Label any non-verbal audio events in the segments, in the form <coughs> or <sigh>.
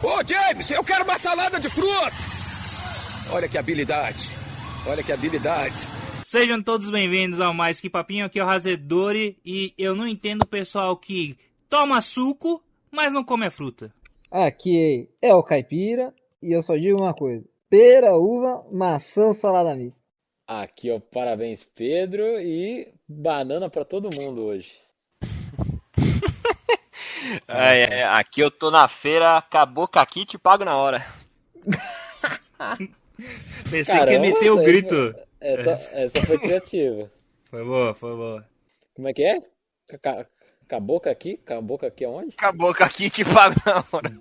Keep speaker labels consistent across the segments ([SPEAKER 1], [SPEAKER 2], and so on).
[SPEAKER 1] Ô, James, eu quero uma salada de fruta! Olha que habilidade! Olha que habilidade!
[SPEAKER 2] Sejam todos bem-vindos ao Mais Que Papinho, aqui é o Razedori e eu não entendo o pessoal que toma suco, mas não come a fruta.
[SPEAKER 3] Aqui é o Caipira e eu só digo uma coisa: pera, uva, maçã, salada mista.
[SPEAKER 4] Aqui, ó, parabéns, Pedro, e banana pra todo mundo hoje.
[SPEAKER 5] É, é, aqui eu tô na feira, acabou com aqui, te pago na hora.
[SPEAKER 2] Pensei que ia meter o
[SPEAKER 4] essa-
[SPEAKER 2] grito.
[SPEAKER 4] Essa,
[SPEAKER 2] É.
[SPEAKER 4] essa
[SPEAKER 2] <laughs>
[SPEAKER 4] foi criativa.
[SPEAKER 2] Foi boa, foi boa.
[SPEAKER 4] Como é que é? Ca- ca- Caboca aqui? Caboca aqui aonde?
[SPEAKER 5] Acabou com aqui,
[SPEAKER 6] <laughs>
[SPEAKER 5] te pago na hora.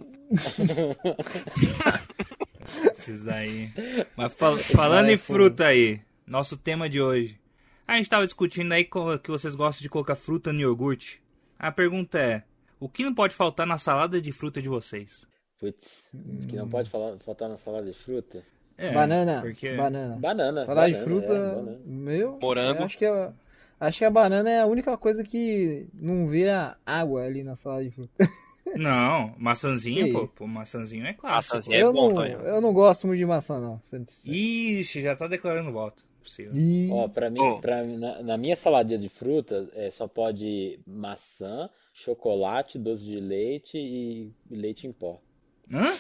[SPEAKER 2] Esses daí. Mas fal- falando
[SPEAKER 4] cara é
[SPEAKER 2] em fruta aí, nosso tema de hoje. A gente tava discutindo aí co- que vocês gostam de colocar fruta no iogurte. A pergunta é: o que não pode faltar na salada de fruta de vocês?
[SPEAKER 4] Putz, que não pode falar, faltar na salada de fruta?
[SPEAKER 2] É,
[SPEAKER 3] banana,
[SPEAKER 2] Porque
[SPEAKER 3] banana.
[SPEAKER 4] Banana.
[SPEAKER 3] Salada de
[SPEAKER 4] banana,
[SPEAKER 3] fruta,
[SPEAKER 4] é, banana.
[SPEAKER 3] meu,
[SPEAKER 5] Morango.
[SPEAKER 3] eu acho que é a, acho que a banana é a única coisa que não vira água ali na salada de fruta.
[SPEAKER 2] Não, maçãzinha,
[SPEAKER 3] Que
[SPEAKER 2] pô,
[SPEAKER 3] isso?
[SPEAKER 2] pô. Maçãzinho é clássico.
[SPEAKER 5] Maçãzinha. É
[SPEAKER 3] eu
[SPEAKER 5] bom,
[SPEAKER 3] não,
[SPEAKER 5] Tonho.
[SPEAKER 3] eu não gosto muito de maçã não. sendo sincero.
[SPEAKER 2] Ixi, já tá declarando voto. Possível.
[SPEAKER 3] Ih,
[SPEAKER 4] Ó, pra mim,
[SPEAKER 5] Bom.
[SPEAKER 4] pra mim, na, na minha saladinha de fruta, é, só pode maçã, chocolate, doce de leite e leite em pó.
[SPEAKER 2] Hã?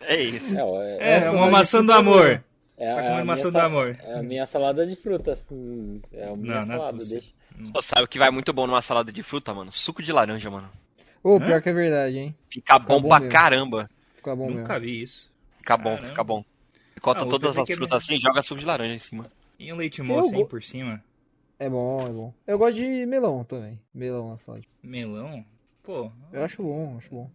[SPEAKER 5] É isso.
[SPEAKER 4] É, ó, é,
[SPEAKER 2] É,
[SPEAKER 3] Essa
[SPEAKER 2] uma
[SPEAKER 3] daí
[SPEAKER 2] maçã do
[SPEAKER 3] fica boa.
[SPEAKER 2] amor.
[SPEAKER 4] é,
[SPEAKER 2] Tá
[SPEAKER 4] é
[SPEAKER 2] comendo
[SPEAKER 4] a
[SPEAKER 2] maçã
[SPEAKER 4] minha
[SPEAKER 2] do
[SPEAKER 4] sa-
[SPEAKER 2] amor.
[SPEAKER 4] é a minha salada de fruta. hum, É a minha
[SPEAKER 2] não é
[SPEAKER 4] salada,
[SPEAKER 2] possível.
[SPEAKER 4] deixa.
[SPEAKER 5] Pô, sabe o que vai muito bom numa salada de fruta, mano? Suco de laranja, mano.
[SPEAKER 3] Ô, pior que é verdade, hein?
[SPEAKER 5] Fica bom,
[SPEAKER 3] bom
[SPEAKER 5] pra
[SPEAKER 3] mesmo.
[SPEAKER 5] caramba.
[SPEAKER 3] Fica bom
[SPEAKER 2] Nunca
[SPEAKER 3] mesmo.
[SPEAKER 2] vi isso.
[SPEAKER 5] Fica bom,
[SPEAKER 2] Caramba.
[SPEAKER 5] fica bom. Corta
[SPEAKER 2] Ah, o
[SPEAKER 5] todas
[SPEAKER 2] Pedro
[SPEAKER 5] as
[SPEAKER 2] que é
[SPEAKER 5] frutas assim e joga suco de laranja em cima.
[SPEAKER 2] E um leite moça
[SPEAKER 3] Eu
[SPEAKER 2] aí
[SPEAKER 3] go-
[SPEAKER 2] por cima?
[SPEAKER 3] É bom, é bom. Eu gosto de melão também. Melão na salada. de fruta.
[SPEAKER 2] Melão? Pô,
[SPEAKER 3] Eu acho bom, acho bom.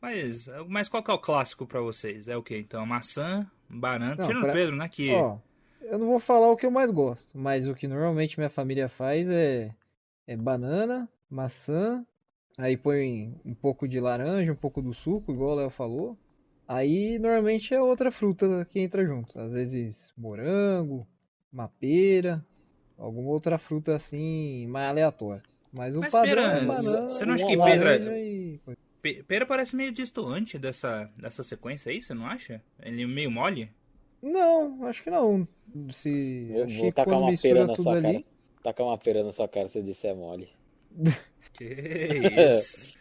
[SPEAKER 2] Mas, mas qual que é o clássico pra vocês? É o que então? Maçã, banana,
[SPEAKER 3] Não,
[SPEAKER 2] tirando
[SPEAKER 3] pra-
[SPEAKER 2] o Pedro, né? Que
[SPEAKER 3] Ó, eu não vou falar o que eu mais gosto, mas o que normalmente minha família faz é, é banana, maçã, aí põe um pouco de laranja, um pouco do suco, igual o Léo falou. Aí normalmente é outra fruta que entra junto. Às vezes morango, uma pera, alguma outra fruta assim, mais aleatória. Mas o
[SPEAKER 2] Mas
[SPEAKER 3] padrão
[SPEAKER 2] pera,
[SPEAKER 3] é banana,
[SPEAKER 2] você não acha que
[SPEAKER 3] laranja
[SPEAKER 2] pedra-
[SPEAKER 3] e coisa.
[SPEAKER 2] Pe- Pera parece meio distoante dessa, dessa sequência aí, você não acha? Ele é meio mole? <laughs>
[SPEAKER 3] Não, acho que não. Se
[SPEAKER 4] Vou-
[SPEAKER 3] achei
[SPEAKER 4] vou
[SPEAKER 3] que
[SPEAKER 4] tacar
[SPEAKER 3] quando
[SPEAKER 4] uma
[SPEAKER 3] mistura
[SPEAKER 4] pera na
[SPEAKER 3] tudo
[SPEAKER 4] sua
[SPEAKER 3] ali,
[SPEAKER 4] cara. Tacar uma pera na sua cara se eu disser é mole.
[SPEAKER 2] Que
[SPEAKER 3] <laughs>
[SPEAKER 2] isso.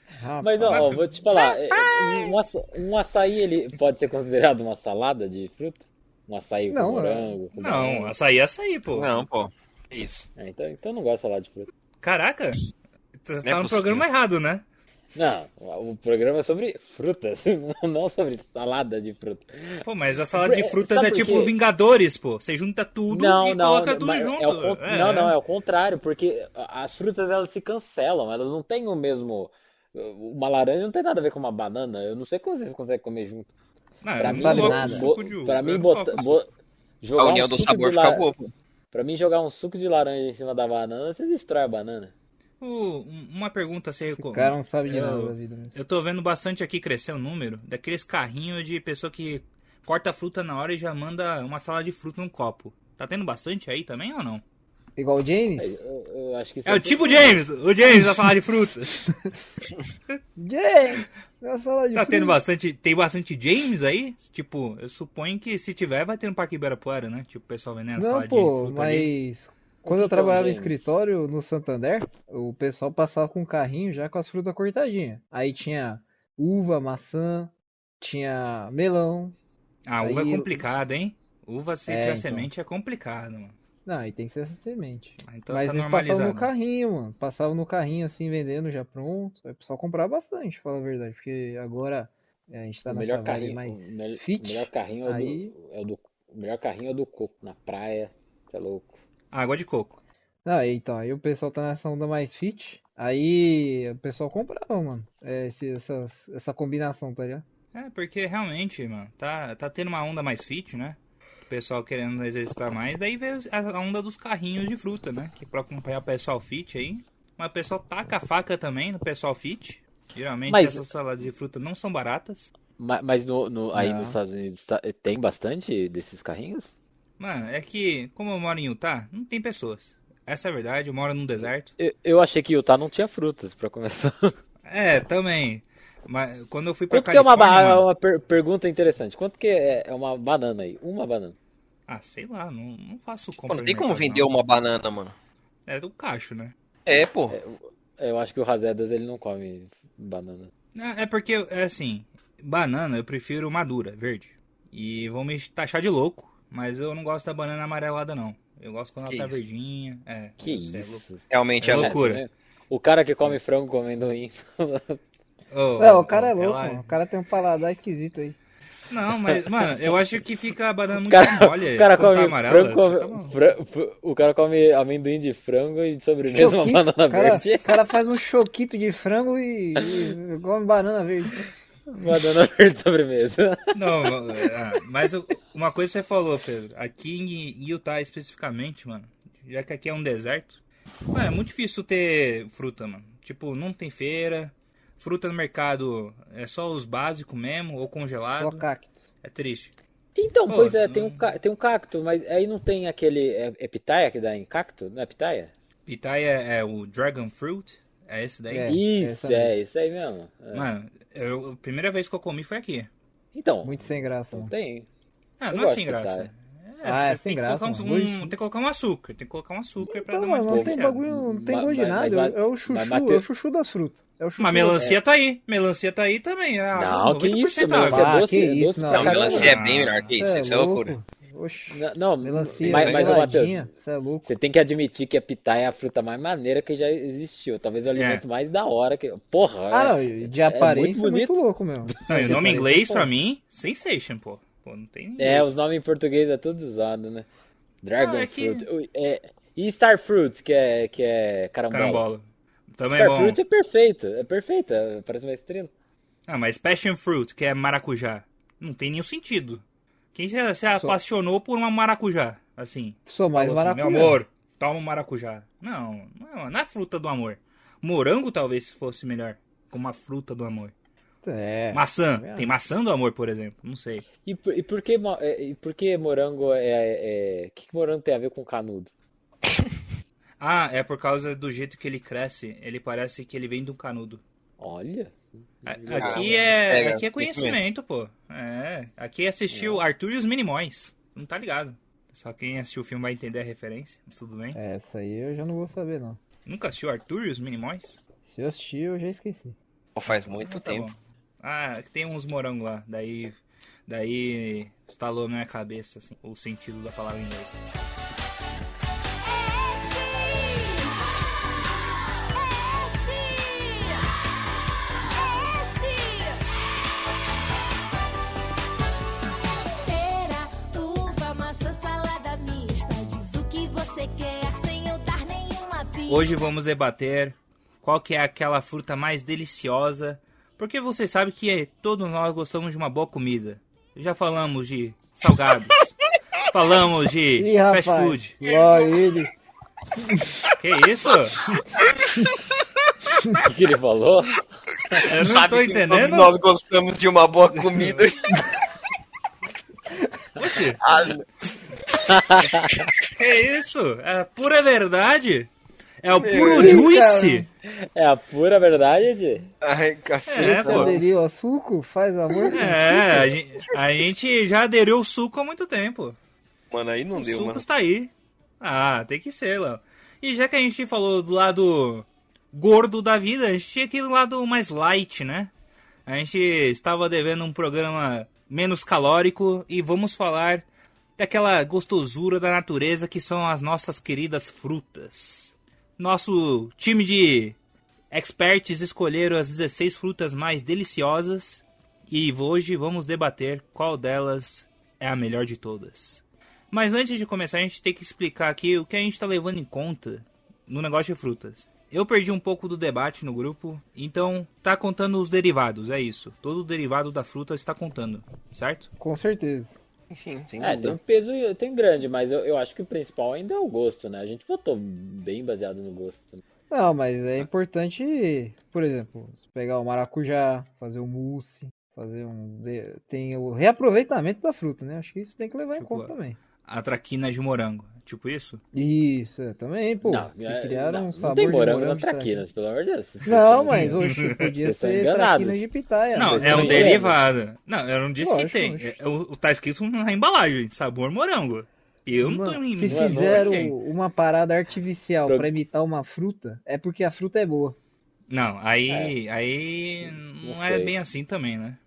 [SPEAKER 4] Mas ó,
[SPEAKER 3] rapaz.
[SPEAKER 4] ó, vou te
[SPEAKER 3] Ah,
[SPEAKER 4] falar, é, é, um, aça- um açaí ele pode ser considerado uma salada de fruta? Um açaí com
[SPEAKER 3] Não, é.
[SPEAKER 4] morango, com
[SPEAKER 2] não,
[SPEAKER 4] banana.
[SPEAKER 2] açaí é açaí, pô.
[SPEAKER 5] Não, pô. É isso.
[SPEAKER 4] É, então, então eu não gosto de salada de fruta.
[SPEAKER 2] Caraca,
[SPEAKER 3] é
[SPEAKER 2] tá, tá no
[SPEAKER 5] possível.
[SPEAKER 2] programa errado, né?
[SPEAKER 4] Não, o programa é sobre frutas, <laughs> não sobre salada de fruta.
[SPEAKER 2] Pô, mas a salada de
[SPEAKER 4] Sabe
[SPEAKER 2] frutas é
[SPEAKER 4] por
[SPEAKER 2] tipo
[SPEAKER 4] quê?
[SPEAKER 2] Vingadores, pô. Você junta tudo e
[SPEAKER 4] Não, não,
[SPEAKER 2] coloca tudo
[SPEAKER 4] mas é
[SPEAKER 2] junto.
[SPEAKER 4] o con-
[SPEAKER 2] É.
[SPEAKER 4] não, não, é o contrário, porque a- as frutas elas se cancelam, elas não têm o mesmo. Uma laranja não tem nada a ver com uma banana. Eu não sei como vocês conseguem comer junto.
[SPEAKER 2] Não, é
[SPEAKER 4] Pra
[SPEAKER 2] Ah, eu
[SPEAKER 4] mim,
[SPEAKER 3] sabe
[SPEAKER 2] coloco
[SPEAKER 3] nada.
[SPEAKER 2] suco de
[SPEAKER 4] bo-
[SPEAKER 2] uva,
[SPEAKER 4] pra
[SPEAKER 2] eu
[SPEAKER 4] mim
[SPEAKER 2] não
[SPEAKER 4] bota-
[SPEAKER 2] coloco
[SPEAKER 4] bo-
[SPEAKER 5] A
[SPEAKER 4] jogar um
[SPEAKER 5] união do
[SPEAKER 4] suco de
[SPEAKER 5] sabor
[SPEAKER 4] la-
[SPEAKER 5] fica boa, pô.
[SPEAKER 4] Pra mim, jogar um suco de laranja em cima da banana, você destrói a banana.
[SPEAKER 2] O- uma pergunta assim,
[SPEAKER 3] Esse
[SPEAKER 2] eu-
[SPEAKER 3] cara não sabe de
[SPEAKER 2] eu-
[SPEAKER 3] nada da vida mesmo.
[SPEAKER 2] Eu tô vendo bastante aqui crescer o número daqueles carrinhos de pessoa que corta a fruta na hora e já manda uma salada de fruta num copo. Tá tendo bastante aí também ou não?
[SPEAKER 3] Igual o
[SPEAKER 4] Aí,
[SPEAKER 3] James?
[SPEAKER 4] Eu, eu acho que isso
[SPEAKER 2] É o
[SPEAKER 4] tudo-
[SPEAKER 2] tipo James, o James da
[SPEAKER 4] <laughs>
[SPEAKER 2] salada de fruta.
[SPEAKER 3] James! Minha sala de
[SPEAKER 2] Tá tendo
[SPEAKER 3] fruta.
[SPEAKER 2] bastante, tem bastante James aí? Tipo, eu suponho que se tiver vai ter no Parque Ibirapuera, né? Tipo, o pessoal vendendo
[SPEAKER 3] Não,
[SPEAKER 2] salada de tá
[SPEAKER 3] pô,
[SPEAKER 2] fruta ali.
[SPEAKER 3] mas
[SPEAKER 4] O
[SPEAKER 3] quando
[SPEAKER 4] que
[SPEAKER 3] eu
[SPEAKER 4] que é o
[SPEAKER 3] trabalhava em
[SPEAKER 4] James?
[SPEAKER 3] escritório no Santander, o pessoal passava com um carrinho já com as frutas cortadinhas. Aí tinha uva, maçã, tinha melão.
[SPEAKER 2] Ah, uva
[SPEAKER 3] aí-
[SPEAKER 2] é complicado, hein? Uva se
[SPEAKER 3] É,
[SPEAKER 2] tiver
[SPEAKER 3] então.
[SPEAKER 2] semente é complicado, mano.
[SPEAKER 3] Não, aí tem que ser essa semente.
[SPEAKER 2] Ah, Então
[SPEAKER 3] Mas
[SPEAKER 2] tá
[SPEAKER 3] eles passavam no
[SPEAKER 2] normalizado.
[SPEAKER 3] carrinho, mano. Passavam no carrinho assim, vendendo já pronto. Aí o pessoal comprava bastante, fala a verdade. Porque agora é, a gente tá
[SPEAKER 4] O
[SPEAKER 3] nessa
[SPEAKER 4] melhor
[SPEAKER 3] vibe
[SPEAKER 4] carrinho,
[SPEAKER 3] mais
[SPEAKER 4] o mel-
[SPEAKER 3] fit.
[SPEAKER 4] o melhor carrinho é o,
[SPEAKER 3] Aí-
[SPEAKER 4] do, é o do- o melhor carrinho é o do coco na praia. Você é louco.
[SPEAKER 2] Água de coco.
[SPEAKER 3] Ah, então, aí o pessoal tá nessa onda mais fit, aí o pessoal comprava, mano, é, esse- essas- essa combinação, tá ligado?
[SPEAKER 2] É, porque realmente, mano, tá, tá tendo uma onda mais fit, né? O pessoal querendo exercitar mais, daí veio a onda dos carrinhos de fruta, né? Que pra acompanhar o pessoal fit aí. Mas o pessoal taca a faca também no pessoal fit. Geralmente
[SPEAKER 4] Mas-
[SPEAKER 2] essas saladas de fruta não são baratas.
[SPEAKER 4] Mas, mas no- no- aí
[SPEAKER 3] Não.
[SPEAKER 4] nos Estados Unidos tá- tem bastante desses carrinhos?
[SPEAKER 2] Mano, é que, como eu moro em Utah, não tem pessoas. Essa é a verdade, eu moro num deserto.
[SPEAKER 4] Eu, eu achei que Utah não tinha frutas, pra começar.
[SPEAKER 2] É, também. Mas quando eu fui pra
[SPEAKER 4] Quanto que é uma,
[SPEAKER 2] Califórnia,
[SPEAKER 4] ba-
[SPEAKER 2] mano-
[SPEAKER 4] uma per- pergunta interessante? Quanto que é é uma banana aí? Uma banana.
[SPEAKER 2] Ah, sei lá, não, não faço
[SPEAKER 6] Pô,
[SPEAKER 4] Tipo,
[SPEAKER 2] compra.
[SPEAKER 6] não
[SPEAKER 2] de
[SPEAKER 6] tem como
[SPEAKER 2] mercado,
[SPEAKER 6] vender
[SPEAKER 4] um
[SPEAKER 2] não.
[SPEAKER 6] uma banana, mano.
[SPEAKER 2] É do cacho, né?
[SPEAKER 6] É, pô.
[SPEAKER 4] Eu acho que o Razedas ele não come banana.
[SPEAKER 2] Ah, É porque, é assim, banana eu prefiro madura, verde. E vão me taxar de louco, mas eu não gosto da banana amarelada, não. Eu gosto quando
[SPEAKER 6] Que
[SPEAKER 2] ela tá
[SPEAKER 6] isso?
[SPEAKER 2] verdinha. É,
[SPEAKER 4] Que
[SPEAKER 2] é
[SPEAKER 4] isso?
[SPEAKER 6] Realmente é,
[SPEAKER 2] É
[SPEAKER 6] louco.
[SPEAKER 2] loucura.
[SPEAKER 4] né? O cara que come frango com amendoim.
[SPEAKER 2] louco. Ô,
[SPEAKER 3] Não, o cara é
[SPEAKER 2] ô,
[SPEAKER 3] louco,
[SPEAKER 2] ela-
[SPEAKER 3] mano. O cara tem um paladar esquisito
[SPEAKER 4] <laughs>
[SPEAKER 3] aí.
[SPEAKER 2] Não, mas, mano, eu acho que fica a banana
[SPEAKER 4] O
[SPEAKER 2] muito
[SPEAKER 4] cara,
[SPEAKER 2] mole.
[SPEAKER 4] <laughs> o cara
[SPEAKER 2] quando tá
[SPEAKER 4] come
[SPEAKER 2] amarela,
[SPEAKER 4] frango com-
[SPEAKER 2] você tá maluco.
[SPEAKER 4] fra- fr- O cara come amendoim de frango e de sobremesa uma
[SPEAKER 3] Choquito,
[SPEAKER 4] banana
[SPEAKER 3] o cara,
[SPEAKER 4] verde. <laughs>
[SPEAKER 3] o cara faz um choquito de frango e, e come banana verde.
[SPEAKER 4] Banana verde de sobremesa.
[SPEAKER 2] Não, ah, mas eu- uma coisa que você falou, Pedro. Aqui em Utah especificamente, mano, já que aqui é um deserto, mano, é muito difícil ter fruta, mano. Tipo, não tem feira, fruta no mercado é só os básicos mesmo, ou
[SPEAKER 3] Só
[SPEAKER 2] congelado.
[SPEAKER 3] cactos.
[SPEAKER 2] É triste.
[SPEAKER 4] Então,
[SPEAKER 2] Pô,
[SPEAKER 4] pois é,
[SPEAKER 2] não-
[SPEAKER 4] tem um, ca- tem um cacto, mas aí não tem aquele. É, é pitaia que dá em cacto? Não é pitaia?
[SPEAKER 2] Pitaya é o Dragon Fruit, é esse daí.
[SPEAKER 3] É,
[SPEAKER 4] Isso,
[SPEAKER 3] essa
[SPEAKER 4] é, isso aí mesmo. É.
[SPEAKER 2] Mano, eu, a primeira vez que eu comi foi aqui.
[SPEAKER 4] Então,
[SPEAKER 3] Muito sem graça,
[SPEAKER 4] não
[SPEAKER 3] mano.
[SPEAKER 4] tem.
[SPEAKER 2] Ah,
[SPEAKER 4] Eu
[SPEAKER 2] não
[SPEAKER 4] gosto
[SPEAKER 2] é sem
[SPEAKER 4] de
[SPEAKER 2] graça.
[SPEAKER 4] pitaia.
[SPEAKER 3] Ah,
[SPEAKER 2] você
[SPEAKER 3] é sem
[SPEAKER 2] tem que
[SPEAKER 3] graça,
[SPEAKER 2] colocar uns-
[SPEAKER 3] mano.
[SPEAKER 2] um-
[SPEAKER 3] Hoje-
[SPEAKER 2] tem que colocar um açúcar, tem que colocar um açúcar pra
[SPEAKER 3] Então,
[SPEAKER 2] dar
[SPEAKER 3] mano,
[SPEAKER 2] uma
[SPEAKER 3] não tem
[SPEAKER 2] diferenciada.
[SPEAKER 3] bagulho, não tem
[SPEAKER 4] Mas-
[SPEAKER 3] gosto de
[SPEAKER 4] mas-
[SPEAKER 3] nada.
[SPEAKER 4] mas-
[SPEAKER 3] é o chuchu,
[SPEAKER 4] mas Mateus-
[SPEAKER 3] é o chuchu das frutas. É o chuchu.
[SPEAKER 2] Mas melancia tá aí. Melancia tá aí também. Ah,
[SPEAKER 4] Não, que
[SPEAKER 2] 90%
[SPEAKER 4] isso,
[SPEAKER 2] água.
[SPEAKER 4] melancia
[SPEAKER 3] Ah,
[SPEAKER 4] é doce,
[SPEAKER 3] que
[SPEAKER 4] doce
[SPEAKER 3] isso,
[SPEAKER 4] pra
[SPEAKER 6] Não,
[SPEAKER 3] Tá
[SPEAKER 4] caramba.
[SPEAKER 6] melancia é
[SPEAKER 2] cagando.
[SPEAKER 6] bem melhor que isso.
[SPEAKER 3] Você
[SPEAKER 6] Isso é loucura.
[SPEAKER 3] Oxi.
[SPEAKER 4] Não, não,
[SPEAKER 3] Melancia,
[SPEAKER 4] mas, mas ô, Matheus,
[SPEAKER 3] geladinha, Você é louco.
[SPEAKER 4] você tem que admitir que a pitaia é a fruta mais maneira que já existiu.
[SPEAKER 2] É.
[SPEAKER 4] Talvez o alimento mais da hora que. Porra,
[SPEAKER 3] Ah,
[SPEAKER 4] é-
[SPEAKER 3] não, de aparência é muito,
[SPEAKER 4] bonito.
[SPEAKER 3] louco mesmo.
[SPEAKER 2] Não, e o nome em
[SPEAKER 3] Parece
[SPEAKER 2] inglês,
[SPEAKER 3] bom.
[SPEAKER 2] pra mim, Sensation, pô. Pô, não tem ninguém.
[SPEAKER 4] é, os nomes em português é tudo usado, né? Dragon
[SPEAKER 2] Não, é que-
[SPEAKER 4] Fruit. Ui, é- e Star Fruit, que é, que é carambola.
[SPEAKER 2] <laughs> Carambola. Também é
[SPEAKER 4] Star
[SPEAKER 2] bom.
[SPEAKER 4] Fruit é perfeito, é perfeita, parece uma estrela.
[SPEAKER 2] Ah, mas Passion Fruit, que é maracujá. Não tem nenhum sentido. Quem se, se apaixonou por uma maracujá? Assim.
[SPEAKER 3] Sou mais
[SPEAKER 2] falou assim,
[SPEAKER 3] maracujá.
[SPEAKER 2] Meu amor, toma um maracujá. Não, não, não é fruta do amor. Morango talvez fosse melhor. Como uma fruta do amor.
[SPEAKER 3] É.
[SPEAKER 2] maçã.
[SPEAKER 3] tá vendo?
[SPEAKER 2] Tem maçã do amor, por exemplo. Não sei.
[SPEAKER 4] E por, e por que, mo- é- e por que morango é. O que, que morango tem a ver com canudo?
[SPEAKER 2] Ah, é por causa do jeito que ele cresce. Ele parece que ele vem de um canudo.
[SPEAKER 4] Olha.
[SPEAKER 2] A-
[SPEAKER 4] Caramba.
[SPEAKER 2] Aqui é,
[SPEAKER 6] Pega
[SPEAKER 2] aqui é conhecimento, pô. É. Aqui assistiu Arthur e os Minimóis. Não tá ligado. Só quem assistiu o filme vai entender a referência, mas tudo
[SPEAKER 6] É.
[SPEAKER 2] bem.
[SPEAKER 3] é, Essa aí eu já não vou saber, não.
[SPEAKER 2] Nunca assistiu Arthur e os Minimóis?
[SPEAKER 3] Se eu assistir, eu já esqueci.
[SPEAKER 6] Pô, faz muito
[SPEAKER 2] Ah, tá
[SPEAKER 6] tempo.
[SPEAKER 2] bom. Ah, tem uns morangos lá. Daí. Daí estalou na minha cabeça assim, o sentido da palavra em inglês.
[SPEAKER 7] É é Pera, uva, maçã, salada mista. Diz o que você quer sem eu dar nenhuma pista.
[SPEAKER 2] Hoje vamos debater qual que é aquela fruta mais deliciosa, porque você sabe que eh, todos nós gostamos de uma boa comida. Já falamos de salgados, falamos de
[SPEAKER 3] Ih,
[SPEAKER 2] fast
[SPEAKER 3] rapaz.
[SPEAKER 2] food.
[SPEAKER 3] Lá ele.
[SPEAKER 2] Que isso?
[SPEAKER 4] O que, que ele falou?
[SPEAKER 2] Eu não
[SPEAKER 6] Sabe
[SPEAKER 2] tô
[SPEAKER 6] que Todos
[SPEAKER 2] entendendo.
[SPEAKER 6] nós gostamos de uma boa
[SPEAKER 5] <laughs>
[SPEAKER 6] comida.
[SPEAKER 2] Oxi,
[SPEAKER 6] Ah,
[SPEAKER 2] que isso? É a pura verdade? É o puro
[SPEAKER 3] Deus,
[SPEAKER 2] juice?
[SPEAKER 4] É a pura verdade, Di?
[SPEAKER 6] Ai,
[SPEAKER 2] É,
[SPEAKER 6] caceta.
[SPEAKER 2] pô.
[SPEAKER 3] Aderiu ao suco, faz amor. com
[SPEAKER 2] É, a gen- a gente, já aderiu ao suco há muito tempo.
[SPEAKER 6] Mano, aí não
[SPEAKER 2] O
[SPEAKER 6] deu,
[SPEAKER 2] suco
[SPEAKER 6] mano.
[SPEAKER 2] está tá aí. Ah, tem que ser, Léo. E já que a gente falou do lado gordo da vida, a gente tinha que ir do lado mais light, né? A gente estava devendo um programa menos calórico e vamos falar daquela gostosura da natureza que são as nossas queridas frutas. Nosso time de experts escolheram as 16 frutas mais deliciosas e hoje vamos debater qual delas é a melhor de todas. Mas antes de começar, a gente tem que explicar aqui o que a gente está levando em conta no negócio de frutas. Eu perdi um pouco do debate no grupo, então tá contando os derivados, é isso. Todo derivado da fruta está contando, certo?
[SPEAKER 3] Com certeza.
[SPEAKER 6] Enfim, sem
[SPEAKER 4] É, tem um
[SPEAKER 6] dúvida.
[SPEAKER 4] peso, tem grande, mas eu, eu acho que o principal ainda é o gosto, né? A gente votou bem baseado no gosto.
[SPEAKER 3] Não, mas é importante, por exemplo, se pegar o maracujá, fazer o mousse, fazer um. de- Tem o reaproveitamento da fruta, né? Acho que isso tem que levar em conta
[SPEAKER 2] Chocolate.
[SPEAKER 3] também.
[SPEAKER 2] A traquina de morango. Tipo isso?
[SPEAKER 3] Isso, é, também, pô.
[SPEAKER 4] não,
[SPEAKER 3] se
[SPEAKER 4] é-
[SPEAKER 3] criaram
[SPEAKER 4] não,
[SPEAKER 3] um
[SPEAKER 4] não
[SPEAKER 3] sabor
[SPEAKER 4] tem
[SPEAKER 3] de
[SPEAKER 4] morango, na
[SPEAKER 3] morango de
[SPEAKER 4] traquinas, pelo amor de Deus.
[SPEAKER 3] <laughs>
[SPEAKER 4] Vocês
[SPEAKER 3] Não,
[SPEAKER 4] estão- <laughs>
[SPEAKER 3] mas oxe, podia
[SPEAKER 4] Vocês são
[SPEAKER 3] ser
[SPEAKER 4] enganados.
[SPEAKER 3] traquinas de pitaia.
[SPEAKER 2] Não,
[SPEAKER 3] mas
[SPEAKER 2] é um
[SPEAKER 4] Sim.
[SPEAKER 3] também-
[SPEAKER 2] derivado. Não, eu não disse
[SPEAKER 3] Lógico,
[SPEAKER 2] que tem.
[SPEAKER 3] lógico.
[SPEAKER 2] É, o- tá escrito na embalagem, sabor morango. Eu não tô
[SPEAKER 3] Mano,
[SPEAKER 2] em
[SPEAKER 3] se
[SPEAKER 2] não é- não é
[SPEAKER 3] fizeram
[SPEAKER 2] quem.
[SPEAKER 4] Assim,
[SPEAKER 3] uma parada artificial
[SPEAKER 4] Pro-
[SPEAKER 3] pra imitar uma fruta, é porque a fruta é boa.
[SPEAKER 2] Não,
[SPEAKER 3] É.
[SPEAKER 2] aí. Aí. Não, é
[SPEAKER 4] sei.
[SPEAKER 2] bem assim também, né?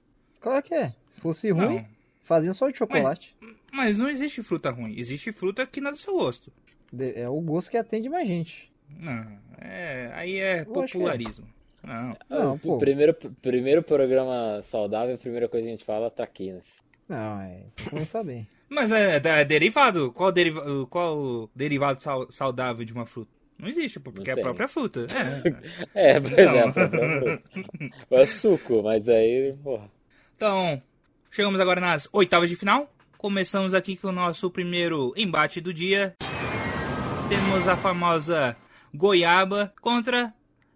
[SPEAKER 3] Claro que é. Se fosse ruim,
[SPEAKER 2] Não.
[SPEAKER 3] faziam só de chocolate.
[SPEAKER 2] Mas não existe fruta ruim. Existe fruta que não é do seu gosto.
[SPEAKER 3] De- É o gosto que atende mais gente.
[SPEAKER 2] Não. É, aí é
[SPEAKER 3] Eu acho que é.
[SPEAKER 2] popularismo. Não.
[SPEAKER 3] Não,
[SPEAKER 4] o
[SPEAKER 3] pô.
[SPEAKER 4] Ah, primeiro, primeiro programa saudável, a primeira coisa que a gente fala é traquinas. <laughs>
[SPEAKER 3] Não, é. tem que Começar bem.
[SPEAKER 2] Mas é, é derivado. Qual, deriva, qual derivado sau- saudável de uma fruta? Não existe, pô, porque é a
[SPEAKER 4] tem.
[SPEAKER 2] própria fruta. É.
[SPEAKER 4] É, pois é, a própria fruta. É o suco, mas aí, porra.
[SPEAKER 2] Então, chegamos agora nas oitavas de final. Começamos aqui com o nosso primeiro embate do dia. Temos a famosa goiaba contra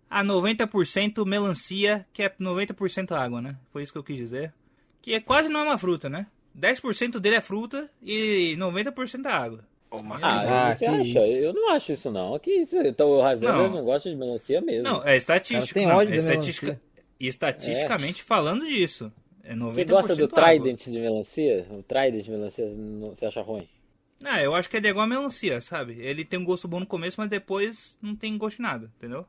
[SPEAKER 2] a 90% melancia, que é 90% água, né? Foi isso que eu quis dizer. Que é quase não é uma fruta, né? 10% dele é fruta e 90% é água.
[SPEAKER 4] Ah,
[SPEAKER 3] Ah,
[SPEAKER 4] você
[SPEAKER 3] que
[SPEAKER 4] acha?
[SPEAKER 3] isso.
[SPEAKER 4] Eu não acho isso, não. Que isso? Então, o Razelas
[SPEAKER 2] Não.
[SPEAKER 4] não. gosta de melancia mesmo.
[SPEAKER 2] Não, é estatística.
[SPEAKER 3] tem
[SPEAKER 2] não,
[SPEAKER 3] ódio
[SPEAKER 2] é
[SPEAKER 3] da
[SPEAKER 2] estatistica, estatisticamente falando disso. É 90%
[SPEAKER 4] Você gosta do
[SPEAKER 2] água.
[SPEAKER 4] Trident de melancia? O Trident de melancia não- você acha ruim?
[SPEAKER 2] Ah, eu acho que ele é igual a melancia, sabe? Ele tem um gosto bom no começo, mas depois não tem gosto de nada, entendeu?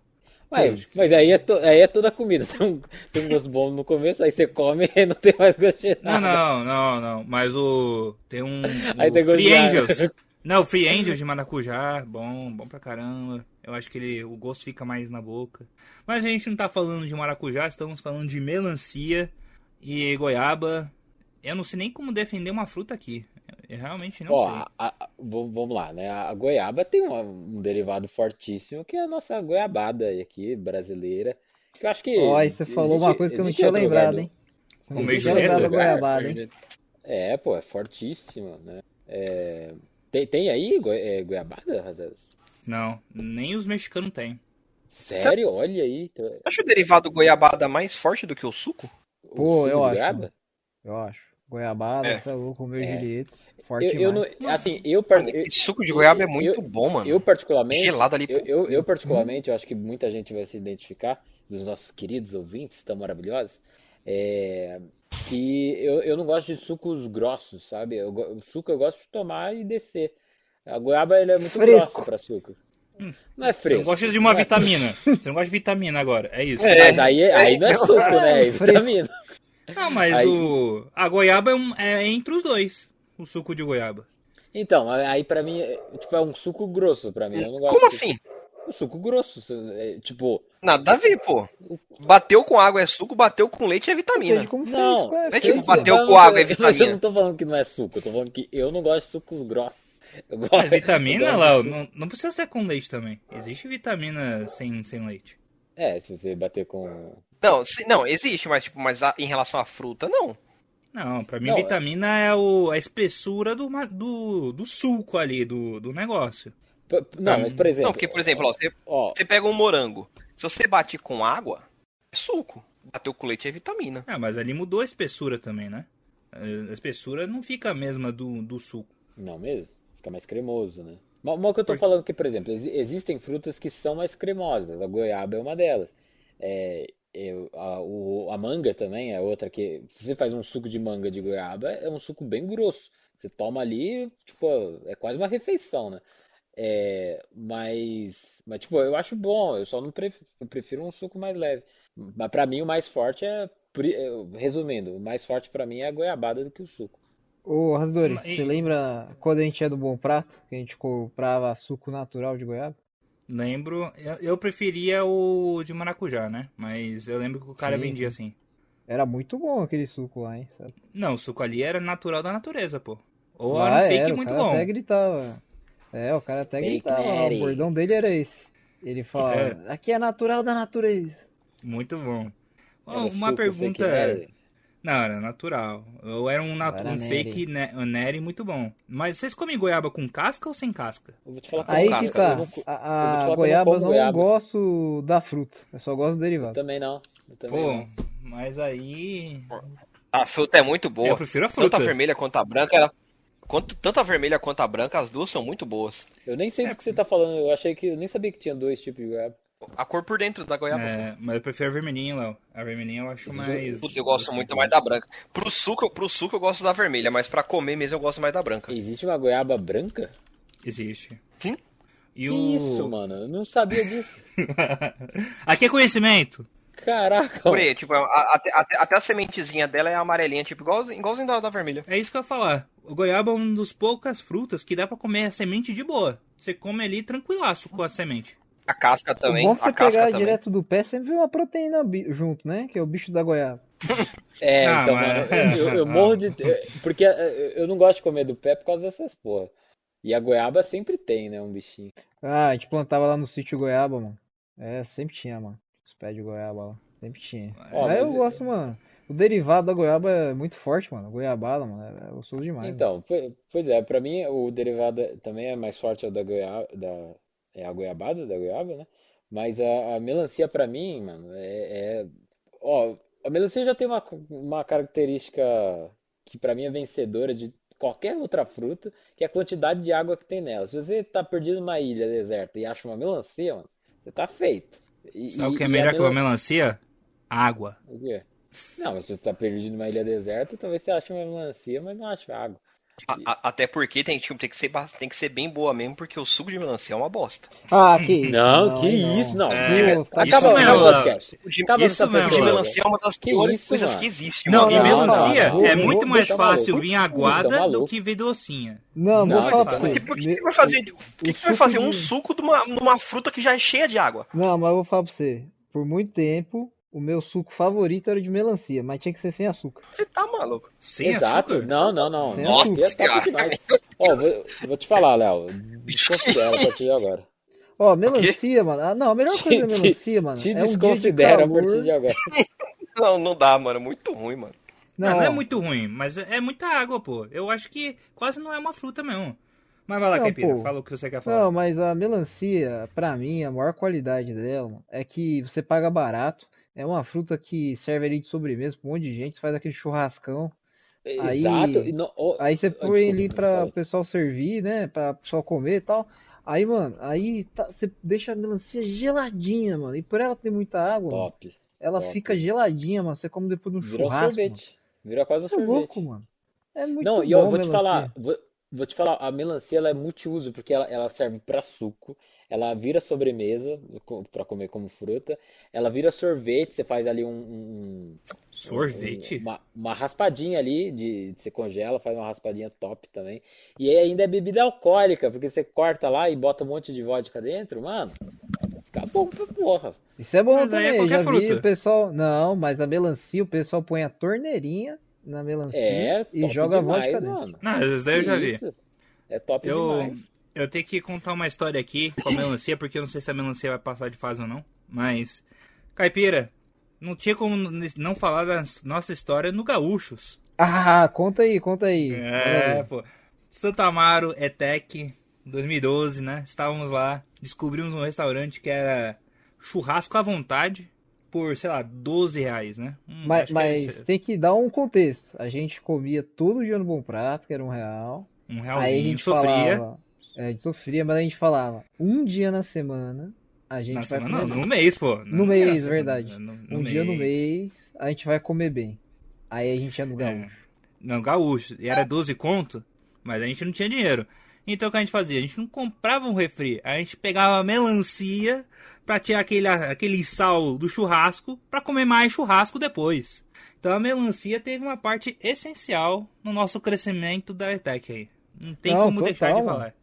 [SPEAKER 4] Ué, mas aí é, to- aí é toda a comida. <laughs> Tem um, tem um gosto bom no começo, aí você come <laughs> e não tem mais gosto de
[SPEAKER 2] Não,
[SPEAKER 4] nada.
[SPEAKER 2] não, não, não. Mas o. Tem um.
[SPEAKER 4] Ah, <laughs> Aí
[SPEAKER 2] o
[SPEAKER 4] tem gosto
[SPEAKER 2] Free
[SPEAKER 4] de <laughs>
[SPEAKER 2] Angels. Não, o Free Angels de maracujá. Bom, bom pra caramba. Eu acho que ele, o gosto fica mais na boca. Mas a gente não tá falando de maracujá, estamos falando de melancia e goiaba. Eu não sei nem como defender uma fruta aqui. Eu realmente não
[SPEAKER 4] Ó,
[SPEAKER 2] sei.
[SPEAKER 4] a- a- v- vamos lá, né? A goiaba tem uma- um derivado fortíssimo que é a nossa goiabada aqui, brasileira. Que eu acho <laughs> que.
[SPEAKER 3] Ó, aí você falou
[SPEAKER 4] existe-
[SPEAKER 3] uma coisa que eu não
[SPEAKER 4] existe
[SPEAKER 3] tinha
[SPEAKER 4] outro lugar
[SPEAKER 3] lembrado,
[SPEAKER 4] do-
[SPEAKER 3] hein? Você não
[SPEAKER 2] Comer
[SPEAKER 3] tinha
[SPEAKER 4] existe outro
[SPEAKER 2] geleto?
[SPEAKER 3] lembrado da
[SPEAKER 4] lugar?
[SPEAKER 3] goiabada, hein?
[SPEAKER 4] É, pô, é fortíssimo, né? É, Tem, tem aí goi- é, goiabada, Razelas?
[SPEAKER 2] Não, nem os mexicanos têm.
[SPEAKER 4] Sério? Olha aí. então, tu-
[SPEAKER 6] Acho o derivado goiabada mais forte do que o suco?
[SPEAKER 4] o
[SPEAKER 3] Pô,
[SPEAKER 4] suco
[SPEAKER 3] eu
[SPEAKER 4] de
[SPEAKER 3] acho,
[SPEAKER 4] goiaba?
[SPEAKER 3] Eu acho. Goiabada,
[SPEAKER 6] É.
[SPEAKER 3] você é louco, comer
[SPEAKER 4] É.
[SPEAKER 3] gilhete. Forte
[SPEAKER 4] Eu, eu
[SPEAKER 3] demais.
[SPEAKER 4] não, assim, eu, par-
[SPEAKER 6] Mano,
[SPEAKER 4] eu,
[SPEAKER 6] esse suco de goiaba é
[SPEAKER 4] eu-
[SPEAKER 6] muito bom, mano.
[SPEAKER 4] eu particularmente,
[SPEAKER 6] Gelado ali. Uhum.
[SPEAKER 4] eu, eu, eu particularmente, eu acho que muita gente vai se identificar, dos nossos queridos ouvintes tão maravilhosos, é, que eu, eu não gosto de sucos grossos, sabe? Eu, go- o suco eu gosto de tomar e descer. A goiaba, ele é muito
[SPEAKER 3] Fresco.
[SPEAKER 4] grossa para suco.
[SPEAKER 6] Hum.
[SPEAKER 4] Não é
[SPEAKER 2] Você não
[SPEAKER 4] fresco.
[SPEAKER 2] gosta de
[SPEAKER 4] <laughs>
[SPEAKER 2] uma
[SPEAKER 4] não é-
[SPEAKER 2] vitamina. Você não gosta de vitamina agora, é isso.
[SPEAKER 4] Mas aí, aí
[SPEAKER 6] <laughs>
[SPEAKER 4] não é suco, né? É
[SPEAKER 3] Fresco.
[SPEAKER 4] vitamina.
[SPEAKER 2] Não, mas
[SPEAKER 4] Aí-
[SPEAKER 2] o. A goiaba é, um- é entre os dois. O suco de goiaba.
[SPEAKER 4] Então, aí pra mim, é, tipo, é um suco grosso pra mim. Eu não gosto
[SPEAKER 6] Como
[SPEAKER 4] de-
[SPEAKER 6] assim?
[SPEAKER 4] Um suco grosso, é, tipo...
[SPEAKER 6] Nada a ver, pô. Bateu com água é suco, bateu com leite é
[SPEAKER 3] Depende
[SPEAKER 6] vitamina.
[SPEAKER 3] como
[SPEAKER 4] Não,
[SPEAKER 3] fresco é,
[SPEAKER 6] é
[SPEAKER 3] fresco.
[SPEAKER 6] tipo bateu
[SPEAKER 4] Mas
[SPEAKER 6] com
[SPEAKER 4] eu-
[SPEAKER 6] água, é
[SPEAKER 4] Mas eu
[SPEAKER 6] vitamina.
[SPEAKER 4] não tô falando que não é suco, eu tô falando que eu não gosto de sucos grossos.
[SPEAKER 6] É
[SPEAKER 4] Eu
[SPEAKER 2] A
[SPEAKER 3] É,
[SPEAKER 4] gosto,
[SPEAKER 2] vitamina,
[SPEAKER 4] eu gosto de
[SPEAKER 2] Léo,
[SPEAKER 4] suco.
[SPEAKER 2] não, não precisa ser com leite também. Existe vitamina sem, sem leite.
[SPEAKER 4] É, se você bater com.
[SPEAKER 6] Não, se- não, existe, mas, tipo, mas a- em relação à fruta, não.
[SPEAKER 2] Não, pra mim
[SPEAKER 4] Não, é-
[SPEAKER 2] vitamina é o, a espessura do, ma- do, do suco ali, do, do negócio.
[SPEAKER 4] P- p- Não,
[SPEAKER 2] Não,
[SPEAKER 4] mas por exemplo. é.
[SPEAKER 6] Não, porque, por exemplo, ó, você,
[SPEAKER 4] ó,
[SPEAKER 6] você pega um morango. Se você bate com água, é suco. Bateu com leite é vitamina.
[SPEAKER 2] Ah, mas ali mudou a espessura também, né? Eh, A espessura não fica a mesma do, do suco.
[SPEAKER 4] Não mesmo? Fica mais cremoso, né? Mas mas o que eu tô falando que, por exemplo, exi- existem frutas que são mais cremosas. A goiaba é uma delas. É, eu- a, o- a manga também é outra que. Se você faz um suco de manga de goiaba, é um suco bem grosso. Você toma ali, tipo, é quase uma refeição, né? É, mas, mas, tipo, eu acho bom, eu só não prefiro, eu prefiro um suco mais leve. Mas pra mim o mais forte é, pri- eu- resumindo, o mais forte pra mim é a goiabada do que o suco.
[SPEAKER 3] Ô, Rasdori,
[SPEAKER 2] Mas-
[SPEAKER 3] você lembra quando a gente é do Bom Prato, que a gente comprava suco natural de goiaba?
[SPEAKER 2] Lembro, eu, eu preferia o de maracujá, né? Mas eu lembro que o cara
[SPEAKER 3] Sim,
[SPEAKER 2] vendia assim.
[SPEAKER 3] Era muito bom aquele suco lá, hein? Sabe?
[SPEAKER 2] Não, o suco ali era natural da natureza, pô. Ou
[SPEAKER 3] Lá
[SPEAKER 2] era um fake
[SPEAKER 3] era, o
[SPEAKER 2] muito
[SPEAKER 3] cara
[SPEAKER 2] bom.
[SPEAKER 3] até gritava. É, o cara até
[SPEAKER 4] Fake
[SPEAKER 3] gritava, lá,
[SPEAKER 4] Mary.
[SPEAKER 3] o bordão dele era esse. Ele falava,
[SPEAKER 2] É.
[SPEAKER 3] aqui é natural da natureza.
[SPEAKER 2] Muito bom. Uma
[SPEAKER 4] Era É o suco, fake
[SPEAKER 2] pergunta.
[SPEAKER 4] berry.
[SPEAKER 2] Não, era natural. Eu era um, natu...
[SPEAKER 3] Era
[SPEAKER 4] é
[SPEAKER 2] um
[SPEAKER 3] Nery.
[SPEAKER 2] fake ne- Nery muito bom. Mas vocês comem goiaba com casca ou sem casca?
[SPEAKER 4] Eu vou te falar que eu
[SPEAKER 3] Aí
[SPEAKER 4] não
[SPEAKER 3] que
[SPEAKER 4] como,
[SPEAKER 3] tá,
[SPEAKER 4] eu não co- eu vou
[SPEAKER 3] a,
[SPEAKER 4] te
[SPEAKER 3] a
[SPEAKER 4] falar que eu não
[SPEAKER 3] goiaba eu
[SPEAKER 4] como
[SPEAKER 3] não
[SPEAKER 4] goiaba.
[SPEAKER 3] gosto da fruta, eu só gosto do derivado.
[SPEAKER 4] Também não. Eu também
[SPEAKER 2] Pô,
[SPEAKER 4] não.
[SPEAKER 2] mas aí.
[SPEAKER 6] A fruta é muito
[SPEAKER 2] Eu
[SPEAKER 6] boa.
[SPEAKER 2] prefiro a
[SPEAKER 6] Tanto
[SPEAKER 2] fruta.
[SPEAKER 6] Então tá a vermelha quanto a branca, ela- Quanto, tanto a vermelha quanto a branca, as duas são muito boas.
[SPEAKER 4] Eu nem
[SPEAKER 2] É.
[SPEAKER 4] sei do que você tá falando, eu achei que eu nem sabia que tinha dois tipos de goiaba.
[SPEAKER 6] A cor por dentro da goiaba.
[SPEAKER 2] É, mas eu prefiro a vermelhinha, Léo. A vermelhinha eu acho mais.
[SPEAKER 6] Putz, eu gosto muito é mais da branca. Pro suco, pro suco eu gosto da vermelha, mas pra comer mesmo eu gosto mais da branca.
[SPEAKER 4] Existe uma goiaba branca?
[SPEAKER 2] Existe.
[SPEAKER 6] Sim.
[SPEAKER 2] E
[SPEAKER 4] Que
[SPEAKER 2] o...
[SPEAKER 4] isso, mano? Eu não sabia disso.
[SPEAKER 2] <laughs> Aqui é conhecimento.
[SPEAKER 4] Caraca,
[SPEAKER 3] Então.
[SPEAKER 6] Por
[SPEAKER 4] mano.
[SPEAKER 6] aí, tipo, a- a- até, até- até a sementezinha dela é amarelinha, tipo, igualzinho, igualzinho da, da vermelha.
[SPEAKER 2] É isso que eu ia falar. O goiaba é uma das poucas frutas que dá pra comer a semente de boa. Você come ali tranquilaço com a semente.
[SPEAKER 6] A casca
[SPEAKER 3] o
[SPEAKER 6] também.
[SPEAKER 3] bom é que você
[SPEAKER 6] a casca
[SPEAKER 3] pegar
[SPEAKER 6] também.
[SPEAKER 3] direto do pé, sempre vem uma proteína bi- junto, né? Que é o bicho da goiaba.
[SPEAKER 2] <laughs>
[SPEAKER 4] É,
[SPEAKER 2] Ah,
[SPEAKER 4] então,
[SPEAKER 2] mas-
[SPEAKER 4] mano, eu, eu morro de. eu- Porque eh, eu não gosto de comer do pé por causa dessas porra. E a goiaba sempre tem, né? Um bichinho.
[SPEAKER 3] Ah, a gente plantava lá no sítio goiaba, mano. É, sempre tinha, mano. Os pés de goiaba lá. Sempre tinha.
[SPEAKER 4] Ó,
[SPEAKER 3] mas eu
[SPEAKER 4] mas- é-
[SPEAKER 3] gosto, mano. O derivado da goiaba é muito forte, mano. Goiabada, mano. É é gostoso demais. mano.
[SPEAKER 4] Então, po- pois é, pra mim o derivado é- também é mais forte o da goiaba. Da, é a goiabada da goiaba, né? Mas a, a melancia, pra mim, mano, é, é- Ó, a melancia já tem uma, uma característica que pra mim é vencedora de qualquer outra fruta, que é a quantidade de água que tem nela. Se você tá perdido numa ilha deserta e acha uma melancia, mano, você tá feito. E,
[SPEAKER 2] Sabe o
[SPEAKER 4] e-
[SPEAKER 2] que é
[SPEAKER 4] e a
[SPEAKER 2] melhor que uma
[SPEAKER 4] melan-
[SPEAKER 2] melancia? Água.
[SPEAKER 4] o quê? Não, mas se você tá perdido numa ilha deserta, talvez você ache uma melancia, mas não ache água.
[SPEAKER 6] A- a- até porque tem, tipo, tem, que ser, ba- tem que ser bem boa mesmo, porque o suco de melancia é uma bosta.
[SPEAKER 3] Ah, que isso.
[SPEAKER 4] Não, que
[SPEAKER 3] aí não.
[SPEAKER 4] isso, não.
[SPEAKER 2] É,
[SPEAKER 3] Viu?
[SPEAKER 4] Acaba,
[SPEAKER 2] isso
[SPEAKER 4] acaba
[SPEAKER 2] mesmo,
[SPEAKER 4] o podcast.
[SPEAKER 6] O de,
[SPEAKER 4] Acaba
[SPEAKER 2] isso
[SPEAKER 4] essa
[SPEAKER 2] mesmo,
[SPEAKER 6] o de
[SPEAKER 2] mano.
[SPEAKER 6] melancia é uma das
[SPEAKER 4] Que
[SPEAKER 6] piores
[SPEAKER 4] isso,
[SPEAKER 6] coisas
[SPEAKER 4] mano?
[SPEAKER 6] que existe,
[SPEAKER 2] Não,
[SPEAKER 6] mano.
[SPEAKER 2] e
[SPEAKER 4] não,
[SPEAKER 2] melancia
[SPEAKER 4] não, não.
[SPEAKER 2] é
[SPEAKER 4] Vou-
[SPEAKER 2] muito
[SPEAKER 4] vou-
[SPEAKER 2] mais
[SPEAKER 4] É tá
[SPEAKER 2] fácil
[SPEAKER 4] maluco.
[SPEAKER 2] vir
[SPEAKER 4] Vocês
[SPEAKER 2] aguada
[SPEAKER 4] tão
[SPEAKER 2] do
[SPEAKER 4] maluco.
[SPEAKER 2] que vir docinha.
[SPEAKER 3] Não,
[SPEAKER 4] Não,
[SPEAKER 3] vou falar pra
[SPEAKER 4] mas-
[SPEAKER 3] você.
[SPEAKER 6] Por que, que
[SPEAKER 3] Me-
[SPEAKER 6] você vai fazer, por que
[SPEAKER 3] o
[SPEAKER 6] que você vai
[SPEAKER 3] suco
[SPEAKER 6] fazer
[SPEAKER 3] de-
[SPEAKER 6] um suco de uma- numa fruta que já é cheia de água?
[SPEAKER 3] Não, mas eu vou falar pra você. Por muito tempo, o meu suco favorito era o de melancia, mas tinha que ser sem açúcar.
[SPEAKER 6] Você tá maluco.
[SPEAKER 3] é
[SPEAKER 2] Sem
[SPEAKER 4] Exato.
[SPEAKER 3] assim, né?
[SPEAKER 2] açúcar?
[SPEAKER 4] Não, não, não.
[SPEAKER 3] Sem
[SPEAKER 4] Nossa,
[SPEAKER 6] açúcar.
[SPEAKER 4] você tá bom demais. Ó, vou, vou te falar, Léo. Desconsidera a partir de agora.
[SPEAKER 3] Ó, melancia, mano. Ah, não, a melhor
[SPEAKER 4] Te-
[SPEAKER 3] coisa da
[SPEAKER 4] te-
[SPEAKER 3] melancia, mano,
[SPEAKER 4] Te
[SPEAKER 3] é um dia de
[SPEAKER 4] desconsidera a
[SPEAKER 3] calor.
[SPEAKER 4] partir de agora.
[SPEAKER 6] Não, não dá, mano. é Muito ruim, mano.
[SPEAKER 2] Não, não,
[SPEAKER 3] ó,
[SPEAKER 2] é muito ruim, mas é é muita água, pô. Eu acho que quase não é uma fruta mesmo. Mas vai lá,
[SPEAKER 3] Não,
[SPEAKER 2] Caipira,
[SPEAKER 3] pô.
[SPEAKER 2] fala o que você quer falar.
[SPEAKER 3] Não, mas a melancia, pra mim, a maior qualidade dela mano, é que você paga barato. É uma fruta que serve ali de sobremesa pra um monte de gente, você faz aquele churrascão. Aí-
[SPEAKER 4] Exato. e no- ó,
[SPEAKER 3] Aí você põe
[SPEAKER 4] Ah, desculpa,
[SPEAKER 3] ali
[SPEAKER 4] não
[SPEAKER 3] pra
[SPEAKER 4] fala.
[SPEAKER 3] o pessoal servir, né? Pra o pessoal comer e tal. Aí, mano, aí tá- você deixa a melancia geladinha, mano. E por ela ter muita água, mano,
[SPEAKER 4] Top.
[SPEAKER 3] ela
[SPEAKER 4] top.
[SPEAKER 3] fica geladinha, mano. Você come depois de um
[SPEAKER 4] Virou
[SPEAKER 3] churrasco.
[SPEAKER 4] sorvete. Virou quase
[SPEAKER 3] Mano.
[SPEAKER 4] um
[SPEAKER 3] Você é
[SPEAKER 4] sorvete.
[SPEAKER 3] louco, mano. É muito
[SPEAKER 4] Não,
[SPEAKER 3] bom,
[SPEAKER 4] e eu vou te
[SPEAKER 3] melancia.
[SPEAKER 4] falar, vou, vou te falar, a melancia ela é multiuso, porque ela, ela serve para suco, ela vira sobremesa para comer como fruta, ela vira sorvete, você faz ali um, um- um-
[SPEAKER 2] Sorvete?
[SPEAKER 4] uma, uma raspadinha ali, de, você congela, faz uma raspadinha top também. E aí ainda é bebida alcoólica, porque você corta lá e bota um monte de vodka dentro, mano, fica bom pra porra.
[SPEAKER 3] Isso é bom
[SPEAKER 2] Mas aí é
[SPEAKER 3] também.
[SPEAKER 2] qualquer
[SPEAKER 3] já vi
[SPEAKER 2] fruta.
[SPEAKER 3] o pessoal. Não, mas a melancia, o pessoal põe a torneirinha na melancia
[SPEAKER 4] É,
[SPEAKER 3] e
[SPEAKER 4] top
[SPEAKER 3] joga a
[SPEAKER 4] demais,
[SPEAKER 3] vodka dentro.
[SPEAKER 4] mano.
[SPEAKER 2] Não, isso daí eu
[SPEAKER 4] Que
[SPEAKER 2] já vi.
[SPEAKER 4] isso? É top
[SPEAKER 2] Eu-
[SPEAKER 4] demais.
[SPEAKER 2] Eu tenho que contar uma história aqui com a melancia, porque eu não sei se a melancia vai passar de fase ou não. Mas, Caipira, não tinha como n- não falar da nossa história no Gaúchos.
[SPEAKER 3] Ah, conta aí, conta aí. Olha
[SPEAKER 2] É,
[SPEAKER 3] aí.
[SPEAKER 2] pô. Santa Amaro, ETEC, 2012, né? Estávamos lá, descobrimos um restaurante que era churrasco à vontade por, sei lá, 12 reais, né? Hum,
[SPEAKER 3] Mas,
[SPEAKER 2] acho que era
[SPEAKER 3] mas tem que dar um contexto. A gente comia todo dia no Bom Prato, que era um real.
[SPEAKER 2] um
[SPEAKER 3] Aí a
[SPEAKER 2] realzinho,
[SPEAKER 3] gente
[SPEAKER 2] sofria.
[SPEAKER 3] falava. É, a gente sofria, mas a gente falava. Um dia na semana, a gente
[SPEAKER 2] Na
[SPEAKER 3] vai
[SPEAKER 2] semana, não,
[SPEAKER 3] comer.
[SPEAKER 2] no mês, pô. Não
[SPEAKER 3] No mês,
[SPEAKER 2] era semana,
[SPEAKER 3] verdade.
[SPEAKER 2] no- no
[SPEAKER 3] bem. um dia no mês, a gente vai comer bem. Aí a gente ia no
[SPEAKER 2] É.
[SPEAKER 3] gaúcho.
[SPEAKER 2] Não, gaúcho. E era 12 conto, mas a gente não tinha dinheiro. Então o que a gente fazia? A gente não comprava um refri, a gente pegava melancia pra tirar aquele, aquele sal do churrasco pra comer mais churrasco depois. Então a melancia teve uma parte essencial no nosso crescimento da ETEC aí. Não tem
[SPEAKER 3] Não,
[SPEAKER 2] como deixar de
[SPEAKER 3] total,
[SPEAKER 2] falar.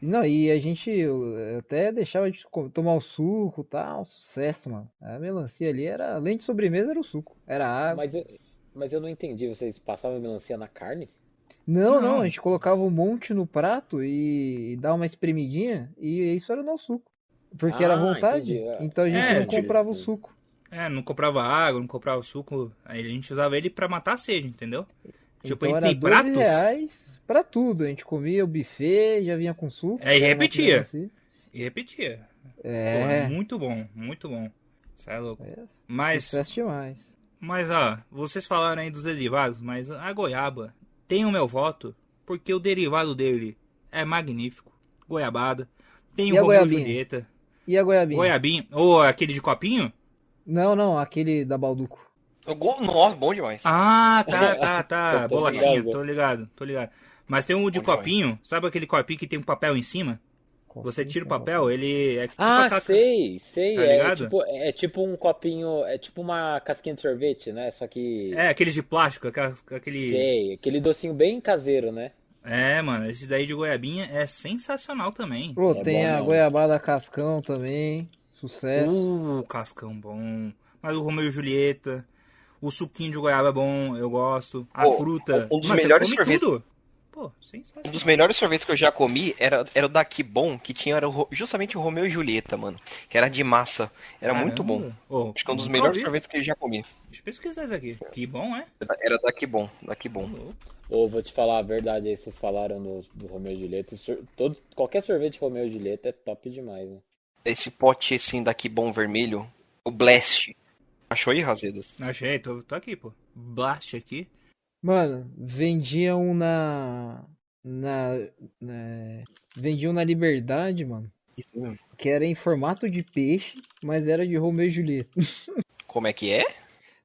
[SPEAKER 3] Não, e a gente eu eh, até deixava de co- tomar o suco, e tal, sucesso, mano. A melancia ali era, além de sobremesa, era o suco, era água.
[SPEAKER 4] Mas eu, mas eu não entendi. Vocês passavam melancia na carne?
[SPEAKER 2] Tipo
[SPEAKER 3] Não, não,
[SPEAKER 2] Não.
[SPEAKER 3] a gente colocava um monte no prato e, e dava uma espremidinha e isso era o nosso suco. Porque era à
[SPEAKER 4] Ah,
[SPEAKER 3] vontade,
[SPEAKER 4] entendi, é.
[SPEAKER 3] então a gente
[SPEAKER 2] É,
[SPEAKER 3] não
[SPEAKER 4] entendi,
[SPEAKER 3] comprava o
[SPEAKER 4] entendi.
[SPEAKER 3] suco.
[SPEAKER 2] É, não comprava água, não comprava suco. Aí a gente usava ele pra matar a sede, entendeu? Tipo,
[SPEAKER 3] Então
[SPEAKER 2] ele
[SPEAKER 3] era
[SPEAKER 2] tem
[SPEAKER 3] 12
[SPEAKER 2] pratos.
[SPEAKER 3] reais pra tudo. A gente comia o buffet, já vinha com suco.
[SPEAKER 2] É, e
[SPEAKER 3] era a nossa
[SPEAKER 2] repetia.
[SPEAKER 3] melancia.
[SPEAKER 2] E repetia. Pô,
[SPEAKER 3] É,
[SPEAKER 2] muito bom, muito bom. Isso é louco.
[SPEAKER 3] é,
[SPEAKER 2] Mas
[SPEAKER 3] sucesso demais.
[SPEAKER 2] Mas ó, vocês falaram aí dos derivados, mas a goiaba tem o meu voto porque o derivado dele é magnífico. Goiabada. Tem
[SPEAKER 3] E a
[SPEAKER 2] o Romeu e
[SPEAKER 3] goiabinha?
[SPEAKER 2] Julieta.
[SPEAKER 3] E a goiabinha?
[SPEAKER 2] Goiabinha. Ou aquele de copinho?
[SPEAKER 3] Não, não, aquele da Balduco.
[SPEAKER 6] O go- Nossa, bom demais.
[SPEAKER 2] Ah,
[SPEAKER 4] <laughs>
[SPEAKER 2] tá, tá, tá.
[SPEAKER 4] Tô- tô
[SPEAKER 2] Bolachinha,
[SPEAKER 4] ligado.
[SPEAKER 2] tô ligado, tô ligado. Mas tem um de
[SPEAKER 6] Onde vai?
[SPEAKER 2] copinho, sabe aquele copinho que tem um papel em cima? Você tira o papel, ele é tipo
[SPEAKER 4] Ah,
[SPEAKER 2] aquela-
[SPEAKER 4] sei, sei.
[SPEAKER 2] Tá
[SPEAKER 4] é,
[SPEAKER 2] ligado?
[SPEAKER 4] tipo, é tipo um copinho, é tipo uma casquinha de sorvete, né? Só que.
[SPEAKER 2] É, aqueles de plástico, aquelas- aquele.
[SPEAKER 4] Sei, aquele docinho bem caseiro, né?
[SPEAKER 2] É, mano, esse daí de goiabinha é sensacional também.
[SPEAKER 3] Pô,
[SPEAKER 4] É
[SPEAKER 3] tem
[SPEAKER 4] bom
[SPEAKER 3] a
[SPEAKER 4] não.
[SPEAKER 3] goiabada cascão também. Sucesso.
[SPEAKER 2] Uh, cascão bom. Mas o Romeu e Julieta. O suquinho de goiaba é bom, eu gosto. A
[SPEAKER 6] Pô,
[SPEAKER 2] fruta.
[SPEAKER 6] um dos
[SPEAKER 2] Mas você
[SPEAKER 6] melhores
[SPEAKER 2] come
[SPEAKER 6] sorvetes.
[SPEAKER 2] tudo? Pô,
[SPEAKER 6] Um dos
[SPEAKER 2] sensacional.
[SPEAKER 6] melhores sorvetes que eu já comi era, era o daqui bom, que tinha era o Ro- justamente o Romeu e Julieta, mano. Que era de massa. Era muito bom.
[SPEAKER 2] Caramba. Ô,
[SPEAKER 6] Acho que é um dos
[SPEAKER 2] nunca
[SPEAKER 6] melhores
[SPEAKER 2] ouvi.
[SPEAKER 6] sorvetes que eu já comi.
[SPEAKER 2] Deixa eu pesquisar isso aqui. Que bom, é?
[SPEAKER 6] Era- Era daqui bom, daqui bom.
[SPEAKER 4] Ou vou te falar a verdade aí, vocês falaram do, do Romeu e Julieta. o sor- todo, qualquer sorvete Romeu e Julieta é top demais, né?
[SPEAKER 6] Esse pote assim daqui bom vermelho, o Blast. Achou aí, Razedas?
[SPEAKER 2] Achei, tô, tô aqui, pô. Blast aqui.
[SPEAKER 3] Mano, vendia um na. Na. na vendia um na Liberdade, mano.
[SPEAKER 6] Isso mesmo.
[SPEAKER 3] Que era em formato de peixe, mas era de Romeu e Julieta. <laughs>
[SPEAKER 6] Como é que é?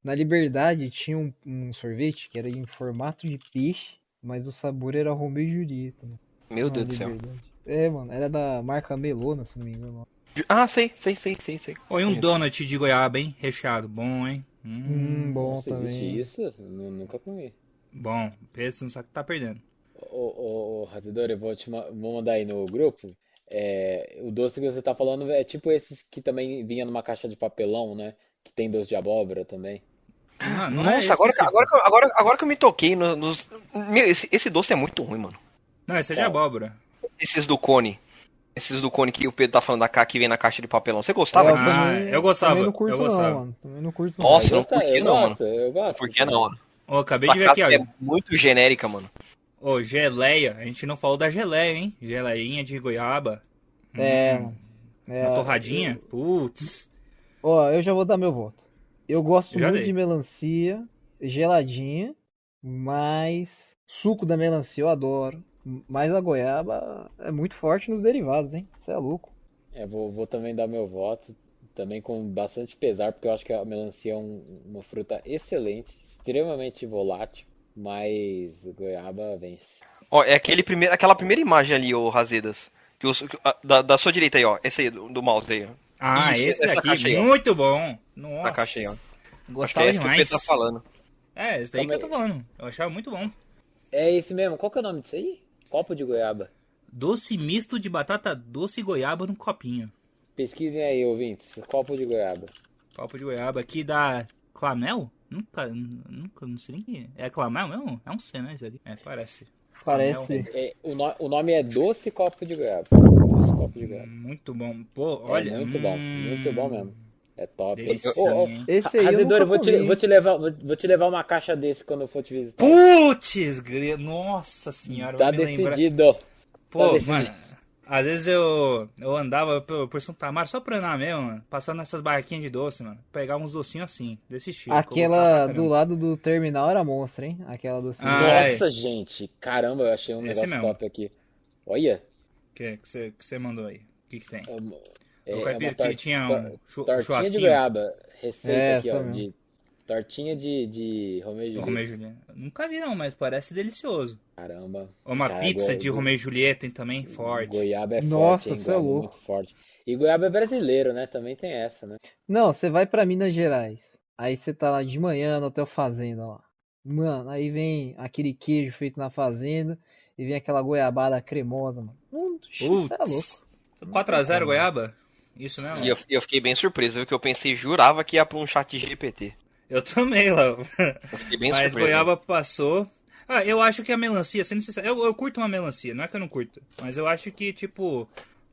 [SPEAKER 3] Na Liberdade tinha um, um sorvete que era em formato de peixe, mas o sabor era Romeu e Julieta. mano.
[SPEAKER 6] Meu
[SPEAKER 3] Na
[SPEAKER 6] Deus do céu.
[SPEAKER 3] Liberdade. É, mano, era da marca Melona, se não me engano.
[SPEAKER 6] Ah, sei, sei, sei, sei, sei.
[SPEAKER 2] Ó, e um
[SPEAKER 6] Isso.
[SPEAKER 2] donut de goiaba, hein? Recheado. Bom, hein? Hum,
[SPEAKER 3] Hum, bom
[SPEAKER 4] Nossa, existe
[SPEAKER 3] também.
[SPEAKER 4] isso? Nu- nunca comi.
[SPEAKER 2] Bom, pensa no saco que tá perdendo.
[SPEAKER 4] Ô, ô, ô Razedor, eu vou te ma- vou mandar aí no grupo. É, o doce que você tá falando é tipo esses que também vinha numa caixa de papelão, né? Que tem doce de abóbora também.
[SPEAKER 2] Ah, não é
[SPEAKER 6] <laughs> Nossa,
[SPEAKER 2] esse
[SPEAKER 6] agora, que-
[SPEAKER 2] possível.
[SPEAKER 6] agora, que eu- agora, agora que eu me toquei no- nos. Meu, esse, esse doce é muito ruim, mano.
[SPEAKER 2] Não, esse é de abóbora.
[SPEAKER 6] Esses do Cone. Esses do Cone que o Pedro tá falando da cá que vem na caixa de papelão. Você gostava?
[SPEAKER 3] É,
[SPEAKER 2] Ah,
[SPEAKER 6] disso?
[SPEAKER 3] também-
[SPEAKER 2] eu gostava,
[SPEAKER 3] Também não
[SPEAKER 2] eu
[SPEAKER 3] curto não,
[SPEAKER 2] gostava.
[SPEAKER 3] mano. Também não curto não.
[SPEAKER 6] Nossa,
[SPEAKER 4] eu
[SPEAKER 6] não
[SPEAKER 4] gosto, eu
[SPEAKER 6] curti não, mano.
[SPEAKER 4] gosto, eu gosto.
[SPEAKER 6] Por que não?
[SPEAKER 2] Ó, acabei
[SPEAKER 6] Essa
[SPEAKER 2] de ver aqui, ó.
[SPEAKER 6] casca é muito genérica, mano.
[SPEAKER 2] Ô, geleia. A gente não falou da geleia, hein? Geleinha de goiaba.
[SPEAKER 3] É,
[SPEAKER 2] Hum,
[SPEAKER 3] mano. É,
[SPEAKER 6] Ah,
[SPEAKER 2] Uma torradinha. Putz.
[SPEAKER 3] Ó, eu já vou dar meu voto. Eu gosto
[SPEAKER 2] Já
[SPEAKER 3] muito
[SPEAKER 2] dei.
[SPEAKER 3] de melancia geladinha, mas suco da melancia eu adoro. Mas a goiaba é muito forte nos derivados, hein? Você é louco.
[SPEAKER 4] É, vou, vou também dar meu voto, também com bastante pesar, porque eu acho que a melancia é um- uma fruta excelente, extremamente volátil, mas goiaba vence.
[SPEAKER 6] Ó, é aquele primeiro, aquela primeira imagem ali, ô Razedas. Que os- que- a- da, da sua direita aí, ó. Essa aí, do, do mouse aí, ó.
[SPEAKER 2] Ah,
[SPEAKER 6] Isso,
[SPEAKER 2] esse
[SPEAKER 6] essa
[SPEAKER 2] aqui,
[SPEAKER 6] caixa aí, ó.
[SPEAKER 2] muito bom. Nossa.
[SPEAKER 6] Na caixa aí, ó. Acho que
[SPEAKER 2] Gostava
[SPEAKER 6] é essa que o
[SPEAKER 2] demais.
[SPEAKER 6] Pedro tá falando.
[SPEAKER 2] É, esse daí que
[SPEAKER 4] Calma
[SPEAKER 2] eu tô falando. Eu achava muito bom.
[SPEAKER 4] É esse mesmo, qual que é o nome disso aí? Copo de goiaba.
[SPEAKER 2] Doce misto de batata doce e goiaba no copinho.
[SPEAKER 4] Pesquisem aí, ouvintes, copo de goiaba.
[SPEAKER 2] Copo de goiaba aqui da Clamel? Nunca, nunca, não sei nem que. É Clamel mesmo? É um C, né? Isso aqui? É, parece.
[SPEAKER 3] Parece.
[SPEAKER 4] É, o, no- o nome é Doce Copo de Goiaba. Doce Copo de Goiaba.
[SPEAKER 2] Muito bom. Pô,
[SPEAKER 4] É
[SPEAKER 2] olha.
[SPEAKER 4] muito bom,
[SPEAKER 2] hum,
[SPEAKER 4] muito bom mesmo. É top.
[SPEAKER 2] Delicinha,
[SPEAKER 4] Ô, ô,
[SPEAKER 2] hein?
[SPEAKER 3] Esse aí eu
[SPEAKER 4] Razedor,
[SPEAKER 3] nunca
[SPEAKER 4] eu vou te,
[SPEAKER 3] comi,
[SPEAKER 4] vou
[SPEAKER 3] hein?
[SPEAKER 4] te levar, vou, vou te levar uma caixa desse quando eu for te visitar.
[SPEAKER 2] Putz, gre- nossa senhora.
[SPEAKER 4] Tá
[SPEAKER 2] vai me lembrar-
[SPEAKER 4] decidido.
[SPEAKER 2] Pô,
[SPEAKER 4] decidido.
[SPEAKER 2] mano, às vezes eu, eu andava por, por Santa Mar só pra andar mesmo, mano, passando nessas barraquinhas de doce, mano. Pegar uns docinhos assim, desse tipo. que eu
[SPEAKER 3] Aquela
[SPEAKER 2] gostava pra
[SPEAKER 3] do lado do terminal era monstro, hein? Aquela docinha.
[SPEAKER 2] Ah, é.
[SPEAKER 4] Nossa, gente, caramba, eu achei um
[SPEAKER 2] Esse
[SPEAKER 4] negócio
[SPEAKER 2] mesmo.
[SPEAKER 4] top aqui. Olha,
[SPEAKER 2] caramba. Que que você que você mandou aí? O que, que tem?
[SPEAKER 4] é uma, é-
[SPEAKER 2] Eu
[SPEAKER 4] é
[SPEAKER 2] caipira
[SPEAKER 4] uma
[SPEAKER 2] que
[SPEAKER 4] tor-
[SPEAKER 2] tinha um
[SPEAKER 4] tor-
[SPEAKER 2] chu-
[SPEAKER 4] tortinha de
[SPEAKER 2] churrasquinho.
[SPEAKER 4] goiaba, receita
[SPEAKER 3] É,
[SPEAKER 4] aqui,
[SPEAKER 3] essa
[SPEAKER 4] ó,
[SPEAKER 3] mesmo.
[SPEAKER 4] de tortinha de, de Romeu e
[SPEAKER 2] Do
[SPEAKER 4] Julieta.
[SPEAKER 2] Romeu e Julieta. Nunca vi não, mas parece delicioso.
[SPEAKER 4] Caramba.
[SPEAKER 2] Ou Uma
[SPEAKER 4] Cara,
[SPEAKER 2] pizza
[SPEAKER 4] goi-
[SPEAKER 2] de Romeu e Julieta hein, também, forte.
[SPEAKER 4] Goiaba é
[SPEAKER 3] Nossa,
[SPEAKER 4] forte, hein?
[SPEAKER 3] cê é
[SPEAKER 4] Goiaba
[SPEAKER 3] louco.
[SPEAKER 4] muito forte. E goiaba é brasileiro, né? Também tem essa, né?
[SPEAKER 3] Não, você vai pra Minas Gerais. Aí você tá lá de manhã no hotel fazenda lá. Mano, aí vem aquele queijo feito na fazenda e vem aquela goiabada cremosa, mano. Hum, isso é louco.
[SPEAKER 2] Putz.
[SPEAKER 4] Hum.
[SPEAKER 2] 4x0 Goiaba? Isso mesmo?
[SPEAKER 6] E eu, eu fiquei bem surpreso, viu? Que eu pensei, jurava que ia pra um chat GPT.
[SPEAKER 2] Eu também, Léo.
[SPEAKER 6] Eu fiquei bem
[SPEAKER 2] Mas
[SPEAKER 6] surpreso.
[SPEAKER 2] goiaba passou. Ah, eu acho que a melancia, sendo sincero, eu, eu curto uma melancia, não é que eu não curto, mas eu acho que, tipo,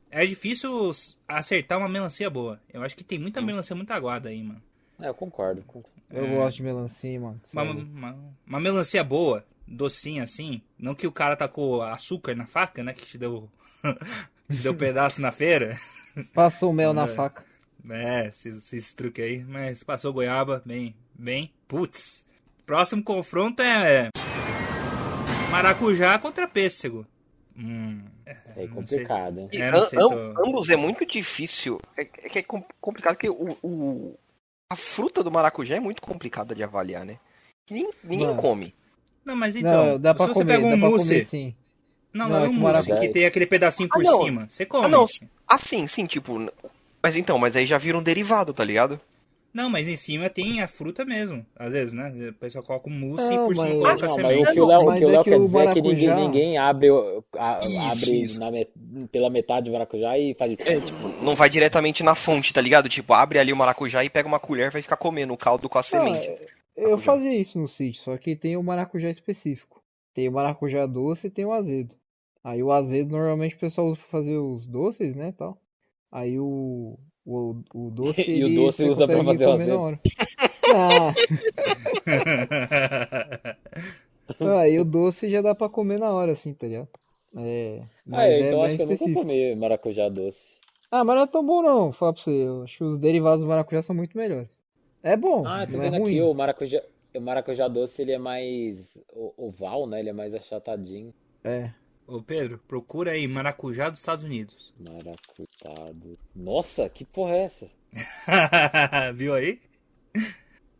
[SPEAKER 2] é difícil s- acertar uma melancia boa. Eu acho que tem muita melancia muito aguada aí, mano.
[SPEAKER 4] É, eu concordo. concordo.
[SPEAKER 3] Eu
[SPEAKER 2] é.
[SPEAKER 3] gosto de melancia, mano. Cê é
[SPEAKER 2] Uma,
[SPEAKER 3] louco.
[SPEAKER 2] uma- uma melancia boa, docinha assim, não que o cara tacou açúcar na faca, né, que te deu, <laughs> te deu pedaço na feira.
[SPEAKER 3] Passou o mel na faca.
[SPEAKER 2] É, esses, esses truques aí, mas passou goiaba, bem, bem, putz. Próximo confronto é Maracujá contra pêssego. Hum,
[SPEAKER 4] Isso aí é
[SPEAKER 2] não
[SPEAKER 4] complicado, hein?
[SPEAKER 2] sei.
[SPEAKER 6] E
[SPEAKER 2] É, não sei
[SPEAKER 6] am-
[SPEAKER 2] se eu-
[SPEAKER 6] Ambos é muito difícil. É, é que é com- complicado que o, o- a fruta do maracujá é muito complicada de avaliar, né? Que nem- ninguém
[SPEAKER 3] Mano.
[SPEAKER 6] come.
[SPEAKER 2] Não, mas então,
[SPEAKER 3] Não, dá
[SPEAKER 2] se
[SPEAKER 3] pra
[SPEAKER 2] você
[SPEAKER 3] comer,
[SPEAKER 2] pega um
[SPEAKER 3] dá pra
[SPEAKER 2] mousse,
[SPEAKER 3] comer sim.
[SPEAKER 2] não,
[SPEAKER 3] Não,
[SPEAKER 2] não,
[SPEAKER 3] é
[SPEAKER 2] é um
[SPEAKER 3] que
[SPEAKER 2] mousse
[SPEAKER 4] maracujá-
[SPEAKER 2] que tem aquele pedacinho
[SPEAKER 6] Ah,
[SPEAKER 2] por
[SPEAKER 6] não.
[SPEAKER 2] cima, você come.
[SPEAKER 6] Ah, não. Ah, sim, sim, tipo. n- Mas então, mas aí já vira um derivado, tá ligado?
[SPEAKER 2] Não, mas em cima tem a fruta mesmo, às vezes, né? O pessoal coloca o mousse e
[SPEAKER 3] Não,
[SPEAKER 2] por cima
[SPEAKER 3] mas-
[SPEAKER 2] coloca a
[SPEAKER 4] Não, mas
[SPEAKER 2] semente.
[SPEAKER 4] o que o Léo, o
[SPEAKER 3] Mas
[SPEAKER 4] que o
[SPEAKER 3] é
[SPEAKER 4] Léo
[SPEAKER 3] que
[SPEAKER 4] quer
[SPEAKER 3] o
[SPEAKER 4] dizer é que ninguém,
[SPEAKER 3] maracujá-
[SPEAKER 4] ninguém abre, o- a-
[SPEAKER 6] Isso,
[SPEAKER 4] abre
[SPEAKER 6] isso.
[SPEAKER 4] na met- pela metade o maracujá e
[SPEAKER 2] É,
[SPEAKER 4] faz.
[SPEAKER 2] tipo,
[SPEAKER 4] É,
[SPEAKER 6] Não vai diretamente na fonte, tá ligado? Tipo, abre ali o maracujá e pega uma colher e vai ficar comendo o caldo com a semente.
[SPEAKER 4] é-
[SPEAKER 3] É, Eu
[SPEAKER 6] Maracujá.
[SPEAKER 3] fazia isso no sítio, só que tem o maracujá específico. Tem o maracujá doce e tem o azedo. Aí o azedo normalmente o pessoal usa pra fazer os doces, né, tal. Aí o, o, o doce
[SPEAKER 4] <laughs> E o
[SPEAKER 3] ele
[SPEAKER 4] doce
[SPEAKER 3] você
[SPEAKER 4] usa pra
[SPEAKER 3] consegue
[SPEAKER 4] fazer o
[SPEAKER 3] comer na
[SPEAKER 4] azedo.
[SPEAKER 3] hora. <laughs> Ah,
[SPEAKER 2] <laughs>
[SPEAKER 3] aí o doce já dá pra comer na hora, assim, tá ligado? É, mas
[SPEAKER 4] Ah, eu
[SPEAKER 3] é
[SPEAKER 4] então
[SPEAKER 3] bem
[SPEAKER 4] acho que eu nunca
[SPEAKER 3] específico.
[SPEAKER 4] comi maracujá doce.
[SPEAKER 3] Ah, mas não é tão bom não, vou falar pra você. Eu acho que os derivados do maracujá são muito melhores. É bom,
[SPEAKER 4] Ah, tô
[SPEAKER 3] não é
[SPEAKER 4] vendo aqui,
[SPEAKER 3] ruim.
[SPEAKER 4] o maracujá, o maracujá doce ele é mais o- oval, né? Ele é mais achatadinho.
[SPEAKER 3] É.
[SPEAKER 2] Ô Pedro, procura aí maracujá dos Estados Unidos.
[SPEAKER 4] Maracutado. Nossa, que porra é essa?
[SPEAKER 2] Viu aí?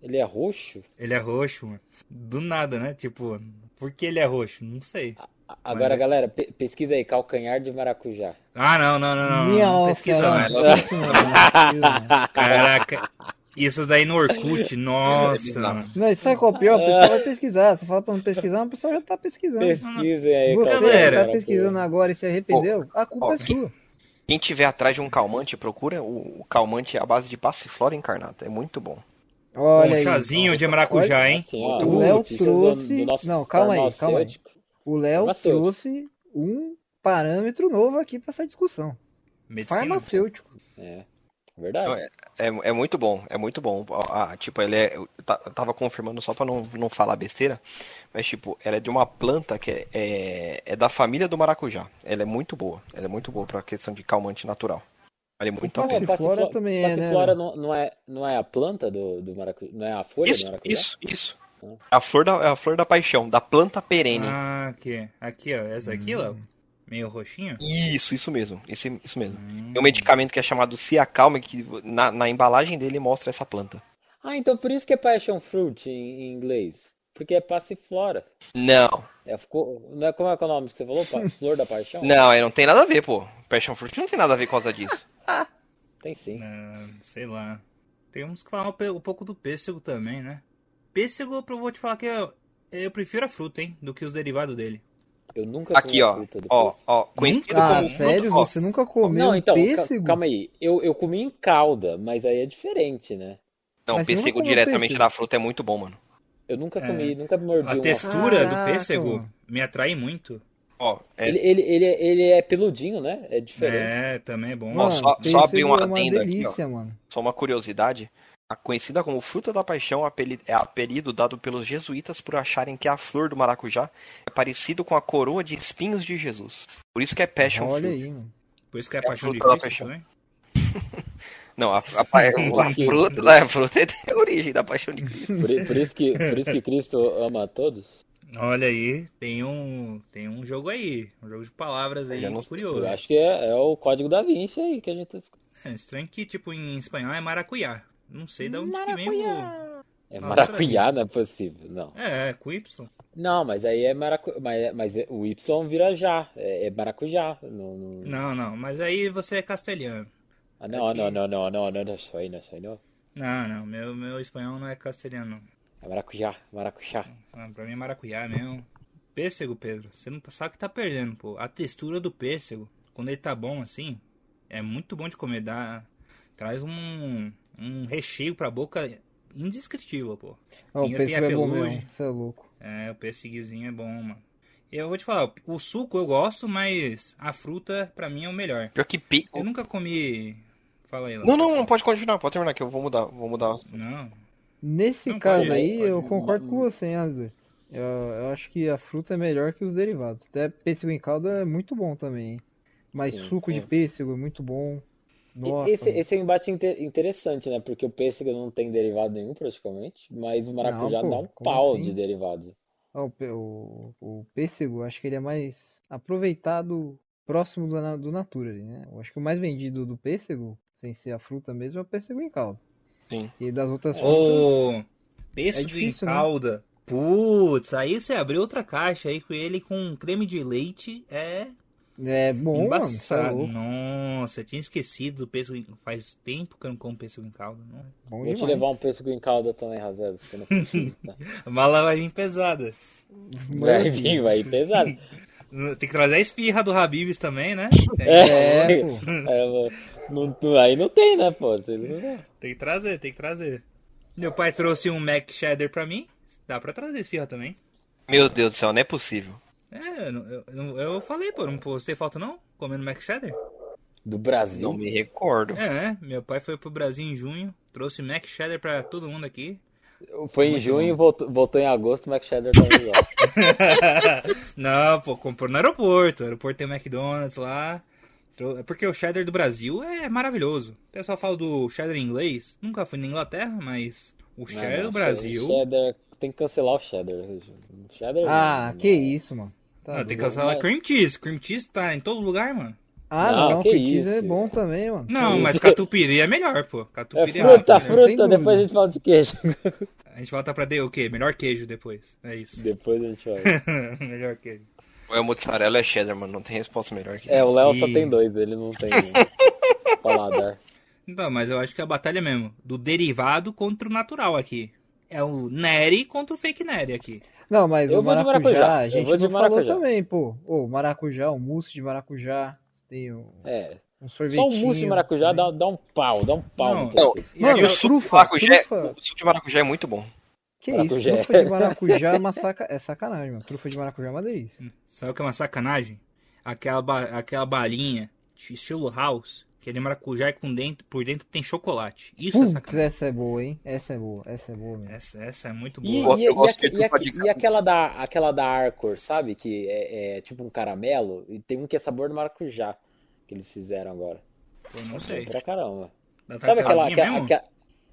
[SPEAKER 4] Ele é roxo?
[SPEAKER 2] Ele é roxo, mano. Do nada, né? Tipo, por que ele é roxo? Não sei.
[SPEAKER 4] A- Agora,
[SPEAKER 2] é-
[SPEAKER 4] galera, pe- pesquisa aí, calcanhar de
[SPEAKER 6] <laughs>
[SPEAKER 4] maracujá.
[SPEAKER 2] Ah, não, não, não, não.
[SPEAKER 3] Minha né?
[SPEAKER 2] não
[SPEAKER 3] nossa,
[SPEAKER 2] Ah, pesquisa,
[SPEAKER 3] não,
[SPEAKER 2] não.
[SPEAKER 3] não
[SPEAKER 4] <laughs>
[SPEAKER 3] pesquisa não, não pesquisa não.
[SPEAKER 2] Caraca. Isso daí no Orkut, nossa. mano.
[SPEAKER 3] Não, e sabe qual é o pior? O pessoal vai pesquisar. Você fala pra não pesquisar, mas o pessoal já tá pesquisando.
[SPEAKER 4] Pesquisem aí,
[SPEAKER 3] Você
[SPEAKER 4] calcanhar
[SPEAKER 3] que
[SPEAKER 2] galera.
[SPEAKER 4] de
[SPEAKER 3] tá
[SPEAKER 4] maracujá.
[SPEAKER 3] pesquisando agora e se arrependeu, a culpa
[SPEAKER 6] ó,
[SPEAKER 3] é sua.
[SPEAKER 6] Quem tiver atrás de um calmante, procura o, o calmante à base de passiflora encarnata. É muito bom.
[SPEAKER 3] Olha
[SPEAKER 2] um
[SPEAKER 3] aí.
[SPEAKER 2] chazinho de maracujá, hein?
[SPEAKER 4] Assim, ó,
[SPEAKER 3] O Léo
[SPEAKER 4] notícias do-
[SPEAKER 3] trouxe-
[SPEAKER 4] do nosso
[SPEAKER 3] Não, calma aí, calma aí.
[SPEAKER 4] farmacêutico.
[SPEAKER 3] O Léo
[SPEAKER 4] Farmacêutico.
[SPEAKER 3] trouxe um parâmetro novo aqui pra essa discussão.
[SPEAKER 2] Medicina.
[SPEAKER 3] Farmacêutico.
[SPEAKER 4] É, verdade.
[SPEAKER 6] Não, É, é muito bom, é muito bom. Ah, tipo, ele é. Eu ta- eu tava confirmando só pra não, não falar besteira, mas tipo, ela é de uma planta que é, é, é da família do maracujá. Ela é muito boa. Ela é muito boa pra questão de calmante natural. Vale muito a
[SPEAKER 3] Opa,
[SPEAKER 6] pena.
[SPEAKER 4] É,
[SPEAKER 3] Passiflora
[SPEAKER 4] passiflo-
[SPEAKER 3] também é, né?
[SPEAKER 4] passiflora não, não, é, não é a planta do, do maracujá? Não é a folha do
[SPEAKER 6] Isso,
[SPEAKER 4] maracujá?
[SPEAKER 6] isso, isso. É a flor da, é a flor da paixão, da planta perene.
[SPEAKER 2] Ah, aqui. Aqui, ó. Essa aqui, Léo. Meio roxinho.
[SPEAKER 6] Isso, isso mesmo. Esse, isso mesmo.
[SPEAKER 3] Hum.
[SPEAKER 6] É um medicamento que é chamado Ciacalma, que na, na embalagem dele mostra essa planta.
[SPEAKER 4] Ah, então por isso que é passion fruit em, em inglês. Porque é passiflora.
[SPEAKER 6] Não,
[SPEAKER 4] É, ficou, não é, como é que é o nome que você falou? Pa- Flor da paixão?
[SPEAKER 6] não, é, não tem nada a ver, pô. Passion Fruit não tem nada a ver por causa disso.
[SPEAKER 4] Tem sim.
[SPEAKER 2] Ah, sei lá. Temos que falar um, pe- um pouco do pêssego também, né? Pêssego, eu vou te falar que eu, eu prefiro a fruta, hein? Do que os derivados dele.
[SPEAKER 4] Eu nunca
[SPEAKER 6] Aqui,
[SPEAKER 4] comi a
[SPEAKER 6] ó.
[SPEAKER 4] fruta do
[SPEAKER 6] Ó,
[SPEAKER 4] pêssego.
[SPEAKER 6] ó. Conhecido
[SPEAKER 3] Ah,
[SPEAKER 6] como
[SPEAKER 3] sério?
[SPEAKER 6] fruto- ó,
[SPEAKER 3] Você nunca comeu
[SPEAKER 4] Não,
[SPEAKER 3] um
[SPEAKER 4] então, ca-
[SPEAKER 3] pêssego?
[SPEAKER 4] calma aí. Eu, eu comi em calda, mas aí é diferente, né?
[SPEAKER 6] Não,
[SPEAKER 3] Mas você nunca
[SPEAKER 6] pêssego
[SPEAKER 3] comeu
[SPEAKER 6] diretamente
[SPEAKER 3] pêssego?
[SPEAKER 6] da fruta é muito bom, mano.
[SPEAKER 4] Eu nunca
[SPEAKER 2] É.
[SPEAKER 4] comi, nunca mordi
[SPEAKER 2] A
[SPEAKER 4] uma fruta.
[SPEAKER 2] textura do
[SPEAKER 3] Caraca,
[SPEAKER 2] pêssego
[SPEAKER 3] mano.
[SPEAKER 2] me atrai muito.
[SPEAKER 6] Ó, é,
[SPEAKER 4] Ele, ele, ele, é- ele é peludinho, né? É diferente.
[SPEAKER 2] É, também é bom.
[SPEAKER 3] Mano,
[SPEAKER 6] só- só abrir
[SPEAKER 3] pêssego
[SPEAKER 6] um
[SPEAKER 3] é uma
[SPEAKER 6] adendo aqui,
[SPEAKER 3] delícia, mano.
[SPEAKER 6] só uma curiosidade. A conhecida como fruta da paixão apeli- é apelido dado pelos jesuítas por acharem que a flor do maracujá é parecido com a coroa de espinhos de Jesus. Por isso que é passion
[SPEAKER 3] Olha
[SPEAKER 6] fruit.
[SPEAKER 3] aí, mano.
[SPEAKER 2] Por isso que é a
[SPEAKER 6] É a
[SPEAKER 2] paixão de
[SPEAKER 6] fruta da
[SPEAKER 2] Cristo
[SPEAKER 6] paixão.
[SPEAKER 2] também.
[SPEAKER 6] Não, a, a,
[SPEAKER 2] <laughs>
[SPEAKER 6] pa- a fruta, a fruta é a origem da paixão de Cristo.
[SPEAKER 4] Por, i- por isso que, por isso que Cristo ama a todos.
[SPEAKER 2] Olha aí, tem um, tem um jogo aí. Um jogo de palavras aí
[SPEAKER 6] Eu não-
[SPEAKER 2] curioso.
[SPEAKER 4] Eu acho que é, é o código da Vinci aí que a gente tá escutando.
[SPEAKER 2] É estranho que, tipo, em espanhol é maracujá. Não sei de onde que vem o...
[SPEAKER 4] É
[SPEAKER 2] Ah,
[SPEAKER 4] maracujá, não é possível, não.
[SPEAKER 2] É, é, com Y.
[SPEAKER 4] Não, mas aí é maracujá. Mas, mas é- o Y vira já. É, é maracujá. Não, não,
[SPEAKER 2] Não, não, mas aí você é castelhano.
[SPEAKER 4] Ah, não,
[SPEAKER 2] aqui-
[SPEAKER 4] não, não, não, não, não, não, isso aí, não, isso aí não.
[SPEAKER 2] Não, não, meu, meu espanhol não é castelhano, não.
[SPEAKER 4] É maracujá, maracujá.
[SPEAKER 2] Ah, pra mim é maracujá mesmo. Pêssego, Pedro, você não tá- sabe o que tá perdendo, pô. A textura do pêssego, quando ele tá bom assim, é muito bom de comer. Dá, traz um, um recheio pra boca indescritível, pô.
[SPEAKER 3] Ó, o
[SPEAKER 2] Tem- tem
[SPEAKER 3] pêssego é bom
[SPEAKER 2] apeluge.
[SPEAKER 3] mesmo, você é louco.
[SPEAKER 2] É, o pêsseguinho é bom, mano. Eu vou te falar, o suco eu gosto, mas a fruta pra mim é o melhor.
[SPEAKER 6] Pior que pi...
[SPEAKER 2] Eu nunca comi. Fala aí, Léo.
[SPEAKER 6] Não, não, não pode continuar, pode terminar que eu vou mudar, vou mudar.
[SPEAKER 2] Não.
[SPEAKER 3] Nesse
[SPEAKER 2] Não,
[SPEAKER 3] caso
[SPEAKER 2] pode-
[SPEAKER 3] aí,
[SPEAKER 4] pode-
[SPEAKER 3] eu concordo com você, hein, Asdor. Eu, eu acho que a fruta é melhor que os derivados. Até pêssego em calda é muito bom também, hein? Mas
[SPEAKER 4] Sim,
[SPEAKER 3] suco de
[SPEAKER 4] sim.
[SPEAKER 3] pêssego é muito bom.
[SPEAKER 4] E-
[SPEAKER 3] Nossa,
[SPEAKER 4] Esse,
[SPEAKER 3] mano.
[SPEAKER 4] esse é um embate inte- interessante, né? Porque o pêssego não tem derivado nenhum praticamente, mas o maracujá
[SPEAKER 3] pô,
[SPEAKER 4] dá um
[SPEAKER 3] como
[SPEAKER 4] pau
[SPEAKER 3] assim?
[SPEAKER 4] de derivados.
[SPEAKER 3] Ó, Ó, o, pê- o, o pêssego, acho que ele é mais aproveitado próximo do, na- do Natura ali, né? Eu acho que o mais vendido do pêssego, sem ser a fruta mesmo, é o pêssego em calda.
[SPEAKER 6] Sim.
[SPEAKER 3] E das outras frutas.
[SPEAKER 2] Ô, pêssego
[SPEAKER 3] É difícil,
[SPEAKER 2] em
[SPEAKER 3] né?
[SPEAKER 2] calda. Putz, aí você abriu outra caixa aí com ele com creme de leite. É
[SPEAKER 3] É bom, mano. cê é
[SPEAKER 2] embaçado.
[SPEAKER 3] louco,
[SPEAKER 2] Nossa, eu tinha esquecido do pêssego. em- Faz tempo que eu não como pêssego em calda. Não. é?
[SPEAKER 3] bom
[SPEAKER 4] Vou te
[SPEAKER 3] demais.
[SPEAKER 4] levar um pêssego em calda também, Razelas, que eu não
[SPEAKER 3] <laughs>
[SPEAKER 4] preciso, tá?
[SPEAKER 2] A mala vai vir pesada.
[SPEAKER 4] Vai vir, vai ir pesado.
[SPEAKER 2] Tem que trazer a esfirra do Habibs também, né? Tem,
[SPEAKER 4] É,
[SPEAKER 3] É, pô.
[SPEAKER 4] é, não- não- aí não tem, né, pô? Você não-
[SPEAKER 2] tem que trazer, tem que trazer. Meu pai trouxe um Mac Cheddar pra mim. Dá pra trazer esfirra também.
[SPEAKER 6] Meu Deus do céu, não é possível.
[SPEAKER 2] É, eu, não- eu, não- eu falei, pô, não postei foto não? Comendo Mac Cheddar?
[SPEAKER 4] Do Brasil.
[SPEAKER 6] Não me recordo.
[SPEAKER 2] É, meu pai foi pro Brasil em junho, trouxe Mac Cheddar pra todo mundo aqui.
[SPEAKER 4] Foi
[SPEAKER 6] é
[SPEAKER 4] em junho, voltou, voltou em agosto, tá o Mac Shadow
[SPEAKER 3] <laughs>
[SPEAKER 4] tava igual.
[SPEAKER 2] Não, pô, comprou no aeroporto. O aeroporto tem McDonald's lá. Trou- É porque o cheddar do Brasil é maravilhoso. O pessoal fala do cheddar em inglês. Nunca fui na Inglaterra, mas o
[SPEAKER 4] Não, é
[SPEAKER 2] cheddar
[SPEAKER 4] não,
[SPEAKER 2] do Brasil. Ah,
[SPEAKER 4] Cheddar, Né, tem que cancelar o cheddar. cheddar
[SPEAKER 3] Ah,
[SPEAKER 4] não,
[SPEAKER 3] que isso, mano. Tá
[SPEAKER 2] Não, Ah, tem que
[SPEAKER 3] doido.
[SPEAKER 2] cancelar
[SPEAKER 4] Mas-
[SPEAKER 2] cream cheese. Cream cheese tá em todo lugar, mano.
[SPEAKER 3] Ah,
[SPEAKER 4] Não,
[SPEAKER 3] não,
[SPEAKER 4] que
[SPEAKER 3] petis é
[SPEAKER 4] isso.
[SPEAKER 3] bom também, mano.
[SPEAKER 2] Não, mas catupiry é melhor, pô.
[SPEAKER 4] É
[SPEAKER 2] Catupiry é,
[SPEAKER 4] fruta,
[SPEAKER 2] melhor.
[SPEAKER 3] né? sem
[SPEAKER 4] fruta,
[SPEAKER 3] dúvida.
[SPEAKER 4] depois a gente fala de queijo. <laughs>
[SPEAKER 2] A gente volta pra D o quê? Melhor queijo depois. É isso.
[SPEAKER 4] depois a gente fala.
[SPEAKER 2] <laughs> melhor queijo.
[SPEAKER 6] Ou é mozzarella ou é cheddar, mano. Não tem resposta melhor que
[SPEAKER 4] É, o Léo só
[SPEAKER 2] E-
[SPEAKER 4] tem dois, ele não
[SPEAKER 2] <laughs>
[SPEAKER 4] tem paladar.
[SPEAKER 2] Então, mas eu acho que é a batalha mesmo. Do derivado contra o natural aqui. É o Neri contra o fake Neri aqui.
[SPEAKER 3] Não, mas
[SPEAKER 4] Eu
[SPEAKER 3] o
[SPEAKER 4] vou de
[SPEAKER 3] maracujá,
[SPEAKER 4] maracujá,
[SPEAKER 3] a
[SPEAKER 4] eu
[SPEAKER 3] gente
[SPEAKER 4] vou de
[SPEAKER 3] não falou
[SPEAKER 4] maracujá.
[SPEAKER 3] também, pô. Ô, maracujá, o mousse de maracujá, tem um,
[SPEAKER 4] É,
[SPEAKER 3] um sorvetinho.
[SPEAKER 4] só um mousse de maracujá dá, dá um pau, dá um pau
[SPEAKER 2] Não.
[SPEAKER 4] no
[SPEAKER 6] Não,
[SPEAKER 4] pêssego.
[SPEAKER 2] E
[SPEAKER 3] Mano,
[SPEAKER 2] aquela-
[SPEAKER 6] o suco
[SPEAKER 3] trufa,
[SPEAKER 6] de maracujá, é-
[SPEAKER 3] trufa.
[SPEAKER 6] o suco de maracujá é muito bom.
[SPEAKER 3] Que
[SPEAKER 4] Maracujá.
[SPEAKER 3] isso, trufa de maracujá é, uma saca- é sacanagem, mano. Trufa de maracujá é uma delícia.
[SPEAKER 2] Sabe o que é uma sacanagem? Aquela, ba- aquela balinha de estilo house, que é de maracujá e com dentro, por dentro tem chocolate. Isso é
[SPEAKER 3] Putz,
[SPEAKER 2] sacanagem.
[SPEAKER 3] essa é boa, hein? Essa é boa, essa é boa mesmo.
[SPEAKER 2] Essa, essa é muito
[SPEAKER 4] E,
[SPEAKER 2] boa.
[SPEAKER 4] e-
[SPEAKER 6] Eu
[SPEAKER 4] e
[SPEAKER 6] gosto
[SPEAKER 4] aque-
[SPEAKER 6] de
[SPEAKER 4] e aque-
[SPEAKER 6] trufa de
[SPEAKER 4] e aquela da, aquela da Arcor, sabe? Que é, é tipo um caramelo e tem um que é sabor de maracujá que eles fizeram agora.
[SPEAKER 2] Eu não
[SPEAKER 4] Bom
[SPEAKER 2] sei.
[SPEAKER 4] pra caramba.
[SPEAKER 2] Da
[SPEAKER 4] Sabe aquela,
[SPEAKER 2] tartaruguinha
[SPEAKER 4] aquela,
[SPEAKER 2] mesmo?
[SPEAKER 4] aquela-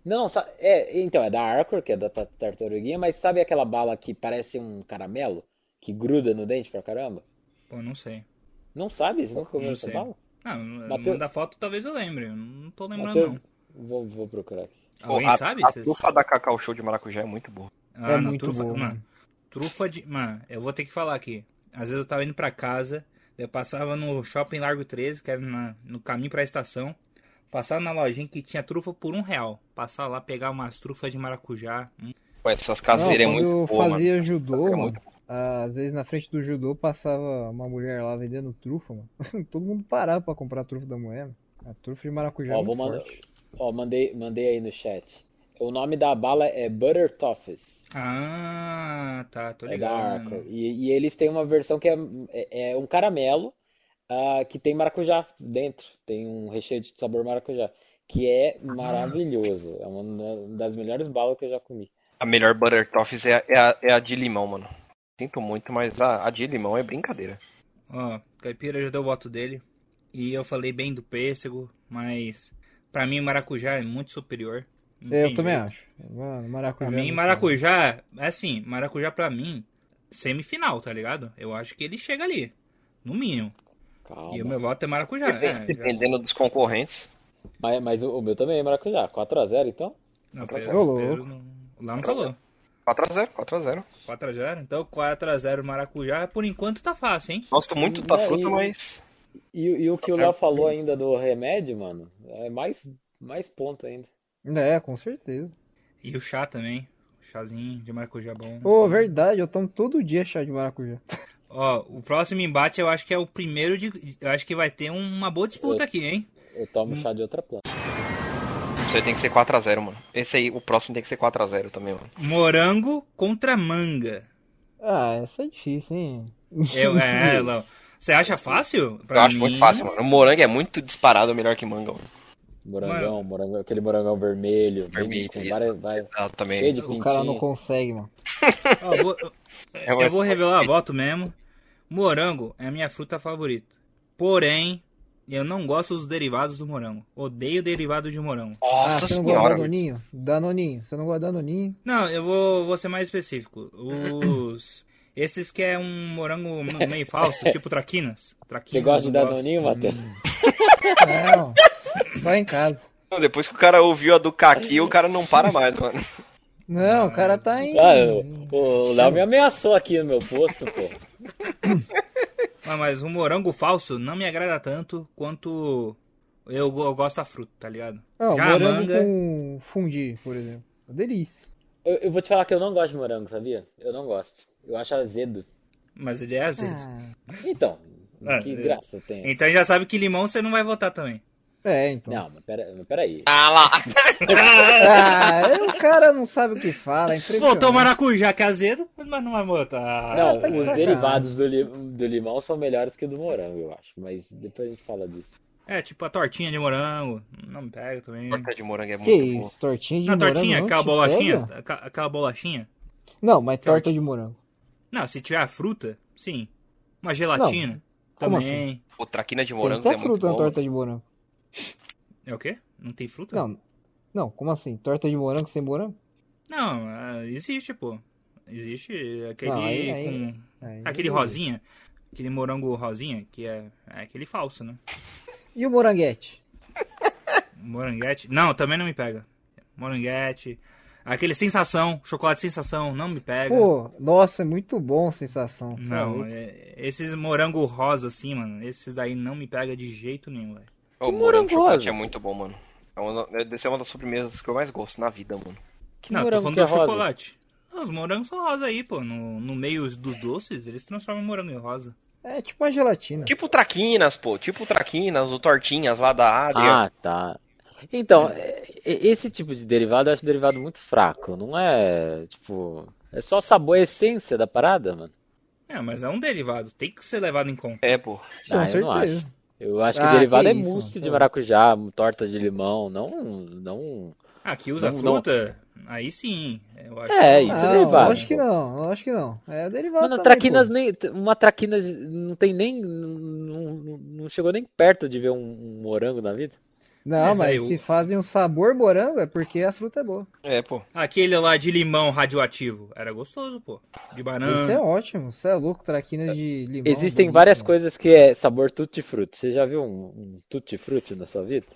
[SPEAKER 4] Não, não, sa- é, então, é da Arcor, que é da ta- tartaruguinha, mas sabe aquela bala que parece um caramelo? Que gruda no dente pra caramba?
[SPEAKER 2] Pô, não sei.
[SPEAKER 4] Não sabe? Você nunca comeu
[SPEAKER 2] Não
[SPEAKER 4] essa
[SPEAKER 2] sei.
[SPEAKER 4] bala?
[SPEAKER 2] Não,
[SPEAKER 4] Bateu-
[SPEAKER 2] da foto talvez eu lembre. Eu não tô lembrando,
[SPEAKER 4] Mateus,
[SPEAKER 2] não.
[SPEAKER 4] Vou, vou procurar aqui.
[SPEAKER 2] Alguém
[SPEAKER 6] Pô, a,
[SPEAKER 2] sabe?
[SPEAKER 6] A
[SPEAKER 2] Cês-
[SPEAKER 6] trufa da Cacau Show de maracujá é muito boa.
[SPEAKER 2] Ah,
[SPEAKER 3] É
[SPEAKER 2] não,
[SPEAKER 3] muito
[SPEAKER 2] trufa,
[SPEAKER 3] boa,
[SPEAKER 2] mano.
[SPEAKER 3] mano.
[SPEAKER 2] Trufa de. Mano, eu vou ter que falar aqui. Às vezes eu tava indo pra casa, eu passava no shopping Largo 13, que era na- no caminho pra estação. Passava na lojinha que tinha trufa por um real. Passava lá, pegar umas trufas de maracujá. Hum.
[SPEAKER 6] Pô, essas
[SPEAKER 3] Não,
[SPEAKER 6] caseiras é
[SPEAKER 3] quando
[SPEAKER 6] muito
[SPEAKER 3] eu
[SPEAKER 6] boa, mano.
[SPEAKER 3] fazia judô,
[SPEAKER 6] Era
[SPEAKER 3] mano,
[SPEAKER 6] muito
[SPEAKER 3] às vezes na frente do judô passava uma mulher lá vendendo trufa, mano. <laughs> Todo mundo parava pra comprar a trufa da mulher, mano. A trufa de maracujá é
[SPEAKER 4] Ó, vou
[SPEAKER 3] muito
[SPEAKER 4] mandar.
[SPEAKER 3] forte.
[SPEAKER 4] Ó, mandei, mandei aí no chat. O nome da bala é Butter Toffees.
[SPEAKER 2] Ah, tá, tô
[SPEAKER 4] É da
[SPEAKER 2] ligado.
[SPEAKER 4] Arco. E, e eles têm uma versão que é, é- é um caramelo ah, que tem maracujá dentro. Tem um recheio de sabor maracujá. Que é maravilhoso. É uma das melhores balas que eu já comi.
[SPEAKER 6] A melhor Butter Toffees é, a- é a, é a de limão, mano. Sinto muito, mas a, a de limão é brincadeira.
[SPEAKER 2] Ó, Caipira já deu o voto dele. E eu falei bem do pêssego, mas pra mim maracujá é muito superior. Não
[SPEAKER 3] É, eu
[SPEAKER 2] tem
[SPEAKER 3] também
[SPEAKER 2] jeito.
[SPEAKER 3] acho. Mano,
[SPEAKER 2] Pra
[SPEAKER 3] maracujá. é
[SPEAKER 2] mim,
[SPEAKER 3] muito
[SPEAKER 2] maracujá, assim, maracujá pra mim, semifinal, tá ligado? Eu acho que ele chega ali, no mínimo. E o
[SPEAKER 4] Calma.
[SPEAKER 2] meu voto é maracujá. É, já-
[SPEAKER 6] Dependendo dos concorrentes.
[SPEAKER 4] Mas, mas o, o meu também é maracujá. 4x0 então?
[SPEAKER 2] Não,
[SPEAKER 6] Quatro a
[SPEAKER 2] Pedro-
[SPEAKER 3] zero. Ô,
[SPEAKER 2] Pedro não- lá não falou.
[SPEAKER 6] 4x0, 4x0.
[SPEAKER 2] 4x0, então 4x0 maracujá, por enquanto tá fácil, hein?
[SPEAKER 6] Gosto muito da
[SPEAKER 4] E aí?
[SPEAKER 6] fruta, mas.
[SPEAKER 4] E, o- e o que
[SPEAKER 2] É.
[SPEAKER 4] o Léo falou ainda do remédio, mano, é mais, mais ponto ainda.
[SPEAKER 3] bom. É, com certeza.
[SPEAKER 2] E o chá também, chazinho de maracujá bom.
[SPEAKER 3] Ô, verdade, eu tomo todo dia chá de maracujá.
[SPEAKER 2] Ó, o próximo embate eu acho que é o primeiro de... Eu acho que vai ter um, uma boa disputa aqui, hein?
[SPEAKER 4] Eu tomo
[SPEAKER 2] Hum.
[SPEAKER 4] chá de outra planta.
[SPEAKER 6] Isso aí tem que ser 4x0, mano. Esse aí, o próximo tem que ser 4x0 também, mano.
[SPEAKER 2] Morango contra manga.
[SPEAKER 3] Ah, essa é difícil, hein?
[SPEAKER 2] Eu,
[SPEAKER 3] <laughs>
[SPEAKER 2] é, Léo. Você acha fácil?
[SPEAKER 6] Eu acho muito fácil, mano. O morango é muito disparado melhor que manga, mano.
[SPEAKER 4] Morangão, morangão, aquele morangão vermelho, bem tipo,
[SPEAKER 6] Vermelho,
[SPEAKER 4] com
[SPEAKER 6] isso.
[SPEAKER 4] várias, várias-
[SPEAKER 6] Exatamente.
[SPEAKER 4] cheio de
[SPEAKER 3] O cara não
[SPEAKER 4] pintinho.
[SPEAKER 3] consegue, mano.
[SPEAKER 2] Ó, eu vou-
[SPEAKER 6] É
[SPEAKER 2] eu
[SPEAKER 6] mais-
[SPEAKER 2] vou revelar a voto mesmo. Morango é a minha fruta favorita. Porém, eu não gosto dos derivados do morango. Odeio derivado de morango.
[SPEAKER 3] Ah,
[SPEAKER 6] Nossa
[SPEAKER 3] você não gosta
[SPEAKER 6] senhora,
[SPEAKER 3] de
[SPEAKER 6] velho.
[SPEAKER 3] danoninho? Danoninho, você não gosta de danoninho?
[SPEAKER 2] Não, eu vou, vou ser mais específico. Os <laughs> Esses que é um morango meio
[SPEAKER 4] <laughs>
[SPEAKER 2] falso, tipo traquinas. traquinas
[SPEAKER 4] Você gosta de
[SPEAKER 2] eu
[SPEAKER 4] dar
[SPEAKER 2] gosto.
[SPEAKER 4] daninho, Matheus?
[SPEAKER 3] Não, <laughs> só em casa.
[SPEAKER 6] Não, depois que o cara ouviu a do Kaki, o cara não para mais,
[SPEAKER 4] <laughs>
[SPEAKER 6] mano.
[SPEAKER 3] Não, o cara tá em.
[SPEAKER 4] Ah, o- o Léo me ameaçou aqui no meu posto, pô.
[SPEAKER 2] Ah, mas o morango falso não me agrada tanto quanto eu, go- eu gosto da fruta, tá ligado?
[SPEAKER 3] Não,
[SPEAKER 2] Já a
[SPEAKER 3] morango
[SPEAKER 2] manga- é-
[SPEAKER 3] com fundi, por exemplo. É Uma delícia.
[SPEAKER 4] Eu, eu vou te falar que eu não gosto de morango, sabia? Eu não gosto. Eu acho azedo.
[SPEAKER 2] Mas ele é azedo.
[SPEAKER 3] Ah,
[SPEAKER 4] Então,
[SPEAKER 2] Ah,
[SPEAKER 4] que
[SPEAKER 2] é.
[SPEAKER 4] graça tem. essa?
[SPEAKER 2] Então já sabe que limão você não vai votar também.
[SPEAKER 3] é, então.
[SPEAKER 4] Não, mas pera, mas peraí.
[SPEAKER 5] Ah lá.
[SPEAKER 3] Ah, o cara não sabe o que fala, é impressionante.
[SPEAKER 2] Votou maracujá que é azedo, mas não vai votar.
[SPEAKER 4] Não,
[SPEAKER 3] tá de
[SPEAKER 4] os
[SPEAKER 3] sacanagem.
[SPEAKER 4] derivados do, li- do limão são melhores que o do morango, eu acho. Mas depois a gente fala disso.
[SPEAKER 2] É, tipo a tortinha de morango. Não me pega também.
[SPEAKER 6] Torta de morango é
[SPEAKER 3] Que
[SPEAKER 6] muito bom.
[SPEAKER 3] isso, tortinha de
[SPEAKER 2] Na
[SPEAKER 3] morango.
[SPEAKER 2] tortinha,
[SPEAKER 3] não
[SPEAKER 2] aquela
[SPEAKER 3] te
[SPEAKER 2] bolachinha.
[SPEAKER 3] pega?
[SPEAKER 2] aca- Aquela bolachinha.
[SPEAKER 3] Não, mas torta
[SPEAKER 2] Tortinha.
[SPEAKER 3] de morango.
[SPEAKER 2] Não, se tiver a fruta, sim. Uma gelatina.
[SPEAKER 3] como assim?
[SPEAKER 2] também.
[SPEAKER 6] Pô, traquina de
[SPEAKER 3] Tem
[SPEAKER 6] morango
[SPEAKER 3] até
[SPEAKER 6] é muito
[SPEAKER 3] fruta na
[SPEAKER 6] bom.
[SPEAKER 3] torta de morango.
[SPEAKER 2] É o quê? Não tem fruta?
[SPEAKER 3] Não, não, como assim? Torta de morango sem morango?
[SPEAKER 2] Não, ah, existe, pô. Existe aquele
[SPEAKER 3] Não, aí- aí-
[SPEAKER 2] com.
[SPEAKER 3] Aí-
[SPEAKER 2] Aquele rosinha. Aquele morango rosinha, que é, é aquele falso, né?
[SPEAKER 3] E o moranguete?
[SPEAKER 2] Moranguete. Não, também não me pega. Moranguete. Aquele sensação, chocolate sensação, não me pega.
[SPEAKER 3] Pô, nossa, é muito bom a sensação. tá
[SPEAKER 2] Não,
[SPEAKER 3] louco.
[SPEAKER 2] é- esses morango rosa assim, mano, esses aí não me pega de jeito nenhum, velho.
[SPEAKER 6] Ô, morango de chocolate é muito bom, mano. É uma, é- deve ser uma das sobremesas que eu mais gosto na vida, mano.
[SPEAKER 4] Que
[SPEAKER 2] Não, tô
[SPEAKER 4] morango
[SPEAKER 2] falando
[SPEAKER 4] que é
[SPEAKER 2] do
[SPEAKER 4] rosa?
[SPEAKER 2] chocolate. Não, os morangos são rosa aí, pô. No, no meio dos doces, eles transformam em morango em rosa.
[SPEAKER 3] É tipo uma gelatina.
[SPEAKER 6] Tipo traquinas, pô. Tipo traquinas, o tortinhas lá da área.
[SPEAKER 4] Ah, tá. Então, é- é- esse tipo de derivado eu acho derivado muito fraco. Não é, tipo. É só sabor, a essência da parada, mano.
[SPEAKER 2] É, mas é um derivado, tem que ser levado em conta.
[SPEAKER 6] É, pô.
[SPEAKER 3] Com
[SPEAKER 4] Ah, eu não
[SPEAKER 3] certeza.
[SPEAKER 4] acho. Eu acho que
[SPEAKER 3] Ah,
[SPEAKER 4] derivado
[SPEAKER 3] que
[SPEAKER 4] é
[SPEAKER 3] isso,
[SPEAKER 4] mousse
[SPEAKER 3] mano,
[SPEAKER 4] de
[SPEAKER 3] pô.
[SPEAKER 4] maracujá, torta de limão, não, não.
[SPEAKER 2] Ah, que usa
[SPEAKER 4] Não, não.
[SPEAKER 2] fruta, aí sim. Eu acho
[SPEAKER 4] É,
[SPEAKER 2] que-
[SPEAKER 4] isso
[SPEAKER 3] não,
[SPEAKER 4] é derivado.
[SPEAKER 3] Acho que não, acho que não. É derivado.
[SPEAKER 4] Mano,
[SPEAKER 3] também,
[SPEAKER 4] traquinas
[SPEAKER 3] pô.
[SPEAKER 4] nem, uma traquinas não tem nem, não, não- não chegou nem perto de ver um, um morango na vida.
[SPEAKER 3] Não,
[SPEAKER 2] Mas
[SPEAKER 3] mas,
[SPEAKER 2] aí o-
[SPEAKER 3] se fazem um sabor morango é porque a fruta é boa.
[SPEAKER 6] É, pô.
[SPEAKER 2] Ah, Aquele lá de limão radioativo, era gostoso, pô. De banana.
[SPEAKER 3] Isso é ótimo. Você é louco, traquinas de limão. né?
[SPEAKER 4] Existem
[SPEAKER 3] delícia,
[SPEAKER 4] várias
[SPEAKER 3] mano.
[SPEAKER 4] coisas que é sabor tutti-frutti. Você já viu um, um tutti-frutti na sua vida?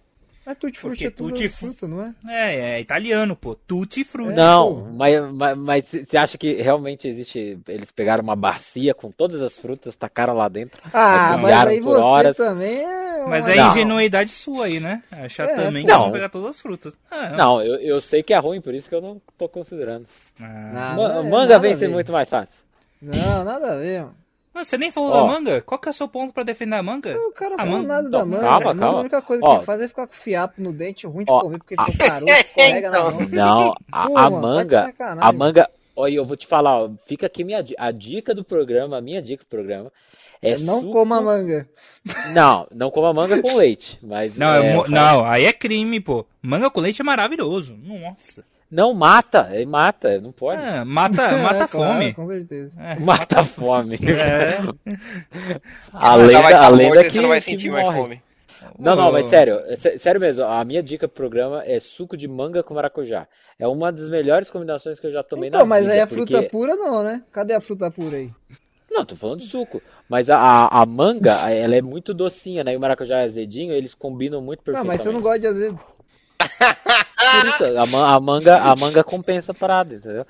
[SPEAKER 3] Mas tutti-frutti
[SPEAKER 2] Porque
[SPEAKER 3] é tudo
[SPEAKER 2] tutti-fru-
[SPEAKER 3] fruta, não é?
[SPEAKER 2] É, é italiano, pô. Tutti frutti.
[SPEAKER 4] Não,
[SPEAKER 3] pô.
[SPEAKER 4] mas, mas, mas você acha que realmente existe? Eles pegaram uma bacia com todas as frutas, tacaram lá dentro?
[SPEAKER 3] Ah, mas
[SPEAKER 4] cozinharam
[SPEAKER 3] aí
[SPEAKER 4] por
[SPEAKER 3] você
[SPEAKER 4] horas.
[SPEAKER 3] também é.
[SPEAKER 2] Mas
[SPEAKER 3] uma-
[SPEAKER 2] é
[SPEAKER 4] Não.
[SPEAKER 2] ingenuidade sua aí, né? Achar
[SPEAKER 3] É,
[SPEAKER 2] também
[SPEAKER 4] pô.
[SPEAKER 2] que
[SPEAKER 4] Não.
[SPEAKER 2] vão pegar todas as frutas. Ah,
[SPEAKER 4] Não, eu, eu sei que é ruim, por isso que eu não tô considerando.
[SPEAKER 2] Ah.
[SPEAKER 3] Não,
[SPEAKER 4] Ma-
[SPEAKER 3] não é
[SPEAKER 4] manga
[SPEAKER 3] nada
[SPEAKER 4] vem
[SPEAKER 3] a
[SPEAKER 4] ser
[SPEAKER 3] ver.
[SPEAKER 4] muito mais fácil.
[SPEAKER 3] Não, nada a ver. mano.
[SPEAKER 2] Mas você nem falou
[SPEAKER 4] Ó.
[SPEAKER 2] da manga? Qual que é o seu ponto pra defender a manga?
[SPEAKER 3] O cara
[SPEAKER 2] Ah,
[SPEAKER 3] não falou
[SPEAKER 2] mano,
[SPEAKER 3] nada da
[SPEAKER 4] então,
[SPEAKER 3] manga.
[SPEAKER 4] calma,
[SPEAKER 3] A manga,
[SPEAKER 4] calma.
[SPEAKER 3] A única coisa
[SPEAKER 4] Ó.
[SPEAKER 3] que ele faz é ficar com fiapo no dente ruim de
[SPEAKER 4] Ó, ah. Então,
[SPEAKER 3] comer porque ficou
[SPEAKER 4] <laughs>
[SPEAKER 3] caroço, escorrega na mão.
[SPEAKER 4] Não, a,
[SPEAKER 3] Pô,
[SPEAKER 4] a
[SPEAKER 3] mano, tá de
[SPEAKER 4] manga,
[SPEAKER 3] sacanagem.
[SPEAKER 4] a manga. Olha, eu vou te falar, ó, fica aqui minha, di- a dica do programa, a minha dica do programa é
[SPEAKER 3] Não
[SPEAKER 4] suco-
[SPEAKER 3] coma manga.
[SPEAKER 4] Não, não coma manga com leite, mas
[SPEAKER 2] Não,
[SPEAKER 4] é,
[SPEAKER 2] é mo-
[SPEAKER 4] fala-
[SPEAKER 2] não, aí é crime, pô. Manga com leite é maravilhoso. Nossa.
[SPEAKER 4] não mata, é mata, não pode.
[SPEAKER 2] Ah, <laughs> mata mata
[SPEAKER 3] É,
[SPEAKER 2] a fome.
[SPEAKER 3] Claro, com certeza.
[SPEAKER 2] É.
[SPEAKER 6] <laughs>
[SPEAKER 4] Mata a fome.
[SPEAKER 2] É.
[SPEAKER 4] A
[SPEAKER 6] Ainda
[SPEAKER 4] lenda,
[SPEAKER 6] vai
[SPEAKER 4] a
[SPEAKER 6] dar
[SPEAKER 4] lenda é
[SPEAKER 6] morte,
[SPEAKER 4] que,
[SPEAKER 6] você não vai
[SPEAKER 4] que
[SPEAKER 6] sentir mais
[SPEAKER 4] morre.
[SPEAKER 6] fome.
[SPEAKER 4] Não, não,
[SPEAKER 2] Ô,
[SPEAKER 4] mas sério, é sé- sério mesmo, a minha dica pro programa é suco de manga com maracujá. É uma das melhores combinações que eu já tomei
[SPEAKER 3] Então,
[SPEAKER 4] na
[SPEAKER 3] mas
[SPEAKER 4] vida,
[SPEAKER 3] aí a fruta
[SPEAKER 4] porque...
[SPEAKER 3] pura não, né? Cadê a fruta pura aí?
[SPEAKER 4] Não, tô falando de suco, mas a, a, a manga, ela é muito docinha, né? E o maracujá é azedinho, eles combinam muito
[SPEAKER 3] Não, Ah, mas
[SPEAKER 4] perfeitamente.
[SPEAKER 3] você não gosta de azedo.
[SPEAKER 4] Por isso, a, ma- a manga, a manga compensa a parada, entendeu?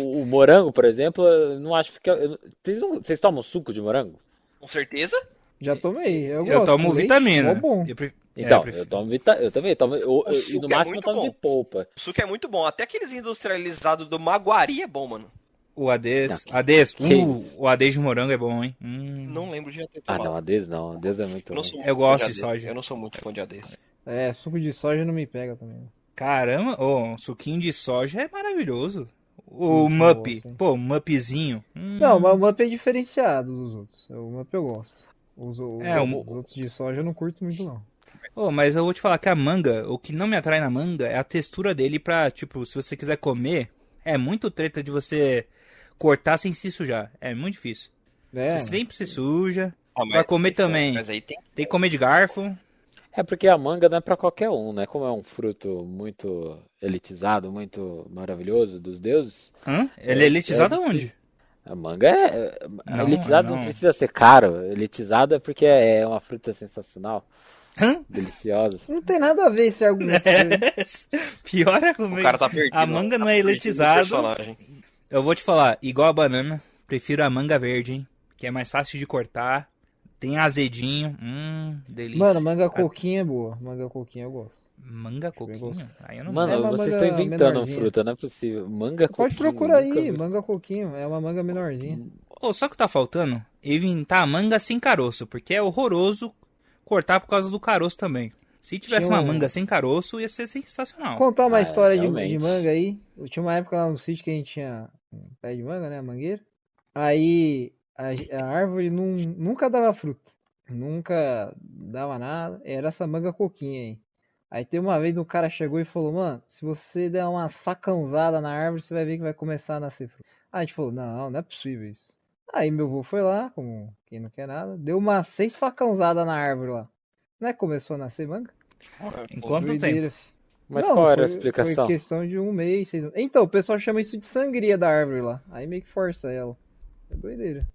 [SPEAKER 4] O, o morango, por exemplo, eu não acho que... eu- Vocês, não, vocês tomam suco de morango?
[SPEAKER 6] Com certeza.
[SPEAKER 3] Já tomei.
[SPEAKER 2] Eu
[SPEAKER 3] Eu, gosto.
[SPEAKER 2] tomo
[SPEAKER 3] com leite,
[SPEAKER 2] vitamina.
[SPEAKER 3] mó bom.
[SPEAKER 2] Eu pref- é,
[SPEAKER 4] Então,
[SPEAKER 2] eu prefiro.
[SPEAKER 4] eu tomo vita... eu também tomo... eu- eu- e
[SPEAKER 6] suco
[SPEAKER 4] no
[SPEAKER 6] é
[SPEAKER 4] máximo eu
[SPEAKER 6] muito
[SPEAKER 4] tomo de
[SPEAKER 6] bom.
[SPEAKER 4] polpa.
[SPEAKER 6] O suco é muito bom. Até aqueles industrializados do Maguari é bom, mano.
[SPEAKER 2] O
[SPEAKER 4] Não,
[SPEAKER 2] Ades.
[SPEAKER 4] que-
[SPEAKER 2] Ades.
[SPEAKER 4] que é
[SPEAKER 2] uh,
[SPEAKER 4] isso?
[SPEAKER 2] o Ades de morango é bom, hein? Hum.
[SPEAKER 6] Não lembro de já ter
[SPEAKER 4] Ah,
[SPEAKER 6] tomado.
[SPEAKER 4] não, a Deus não, a Deus é muito
[SPEAKER 6] Eu
[SPEAKER 4] ruim.
[SPEAKER 6] não sou
[SPEAKER 2] Eu
[SPEAKER 6] muito
[SPEAKER 2] gosto
[SPEAKER 6] fã
[SPEAKER 2] de
[SPEAKER 6] AD.
[SPEAKER 2] soja.
[SPEAKER 6] Eu não sou muito fã de Ah, AD.
[SPEAKER 3] É, suco de soja não me pega também.
[SPEAKER 2] Caramba, ô, um suquinho de soja é maravilhoso. O
[SPEAKER 3] Muito
[SPEAKER 2] mup.
[SPEAKER 3] bom, sim.
[SPEAKER 2] pô, o mupzinho. Hum.
[SPEAKER 3] Não, mas o mup é diferenciado dos outros. O mup eu gosto. Os, o-
[SPEAKER 2] É,
[SPEAKER 3] os
[SPEAKER 2] o-
[SPEAKER 3] outros de soja eu não curto muito, não.
[SPEAKER 2] Ô, mas eu vou te falar que a manga, o que não me atrai na manga é a textura dele pra, tipo, se você quiser comer, é muito treta de você cortar sem se sujar. É muito difícil.
[SPEAKER 3] É,
[SPEAKER 2] Você sempre se suja.
[SPEAKER 6] Ah,
[SPEAKER 2] Pra comer também.
[SPEAKER 6] Mas aí tem.
[SPEAKER 2] Tem que comer de garfo.
[SPEAKER 4] É porque a manga não é pra qualquer um, né? Como é um fruto muito elitizado, muito maravilhoso dos deuses,
[SPEAKER 2] Hã? Ele é,
[SPEAKER 4] É,
[SPEAKER 2] elitizado
[SPEAKER 4] é
[SPEAKER 2] aonde?
[SPEAKER 4] A manga é.
[SPEAKER 2] Não,
[SPEAKER 4] elitizado não.
[SPEAKER 2] não.
[SPEAKER 4] precisa ser caro. Elitizado é porque é uma fruta sensacional,
[SPEAKER 2] Hã?
[SPEAKER 4] deliciosa.
[SPEAKER 3] Não tem nada a ver esse argumento.
[SPEAKER 2] <laughs> É. Pior é comer.
[SPEAKER 6] O cara tá perdido.
[SPEAKER 2] A manga não é
[SPEAKER 6] Tá perdido no
[SPEAKER 2] elitizado.
[SPEAKER 6] personagem.
[SPEAKER 2] Eu vou te falar, igual a banana, prefiro a manga verde, hein? Que é mais fácil de cortar. Tem azedinho. Hum, delícia.
[SPEAKER 3] Mano, manga coquinha é boa. Manga coquinha eu gosto.
[SPEAKER 2] Manga
[SPEAKER 3] gosto.
[SPEAKER 2] coquinha? Aí eu não
[SPEAKER 4] Mano,
[SPEAKER 3] É uma
[SPEAKER 4] vocês
[SPEAKER 3] manga
[SPEAKER 4] estão inventando
[SPEAKER 3] menorzinha.
[SPEAKER 4] fruta, não é possível. Manga
[SPEAKER 3] Pode
[SPEAKER 4] coquinho,
[SPEAKER 3] procurar
[SPEAKER 4] nunca
[SPEAKER 3] aí,
[SPEAKER 4] vi.
[SPEAKER 3] manga coquinho. É uma manga menorzinha.
[SPEAKER 2] Ô, só que tá faltando inventar a manga sem caroço, porque é horroroso cortar por causa do caroço também. Se tivesse
[SPEAKER 3] Tinha
[SPEAKER 2] uma
[SPEAKER 3] um-
[SPEAKER 2] manga sem caroço, ia ser sensacional.
[SPEAKER 3] Contar uma
[SPEAKER 4] Ah,
[SPEAKER 3] história de, de
[SPEAKER 4] realmente.
[SPEAKER 3] manga aí. Eu tinha uma época lá no sítio que a gente tinha um pé de manga, né? A mangueira. Aí a, a árvore nun- nunca dava fruta. Nunca dava nada. Era essa manga coquinha aí. Aí tem uma vez um cara chegou e falou, mano, se você der umas facãozadas na árvore, você vai ver que vai começar a nascer fruta. Aí a gente falou, não, não é possível isso. Aí meu avô foi lá, como quem não quer nada, deu umas seis facãozadas na árvore lá. Não é que começou a nascer manga?
[SPEAKER 2] Em quanto tempo?
[SPEAKER 3] Doideira, fi.
[SPEAKER 4] Mas
[SPEAKER 3] Não,
[SPEAKER 4] qual era a
[SPEAKER 3] foi-
[SPEAKER 4] explicação?
[SPEAKER 3] Foi questão de um mês, seis meses. Então, o pessoal chama isso de sangria da árvore lá. Aí meio que força ela. É doideira.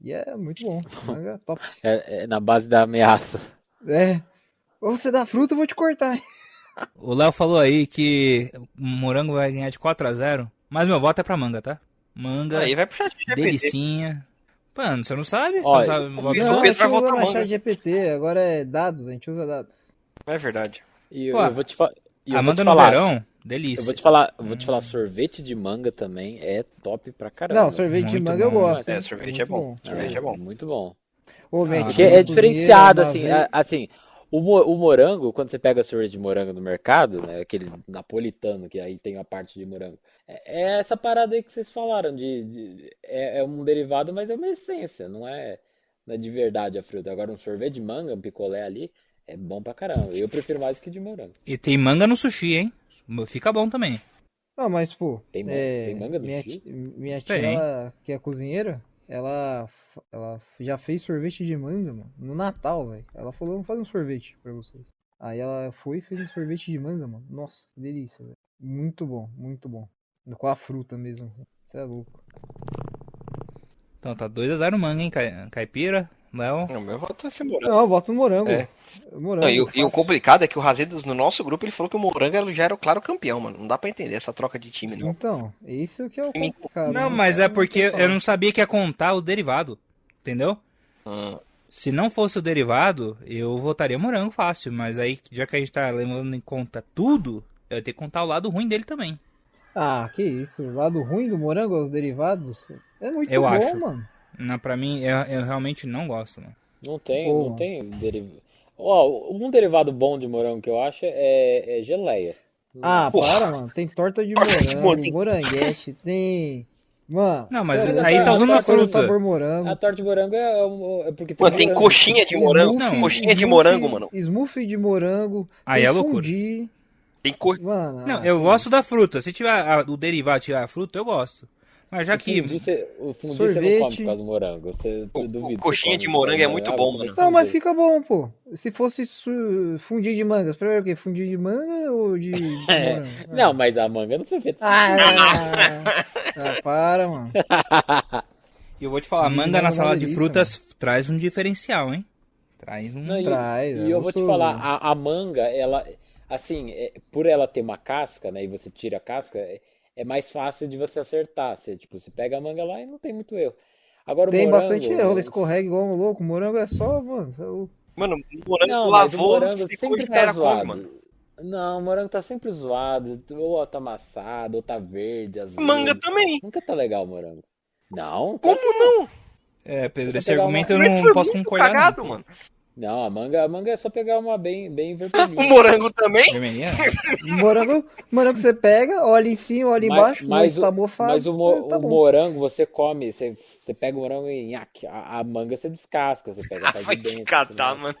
[SPEAKER 3] E é muito
[SPEAKER 4] <laughs>
[SPEAKER 3] bom. Manga top.
[SPEAKER 4] É- é na base da ameaça.
[SPEAKER 3] É. Ou você dá fruta, eu vou te cortar.
[SPEAKER 2] O Léo falou aí que o morango vai ganhar de 4 a 0 mas meu voto é pra manga, tá? Manga,
[SPEAKER 6] Aí vai pro chat GPT.
[SPEAKER 2] delicinha. Mano, você não sabe?
[SPEAKER 4] Ó,
[SPEAKER 2] Você não sabe o voto
[SPEAKER 6] Isso,
[SPEAKER 2] do
[SPEAKER 3] Não,
[SPEAKER 2] outro?
[SPEAKER 3] a
[SPEAKER 6] Pedro
[SPEAKER 3] gente
[SPEAKER 6] vai
[SPEAKER 3] usa
[SPEAKER 6] votar
[SPEAKER 3] na
[SPEAKER 6] manga.
[SPEAKER 3] chat GPT, agora é dados, a gente usa dados.
[SPEAKER 6] É verdade.
[SPEAKER 4] E eu,
[SPEAKER 2] Pô,
[SPEAKER 4] eu vou te, fa- e eu
[SPEAKER 2] A
[SPEAKER 4] vou te
[SPEAKER 2] manga no
[SPEAKER 4] falar.
[SPEAKER 2] verão, Hum. delícia.
[SPEAKER 4] Eu vou te falar, eu vou te falar, sorvete de manga também é top pra caramba.
[SPEAKER 3] Não, sorvete de
[SPEAKER 2] Muito
[SPEAKER 3] manga eu
[SPEAKER 2] bom.
[SPEAKER 3] gosto.
[SPEAKER 6] É,
[SPEAKER 3] hein?
[SPEAKER 6] sorvete
[SPEAKER 3] Muito
[SPEAKER 6] é bom. Sorvete é bom.
[SPEAKER 4] Muito bom.
[SPEAKER 3] Ô, vem
[SPEAKER 2] Ah,
[SPEAKER 3] aqui,
[SPEAKER 4] Porque
[SPEAKER 3] tem
[SPEAKER 4] é
[SPEAKER 3] uma
[SPEAKER 4] diferenciado, assim,
[SPEAKER 3] cozinheira, uma
[SPEAKER 4] a- assim, o, mo- o morango, quando você pega sorvete de morango no mercado, né, aqueles napolitano, que aí tem a parte de morango, é, é essa parada aí que vocês falaram, de, de- é, é um derivado, mas é uma essência, não é, não é de verdade a fruta. Agora, um sorvete de manga, um picolé ali, é bom pra caramba. Eu prefiro mais que de morango.
[SPEAKER 2] E tem manga no sushi, hein? Fica bom também.
[SPEAKER 3] Não, mas, pô,
[SPEAKER 4] Tem ma-
[SPEAKER 3] é,
[SPEAKER 4] tem manga no
[SPEAKER 3] minha,
[SPEAKER 4] sushi?
[SPEAKER 3] ti- minha tia,
[SPEAKER 2] Tem.
[SPEAKER 3] ela, que é cozinheira, ela, fa- ela f- já fez sorvete de manga, mano, no Natal, velho. Ela falou, vamos fazer um sorvete pra vocês. Aí ela foi e fez um sorvete de manga, mano. Nossa, que delícia, velho. Muito bom, muito bom. Com a fruta mesmo. Você é louco.
[SPEAKER 2] Então tá 2x0 manga, hein, Ca- Caipira, Léo.
[SPEAKER 6] Não, meu voto é ser morango.
[SPEAKER 3] Não, eu boto no morango.
[SPEAKER 6] É.
[SPEAKER 3] Morango,
[SPEAKER 6] Não, e, o- e o
[SPEAKER 3] fácil.
[SPEAKER 6] complicado é que o Razedas, no nosso grupo, ele falou que o Morango era- já era o claro campeão, mano. Não dá pra entender essa troca de time, não.
[SPEAKER 3] Então, isso que é o
[SPEAKER 6] Me-
[SPEAKER 3] complicado.
[SPEAKER 2] Não,
[SPEAKER 3] né?
[SPEAKER 2] mas é
[SPEAKER 3] tem
[SPEAKER 2] porque
[SPEAKER 3] como.
[SPEAKER 2] eu não sabia que ia contar o derivado, entendeu?
[SPEAKER 6] Ah,
[SPEAKER 2] Se não fosse o derivado, eu votaria morango fácil, mas aí, já que a gente tá levando em conta tudo, eu ia ter que contar o lado ruim dele também.
[SPEAKER 3] Ah, que isso. O lado ruim do morango é os derivados. É muito
[SPEAKER 2] Eu
[SPEAKER 3] bom,
[SPEAKER 2] acho.
[SPEAKER 3] mano.
[SPEAKER 2] Não, pra mim, eu, eu realmente não gosto, mano.
[SPEAKER 4] Não tem,
[SPEAKER 3] Pô.
[SPEAKER 4] não tem derivado. Ó, um derivado bom de morango que eu acho é, é geleia.
[SPEAKER 3] Ah,
[SPEAKER 6] Porra.
[SPEAKER 3] para, mano. Tem torta de
[SPEAKER 6] Torta de
[SPEAKER 3] morango,
[SPEAKER 6] morango.
[SPEAKER 3] moranguete, tem. Mano.
[SPEAKER 2] Não, mas
[SPEAKER 3] sério,
[SPEAKER 2] aí
[SPEAKER 3] tem
[SPEAKER 2] tá usando
[SPEAKER 3] muita
[SPEAKER 2] a
[SPEAKER 3] coisa
[SPEAKER 2] fruta.
[SPEAKER 3] sabor morango.
[SPEAKER 4] A torta de morango é, um- é porque tem
[SPEAKER 6] Mano, tem
[SPEAKER 4] morango.
[SPEAKER 6] coxinha de
[SPEAKER 3] Tem
[SPEAKER 6] morango.
[SPEAKER 3] smoothie-
[SPEAKER 2] Não.
[SPEAKER 6] Coxinha de
[SPEAKER 3] smoothie-
[SPEAKER 6] morango, mano.
[SPEAKER 3] Smoothie de morango.
[SPEAKER 2] Aí
[SPEAKER 3] tem
[SPEAKER 2] é loucura.
[SPEAKER 3] Fondue,
[SPEAKER 6] Tem co...
[SPEAKER 3] mano.
[SPEAKER 2] Não,
[SPEAKER 3] ah,
[SPEAKER 2] eu gosto da fruta. Se tiver a- o derivado tiver a fruta, eu gosto. Mas já
[SPEAKER 4] O
[SPEAKER 2] que.
[SPEAKER 4] fundi cê- o fundi você não come
[SPEAKER 3] Sorvete.
[SPEAKER 4] por causa do morango. Você
[SPEAKER 6] O- o
[SPEAKER 4] duvida. que
[SPEAKER 6] coxinha
[SPEAKER 4] você
[SPEAKER 6] de
[SPEAKER 4] come por causa
[SPEAKER 6] morango é
[SPEAKER 4] do
[SPEAKER 6] muito
[SPEAKER 4] morango.
[SPEAKER 6] bom,
[SPEAKER 4] Ah,
[SPEAKER 6] mano.
[SPEAKER 4] vou
[SPEAKER 3] Não, mas
[SPEAKER 4] comer
[SPEAKER 3] fica bom, pô. Se fosse su... fundir de mangas, primeiro o quê? Fundir de manga ou
[SPEAKER 4] <laughs>
[SPEAKER 3] de, de morango?
[SPEAKER 4] fundi. É. Não, mas a manga não foi feita.
[SPEAKER 3] Ah, ah, para, mano.
[SPEAKER 2] E eu vou te falar,
[SPEAKER 3] Hum,
[SPEAKER 2] manga na
[SPEAKER 3] uma
[SPEAKER 2] salada de
[SPEAKER 3] delícia,
[SPEAKER 2] frutas traz um diferencial, hein? Traz um.
[SPEAKER 4] Não, <laughs> e,
[SPEAKER 3] Traz,
[SPEAKER 4] e
[SPEAKER 3] é
[SPEAKER 4] eu vou te
[SPEAKER 3] gostoso.
[SPEAKER 4] falar, a, a manga, ela, assim, é- por ela ter uma casca, né, e você tira a casca, é, é mais fácil de você acertar. Você, tipo, você pega a manga lá e não tem muito erro. Agora o
[SPEAKER 3] Tem
[SPEAKER 4] morango,
[SPEAKER 3] bastante erro, ela
[SPEAKER 4] né,
[SPEAKER 3] escorrega igual um louco. Morango é só, mano. Você é louco.
[SPEAKER 6] Mano, o morango
[SPEAKER 4] Não, mas o
[SPEAKER 6] lavou,
[SPEAKER 4] morango
[SPEAKER 6] secou,
[SPEAKER 4] sempre
[SPEAKER 6] já
[SPEAKER 4] tá
[SPEAKER 6] era come,
[SPEAKER 4] zoado.
[SPEAKER 6] mano.
[SPEAKER 4] Não, o morango tá sempre zoado, ou tá amassado, ou tá verde, azedo.
[SPEAKER 6] Manga também.
[SPEAKER 4] Nunca tá legal o morango. Não,
[SPEAKER 6] Como não?
[SPEAKER 2] É, Pedro,
[SPEAKER 4] Deixa eu
[SPEAKER 2] esse
[SPEAKER 4] pegar
[SPEAKER 2] argumento eu
[SPEAKER 6] Como é que
[SPEAKER 2] não
[SPEAKER 6] foi
[SPEAKER 2] posso
[SPEAKER 6] muito
[SPEAKER 2] concordar. não.
[SPEAKER 6] cagado, mano.
[SPEAKER 4] não, a manga, a manga é só pegar uma bem, bem
[SPEAKER 6] <laughs> O
[SPEAKER 4] vermelhinha.
[SPEAKER 6] morango também?
[SPEAKER 2] Vermelhinha?
[SPEAKER 3] Morango, morango você pega, olha em cima, olha
[SPEAKER 4] Mas-
[SPEAKER 3] embaixo,
[SPEAKER 4] mas
[SPEAKER 3] mas,
[SPEAKER 4] o-
[SPEAKER 3] tá mofado.
[SPEAKER 4] Mas o, mo-
[SPEAKER 3] tá
[SPEAKER 4] o
[SPEAKER 3] bom.
[SPEAKER 4] morango você come, você, você pega o morango e nhaque. A, a manga você descasca, você
[SPEAKER 6] <laughs>
[SPEAKER 4] pega a parte
[SPEAKER 6] Vai
[SPEAKER 4] Tá de
[SPEAKER 6] te
[SPEAKER 4] dentro.
[SPEAKER 6] Ah, catar,
[SPEAKER 4] né?
[SPEAKER 6] mano.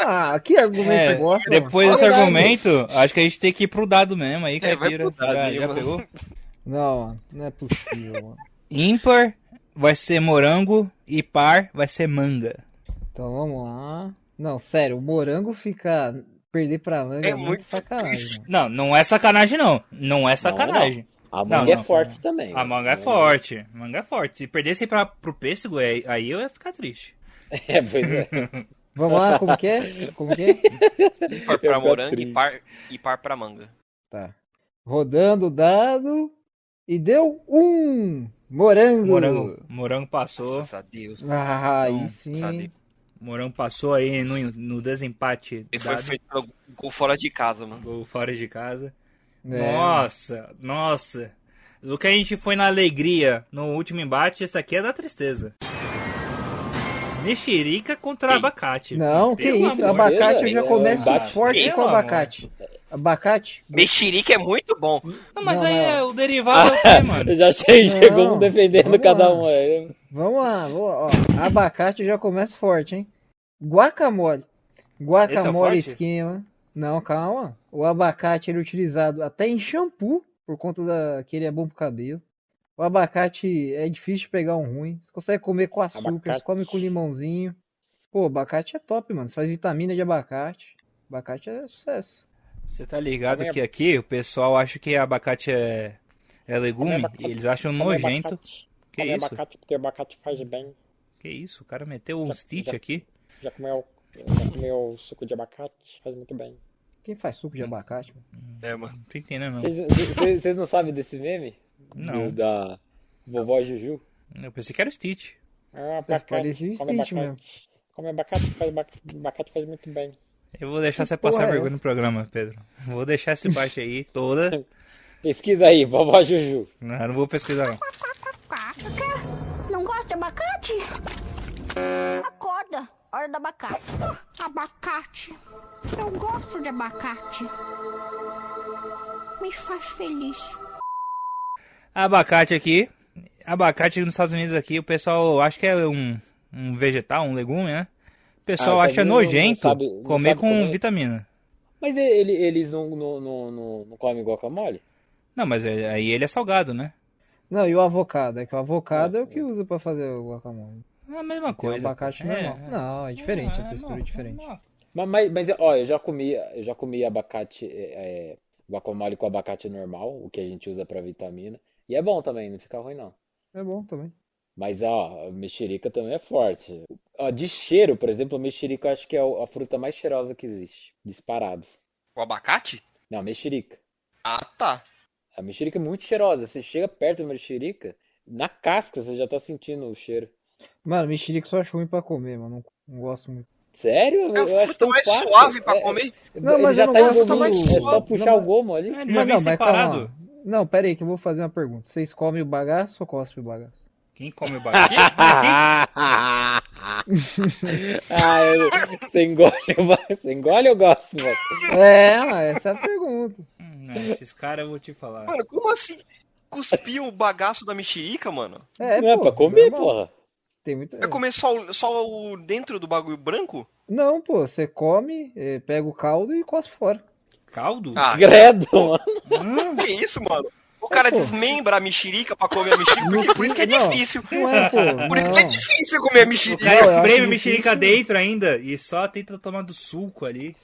[SPEAKER 3] Ah, que argumento
[SPEAKER 2] É,
[SPEAKER 3] bosta. mano.
[SPEAKER 2] Depois desse
[SPEAKER 4] Verdade.
[SPEAKER 2] argumento, acho que a gente tem que ir pro dado mesmo aí,
[SPEAKER 6] É, vai
[SPEAKER 2] Caipira.
[SPEAKER 6] pro dado
[SPEAKER 2] já,
[SPEAKER 6] aí,
[SPEAKER 2] já
[SPEAKER 6] mano.
[SPEAKER 2] pegou?
[SPEAKER 3] Não, mano, não é possível, mano.
[SPEAKER 2] Ímpar vai ser morango e par vai ser manga.
[SPEAKER 3] Então vamos lá. Não, sério, o morango ficar perder pra manga é,
[SPEAKER 6] É
[SPEAKER 3] muito
[SPEAKER 6] muito
[SPEAKER 3] sacanagem, mano.
[SPEAKER 2] Não, não é sacanagem não. Não é sacanagem.
[SPEAKER 4] A
[SPEAKER 2] Não,
[SPEAKER 4] manga é
[SPEAKER 2] não,
[SPEAKER 4] forte também.
[SPEAKER 2] A manga é forte. A manga é forte. Se perdesse pra, pro pêssego, é- aí eu ia ficar triste.
[SPEAKER 4] <laughs> É, pois é.
[SPEAKER 3] Vamos lá, como que é? Como que é?
[SPEAKER 6] Par
[SPEAKER 4] Eu
[SPEAKER 6] pra
[SPEAKER 4] fico
[SPEAKER 6] morango
[SPEAKER 4] triste.
[SPEAKER 6] e par, e par pra manga.
[SPEAKER 3] Tá. Rodando o dado e deu um morango.
[SPEAKER 2] Morango, morango passou.
[SPEAKER 6] Graças a Deus.
[SPEAKER 3] Ah, aí
[SPEAKER 2] Então,
[SPEAKER 3] sim.
[SPEAKER 6] sabe?
[SPEAKER 2] Morango passou aí no, no desempate.
[SPEAKER 6] Ele foi
[SPEAKER 2] dado.
[SPEAKER 6] feito pelo gol fora de casa, mano.
[SPEAKER 2] Gol fora de casa.
[SPEAKER 3] É,
[SPEAKER 2] Nossa, nossa. O que a gente foi na alegria no último embate, esse aqui é da tristeza. Mexerica contra
[SPEAKER 6] Ei.
[SPEAKER 2] abacate.
[SPEAKER 3] Não, que
[SPEAKER 2] Pelo
[SPEAKER 3] isso,
[SPEAKER 2] amor de
[SPEAKER 4] abacate
[SPEAKER 3] abacate
[SPEAKER 2] Deus.
[SPEAKER 3] eu já
[SPEAKER 4] é,
[SPEAKER 3] começo
[SPEAKER 4] abacate.
[SPEAKER 3] forte
[SPEAKER 2] Pelo
[SPEAKER 3] com
[SPEAKER 2] amor.
[SPEAKER 3] abacate. Abacate?
[SPEAKER 6] Mexerica é muito bom.
[SPEAKER 2] Não, mas
[SPEAKER 3] Não,
[SPEAKER 2] aí
[SPEAKER 3] não.
[SPEAKER 2] é o derivado é o quê, mano?
[SPEAKER 4] Eu já <laughs> achei,
[SPEAKER 3] Não,
[SPEAKER 4] chegou um defendendo
[SPEAKER 3] vamos
[SPEAKER 4] cada
[SPEAKER 3] lá.
[SPEAKER 4] um. aí.
[SPEAKER 3] Vamos lá, vou- ó, abacate eu já começo forte, hein? Guacamole. Guacamole
[SPEAKER 2] forte?
[SPEAKER 3] esquema. Não, calma. O abacate ele é utilizado até em shampoo, por conta da que ele é bom pro cabelo. O abacate é difícil de pegar um ruim. Você consegue comer com açúcar,
[SPEAKER 4] Abacate.
[SPEAKER 3] você come com limãozinho. Pô, abacate é top, mano. Você faz vitamina de abacate. Abacate é sucesso.
[SPEAKER 2] Você tá ligado que aqui o pessoal acha que abacate é, é legume
[SPEAKER 4] Come abacate.
[SPEAKER 2] e eles acham
[SPEAKER 4] Come
[SPEAKER 2] nojento.
[SPEAKER 4] abacate.
[SPEAKER 2] Que
[SPEAKER 4] Come
[SPEAKER 2] isso?
[SPEAKER 4] abacate porque abacate faz bem.
[SPEAKER 2] Que isso? O cara meteu o
[SPEAKER 4] Já-
[SPEAKER 2] Stitch
[SPEAKER 4] já-
[SPEAKER 2] aqui.
[SPEAKER 4] Já comeu, já comeu suco de abacate? Faz muito bem.
[SPEAKER 3] Quem faz suco de abacate, mano?
[SPEAKER 6] É, mano.
[SPEAKER 2] Não tô entendendo, não.
[SPEAKER 4] Vocês- Vocês vocês não sabem desse meme?
[SPEAKER 2] Não.
[SPEAKER 4] Do- da vovó Juju?
[SPEAKER 2] Eu pensei que era o Stitch.
[SPEAKER 4] Ah, abacate.
[SPEAKER 3] Parecia o
[SPEAKER 4] Come
[SPEAKER 3] Stitch
[SPEAKER 4] abacate. Come abacate porque abaca- abacate faz muito bem.
[SPEAKER 2] Eu vou deixar você
[SPEAKER 3] porra
[SPEAKER 2] passar
[SPEAKER 3] é
[SPEAKER 2] vergonha no programa, Pedro. Vou deixar essa parte aí toda.
[SPEAKER 4] Pesquisa aí, vovó Juju.
[SPEAKER 2] Não, eu não vou pesquisar, não.
[SPEAKER 7] O quê? Não gosta de abacate? Acorda, hora do abacate. Abacate. Eu gosto de abacate. Me faz feliz.
[SPEAKER 2] Abacate aqui. Abacate nos Estados Unidos aqui, o pessoal acha que é um, um vegetal, um legume, né? O pessoal
[SPEAKER 4] Ah, os
[SPEAKER 2] acha
[SPEAKER 4] Estados Unidos não-
[SPEAKER 2] nojento
[SPEAKER 4] não sabe- não
[SPEAKER 2] comer
[SPEAKER 4] sabe
[SPEAKER 2] com
[SPEAKER 4] comer.
[SPEAKER 2] vitamina.
[SPEAKER 4] Mas e- ele- eles não, não, não, não, não comem guacamole?
[SPEAKER 2] Não, mas é- aí ele é salgado, né?
[SPEAKER 3] Não, e o avocado? É que o avocado é o que usa pra fazer o guacamole.
[SPEAKER 2] É a mesma
[SPEAKER 3] Tem o
[SPEAKER 2] coisa.
[SPEAKER 3] abacate
[SPEAKER 2] É,
[SPEAKER 3] normal.
[SPEAKER 2] é.
[SPEAKER 3] Não, é diferente,
[SPEAKER 2] Não,
[SPEAKER 3] a
[SPEAKER 2] é,
[SPEAKER 3] textura é
[SPEAKER 2] não,
[SPEAKER 3] diferente.
[SPEAKER 2] não.
[SPEAKER 4] Ma- Mas, mas, ó, eu já comi, eu já comi abacate, é, é, guacamole com abacate normal, o que a gente usa pra vitamina. E é bom também, não fica ruim não.
[SPEAKER 3] É bom também.
[SPEAKER 4] Mas, ó, a mexerica também é forte. Ó, de cheiro, por exemplo, a mexerica eu acho que é o- a fruta mais cheirosa que existe, disparado.
[SPEAKER 6] O abacate?
[SPEAKER 4] Não, mexerica.
[SPEAKER 6] Ah, tá.
[SPEAKER 4] A mexerica é muito cheirosa. Você chega perto da mexerica, na casca você já tá sentindo o cheiro.
[SPEAKER 3] Mano, mexerica eu só acho ruim pra comer, mano. Não, não gosto muito.
[SPEAKER 4] Sério?
[SPEAKER 6] É
[SPEAKER 4] Eu
[SPEAKER 6] a
[SPEAKER 4] acho
[SPEAKER 6] fruta
[SPEAKER 4] tão
[SPEAKER 6] mais
[SPEAKER 4] fácil.
[SPEAKER 6] suave pra
[SPEAKER 4] É-
[SPEAKER 6] comer.
[SPEAKER 3] Não,
[SPEAKER 4] ele
[SPEAKER 3] mas
[SPEAKER 4] já
[SPEAKER 3] eu não
[SPEAKER 4] tá
[SPEAKER 3] gosto
[SPEAKER 4] envolvido.
[SPEAKER 3] do-
[SPEAKER 4] É só puxar
[SPEAKER 3] Não,
[SPEAKER 4] o
[SPEAKER 3] <laughs>
[SPEAKER 4] gomo ali.
[SPEAKER 2] É, Ele já vem
[SPEAKER 3] Mas não, mas
[SPEAKER 2] separado.
[SPEAKER 3] calma. lá. Não, pera aí que eu vou fazer uma pergunta. Vocês comem o bagaço ou cospem o bagaço?
[SPEAKER 2] Quem come o abacate?
[SPEAKER 3] <laughs>
[SPEAKER 4] <laughs> ah, eu, você engole, <laughs> eu gosto- você engole eu gosto, mano.
[SPEAKER 3] É, mas essa é a pergunta.
[SPEAKER 2] Hum, não, esses caras eu vou te falar.
[SPEAKER 6] Mano, como assim? Cuspiu o bagaço da mexerica, mano?
[SPEAKER 3] É,
[SPEAKER 4] não, é
[SPEAKER 3] pô,
[SPEAKER 4] pra comer,
[SPEAKER 3] normal.
[SPEAKER 4] porra.
[SPEAKER 3] Tem muita...
[SPEAKER 6] Vai comer só, o- só o dentro do bagulho branco?
[SPEAKER 3] Não, pô, você come, eh, pega o caldo e cospe fora.
[SPEAKER 2] Caldo?
[SPEAKER 6] Ah,
[SPEAKER 4] Credo, mano.
[SPEAKER 2] Hum,
[SPEAKER 6] que isso, mano? O cara
[SPEAKER 3] Pô.
[SPEAKER 6] desmembra a mexerica pra comer a mexerica, porque por isso que é
[SPEAKER 3] Não,
[SPEAKER 6] difícil.
[SPEAKER 3] Não é, pô,
[SPEAKER 6] <laughs> Por isso que é
[SPEAKER 3] não.
[SPEAKER 6] difícil comer a
[SPEAKER 2] o
[SPEAKER 6] mexerica.
[SPEAKER 2] cara
[SPEAKER 3] Não, eu acho
[SPEAKER 2] espreme a
[SPEAKER 3] difícil.
[SPEAKER 2] mexerica dentro ainda e só tenta tomar do suco ali.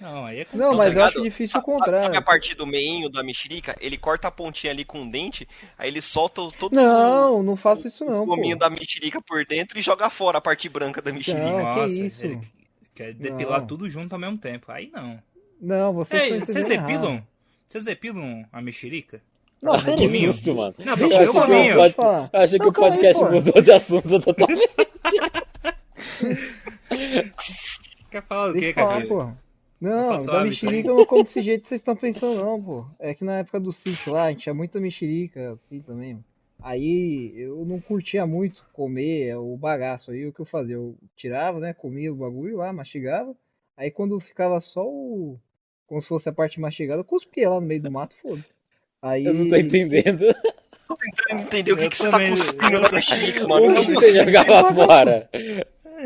[SPEAKER 2] Não, aí é
[SPEAKER 3] Não,
[SPEAKER 6] Tá
[SPEAKER 3] mas eu
[SPEAKER 6] ligado?
[SPEAKER 3] acho difícil o
[SPEAKER 6] Sabe- Sabe a
[SPEAKER 3] contrário.
[SPEAKER 6] parte do meinho da mexerica? Ele corta a pontinha ali com o dente, aí ele solta o- todo
[SPEAKER 3] Não, não faço isso
[SPEAKER 6] o
[SPEAKER 3] não, pô.
[SPEAKER 6] gominho da mexerica por dentro e joga fora a parte branca da mexerica.
[SPEAKER 3] Não, que
[SPEAKER 2] Nossa,
[SPEAKER 3] isso?
[SPEAKER 2] ele quer depilar
[SPEAKER 3] Não.
[SPEAKER 2] tudo junto ao mesmo tempo. Aí não.
[SPEAKER 3] Não, vocês
[SPEAKER 2] Ei,
[SPEAKER 3] estão
[SPEAKER 2] vocês
[SPEAKER 3] entendendo errado.
[SPEAKER 2] depilam? Vocês depilam a mexerica?
[SPEAKER 3] Não,
[SPEAKER 4] Que
[SPEAKER 3] peraí.
[SPEAKER 4] susto, mano.
[SPEAKER 2] Não,
[SPEAKER 3] Deixa
[SPEAKER 2] porque
[SPEAKER 3] eu
[SPEAKER 2] eu
[SPEAKER 3] falar,
[SPEAKER 2] comi.
[SPEAKER 3] deixa eu falar.
[SPEAKER 4] Eu achei um que
[SPEAKER 3] Não,
[SPEAKER 4] o
[SPEAKER 3] calma aí,
[SPEAKER 4] podcast
[SPEAKER 3] pô.
[SPEAKER 4] mudou de assunto totalmente.
[SPEAKER 2] Quer falar do
[SPEAKER 3] Deixa
[SPEAKER 2] que,
[SPEAKER 3] eu falar,
[SPEAKER 2] Camila?
[SPEAKER 3] porra. Não,
[SPEAKER 2] faço
[SPEAKER 3] da
[SPEAKER 2] hábito.
[SPEAKER 3] mexerica eu não como desse jeito que vocês estão pensando, não, pô. É que na época do sítio lá, a gente tinha muita mexerica, assim também. mano. Aí eu não curtia muito comer é, o bagaço. Aí o que eu fazia? Eu tirava, né? Comia o bagulho lá, mastigava. Aí quando ficava só o. Como se fosse a parte mastigada, eu cuspia lá no meio do mato, foda-se. Aí.
[SPEAKER 4] Eu não tô entendendo.
[SPEAKER 6] Tentando entender o que,
[SPEAKER 2] Eu
[SPEAKER 6] que você tá
[SPEAKER 2] também-
[SPEAKER 6] cuspindo
[SPEAKER 2] eu
[SPEAKER 6] da
[SPEAKER 2] tô-
[SPEAKER 6] mexerica, mano.
[SPEAKER 2] então
[SPEAKER 4] O que você
[SPEAKER 2] <laughs>
[SPEAKER 4] jogava fora?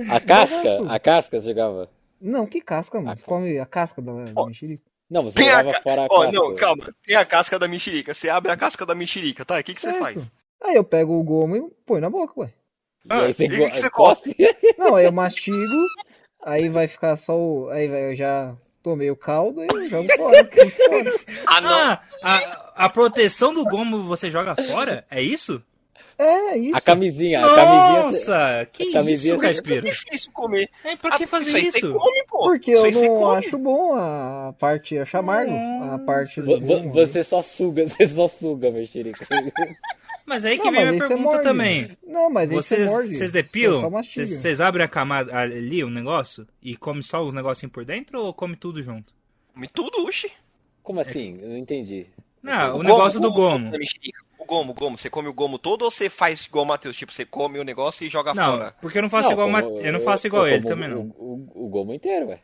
[SPEAKER 4] A casca?
[SPEAKER 3] Bagaço.
[SPEAKER 4] A casca você jogava?
[SPEAKER 3] Não, que casca,
[SPEAKER 4] Ah,
[SPEAKER 3] mano. Você come a casca da, da
[SPEAKER 6] Ó,
[SPEAKER 3] mexerica?
[SPEAKER 4] Não, você
[SPEAKER 6] Tem a
[SPEAKER 4] jogava
[SPEAKER 6] ca-
[SPEAKER 4] fora a
[SPEAKER 6] Ó,
[SPEAKER 4] casca.
[SPEAKER 6] não, calma. Tem a casca da mexerica. Você abre a casca da mexerica, tá? O que, que você faz?
[SPEAKER 3] Certo. Aí eu pego o gomo e põe na boca, ué.
[SPEAKER 4] E aí
[SPEAKER 6] Ah,
[SPEAKER 4] você
[SPEAKER 6] e o que
[SPEAKER 4] go-
[SPEAKER 6] que você
[SPEAKER 4] cospe?
[SPEAKER 3] Não, aí eu mastigo, aí vai ficar só o. Aí vai- eu já tomei o caldo e eu jogo fora. jogo fora.
[SPEAKER 6] Ah, não.
[SPEAKER 2] Ah, a, A proteção do gomo você joga fora? É isso?
[SPEAKER 3] É isso.
[SPEAKER 4] A camisinha, a camisinha.
[SPEAKER 2] Nossa, que
[SPEAKER 4] camisinha
[SPEAKER 2] isso,
[SPEAKER 4] sem-
[SPEAKER 5] É
[SPEAKER 2] Caspira?
[SPEAKER 5] difícil comer.
[SPEAKER 2] É, pra que
[SPEAKER 5] Ah,
[SPEAKER 2] fazer
[SPEAKER 5] isso aí Você
[SPEAKER 2] isso?
[SPEAKER 5] come, pô.
[SPEAKER 3] Porque
[SPEAKER 5] Isso
[SPEAKER 3] eu
[SPEAKER 5] aí você
[SPEAKER 3] não
[SPEAKER 5] come.
[SPEAKER 3] acho bom a parte, acho amargo a parte do né?
[SPEAKER 4] Vo- vo-
[SPEAKER 3] gomo.
[SPEAKER 4] Você só suga, <laughs> você só suga, mexerica.
[SPEAKER 2] Mas aí que
[SPEAKER 3] Não,
[SPEAKER 2] vem a minha
[SPEAKER 3] mas aí você
[SPEAKER 2] pergunta
[SPEAKER 3] morde.
[SPEAKER 2] também.
[SPEAKER 3] Não, mas aí você
[SPEAKER 2] Vocês,
[SPEAKER 3] morde.
[SPEAKER 2] vocês
[SPEAKER 3] Só, só
[SPEAKER 2] depilam?
[SPEAKER 3] mastiga.
[SPEAKER 2] Vocês vocês abrem a camada ali, o negócio, e come só os negocinhos por dentro ou come tudo junto?
[SPEAKER 6] Come tudo, oxi.
[SPEAKER 4] Como assim? Eu Não entendi.
[SPEAKER 2] Não, Ah, o negócio do gomo.
[SPEAKER 6] O gomo, o gomo. Você come o gomo todo ou você faz igual o Matheus? Tipo, você come o negócio e joga
[SPEAKER 2] Não,
[SPEAKER 6] fora?
[SPEAKER 2] porque eu não faço igual,
[SPEAKER 4] como-
[SPEAKER 2] Ma- eu não faço igual
[SPEAKER 4] eu
[SPEAKER 2] ele
[SPEAKER 4] como
[SPEAKER 2] também não.
[SPEAKER 4] O, o- o gomo inteiro, ué.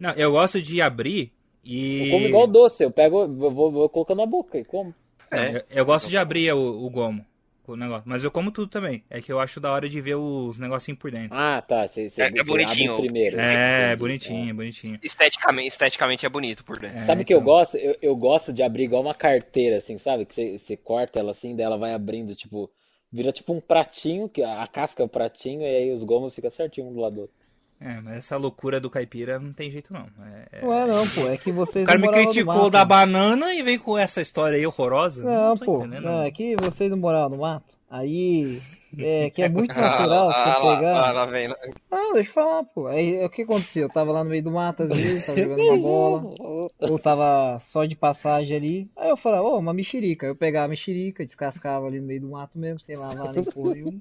[SPEAKER 2] Não, eu gosto de abrir e
[SPEAKER 4] Eu como igual doce, eu pego, eu vou, vou colocando na boca e como.
[SPEAKER 2] Não,
[SPEAKER 6] É.
[SPEAKER 2] eu, eu gosto de abrir o, o gomo, o negócio, mas eu como tudo também. É que eu acho da hora de ver os negocinhos por dentro.
[SPEAKER 4] Ah, tá, você, você,
[SPEAKER 6] É- é
[SPEAKER 4] você abre
[SPEAKER 6] bonitinho.
[SPEAKER 4] primeiro.
[SPEAKER 2] É,
[SPEAKER 4] Entendi.
[SPEAKER 2] bonitinho, bonitinho.
[SPEAKER 6] Esteticamente, esteticamente é bonito por dentro.
[SPEAKER 2] É,
[SPEAKER 4] Sabe o que eu
[SPEAKER 2] então.
[SPEAKER 4] gosto? Eu, eu gosto de abrir igual uma carteira, assim, sabe? Que você, você corta ela assim, daí ela vai abrindo, tipo, vira tipo um pratinho, que a, a casca é o pratinho, e aí os gomos ficam certinho um do lado do outro.
[SPEAKER 2] É, mas essa loucura do caipira não tem jeito não. É- é-
[SPEAKER 3] Não é não, pô. É que vocês
[SPEAKER 2] O cara
[SPEAKER 3] não
[SPEAKER 2] me
[SPEAKER 3] moravam no
[SPEAKER 2] criticou
[SPEAKER 3] mato.
[SPEAKER 2] da banana e vem com essa história aí horrorosa.
[SPEAKER 3] Não,
[SPEAKER 2] tô
[SPEAKER 3] pô.
[SPEAKER 2] entendendo,
[SPEAKER 3] Não, é que vocês não moravam no mato. Aí... É
[SPEAKER 2] <laughs>
[SPEAKER 3] que é muito
[SPEAKER 6] Ah,
[SPEAKER 3] natural
[SPEAKER 6] ah,
[SPEAKER 3] você
[SPEAKER 6] lá,
[SPEAKER 3] pegar...
[SPEAKER 6] lá, lá vem, lá.
[SPEAKER 3] Ah, deixa eu falar, pô. Aí, é o que acontecia? Eu tava lá no meio do mato, às vezes, tava jogando uma bola, ou tava só de passagem ali. Aí eu falava, ô, uma mexerica. Eu pegava a mexerica, descascava ali no meio do mato mesmo, sem lavar nem porra nenhuma.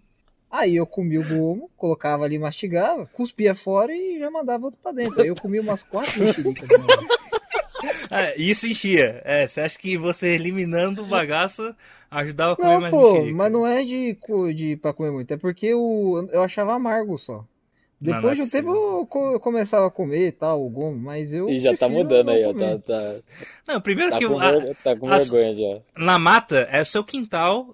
[SPEAKER 3] Aí eu comia o gomo, colocava ali, mastigava, cuspia fora e já mandava outro pra dentro. Aí eu comia umas
[SPEAKER 2] <laughs>
[SPEAKER 3] quatro mexericas. né?
[SPEAKER 2] Ah, isso enchia. É, você acha que você eliminando o bagaço ajudava a comer
[SPEAKER 3] Não,
[SPEAKER 2] mais
[SPEAKER 3] pô,
[SPEAKER 2] mexerica?
[SPEAKER 3] mas não é de, co- de pra comer muito, é porque eu, eu achava amargo só.
[SPEAKER 2] Não, não é
[SPEAKER 3] Depois de um tempo
[SPEAKER 2] possível.
[SPEAKER 3] eu, co- eu começava a comer e tal, o gomo, mas eu
[SPEAKER 4] E já tá
[SPEAKER 3] prefiro
[SPEAKER 4] mudando
[SPEAKER 3] não
[SPEAKER 4] aí, ó.
[SPEAKER 3] comer.
[SPEAKER 4] Tá, tá,
[SPEAKER 2] Não, primeiro
[SPEAKER 4] tá
[SPEAKER 2] É que
[SPEAKER 4] com,
[SPEAKER 2] a-
[SPEAKER 4] ver- tá com
[SPEAKER 2] as-
[SPEAKER 4] vergonha já.
[SPEAKER 2] na mata é o seu quintal.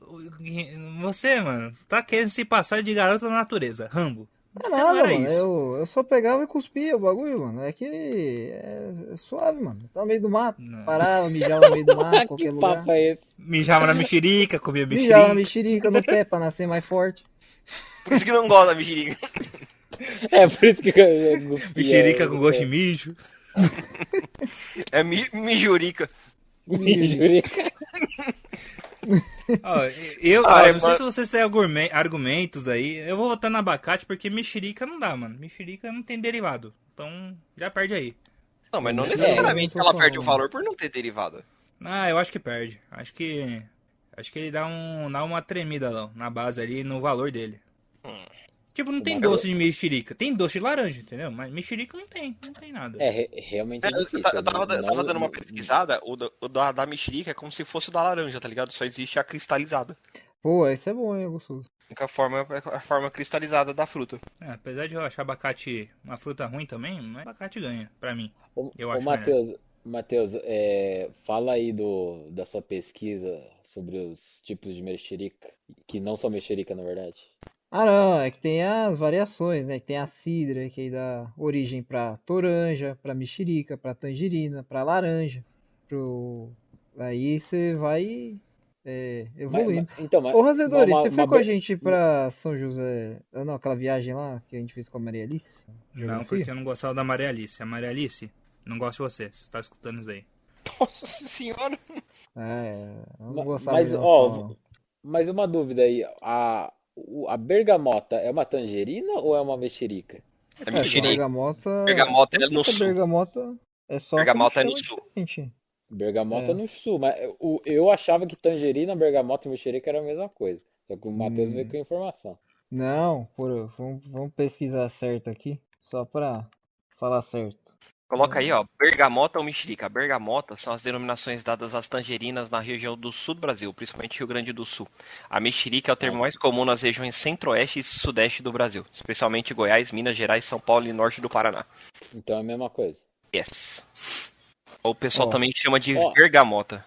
[SPEAKER 2] Você, mano, tá querendo se passar de garoto da natureza. Rambo.
[SPEAKER 3] É
[SPEAKER 2] Você
[SPEAKER 3] nada,
[SPEAKER 2] não era
[SPEAKER 3] mano.
[SPEAKER 2] isso.
[SPEAKER 3] Eu, eu só pegava e cuspia o bagulho, mano. É que é, é suave, mano. Tá no meio do mato.
[SPEAKER 2] Não.
[SPEAKER 3] Parava, mijava no meio do mato,
[SPEAKER 4] Que
[SPEAKER 3] qualquer lugar.
[SPEAKER 4] papo é esse?
[SPEAKER 2] Mijava
[SPEAKER 3] <laughs>
[SPEAKER 2] na mexerica, comia
[SPEAKER 3] Mijava na
[SPEAKER 2] mexerica.
[SPEAKER 3] mexerica no pé pra nascer mais forte.
[SPEAKER 6] Por isso que não gosta da mexerica.
[SPEAKER 4] É por isso que eu cuspia.
[SPEAKER 2] Mexerica com
[SPEAKER 3] é.
[SPEAKER 2] gosto de mijo.
[SPEAKER 6] <laughs> É mi- mijurica.
[SPEAKER 4] <laughs>
[SPEAKER 3] <laughs>
[SPEAKER 4] Mijurica.
[SPEAKER 2] Ó, eu
[SPEAKER 6] Ah,
[SPEAKER 2] ó,
[SPEAKER 6] é,
[SPEAKER 2] não sei
[SPEAKER 6] mas-
[SPEAKER 2] se vocês têm argumen- argumentos aí. Eu vou votar na abacate porque mexerica não dá, mano. Mexerica não tem derivado. Então já perde aí.
[SPEAKER 6] Não, mas não
[SPEAKER 3] É, então.
[SPEAKER 6] necessariamente
[SPEAKER 3] eu tô
[SPEAKER 6] ela perde o
[SPEAKER 3] falando.
[SPEAKER 6] valor por não ter derivado.
[SPEAKER 2] Ah, eu acho que perde. Acho que. Acho que ele dá, um, dá uma tremida lá, na base ali, no valor dele.
[SPEAKER 4] Hum.
[SPEAKER 2] Tipo, não tem doce de mexerica. Tem doce de laranja, entendeu? Mas mexerica não tem. Não tem nada.
[SPEAKER 4] É, re- realmente é
[SPEAKER 6] Eu,
[SPEAKER 4] difícil.
[SPEAKER 6] ta- eu tava, eu tava
[SPEAKER 4] Não-
[SPEAKER 6] dando uma pesquisada, o, da- o da, da mexerica é como se fosse o da laranja, tá ligado? Só existe a cristalizada.
[SPEAKER 3] Pô, isso é bom, hein, gostoso.
[SPEAKER 6] A única forma é a forma cristalizada da fruta.
[SPEAKER 2] É, apesar de eu achar abacate uma fruta ruim também, mas abacate ganha, pra mim.
[SPEAKER 4] Ô,
[SPEAKER 2] Eu
[SPEAKER 4] ô,
[SPEAKER 2] acho
[SPEAKER 4] Matheus, Matheus, é, fala aí do, da sua pesquisa sobre os tipos de mexerica, que não são mexerica, na verdade.
[SPEAKER 3] Ah, não. É que tem as variações, né? Que tem a cidra, que aí dá origem pra toranja, pra mexerica, pra tangerina, pra laranja. Pro... Aí você vai é,
[SPEAKER 4] Mas-
[SPEAKER 3] evoluindo.
[SPEAKER 4] mas- então, mas,
[SPEAKER 3] Ô, Razedores,
[SPEAKER 4] uma-
[SPEAKER 3] você foi
[SPEAKER 4] uma
[SPEAKER 3] com a
[SPEAKER 4] be-
[SPEAKER 3] gente pra São José. ah, Não, aquela viagem lá que a gente fez com a Maria Alice?
[SPEAKER 2] Não, porque eu não gostava da Maria Alice. A Maria Alice, não gosto de você. Você tá escutando isso aí.
[SPEAKER 6] Nossa senhora!
[SPEAKER 3] É, eu não
[SPEAKER 4] Ma-
[SPEAKER 3] gostava
[SPEAKER 4] mas,
[SPEAKER 3] de não
[SPEAKER 4] ó,
[SPEAKER 3] falar,
[SPEAKER 4] v-
[SPEAKER 3] não.
[SPEAKER 4] mas uma dúvida aí, a, o- a bergamota é uma tangerina ou é uma mexerica?
[SPEAKER 6] É
[SPEAKER 3] É,
[SPEAKER 6] mexerica.
[SPEAKER 3] bergamota.
[SPEAKER 6] Bergamota
[SPEAKER 3] eu não
[SPEAKER 6] é no
[SPEAKER 3] sei se
[SPEAKER 6] sul.
[SPEAKER 3] Bergamota é só.
[SPEAKER 6] Bergamota
[SPEAKER 3] como
[SPEAKER 6] é no
[SPEAKER 3] chama
[SPEAKER 6] sul.
[SPEAKER 3] diferente.
[SPEAKER 4] Bergamota
[SPEAKER 3] É.
[SPEAKER 4] no sul, mas eu, eu achava que tangerina, bergamota e mexerica era a mesma coisa. Só que o Matheus
[SPEAKER 3] Hum.
[SPEAKER 4] veio com a informação.
[SPEAKER 3] Não, por, vamos, vamos pesquisar certo aqui, só pra falar certo.
[SPEAKER 6] Coloca aí, ó, bergamota ou mexerica. Bergamota são as denominações dadas às tangerinas na região do sul do Brasil, principalmente Rio Grande do Sul. A mexerica é o termo mais comum nas regiões centro-oeste e sudeste do Brasil, especialmente Goiás, Minas Gerais, São Paulo e norte do Paraná.
[SPEAKER 4] Então é a mesma coisa.
[SPEAKER 6] Yes. Ou o pessoal
[SPEAKER 3] Ó.
[SPEAKER 6] também chama de
[SPEAKER 4] Ó.
[SPEAKER 6] bergamota.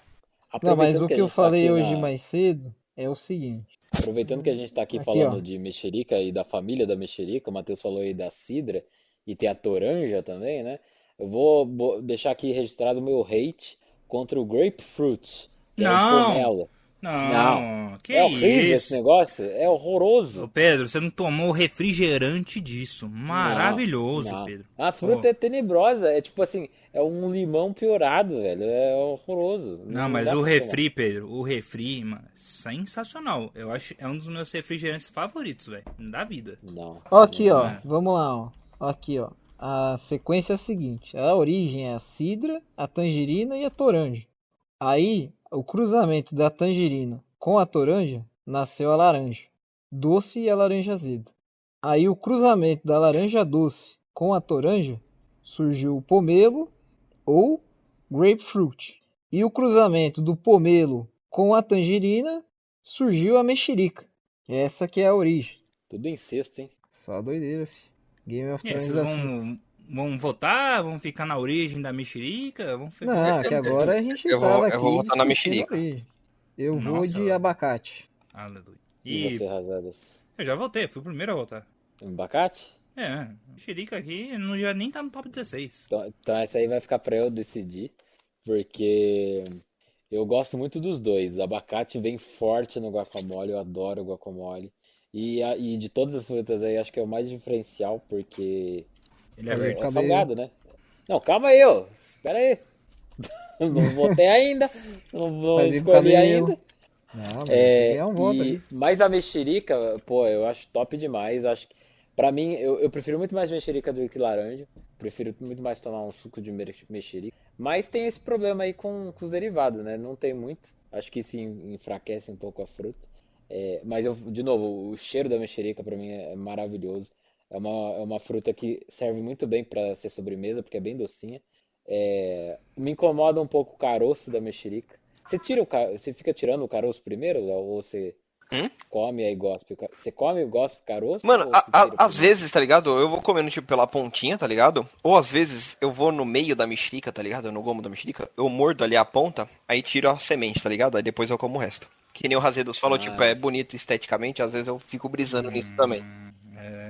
[SPEAKER 3] Não, mas
[SPEAKER 4] Aproveitando
[SPEAKER 3] o
[SPEAKER 4] que a
[SPEAKER 3] que eu
[SPEAKER 4] gente tá
[SPEAKER 3] falei
[SPEAKER 4] aqui
[SPEAKER 3] hoje
[SPEAKER 4] na-
[SPEAKER 3] mais cedo é o seguinte.
[SPEAKER 4] Aproveitando que a gente tá aqui
[SPEAKER 3] Aqui,
[SPEAKER 4] falando
[SPEAKER 3] ó.
[SPEAKER 4] de mexerica e da família da mexerica, o Matheus falou aí da cidra e tem a toranja também, né? Eu vou bo- deixar aqui registrado o meu hate contra o grapefruit, que é o
[SPEAKER 2] Não.
[SPEAKER 4] pomelo.
[SPEAKER 2] Não, que
[SPEAKER 4] é horrível
[SPEAKER 2] isso?
[SPEAKER 4] esse negócio, é
[SPEAKER 2] Ô
[SPEAKER 4] horroroso.
[SPEAKER 2] Pedro, você não tomou refrigerante disso. Maravilhoso,
[SPEAKER 4] Não, não.
[SPEAKER 2] Pedro.
[SPEAKER 4] A fruta é tenebrosa, é tipo assim, é um limão piorado, velho, é horroroso.
[SPEAKER 2] Não, mas
[SPEAKER 4] dá
[SPEAKER 2] o
[SPEAKER 4] pra
[SPEAKER 2] refri, Pedro, o refri, mano, sensacional. Eu acho é um dos meus refrigerantes favoritos, velho, da vida.
[SPEAKER 4] tomar. Não.
[SPEAKER 3] Ó, aqui, ó.
[SPEAKER 2] É.
[SPEAKER 3] Vamos lá, ó. Ó Aqui, ó. A sequência é a seguinte: a origem é a cidra, a tangerina e a toranja. Aí, o cruzamento da tangerina com a toranja nasceu a laranja doce e a laranja azeda. Aí, o cruzamento da laranja doce com a toranja surgiu o pomelo ou grapefruit. E o cruzamento do pomelo com a tangerina surgiu a mexerica. Essa que é a origem.
[SPEAKER 4] Tudo incesto, hein?
[SPEAKER 3] Só doideira, fi. Game of
[SPEAKER 2] E aí,
[SPEAKER 3] Thrones
[SPEAKER 2] É,
[SPEAKER 3] é assim.
[SPEAKER 2] vocês
[SPEAKER 3] das frutas.
[SPEAKER 2] vão, vão votar? Vão ficar na origem da mexerica? Vão ficar...
[SPEAKER 3] Não,
[SPEAKER 6] <laughs>
[SPEAKER 3] que agora a gente
[SPEAKER 6] Eu vou-
[SPEAKER 3] tava
[SPEAKER 6] eu
[SPEAKER 3] aqui
[SPEAKER 6] vou votar na
[SPEAKER 3] discutindo
[SPEAKER 6] mexerica.
[SPEAKER 3] a origem. Eu vou
[SPEAKER 2] Nossa,
[SPEAKER 3] de
[SPEAKER 2] velho.
[SPEAKER 3] abacate.
[SPEAKER 2] Aleluia.
[SPEAKER 4] E,
[SPEAKER 2] E
[SPEAKER 4] você, Razadas?
[SPEAKER 2] eu já votei, fui o primeiro a votar.
[SPEAKER 4] Um abacate?
[SPEAKER 2] É, mexerica aqui não já nem tá no top 16.
[SPEAKER 4] Então, então essa aí vai ficar pra eu decidir, porque eu gosto muito dos dois. Abacate vem forte no guacamole, eu adoro guacamole. E, a- e de todas as frutas aí, acho que é o mais diferencial, porque
[SPEAKER 2] Ele é
[SPEAKER 3] Eu
[SPEAKER 2] verde.
[SPEAKER 4] é
[SPEAKER 3] acabei-
[SPEAKER 4] salgado, né? Não, calma aí, ô. Espera aí. <laughs> Não votei ainda, não vou
[SPEAKER 3] Fazendo
[SPEAKER 4] escolher
[SPEAKER 3] cabelo.
[SPEAKER 4] ainda.
[SPEAKER 3] Não, mas
[SPEAKER 4] É,
[SPEAKER 3] é um voto
[SPEAKER 4] e-
[SPEAKER 3] ali.
[SPEAKER 4] mas a mexerica, pô, eu acho top demais. eu Acho que, pra mim, eu, eu prefiro muito mais mexerica do que laranja. Prefiro muito mais tomar um suco de mer- mexerica. Mas tem esse problema aí com, com os derivados, né? Não tem muito. Acho que isso en- enfraquece um pouco a fruta. É, mas, eu, de novo, o cheiro da mexerica pra mim é maravilhoso. É uma, é uma fruta que serve muito bem pra ser sobremesa, porque é bem docinha. É, me incomoda um pouco o caroço da mexerica. Você tira o ca- você fica tirando o caroço primeiro, Léo? Ou você
[SPEAKER 6] Hum?
[SPEAKER 4] come aí gospe? o ca- Você come e gospe o caroço?
[SPEAKER 6] Mano,
[SPEAKER 4] ou
[SPEAKER 6] a-
[SPEAKER 4] você
[SPEAKER 6] a-
[SPEAKER 4] tira
[SPEAKER 6] às vezes, tá ligado? Eu vou comendo, tipo, pela pontinha, tá ligado? Ou às vezes eu vou no meio da mexerica, tá ligado? No gomo da mexerica, eu mordo ali a ponta, aí tiro a semente, tá ligado? Aí depois eu como o resto. Que nem o Razedos falou,
[SPEAKER 4] Ah, Hum.
[SPEAKER 6] tipo, é
[SPEAKER 4] isso.
[SPEAKER 6] bonito esteticamente, às vezes eu fico brisando nisso também.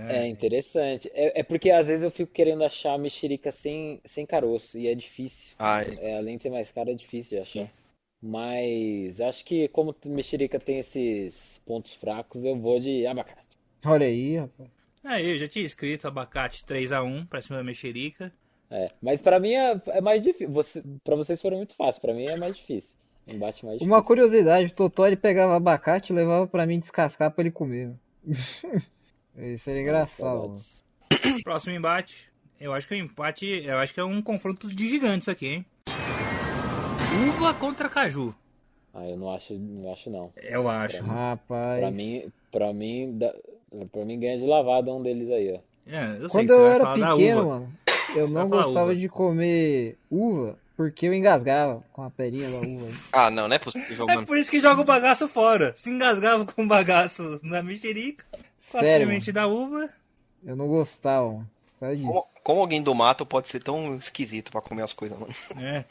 [SPEAKER 4] É interessante. É, é porque às vezes eu fico querendo achar a mexerica sem, sem caroço e é difícil.
[SPEAKER 6] Ai.
[SPEAKER 4] É, além de ser mais caro, é difícil de achar. Mas acho que como t- mexerica tem esses pontos fracos, eu vou de abacate.
[SPEAKER 3] Olha aí, rapaz.
[SPEAKER 2] Aí, eu já tinha escrito abacate 3x1 pra cima da mexerica.
[SPEAKER 4] É, mas pra mim é, é mais difícil. Você, para vocês foram muito fácil, pra mim é mais difícil. Um Embate mais
[SPEAKER 3] Uma
[SPEAKER 4] difícil.
[SPEAKER 3] curiosidade, o Totó ele pegava abacate e levava pra mim descascar pra ele comer. <laughs> Isso era engraçado. mano.
[SPEAKER 4] Saudades.
[SPEAKER 2] Próximo embate. Eu acho que o empate. Eu acho que é um confronto de gigantes aqui, hein? Uva contra caju. É,
[SPEAKER 4] Ah, eu não acho, não acho não.
[SPEAKER 2] Eu acho.
[SPEAKER 3] Rapaz.
[SPEAKER 4] Pra mim, pra mim, dá- pra mim ganha de lavada um deles aí, ó.
[SPEAKER 2] É, eu sei
[SPEAKER 3] Quando
[SPEAKER 2] que você
[SPEAKER 3] eu
[SPEAKER 2] vai
[SPEAKER 3] era
[SPEAKER 2] falar da
[SPEAKER 3] pequeno,
[SPEAKER 2] uva.
[SPEAKER 3] mano, eu não
[SPEAKER 2] falar
[SPEAKER 3] gostava
[SPEAKER 2] uva.
[SPEAKER 3] de comer uva porque eu engasgava com a perinha da uva.
[SPEAKER 6] Ah, não, não é possível,
[SPEAKER 2] <laughs> É
[SPEAKER 6] mano.
[SPEAKER 2] por isso que joga o bagaço fora. Se engasgava com o bagaço na mexerica, com a
[SPEAKER 3] Sério,
[SPEAKER 2] semente da uva.
[SPEAKER 3] Eu não gostava, mano. por causa disso.
[SPEAKER 6] Como, como alguém do mato pode ser tão esquisito pra comer as coisas, mano?
[SPEAKER 2] É.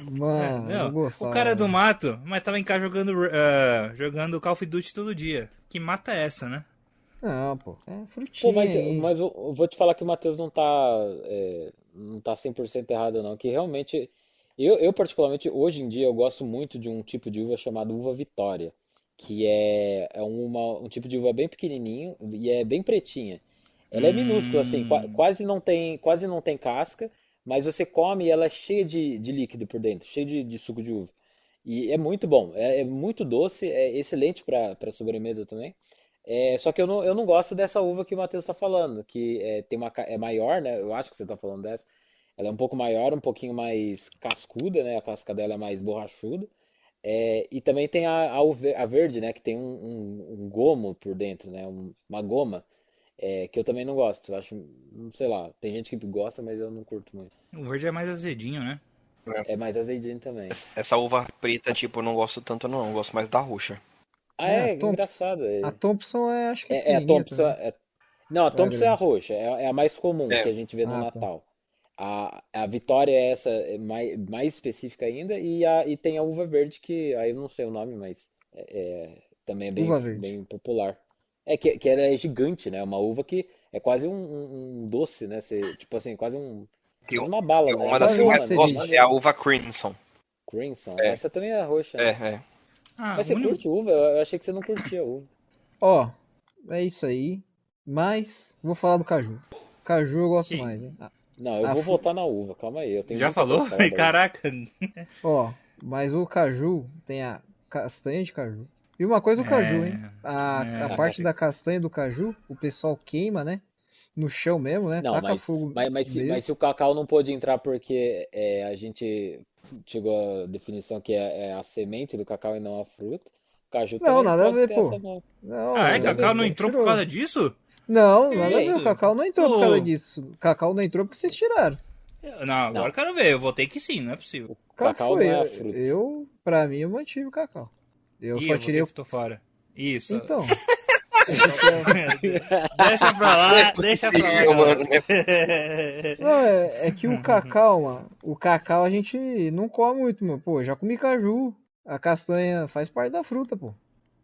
[SPEAKER 3] Mano, Ah, eu
[SPEAKER 2] Não,
[SPEAKER 3] não gostava.
[SPEAKER 2] o cara é do
[SPEAKER 3] mano.
[SPEAKER 2] mato, mas tava em casa jogando, ah, jogando Call of Duty todo dia. Que mata é essa, né?
[SPEAKER 3] Não, pô. É frutinha.
[SPEAKER 4] Pô, mas,
[SPEAKER 3] aí.
[SPEAKER 4] mas eu, eu vou te falar que o Matheus não tá, é, não tá 100% errado, não. Que realmente, eu, eu particularmente, hoje em dia, eu gosto muito de um tipo de uva chamado uva Vitória, que é, é uma, um tipo de uva bem pequenininho e é bem pretinha. Ela é minúscula, assim, qua- quase não tem, quase não tem casca, mas você come e ela é cheia de, de líquido por dentro, cheia de, de suco de uva. E é muito bom, é, é muito doce, é excelente para para sobremesa também. É, só que eu não, eu não gosto dessa uva que o Matheus está falando, que é, tem uma, ca- é maior, né? Eu acho que você está falando dessa. Ela é um pouco maior, um pouquinho mais cascuda, né? A casca dela é mais borrachuda. É, e também tem a, a, uve- a verde, né? Que tem um, um- um gomo por dentro, né? um- uma goma, é, que eu também não gosto. Eu acho, não sei lá, tem gente que gosta, mas eu não curto muito.
[SPEAKER 2] O verde é mais azedinho, né?
[SPEAKER 4] É mais azedinho também.
[SPEAKER 6] Essa uva preta, tipo, eu não gosto tanto, não. Eu gosto mais da roxa.
[SPEAKER 4] Ah,
[SPEAKER 3] É,
[SPEAKER 4] é,
[SPEAKER 3] Thompson.
[SPEAKER 4] engraçado. é.
[SPEAKER 3] A Thompson é, acho que
[SPEAKER 4] É, é a
[SPEAKER 3] pequenininha
[SPEAKER 4] Thompson.
[SPEAKER 3] também.
[SPEAKER 4] é- Não, a
[SPEAKER 3] Tá
[SPEAKER 4] Thompson é a
[SPEAKER 3] grande.
[SPEAKER 4] roxa, é, é a mais comum
[SPEAKER 6] É.
[SPEAKER 4] que a gente vê no
[SPEAKER 3] Ah, tá.
[SPEAKER 4] Natal. A, a Vitória é essa, é mais, mais específica ainda, e, a, e tem a uva verde, que aí eu não sei o nome, mas é- é- também é bem,
[SPEAKER 3] Uva verde.
[SPEAKER 4] bem popular. É que, que ela é gigante, né? É Uma uva que é quase um, um- um doce, né? Você- tipo assim, quase um,
[SPEAKER 6] Que
[SPEAKER 4] quase uma bala,
[SPEAKER 6] e
[SPEAKER 4] né?
[SPEAKER 6] uma
[SPEAKER 4] É
[SPEAKER 6] das
[SPEAKER 4] uma
[SPEAKER 6] que eu
[SPEAKER 3] bala,
[SPEAKER 6] mais
[SPEAKER 4] bala, né?
[SPEAKER 3] seria.
[SPEAKER 6] gosto é a uva crimson.
[SPEAKER 4] Crimson.
[SPEAKER 6] É.
[SPEAKER 4] Essa também é roxa,
[SPEAKER 6] É,
[SPEAKER 4] né?
[SPEAKER 6] é.
[SPEAKER 2] Ah,
[SPEAKER 4] Mas você
[SPEAKER 2] o único-
[SPEAKER 4] curte uva? Eu eu achei que você não curtia uva.
[SPEAKER 3] Ó, é isso aí. Mas vou falar do caju. Caju eu gosto
[SPEAKER 2] Sim.
[SPEAKER 3] mais, hein? Ah,
[SPEAKER 4] Não, eu
[SPEAKER 3] Ah,
[SPEAKER 4] vou
[SPEAKER 3] fu-
[SPEAKER 4] voltar na uva, calma aí. Eu tenho
[SPEAKER 2] Já
[SPEAKER 4] muita coisa
[SPEAKER 2] falou? <laughs>
[SPEAKER 3] <laughs>
[SPEAKER 4] pra né? falar da uva.
[SPEAKER 2] Caraca.
[SPEAKER 3] Ó, mas o caju tem a castanha de caju. E uma coisa do caju,
[SPEAKER 2] É,
[SPEAKER 3] hein? A,
[SPEAKER 2] é.
[SPEAKER 3] a parte da castanha do caju, o pessoal queima, né? No chão mesmo, né?
[SPEAKER 4] Não,
[SPEAKER 3] Taca fogo
[SPEAKER 4] Mas, mas, se,
[SPEAKER 3] mesmo.
[SPEAKER 4] mas se o cacau não pôde entrar porque é, a gente chegou à definição que é, é a semente do cacau e não a fruta, o caju
[SPEAKER 3] Não,
[SPEAKER 4] também
[SPEAKER 3] nada a
[SPEAKER 4] pode
[SPEAKER 3] ver,
[SPEAKER 4] ter
[SPEAKER 3] pô.
[SPEAKER 4] essa mão.
[SPEAKER 3] Não,
[SPEAKER 2] Ah, é?
[SPEAKER 3] nada a
[SPEAKER 2] Cacau
[SPEAKER 3] ver,
[SPEAKER 2] não entrou por
[SPEAKER 3] tirou.
[SPEAKER 2] causa disso?
[SPEAKER 3] Não, nada a ver,
[SPEAKER 2] isso?
[SPEAKER 3] o Cacau não entrou por
[SPEAKER 2] Ô.
[SPEAKER 3] causa disso. O Cacau não entrou porque vocês tiraram.
[SPEAKER 2] Não, agora eu quero ver. Eu votei que sim, não é possível.
[SPEAKER 4] O
[SPEAKER 3] Claro que
[SPEAKER 4] cacau não
[SPEAKER 3] foi.
[SPEAKER 4] é a
[SPEAKER 3] Eu,
[SPEAKER 4] fruta.
[SPEAKER 3] eu, pra mim, eu mantive o Cacau. Eu
[SPEAKER 2] Ih,
[SPEAKER 3] só
[SPEAKER 2] eu
[SPEAKER 3] tirei
[SPEAKER 2] votei
[SPEAKER 3] o.
[SPEAKER 2] que tô fora. Isso.
[SPEAKER 3] Então.
[SPEAKER 2] <laughs> deixa pra
[SPEAKER 4] <laughs>
[SPEAKER 2] lá, Ah, deixa pra lá.
[SPEAKER 6] Ih, mano, né?
[SPEAKER 2] <laughs> galera.
[SPEAKER 3] <laughs> Não, é, é que o cacau, mano, o cacau a gente não come muito, mano. Pô, já comi caju. A castanha faz parte da fruta, pô.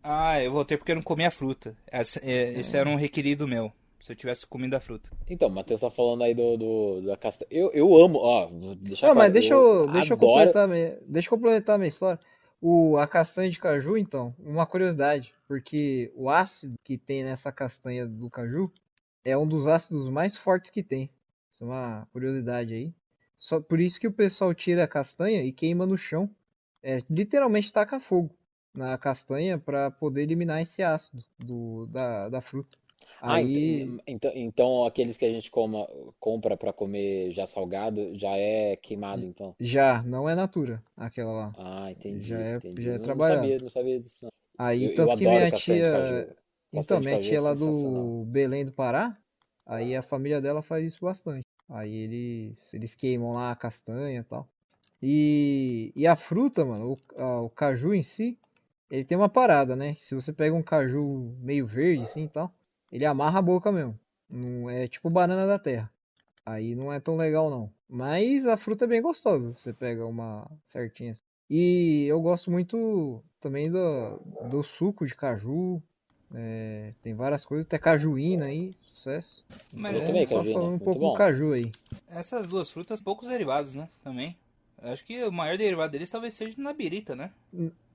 [SPEAKER 2] ah, eu votei porque eu não comi a fruta. Essa- é, Esse era um requerido meu. Se eu tivesse comido a fruta.
[SPEAKER 4] Então, o Matheus tá falando aí do, do- da castanha. Eu, eu amo, ó, vou deixar
[SPEAKER 3] Não, mas
[SPEAKER 4] claro,
[SPEAKER 3] deixa
[SPEAKER 4] eu
[SPEAKER 3] eu, deixa eu
[SPEAKER 4] adoro
[SPEAKER 3] completar, minha- deixa eu completar a minha história. O, a castanha de caju, então, uma curiosidade, porque o ácido que tem nessa castanha do caju é um dos ácidos mais fortes que tem. Isso é uma curiosidade aí. Só por isso que o pessoal tira a castanha e queima no chão. É, literalmente taca fogo na castanha para poder eliminar esse ácido do, da, da fruta.
[SPEAKER 4] Ah, ent-
[SPEAKER 3] Aí,
[SPEAKER 4] então, então aqueles que a gente coma- compra pra comer já salgado já é
[SPEAKER 3] Hum.
[SPEAKER 4] queimado, então.
[SPEAKER 3] já não é natura aquela lá.
[SPEAKER 4] Ah, entendi,
[SPEAKER 3] Já é-
[SPEAKER 4] entendi.
[SPEAKER 3] já é
[SPEAKER 4] Não- não
[SPEAKER 3] trabalhado.
[SPEAKER 4] sabia, não sabia disso. não.
[SPEAKER 3] Aí,
[SPEAKER 4] Eu, eu
[SPEAKER 3] tanto que
[SPEAKER 4] adoro
[SPEAKER 3] minha
[SPEAKER 4] castanha de
[SPEAKER 3] tia.
[SPEAKER 4] caju. Castanha
[SPEAKER 3] Então,
[SPEAKER 4] de
[SPEAKER 3] minha
[SPEAKER 4] caju é
[SPEAKER 3] tia lá
[SPEAKER 4] sensacional.
[SPEAKER 3] do Belém do Pará, aí a família dela faz isso bastante. Aí eles, eles queimam lá a castanha e tal. E, e a fruta, mano, o, a- o caju em si, ele tem uma parada, né? Se você pega um caju meio verde assim e tal, ele amarra a boca mesmo. Não é tipo banana da terra. Aí não é tão legal não. Mas a fruta é bem gostosa, você pega uma certinha. assim. E eu gosto muito também do, do suco de caju, é, tem várias coisas, até cajuína aí, sucesso.
[SPEAKER 2] Mas
[SPEAKER 4] Eu também,
[SPEAKER 3] Só
[SPEAKER 4] cajuína,
[SPEAKER 3] falando um
[SPEAKER 4] muito
[SPEAKER 3] pouco do
[SPEAKER 4] bom.
[SPEAKER 3] caju aí.
[SPEAKER 2] essas duas frutas, poucos derivados, né? Também. Acho que o maior derivado deles talvez seja na birita, né?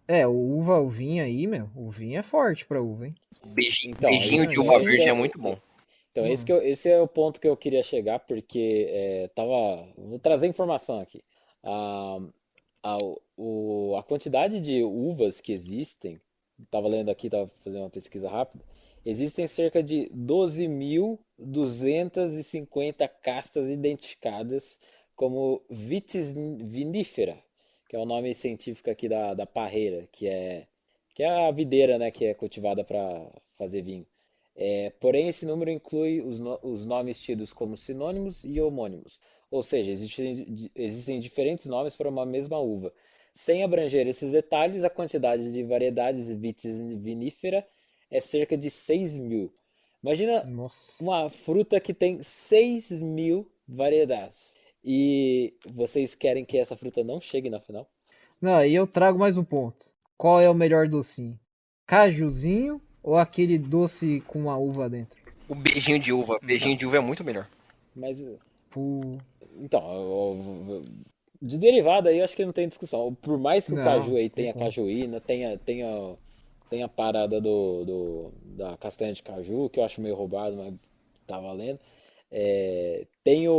[SPEAKER 3] É, o uva, o vinho aí, meu, o vinho é forte pra uva, hein?
[SPEAKER 6] Beijinho,
[SPEAKER 4] Então,
[SPEAKER 6] beijinho
[SPEAKER 3] isso
[SPEAKER 6] de uva
[SPEAKER 4] aí
[SPEAKER 6] virgem
[SPEAKER 4] é-
[SPEAKER 6] é muito bom.
[SPEAKER 4] Então, esse, que eu- esse é o ponto que eu queria chegar, porque é, tava. Vou trazer informação aqui. A, a, o- a quantidade de uvas que existem, estava lendo aqui, estava fazendo uma pesquisa rápida, existem cerca de 12.250 castas identificadas como vitis vinifera, que é o nome científico aqui da, da parreira, que é, que é a videira, né, que é cultivada para fazer vinho. É, porém, esse número inclui os, no- os nomes tidos como sinônimos e homônimos, ou seja, existem, di- existem diferentes nomes para uma mesma uva. Sem abranger esses detalhes, a quantidade de variedades vitis vinífera é cerca de 6 mil. Imagina
[SPEAKER 3] Nossa.
[SPEAKER 4] uma fruta que tem 6 mil variedades. E vocês querem que essa fruta não chegue na final?
[SPEAKER 3] Não, aí eu trago mais um ponto. Qual é o melhor docinho? Cajuzinho ou aquele doce com a uva dentro?
[SPEAKER 6] O beijinho de uva, beijinho de uva é muito melhor.
[SPEAKER 4] Mas,
[SPEAKER 3] Pô,
[SPEAKER 4] Então, eu- eu- eu- de derivada aí eu acho que não tem discussão. Por mais que o
[SPEAKER 3] Não,
[SPEAKER 4] caju aí
[SPEAKER 3] não tem
[SPEAKER 4] tenha
[SPEAKER 3] como.
[SPEAKER 4] cajuína, tenha, tenha, tenha a parada do, do- da castanha de caju, que eu acho meio roubado, mas tá valendo. É, tem o,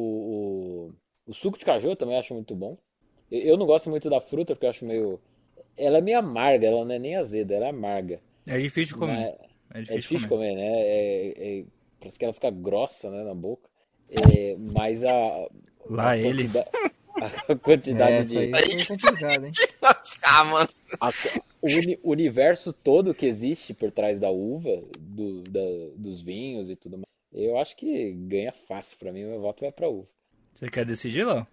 [SPEAKER 4] o, o- o suco de caju eu também acho muito bom. Eu, eu não gosto muito da fruta porque eu acho meio. Ela é meio amarga, ela não é nem azeda, ela é amarga.
[SPEAKER 2] É difícil de comer.
[SPEAKER 4] Mas-
[SPEAKER 2] É difícil,
[SPEAKER 4] é difícil
[SPEAKER 2] comer.
[SPEAKER 4] comer, né? É- é- parece que ela fica grossa, né, na boca. É, mas a,
[SPEAKER 2] Lá Ah, ele.
[SPEAKER 4] quantida- <laughs> A quantidade
[SPEAKER 3] essa
[SPEAKER 4] de.
[SPEAKER 3] aí É, foi complicada, hein?
[SPEAKER 6] Ah, mano.
[SPEAKER 4] a- o uni- o universo todo que existe por trás da uva, do- da- dos vinhos e tudo mais. Eu acho que ganha fácil pra mim. Meu voto vai pra uva.
[SPEAKER 2] Você quer decidir, Léo?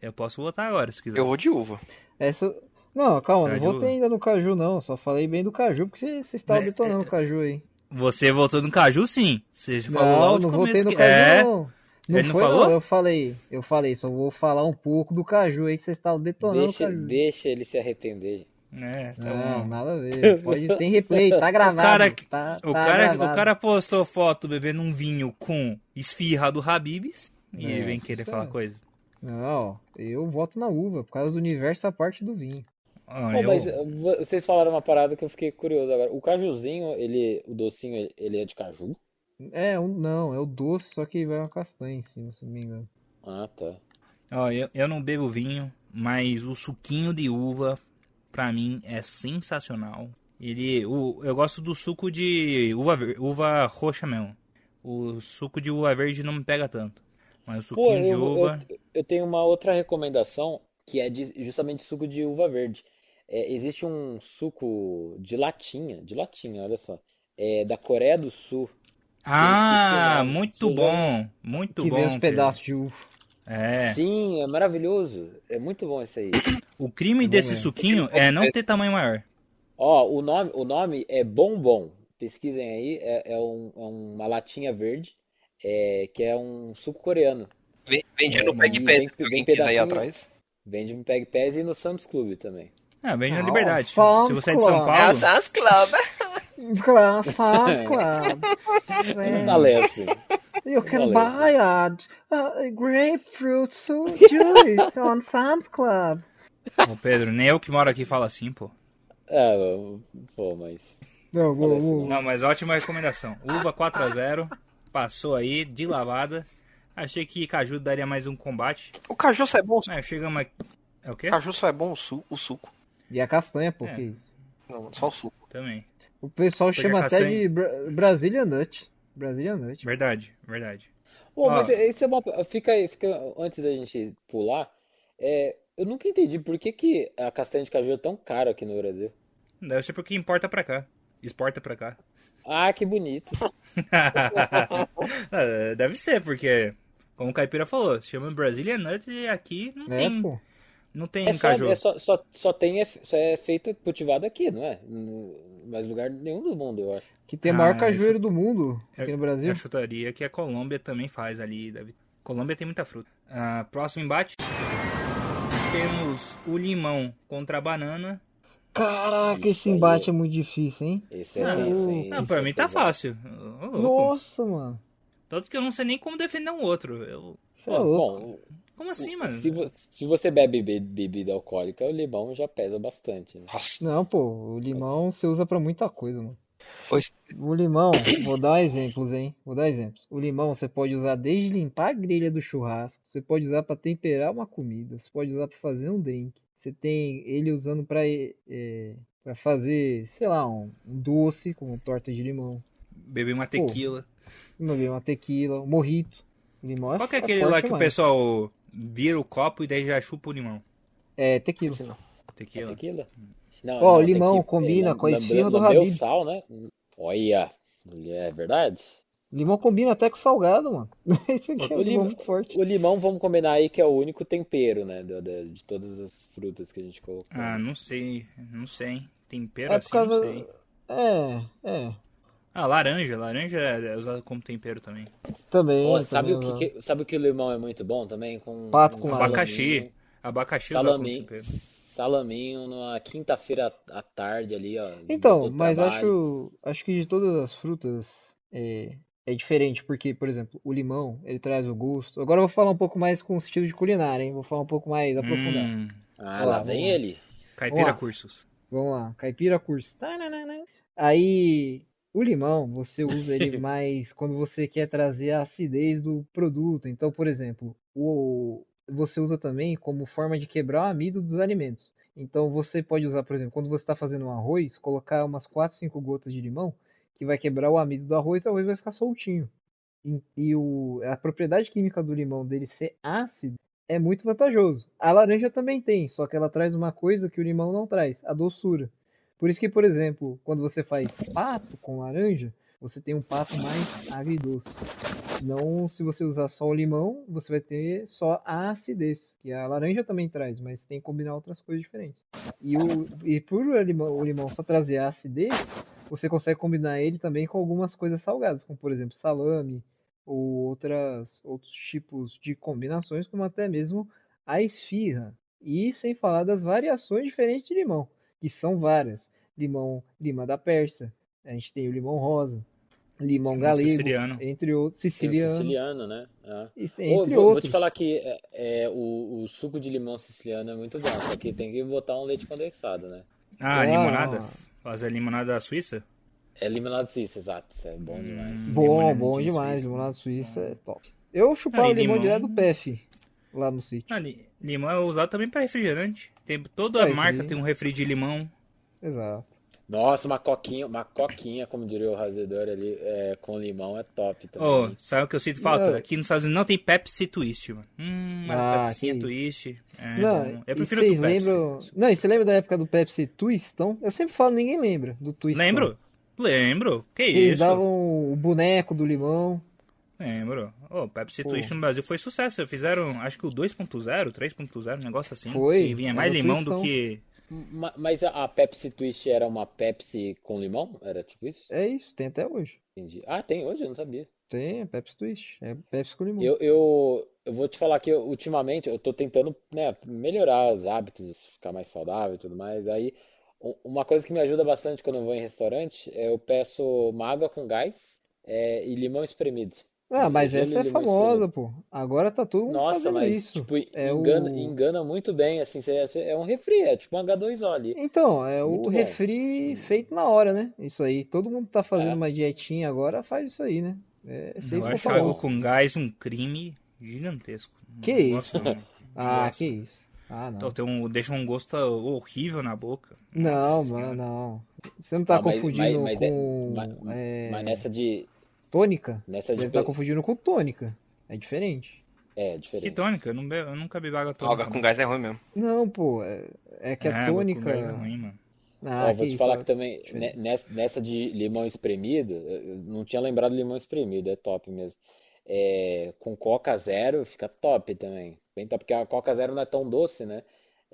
[SPEAKER 2] Eu posso votar agora, se quiser.
[SPEAKER 6] Eu vou de uva.
[SPEAKER 3] Essa... Não, calma,
[SPEAKER 2] Será de
[SPEAKER 3] não
[SPEAKER 2] uva?
[SPEAKER 3] votei ainda no caju não, só falei bem do caju porque vocês vocês estavam
[SPEAKER 2] É,
[SPEAKER 3] detonando o caju aí.
[SPEAKER 2] Você votou no caju, sim. Você já falou
[SPEAKER 3] Não,
[SPEAKER 2] logo de
[SPEAKER 3] não
[SPEAKER 2] começo
[SPEAKER 3] votei no
[SPEAKER 2] que...
[SPEAKER 3] caju,
[SPEAKER 2] É,
[SPEAKER 3] não. Não
[SPEAKER 2] Ele não
[SPEAKER 3] foi, não.
[SPEAKER 2] falou?
[SPEAKER 3] Eu falei, eu falei, só vou falar um pouco do caju aí que vocês estavam detonando o
[SPEAKER 4] Deixa,
[SPEAKER 3] caju.
[SPEAKER 4] deixa ele se arrepender. gente.
[SPEAKER 2] é, tá
[SPEAKER 3] Não,
[SPEAKER 2] bom.
[SPEAKER 3] nada a ver. Pode, tem replay,
[SPEAKER 2] <laughs>
[SPEAKER 3] tá gravado.
[SPEAKER 2] cara que-
[SPEAKER 3] tá,
[SPEAKER 2] O,
[SPEAKER 3] tá
[SPEAKER 2] cara,
[SPEAKER 3] gravado.
[SPEAKER 2] o cara postou foto bebendo um vinho com esfirra do Habibs e
[SPEAKER 3] É,
[SPEAKER 2] vem querer
[SPEAKER 3] isso
[SPEAKER 2] falar
[SPEAKER 3] é.
[SPEAKER 2] coisa.
[SPEAKER 3] Não, eu voto na uva, por causa do universo a parte do vinho.
[SPEAKER 2] Ah,
[SPEAKER 4] Pô,
[SPEAKER 2] eu-
[SPEAKER 4] mas eh, vo- vocês falaram uma parada que eu fiquei curioso agora. O cajuzinho, ele, o docinho, ele- ele é de caju?
[SPEAKER 3] É, um, não, é o doce, só que vai uma castanha em cima, se não me engano.
[SPEAKER 4] Ah, tá.
[SPEAKER 2] Ó, eu, eu não bebo vinho, mas o suquinho de uva, pra mim, é sensacional. Ele, o, eu gosto do suco de uva, ver- uva roxa mesmo. O suco de uva verde não me pega tanto. Mas o
[SPEAKER 4] Pô,
[SPEAKER 2] suquinho de
[SPEAKER 4] eu, eu-
[SPEAKER 2] uva.
[SPEAKER 4] eu tenho uma outra recomendação que é de- justamente suco de uva verde. É, existe um suco de latinha, de latinha, olha só. É, da Coreia do Sul.
[SPEAKER 2] Ah,
[SPEAKER 4] nome,
[SPEAKER 2] muito
[SPEAKER 4] esqueci o
[SPEAKER 2] bom! Muito
[SPEAKER 3] que
[SPEAKER 2] bom.
[SPEAKER 3] vem os
[SPEAKER 2] Pedro.
[SPEAKER 3] pedaços de uva. <laughs>
[SPEAKER 2] É.
[SPEAKER 4] Sim, é maravilhoso. É muito bom isso aí. <coughs>
[SPEAKER 2] O crime
[SPEAKER 3] Bom
[SPEAKER 2] desse
[SPEAKER 3] mesmo.
[SPEAKER 2] suquinho é não ter tamanho maior.
[SPEAKER 4] Ó, o nome, o nome é Bombom. Pesquisem aí, é, é um- é uma latinha verde, é, que é um suco coreano.
[SPEAKER 6] Vem- Vende
[SPEAKER 4] É,
[SPEAKER 6] no Peg
[SPEAKER 4] vem-
[SPEAKER 6] Pés,
[SPEAKER 4] vem-
[SPEAKER 6] se
[SPEAKER 4] vem
[SPEAKER 6] alguém quiser ir
[SPEAKER 4] pedacinho.
[SPEAKER 6] atrás.
[SPEAKER 4] Vende no Peg Pés e no Sam's Club também.
[SPEAKER 2] Ah, vende na
[SPEAKER 3] Ah,
[SPEAKER 2] liberdade. Se
[SPEAKER 3] fala,
[SPEAKER 2] você é de São
[SPEAKER 3] fala.
[SPEAKER 2] Paulo.
[SPEAKER 5] Sans Club.
[SPEAKER 4] <laughs>
[SPEAKER 3] Engraçado, claro.
[SPEAKER 4] Não
[SPEAKER 3] É,
[SPEAKER 4] falece.
[SPEAKER 3] you can
[SPEAKER 4] valeu.
[SPEAKER 3] buy a, a grapefruit su- juice on Sam's Club.
[SPEAKER 2] Ô, Pedro, nem eu que moro aqui falo assim, pô.
[SPEAKER 4] Ah, pô, mas.
[SPEAKER 3] Não,
[SPEAKER 4] Olha esse
[SPEAKER 3] Gugu.
[SPEAKER 2] Não, mas ótima recomendação. Uva 4x0, passou aí, de lavada. Achei que Caju daria mais um combate.
[SPEAKER 6] O caju só é bom,
[SPEAKER 2] Mas chegamos aqui. É o quê?
[SPEAKER 6] o caju só é bom o, su- o suco.
[SPEAKER 3] E a castanha, pô,
[SPEAKER 2] É.
[SPEAKER 3] que isso.
[SPEAKER 6] Não, só o suco.
[SPEAKER 2] Também.
[SPEAKER 3] O pessoal
[SPEAKER 2] Porque a
[SPEAKER 3] chama até
[SPEAKER 2] castanha-
[SPEAKER 3] de Bra Brasília Nut. Brasília Nut.
[SPEAKER 2] Verdade, verdade.
[SPEAKER 4] Pô,
[SPEAKER 2] Ó.
[SPEAKER 4] mas isso é uma. Fica aí, fica... antes da gente pular. é, Eu nunca entendi por que, que a castanha de caju é tão cara aqui no Brasil.
[SPEAKER 2] Deve ser porque importa pra cá. Exporta pra cá. <laughs>
[SPEAKER 4] Ah, que bonito.
[SPEAKER 2] Ah, Deve ser, porque, como o Caipira falou, se chama Brasília Nut e aqui não
[SPEAKER 3] É,
[SPEAKER 2] tem,
[SPEAKER 3] pô.
[SPEAKER 2] não tem
[SPEAKER 4] É só,
[SPEAKER 2] Caju.
[SPEAKER 4] é só, só, só tem, é, só é feito cultivado aqui, não é? Em mais lugar nenhum do mundo, eu acho.
[SPEAKER 3] Que tem o
[SPEAKER 2] Ah,
[SPEAKER 3] maior
[SPEAKER 2] isso-
[SPEAKER 3] cajueiro do mundo aqui no Brasil.
[SPEAKER 2] Eu chutaria que É, a Colômbia também faz ali. Deve... Colômbia tem muita fruta. Ah, próximo embate. Temos o limão contra a banana.
[SPEAKER 3] Caraca,
[SPEAKER 4] Isso
[SPEAKER 3] esse
[SPEAKER 4] aí.
[SPEAKER 3] embate é muito difícil, hein?
[SPEAKER 4] Esse é
[SPEAKER 2] Ah,
[SPEAKER 4] tenso, hein?
[SPEAKER 2] Não,
[SPEAKER 4] Esse
[SPEAKER 2] pra
[SPEAKER 4] é
[SPEAKER 2] mim tá
[SPEAKER 4] pesado.
[SPEAKER 2] fácil. Ô,
[SPEAKER 3] Tá
[SPEAKER 2] louco.
[SPEAKER 3] Nossa, mano.
[SPEAKER 2] Tanto que eu não sei nem como defender um outro. Eu-
[SPEAKER 3] Você é
[SPEAKER 4] Pô,
[SPEAKER 3] louco.
[SPEAKER 4] bom,
[SPEAKER 2] Como assim,
[SPEAKER 4] o-
[SPEAKER 2] mano?
[SPEAKER 4] se, vo- se você bebe be- bebida alcoólica, o limão já pesa bastante, né?
[SPEAKER 6] Nossa,
[SPEAKER 3] Não, pô, o limão você usa pra muita coisa, mano.
[SPEAKER 6] Pois-
[SPEAKER 3] O limão, vou dar exemplos, hein? Vou dar exemplos. O limão você pode usar desde limpar a grelha do churrasco, você pode usar pra temperar uma comida, você pode usar pra fazer um drink. Você tem ele usando pra é, para fazer, sei lá, um, um doce, como torta de limão,
[SPEAKER 2] Beber uma tequila.
[SPEAKER 3] uma uma tequila, um morrito. O limão é,
[SPEAKER 2] Qual que é
[SPEAKER 3] é
[SPEAKER 2] aquele
[SPEAKER 3] forte
[SPEAKER 2] lá que o
[SPEAKER 3] demais.
[SPEAKER 2] pessoal vira o copo e daí já chupa o limão?
[SPEAKER 3] É, tequila.
[SPEAKER 4] É
[SPEAKER 2] Tequila.
[SPEAKER 4] tequila? Não,
[SPEAKER 3] Ó, o
[SPEAKER 4] tequi-
[SPEAKER 3] limão
[SPEAKER 4] é,
[SPEAKER 3] combina
[SPEAKER 4] lam-
[SPEAKER 3] com a
[SPEAKER 4] lambe-
[SPEAKER 3] esfirra do
[SPEAKER 4] lambeu
[SPEAKER 3] Habib.
[SPEAKER 4] sal, né? Olha, é verdade?
[SPEAKER 3] Limão combina até com salgado, mano. <laughs> Isso aqui é
[SPEAKER 4] O
[SPEAKER 3] um limão
[SPEAKER 4] limão-
[SPEAKER 3] muito forte.
[SPEAKER 4] O limão, vamos combinar aí, que é o único tempero, né? do- da- de todas as frutas que a gente colocou.
[SPEAKER 2] Ah, não sei. Não sei, hein? Tempero
[SPEAKER 3] É por
[SPEAKER 2] assim,
[SPEAKER 3] causa-
[SPEAKER 2] não sei.
[SPEAKER 3] É, é.
[SPEAKER 2] Ah, laranja. Laranja é usada como tempero também.
[SPEAKER 3] Também,
[SPEAKER 4] Ó, sabe o
[SPEAKER 3] também
[SPEAKER 4] que,
[SPEAKER 3] usava.
[SPEAKER 4] que- sabe o que o limão é muito bom também? Com
[SPEAKER 3] Pato
[SPEAKER 4] um
[SPEAKER 3] com
[SPEAKER 4] salaminho.
[SPEAKER 2] Abacaxi. Abacaxi é usado como
[SPEAKER 4] Salaminho,
[SPEAKER 2] tempero.
[SPEAKER 4] salaminho numa quinta-feira à tarde ali, ó.
[SPEAKER 3] Então,
[SPEAKER 4] do
[SPEAKER 3] mas
[SPEAKER 4] trabalho.
[SPEAKER 3] acho, acho que de todas as frutas é, é diferente, porque, por exemplo, o limão, ele traz o gosto. Agora eu vou falar um pouco mais com o sentido de culinária, hein? Vou falar um pouco mais aprofundado.
[SPEAKER 2] Hum,
[SPEAKER 4] Ah, lá
[SPEAKER 3] Ó,
[SPEAKER 4] vem
[SPEAKER 3] vamos lá.
[SPEAKER 4] ele.
[SPEAKER 2] caipira
[SPEAKER 3] Ó.
[SPEAKER 2] cursos.
[SPEAKER 3] Vamos lá, caipira curso. Tananana. Aí, o limão, você usa ele mais quando você quer trazer a acidez do produto. Então, por exemplo, o, você usa também como forma de quebrar o amido dos alimentos. Então, você pode usar, por exemplo, quando você está fazendo um arroz, colocar umas 4, 5 gotas de limão, que vai quebrar o amido do arroz e o arroz vai ficar soltinho. E, e o, a propriedade química do limão dele ser ácido é muito vantajoso. A laranja também tem, só que ela traz uma coisa que o limão não traz, a doçura. Por isso que, por exemplo, quando você faz pato com laranja, você tem um pato mais agridoce. Não, se você usar só o limão, você vai ter só a acidez, que a laranja também traz, mas tem que combinar outras coisas diferentes. E, o, e por o limão, o limão só trazer a acidez, você consegue combinar ele também com algumas coisas salgadas, como por exemplo salame, ou outras, outros tipos de combinações, como até mesmo a esfirra. E sem falar das variações diferentes de limão, que são várias. Limão, lima da Pérsia, a gente tem o limão rosa. Limão
[SPEAKER 2] Um
[SPEAKER 3] galego,
[SPEAKER 2] siciliano.
[SPEAKER 3] entre outros,
[SPEAKER 4] Tem o
[SPEAKER 3] siciliano,
[SPEAKER 4] siciliano, né? Ah.
[SPEAKER 3] entre
[SPEAKER 4] Ô, vou, vou te
[SPEAKER 3] outros.
[SPEAKER 4] falar que é, é, o, o suco de limão siciliano é muito bom, só que tem que botar um leite condensado, né?
[SPEAKER 2] Ah,
[SPEAKER 3] Ah,
[SPEAKER 2] limonada?
[SPEAKER 3] não.
[SPEAKER 2] Fazer limonada da Suíça?
[SPEAKER 4] É limonada suíça, exato. Isso é
[SPEAKER 2] Hum.
[SPEAKER 4] bom demais.
[SPEAKER 3] Bom,
[SPEAKER 2] Limonada
[SPEAKER 3] bom
[SPEAKER 2] de
[SPEAKER 3] demais,
[SPEAKER 2] Suíça.
[SPEAKER 3] limonada suíça é top. Eu chupava
[SPEAKER 2] Ah, e
[SPEAKER 3] limão
[SPEAKER 2] né? limão-
[SPEAKER 3] direto do PF, lá no sítio.
[SPEAKER 2] Ah, li- limão é usado também pra refrigerante. Tem, toda
[SPEAKER 3] Pra
[SPEAKER 2] marca
[SPEAKER 3] refri.
[SPEAKER 2] tem um refri de limão. É
[SPEAKER 3] Exato.
[SPEAKER 4] Nossa, uma coquinha, uma coquinha, como diria o Razedor ali, é, com limão é top também.
[SPEAKER 2] Ô, sabe o que eu sinto falta?
[SPEAKER 3] Não.
[SPEAKER 2] Aqui nos Estados Unidos não tem Pepsi Twist, mano. Hum, uma
[SPEAKER 3] Ah,
[SPEAKER 2] Pepsinha
[SPEAKER 3] que isso.
[SPEAKER 2] Twist. É,
[SPEAKER 3] Não,
[SPEAKER 2] bom.
[SPEAKER 3] e
[SPEAKER 2] eu prefiro do
[SPEAKER 3] vocês
[SPEAKER 2] Pepsi.
[SPEAKER 3] lembram... Não, e você lembra da época do Pepsi Twistão? Eu sempre falo, ninguém lembra do Twistão.
[SPEAKER 2] Lembro? Lembro. Que
[SPEAKER 3] Que Eles
[SPEAKER 2] isso?
[SPEAKER 3] davam o boneco do limão.
[SPEAKER 2] Lembro. Ô, Pepsi
[SPEAKER 3] Pô.
[SPEAKER 2] Twist no Brasil foi sucesso. Fizeram, acho que o 2.0, 3.0, um negócio assim.
[SPEAKER 3] Foi.
[SPEAKER 2] E vinha mais
[SPEAKER 3] Era o
[SPEAKER 2] limão do
[SPEAKER 3] twistão.
[SPEAKER 2] que...
[SPEAKER 4] Ma- Mas a, a Pepsi Twist era uma Pepsi com limão? Era tipo isso?
[SPEAKER 3] É isso, tem até hoje.
[SPEAKER 4] Entendi. Ah, tem hoje? Eu não sabia.
[SPEAKER 3] Tem é Pepsi Twist, é Pepsi com limão.
[SPEAKER 4] Eu, eu, eu vou te falar que eu, ultimamente eu tô tentando, né, melhorar os hábitos, ficar mais saudável e tudo mais. Aí, u- uma coisa que me ajuda bastante quando eu vou em restaurante é eu peço uma água com gás, é, e limão espremido.
[SPEAKER 3] Ah, mas
[SPEAKER 4] gelo e
[SPEAKER 3] essa é
[SPEAKER 4] limão
[SPEAKER 3] famosa, pô. Agora tá todo mundo
[SPEAKER 4] Nossa,
[SPEAKER 3] fazendo
[SPEAKER 4] mas
[SPEAKER 3] isso.
[SPEAKER 4] tipo,
[SPEAKER 3] É
[SPEAKER 4] engana,
[SPEAKER 3] o-
[SPEAKER 4] engana muito bem, assim, cê- cê- é um refri, é tipo um H2O ali.
[SPEAKER 3] Então, é
[SPEAKER 4] Muito
[SPEAKER 3] o
[SPEAKER 4] bom.
[SPEAKER 3] refri feito na hora, né? Isso aí, todo mundo tá fazendo
[SPEAKER 4] É.
[SPEAKER 3] uma dietinha agora, faz isso aí, né? É, sempre
[SPEAKER 2] Eu
[SPEAKER 3] ficou
[SPEAKER 2] acho água
[SPEAKER 3] famoso.
[SPEAKER 2] com gás um crime gigantesco. Não
[SPEAKER 3] Que
[SPEAKER 2] gosto não.
[SPEAKER 3] Ah,
[SPEAKER 2] gosto.
[SPEAKER 3] que isso. Ah, não.
[SPEAKER 2] Então, tem um, deixa um gosto horrível na boca.
[SPEAKER 3] Não, é
[SPEAKER 2] Nossa Senhora.
[SPEAKER 3] mano, não. Você não tá
[SPEAKER 4] Ah, mas-
[SPEAKER 3] confundindo
[SPEAKER 4] mas- mas é-
[SPEAKER 3] com
[SPEAKER 4] mas-
[SPEAKER 3] é,
[SPEAKER 4] Mas nessa de,
[SPEAKER 3] tônica?
[SPEAKER 4] nessa
[SPEAKER 3] Você
[SPEAKER 4] de,
[SPEAKER 3] tá
[SPEAKER 4] pe-
[SPEAKER 3] confundindo com tônica. É diferente.
[SPEAKER 4] é
[SPEAKER 2] Que
[SPEAKER 4] diferente.
[SPEAKER 2] tônica? Eu, não bebo- eu nunca bebi água tônica.
[SPEAKER 6] Água com gás é ruim mesmo.
[SPEAKER 3] Não, pô, é, é que
[SPEAKER 2] É,
[SPEAKER 3] a
[SPEAKER 2] água com
[SPEAKER 3] tônica.
[SPEAKER 2] gás é ruim, mano.
[SPEAKER 3] Ah,
[SPEAKER 4] Ó, vou
[SPEAKER 3] que
[SPEAKER 4] te
[SPEAKER 3] isso,
[SPEAKER 4] falar
[SPEAKER 3] ó.
[SPEAKER 4] que tá- também, ne-
[SPEAKER 3] Diferente.
[SPEAKER 4] nessa, nessa de limão espremido, eu eu não tinha lembrado do limão espremido, é top mesmo. É, com Coca Zero fica top também. Bem top, porque a Coca Zero não é tão doce, né?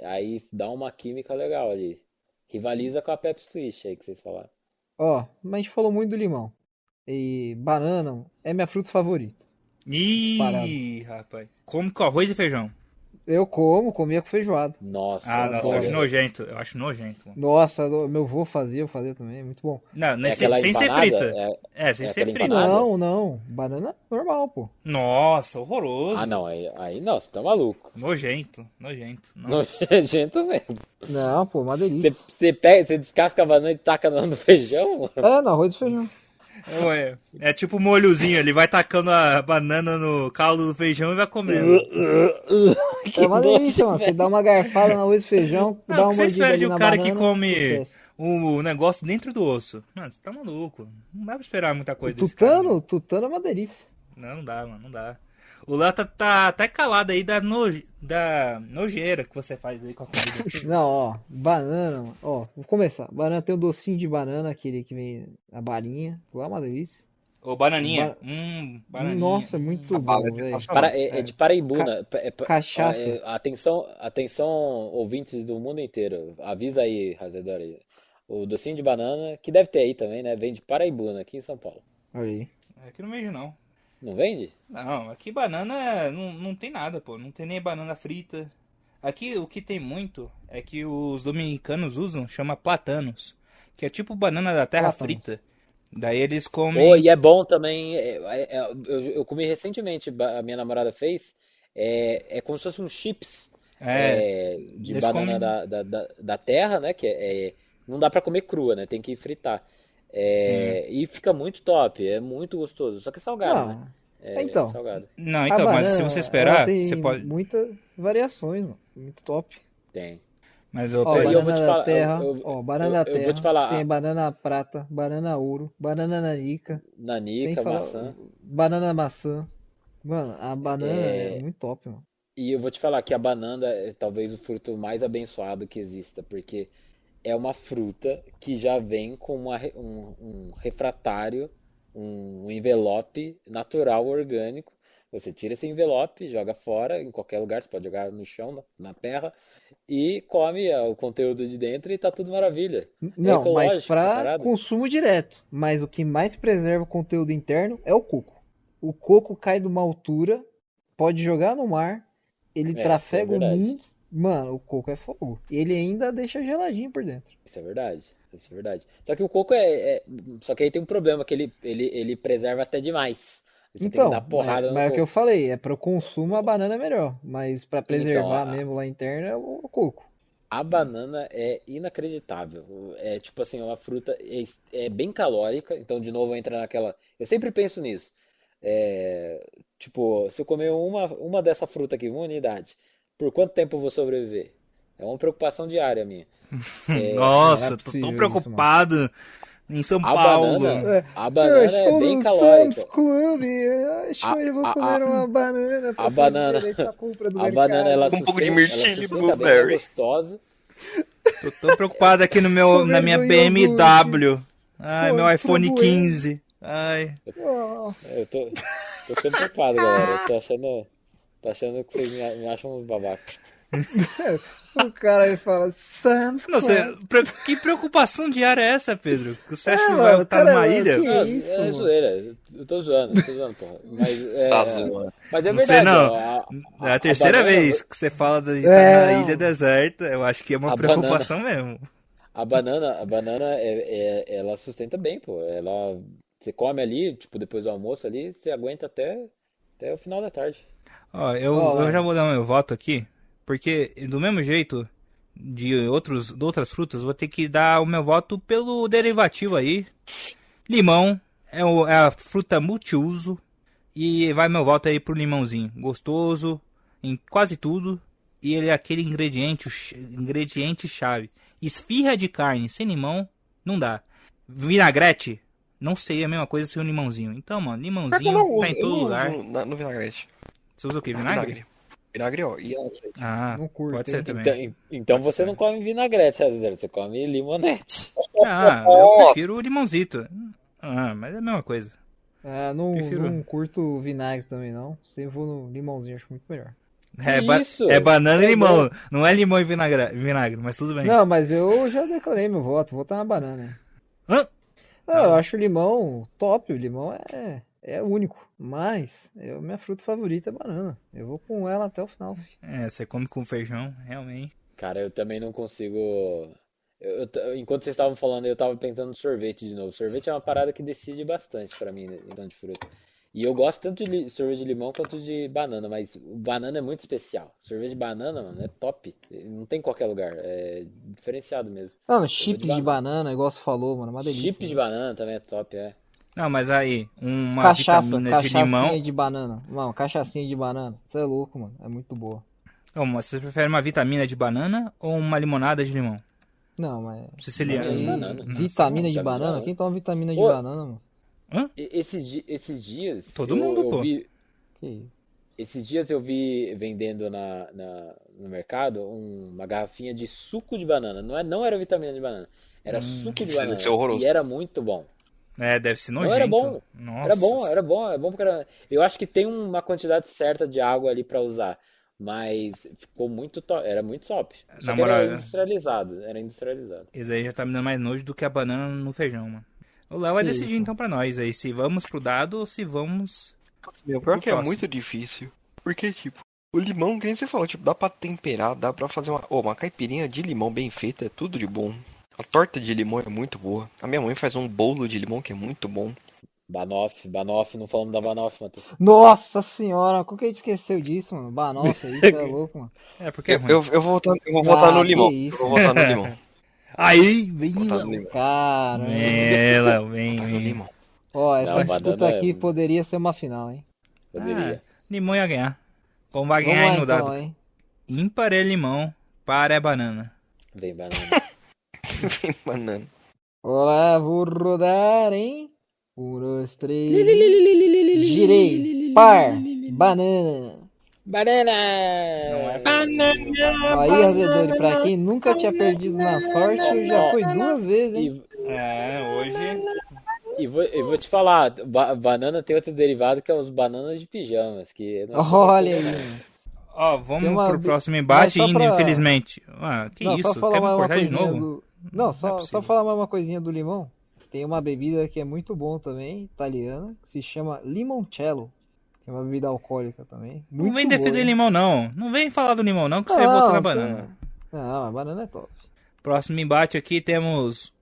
[SPEAKER 4] Aí dá uma química legal ali. Rivaliza com a Pepsi Twist aí que vocês falaram.
[SPEAKER 3] Ó, mas a gente falou muito do limão. E banana é minha fruta favorita.
[SPEAKER 2] Ih,
[SPEAKER 3] Disparado.
[SPEAKER 2] rapaz. Come com arroz e feijão.
[SPEAKER 3] Eu como, comia com feijoada. é
[SPEAKER 4] Nossa,
[SPEAKER 2] Ah, nossa, eu
[SPEAKER 4] olha,
[SPEAKER 2] acho nojento. Eu acho nojento, mano.
[SPEAKER 3] Nossa, eu- meu avô fazia, eu fazia também, muito bom.
[SPEAKER 2] Não,
[SPEAKER 4] é
[SPEAKER 2] nesse-
[SPEAKER 4] aquela
[SPEAKER 2] sem ser
[SPEAKER 4] empanada,
[SPEAKER 2] frita.
[SPEAKER 4] é-
[SPEAKER 2] É, sem
[SPEAKER 4] é
[SPEAKER 2] ser
[SPEAKER 4] aquela
[SPEAKER 2] frita.
[SPEAKER 4] empanada?
[SPEAKER 3] Não, não, banana normal, pô.
[SPEAKER 2] Nossa, horroroso.
[SPEAKER 4] Ah, não, aí, aí não, você tá maluco.
[SPEAKER 2] Nojento, nojento. Nossa.
[SPEAKER 4] <laughs> Nojento mesmo.
[SPEAKER 3] Não, pô, uma
[SPEAKER 4] Você,
[SPEAKER 3] delícia.
[SPEAKER 4] você pega, você descasca a banana e taca no no feijão?
[SPEAKER 3] É, no arroz
[SPEAKER 2] <laughs>
[SPEAKER 3] e feijão.
[SPEAKER 2] Ué, é tipo um molhozinho, ele vai tacando a banana no caldo do feijão e vai
[SPEAKER 4] <laughs>
[SPEAKER 2] comendo.
[SPEAKER 3] é uma
[SPEAKER 4] nojo,
[SPEAKER 3] delícia, mano. Você dá uma garfada no arroz e feijão,
[SPEAKER 2] <laughs> Não,
[SPEAKER 3] dá
[SPEAKER 2] o
[SPEAKER 3] uma
[SPEAKER 2] que você
[SPEAKER 3] mordida
[SPEAKER 2] espera
[SPEAKER 3] ali
[SPEAKER 2] de
[SPEAKER 3] na
[SPEAKER 2] um cara que
[SPEAKER 3] banana,
[SPEAKER 2] come
[SPEAKER 3] sucesso.
[SPEAKER 2] o negócio dentro do osso? Mano, você tá maluco. Não dá pra esperar muita coisa desse cara, né?
[SPEAKER 3] Tutano, tutano é uma delícia.
[SPEAKER 2] não. Não, não dá, mano, não dá. O Lata tá até calado aí da, noje- da nojeira que você faz aí com a comida.
[SPEAKER 3] Não, ó, banana, mano. Ó, vou começar. Banana tem o docinho de banana, aquele que vem a balinha. Lá é uma delícia.
[SPEAKER 2] <laughs> Ô, bananinha.
[SPEAKER 3] Ba-
[SPEAKER 2] Hum, bananinha.
[SPEAKER 3] Nossa, é muito
[SPEAKER 6] bala é
[SPEAKER 3] bom, velho.
[SPEAKER 6] sensacional.
[SPEAKER 4] Para- é, é de Paraibuna. Pa- é pa-
[SPEAKER 3] cachaça.
[SPEAKER 4] ah, é, atenção, atenção, ouvintes do mundo inteiro. Avisa aí, Razedori. O docinho de banana, que deve ter aí também, né? Vem de Paraibuna, aqui em São Paulo.
[SPEAKER 3] Olha aí.
[SPEAKER 2] É Aqui não vejo, não.
[SPEAKER 4] Não vende?
[SPEAKER 2] Não, aqui banana é, não, não tem nada, pô. Não tem nem banana frita. Aqui o que tem muito é que os dominicanos usam, chama platanos. Que é tipo banana da terra
[SPEAKER 3] Plátanos.
[SPEAKER 2] frita. Daí eles comem.
[SPEAKER 4] Oh, e é bom também. é, é, é, eu, eu comi recentemente, ba- a minha namorada fez. É, é como se fosse um chips
[SPEAKER 2] é,
[SPEAKER 4] é, de
[SPEAKER 2] eles
[SPEAKER 4] banana
[SPEAKER 2] comem-
[SPEAKER 4] da, da, da, da terra, né? Que é, é- não dá pra comer crua, né? Tem que fritar. É, e fica muito top, é muito gostoso. Só que é salgado, né?
[SPEAKER 3] Não,
[SPEAKER 4] É,
[SPEAKER 3] então.
[SPEAKER 4] salgado.
[SPEAKER 2] Não,
[SPEAKER 3] a
[SPEAKER 2] então, mas se
[SPEAKER 3] banana,
[SPEAKER 2] você
[SPEAKER 3] Ah, é, ela
[SPEAKER 2] esperar,
[SPEAKER 3] tem
[SPEAKER 2] você pode.
[SPEAKER 3] muitas variações, mano. Muito top.
[SPEAKER 4] Tem.
[SPEAKER 2] Mas eu
[SPEAKER 3] Ó,
[SPEAKER 4] eu
[SPEAKER 2] pego-
[SPEAKER 4] vou
[SPEAKER 3] banana
[SPEAKER 4] te
[SPEAKER 3] da
[SPEAKER 4] falar,
[SPEAKER 3] terra,
[SPEAKER 4] eu- eu-
[SPEAKER 3] ó, banana da
[SPEAKER 4] eu- eu vou
[SPEAKER 3] terra,
[SPEAKER 4] te falar, ah.
[SPEAKER 3] tem
[SPEAKER 4] a-
[SPEAKER 3] banana prata, banana ouro, banana nanica, sem
[SPEAKER 4] Nanica,
[SPEAKER 3] falar
[SPEAKER 4] maçã.
[SPEAKER 3] banana maçã. Mano, a banana é
[SPEAKER 4] É.
[SPEAKER 3] muito top, mano.
[SPEAKER 4] E eu vou te falar que a banana é talvez o fruto mais abençoado que exista, porque é uma fruta que já vem com uma re- um, um refratário, um, envelope natural, orgânico. Você tira esse envelope, joga fora, em qualquer lugar, você pode jogar no chão, na, na terra, e come ah, o conteúdo de dentro e tá tudo maravilha.
[SPEAKER 3] Não, mas
[SPEAKER 4] ecológico,
[SPEAKER 3] pra
[SPEAKER 4] parada.
[SPEAKER 3] consumo direto. Mas o que mais preserva o conteúdo interno é o coco. O coco cai de uma altura, pode jogar no mar, ele
[SPEAKER 4] É, isso é
[SPEAKER 3] trafega o
[SPEAKER 4] verdade.
[SPEAKER 3] mundo, Mano, o coco é fogo. E ele ainda deixa geladinho por dentro.
[SPEAKER 4] Isso é verdade. Isso é verdade. Só que o coco é. é- só que aí tem um problema, que ele, ele, ele preserva até demais. Você tem
[SPEAKER 3] então,
[SPEAKER 4] que dar porrada
[SPEAKER 3] mas,
[SPEAKER 4] no
[SPEAKER 3] mas é o que
[SPEAKER 4] coco.
[SPEAKER 3] eu falei, é pro consumo a banana é melhor, mas pra preservar
[SPEAKER 4] Então, a-
[SPEAKER 3] mesmo lá interno é o, o coco.
[SPEAKER 4] A banana é inacreditável. É tipo assim, é uma fruta é, es- é bem calórica, então de novo entra naquela. Eu sempre penso nisso. É, tipo, se eu comer uma, uma dessa fruta aqui, uma unidade, por quanto tempo eu vou sobreviver? É uma preocupação diária minha.
[SPEAKER 2] <laughs>
[SPEAKER 4] É,
[SPEAKER 2] Nossa,
[SPEAKER 3] não é
[SPEAKER 2] tô
[SPEAKER 3] possível
[SPEAKER 2] tão
[SPEAKER 3] isso,
[SPEAKER 2] preocupado em São
[SPEAKER 4] a
[SPEAKER 2] Paulo.
[SPEAKER 4] banana,
[SPEAKER 3] É,
[SPEAKER 4] a banana
[SPEAKER 3] eu
[SPEAKER 4] é
[SPEAKER 3] estou
[SPEAKER 4] bem
[SPEAKER 3] no
[SPEAKER 4] calórica.
[SPEAKER 3] Sam's Club, eu acho
[SPEAKER 4] A-
[SPEAKER 3] que eu vou
[SPEAKER 4] a-
[SPEAKER 3] comer
[SPEAKER 4] a-
[SPEAKER 3] uma banana pra
[SPEAKER 4] a banana-
[SPEAKER 3] fazer direito à compra do
[SPEAKER 4] A
[SPEAKER 3] mercado.
[SPEAKER 4] banana ela
[SPEAKER 6] Com um pouco de
[SPEAKER 4] sustenta, ela
[SPEAKER 6] mirtilo e
[SPEAKER 4] sustenta bem, ela é
[SPEAKER 6] blueberry.
[SPEAKER 4] gostosa.
[SPEAKER 2] Tô tão preocupado aqui no
[SPEAKER 3] <laughs>
[SPEAKER 2] meu, na minha
[SPEAKER 3] Comendo iogurte.
[SPEAKER 2] BMW. Ai, meu
[SPEAKER 3] Pô,
[SPEAKER 2] iPhone
[SPEAKER 3] tudo bem.
[SPEAKER 2] 15. Ai.
[SPEAKER 3] Ó,
[SPEAKER 4] É, Eu tô, tô
[SPEAKER 3] <laughs>
[SPEAKER 4] ficando preocupado, galera. Eu tô achando, tô achando que vocês me, me acham uns babacas.
[SPEAKER 3] Oh, o cara aí fala, Sam's Club.
[SPEAKER 2] Nossa, pre- que preocupação diária é essa, Pedro? Que Você acha
[SPEAKER 3] É,
[SPEAKER 2] que
[SPEAKER 3] mano,
[SPEAKER 2] vai estar
[SPEAKER 3] cara,
[SPEAKER 2] numa ilha?
[SPEAKER 3] assim, Que
[SPEAKER 4] Não,
[SPEAKER 3] isso,
[SPEAKER 4] é
[SPEAKER 3] mano?
[SPEAKER 4] zoeira. Eu tô zoando, eu tô zoando, porra. Mas é,
[SPEAKER 6] Tá zoando.
[SPEAKER 4] mas é
[SPEAKER 2] Não sei,
[SPEAKER 4] verdade,
[SPEAKER 2] não.
[SPEAKER 4] ó, a- a-
[SPEAKER 2] É a
[SPEAKER 4] a
[SPEAKER 2] terceira
[SPEAKER 4] banana-
[SPEAKER 2] vez que você fala de estar
[SPEAKER 3] É.
[SPEAKER 2] na ilha deserta. Eu acho que é uma
[SPEAKER 4] A
[SPEAKER 2] preocupação mesmo.
[SPEAKER 4] A banana, a banana é, é- ela sustenta bem, pô. Ela, você come ali, tipo, depois do almoço ali, você aguenta até, até o final da tarde.
[SPEAKER 2] Ó, eu,
[SPEAKER 3] Ó,
[SPEAKER 2] eu já vou dar meu voto aqui, porque do mesmo jeito de, outros, de outras frutas, eu vou ter que dar o meu voto pelo derivativo aí. Limão é, o- é a fruta multiuso e vai meu voto aí pro limãozinho. Gostoso em quase tudo e ele é aquele ingrediente, o ch- ingrediente chave. Esfirra de carne sem limão não dá. Vinagrete não seria a mesma coisa sem o limãozinho. Então, mano,
[SPEAKER 6] Pior que eu não
[SPEAKER 3] é
[SPEAKER 2] limãozinho
[SPEAKER 6] uso-
[SPEAKER 2] tá em
[SPEAKER 6] eu não
[SPEAKER 2] todo
[SPEAKER 6] uso
[SPEAKER 2] lugar.
[SPEAKER 6] na- no vinagrete.
[SPEAKER 2] Você usa o que? Vinagre?
[SPEAKER 6] Vinagre, ó. E azeite.
[SPEAKER 2] Ah,
[SPEAKER 3] Não curto,
[SPEAKER 2] pode
[SPEAKER 3] hein?
[SPEAKER 2] ser também.
[SPEAKER 4] Então, en- então você não come vinagrete, Asder, você come limonete.
[SPEAKER 2] Ah,
[SPEAKER 4] então,
[SPEAKER 2] eu prefiro o limãozito. Ah, mas é a mesma coisa.
[SPEAKER 3] Ah, não,
[SPEAKER 2] Prefiro.
[SPEAKER 3] não curto vinagre também não, sempre vou no limãozinho, acho muito melhor.
[SPEAKER 2] É,
[SPEAKER 4] Que
[SPEAKER 2] ba-
[SPEAKER 4] isso?
[SPEAKER 2] é banana e
[SPEAKER 4] Tá
[SPEAKER 2] limão. Não é limão e vinagre, vinagre mas tudo bem.
[SPEAKER 3] Não, mas eu já declarei meu voto, vou votar na banana.
[SPEAKER 2] Hã?
[SPEAKER 3] Não, eu acho o limão top, o limão é, é único. Mas eu, minha fruta favorita é banana. Eu vou com ela até o final. fi.
[SPEAKER 2] É, você come com feijão, realmente.
[SPEAKER 4] Cara, eu também não consigo. eu- eu t- enquanto vocês estavam falando, eu tava pensando no sorvete de novo. Sorvete é uma parada que decide bastante pra mim, né, em questão de fruta. E eu gosto tanto de li- sorvete de limão quanto de banana, mas o banana é muito especial. Sorvete de banana, mano, é top. Não tem em qualquer lugar. É diferenciado mesmo.
[SPEAKER 3] Mano, chips
[SPEAKER 4] banana.
[SPEAKER 3] de banana, igual você falou, mano, é uma delícia.
[SPEAKER 4] Chips de
[SPEAKER 2] né?
[SPEAKER 4] banana também é top, é.
[SPEAKER 2] Não, mas aí, uma
[SPEAKER 3] Cachaça,
[SPEAKER 2] vitamina de
[SPEAKER 3] cachaçinha
[SPEAKER 2] limão.
[SPEAKER 3] de banana. Não, cachaçinha de banana. Você é louco, mano. É muito boa.
[SPEAKER 2] Ô, mas Você prefere uma vitamina de banana ou uma limonada de limão?
[SPEAKER 3] Não, mas.
[SPEAKER 2] Siciliano.
[SPEAKER 4] Vitamina de
[SPEAKER 3] Hum,
[SPEAKER 4] banana.
[SPEAKER 3] Vitamina de
[SPEAKER 4] Nossa,
[SPEAKER 3] banana?
[SPEAKER 4] banana.
[SPEAKER 3] Quem toma vitamina de
[SPEAKER 4] Ô.
[SPEAKER 3] banana, mano?
[SPEAKER 4] E- Esses, di- esses dias
[SPEAKER 2] Todo
[SPEAKER 4] eu,
[SPEAKER 2] mundo,
[SPEAKER 4] eu
[SPEAKER 2] pô.
[SPEAKER 4] vi,
[SPEAKER 3] Que isso?
[SPEAKER 4] Esses dias eu vi vendendo na, na- no mercado um- uma garrafinha de suco de banana. Não, é, não era vitamina de banana, era
[SPEAKER 2] Hum, <laughs>
[SPEAKER 4] suco de
[SPEAKER 6] isso é
[SPEAKER 4] banana.
[SPEAKER 6] horroroso.
[SPEAKER 4] E era muito bom.
[SPEAKER 2] É, deve ser
[SPEAKER 4] Não,
[SPEAKER 2] nojento.
[SPEAKER 4] era bom.
[SPEAKER 2] Nossa.
[SPEAKER 4] Era bom, era bom, era bom porque era- Eu acho que tem uma quantidade certa de água ali pra usar. Mas ficou muito top. Era muito top. Só
[SPEAKER 2] Na
[SPEAKER 4] que era
[SPEAKER 2] moral,
[SPEAKER 4] industrializado. Era industrializado.
[SPEAKER 2] Isso aí já tá me dando mais nojo do que a banana no feijão, mano. O Léo vai
[SPEAKER 3] Que
[SPEAKER 2] decidir
[SPEAKER 3] isso?
[SPEAKER 2] então pra nós aí se vamos pro dado ou se vamos.
[SPEAKER 6] Meu, pior que é
[SPEAKER 2] próximo.
[SPEAKER 6] muito difícil. Porque, tipo, o limão, que nem você falou, tipo, dá pra temperar, dá pra fazer uma. Ô, uma caipirinha de limão bem feita é tudo de bom. A torta de limão é muito boa. A minha mãe faz um bolo de limão que é muito bom.
[SPEAKER 4] Banoff, Banoff, não falamos da Banoff, Matheus.
[SPEAKER 3] Nossa senhora, como que a gente esqueceu disso, mano? Banoff aí, você é louco, mano.
[SPEAKER 2] É, porque é
[SPEAKER 6] Eu,
[SPEAKER 2] ruim.
[SPEAKER 6] eu, eu vou votar, eu vou votar
[SPEAKER 3] Ah,
[SPEAKER 6] no
[SPEAKER 3] que
[SPEAKER 6] limão.
[SPEAKER 3] isso.
[SPEAKER 6] Eu vou votar no limão.
[SPEAKER 2] <laughs> Aí, vem
[SPEAKER 6] Vou votar
[SPEAKER 2] Léo.
[SPEAKER 6] no limão.
[SPEAKER 3] Caramba.
[SPEAKER 2] É, Léo,
[SPEAKER 3] <laughs>
[SPEAKER 2] vem,
[SPEAKER 6] Votar no
[SPEAKER 2] vem. <laughs>
[SPEAKER 6] limão.
[SPEAKER 3] Ó,
[SPEAKER 4] Não,
[SPEAKER 3] essa disputa
[SPEAKER 4] banana é-
[SPEAKER 3] aqui poderia ser uma final, hein?
[SPEAKER 4] Poderia.
[SPEAKER 2] Limão ia ganhar. Como vai
[SPEAKER 3] Vamos
[SPEAKER 2] ganhar
[SPEAKER 3] lá
[SPEAKER 2] aí no
[SPEAKER 3] então,
[SPEAKER 2] dado?
[SPEAKER 3] hein?
[SPEAKER 2] Ímpar é limão, par é banana.
[SPEAKER 4] Vem, banana.
[SPEAKER 6] Vem banana.
[SPEAKER 3] Olá, vou rodar, hein? Um, dois, três. Girei. Par. Banana.
[SPEAKER 4] Banana!
[SPEAKER 2] Não é
[SPEAKER 3] Aí, Azedori, pra quem nunca tinha perdido na sorte, já foi duas vezes, hein?
[SPEAKER 4] E,
[SPEAKER 2] É, hoje.
[SPEAKER 4] E vou, eu vou te falar, ba- banana tem outro derivado que é os bananas de pijamas, que não é
[SPEAKER 3] Olha aí, mano.
[SPEAKER 2] Ó,
[SPEAKER 3] Tem
[SPEAKER 2] vamos
[SPEAKER 3] uma-
[SPEAKER 2] pro próximo embate
[SPEAKER 3] Mas só
[SPEAKER 2] ainda,
[SPEAKER 3] pra-
[SPEAKER 2] infelizmente. Ah, que
[SPEAKER 3] Não,
[SPEAKER 2] isso?
[SPEAKER 3] só falar
[SPEAKER 2] Quer me
[SPEAKER 3] mais uma
[SPEAKER 2] cortar de
[SPEAKER 3] coisinha
[SPEAKER 2] novo?
[SPEAKER 3] do... Não,
[SPEAKER 2] Não é
[SPEAKER 3] só, só
[SPEAKER 2] possível.
[SPEAKER 3] falar mais uma coisinha do limão. Tem uma bebida que é muito bom também, italiana, que se chama limoncello. É É uma bebida alcoólica também.
[SPEAKER 2] Não
[SPEAKER 3] Muito
[SPEAKER 2] vem defender
[SPEAKER 3] boa, hein?
[SPEAKER 2] limão, não. Não vem falar do limão, não, que você
[SPEAKER 3] Não,
[SPEAKER 2] volta na
[SPEAKER 3] tá.
[SPEAKER 2] banana.
[SPEAKER 3] Não, a banana é top.
[SPEAKER 2] Próximo embate aqui temos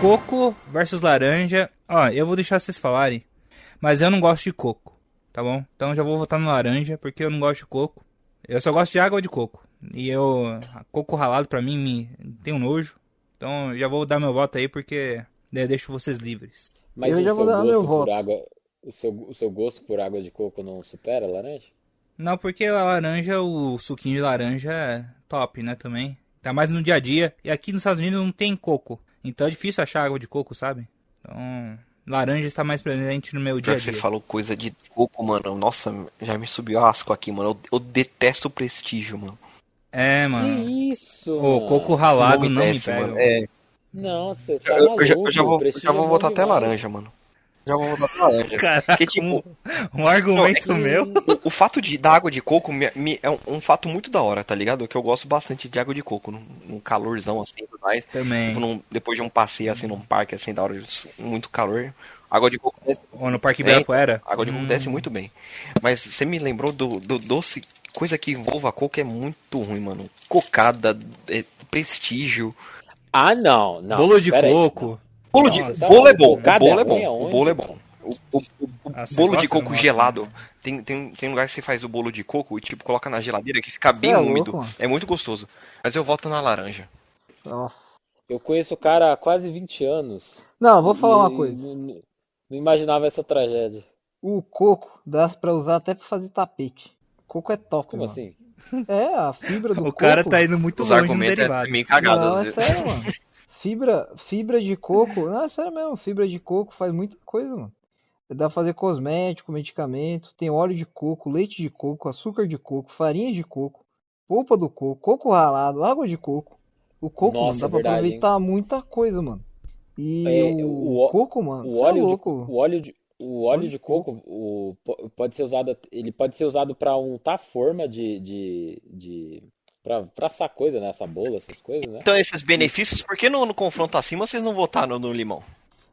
[SPEAKER 2] coco versus laranja. Ó, eu vou deixar vocês falarem, mas eu não gosto de coco, tá bom? Então eu já vou votar no laranja porque eu não gosto de coco. Eu só gosto de água de coco. E eu coco ralado pra mim me tem um nojo. Então eu já vou dar meu voto aí porque daí eu deixo vocês livres.
[SPEAKER 4] Mas
[SPEAKER 3] Eu
[SPEAKER 4] o
[SPEAKER 3] já
[SPEAKER 4] seu
[SPEAKER 3] vou dar meu
[SPEAKER 4] gosto por
[SPEAKER 3] voto.
[SPEAKER 4] água, o seu, o seu gosto por água de coco não supera a laranja?
[SPEAKER 2] Não, porque a laranja, o suquinho de laranja é top, né, também. Tá mais no dia a dia. E aqui nos Estados Unidos não tem coco. Então é difícil achar água de coco, sabe? Então, laranja está mais presente no meu dia
[SPEAKER 6] Já
[SPEAKER 2] a
[SPEAKER 6] que você
[SPEAKER 2] dia.
[SPEAKER 6] falou coisa de coco, mano. Nossa, já me subiu asco aqui, mano. Eu, eu detesto o prestígio, mano.
[SPEAKER 2] É, mano.
[SPEAKER 4] Que isso,
[SPEAKER 2] O
[SPEAKER 4] mano?
[SPEAKER 2] coco ralado
[SPEAKER 6] me
[SPEAKER 2] Tá não me
[SPEAKER 6] desce,
[SPEAKER 2] pega.
[SPEAKER 6] mano. É,
[SPEAKER 4] Não, você tá
[SPEAKER 6] eu, eu já, eu
[SPEAKER 4] maluco,
[SPEAKER 6] já
[SPEAKER 4] o
[SPEAKER 6] vou, eu
[SPEAKER 4] prestígio
[SPEAKER 6] já
[SPEAKER 4] é
[SPEAKER 6] vou
[SPEAKER 4] bom
[SPEAKER 6] votar até
[SPEAKER 4] demais.
[SPEAKER 6] laranja, mano. Já vou votar até laranja.
[SPEAKER 2] <laughs> Caraca,
[SPEAKER 6] Porque, tipo,
[SPEAKER 2] um, um argumento
[SPEAKER 6] Não, é
[SPEAKER 2] meu.
[SPEAKER 6] O- O fato de, da água de coco me- me- é um, um fato muito da hora, tá ligado? Que eu gosto bastante de água de coco, num, num calorzão assim, tudo mais.
[SPEAKER 2] Também.
[SPEAKER 6] Tipo, num- depois de um passeio assim num parque assim da hora, de- muito calor. Água de coco desce,
[SPEAKER 2] Ou no Parque
[SPEAKER 6] É,
[SPEAKER 2] Ibirapuera.
[SPEAKER 6] água de coco
[SPEAKER 2] Hum,
[SPEAKER 6] desce muito bem. Mas você me lembrou do, do doce, coisa que envolva coco é muito ruim, mano. Cocada, é, prestígio.
[SPEAKER 4] Ah, não, não.
[SPEAKER 2] Bolo de
[SPEAKER 4] pera aí.
[SPEAKER 2] coco.
[SPEAKER 6] Bolo,
[SPEAKER 4] Nossa,
[SPEAKER 6] de,
[SPEAKER 4] tá
[SPEAKER 6] bolo é
[SPEAKER 4] maluco.
[SPEAKER 6] bom, o
[SPEAKER 4] Cocada
[SPEAKER 6] bolo é
[SPEAKER 4] é ruim
[SPEAKER 6] bom, o
[SPEAKER 4] aonde?
[SPEAKER 6] bolo é bom. O, o- o- o
[SPEAKER 2] Ah, você
[SPEAKER 6] bolo
[SPEAKER 2] gosta, não
[SPEAKER 6] de coco
[SPEAKER 2] gosta,
[SPEAKER 6] gelado,
[SPEAKER 2] né?
[SPEAKER 6] tem, tem, tem lugar que você faz o bolo de coco e tipo, coloca na geladeira que fica Tá bem
[SPEAKER 3] é louco,
[SPEAKER 6] úmido.
[SPEAKER 3] mano.
[SPEAKER 6] é muito gostoso. Mas eu voto na laranja.
[SPEAKER 3] Nossa.
[SPEAKER 4] Eu conheço o cara há quase 20 anos.
[SPEAKER 3] Não, vou falar
[SPEAKER 4] E
[SPEAKER 3] uma coisa.
[SPEAKER 4] Não, não- não imaginava essa tragédia.
[SPEAKER 3] O coco dá pra usar até pra fazer tapete. Coco é top,
[SPEAKER 4] Como
[SPEAKER 3] mano.
[SPEAKER 4] assim?
[SPEAKER 3] É, a fibra do
[SPEAKER 2] <laughs> O
[SPEAKER 3] coco.
[SPEAKER 2] cara tá indo muito
[SPEAKER 6] Os
[SPEAKER 2] longe no
[SPEAKER 6] argumentos
[SPEAKER 2] derivado.
[SPEAKER 6] é meio cagado.
[SPEAKER 3] Não, é
[SPEAKER 6] às vezes.
[SPEAKER 3] sério, mano. Fibra, fibra de coco. Não, é sério mesmo. Fibra de coco faz muita coisa, mano. Dá pra fazer cosmético, medicamento. Tem óleo de coco, leite de coco, açúcar de coco, farinha de coco, polpa do coco, coco ralado, água de coco. O coco, mano,
[SPEAKER 4] Nossa,
[SPEAKER 3] dá pra
[SPEAKER 4] verdade, hein?
[SPEAKER 3] aproveitar muita coisa, mano. E
[SPEAKER 4] É,
[SPEAKER 3] o
[SPEAKER 4] o ó-
[SPEAKER 3] coco, mano,
[SPEAKER 4] O
[SPEAKER 3] cê é
[SPEAKER 4] óleo de,
[SPEAKER 3] louco.
[SPEAKER 4] o óleo de, o óleo de coco, o, po- pode ser usado, ele pode ser usado para untar forma de, de, de para para assar coisa, né? Assar bolo, essas coisas, né?
[SPEAKER 6] Então esses benefícios, por que no, no confronto acima vocês não votaram no limão?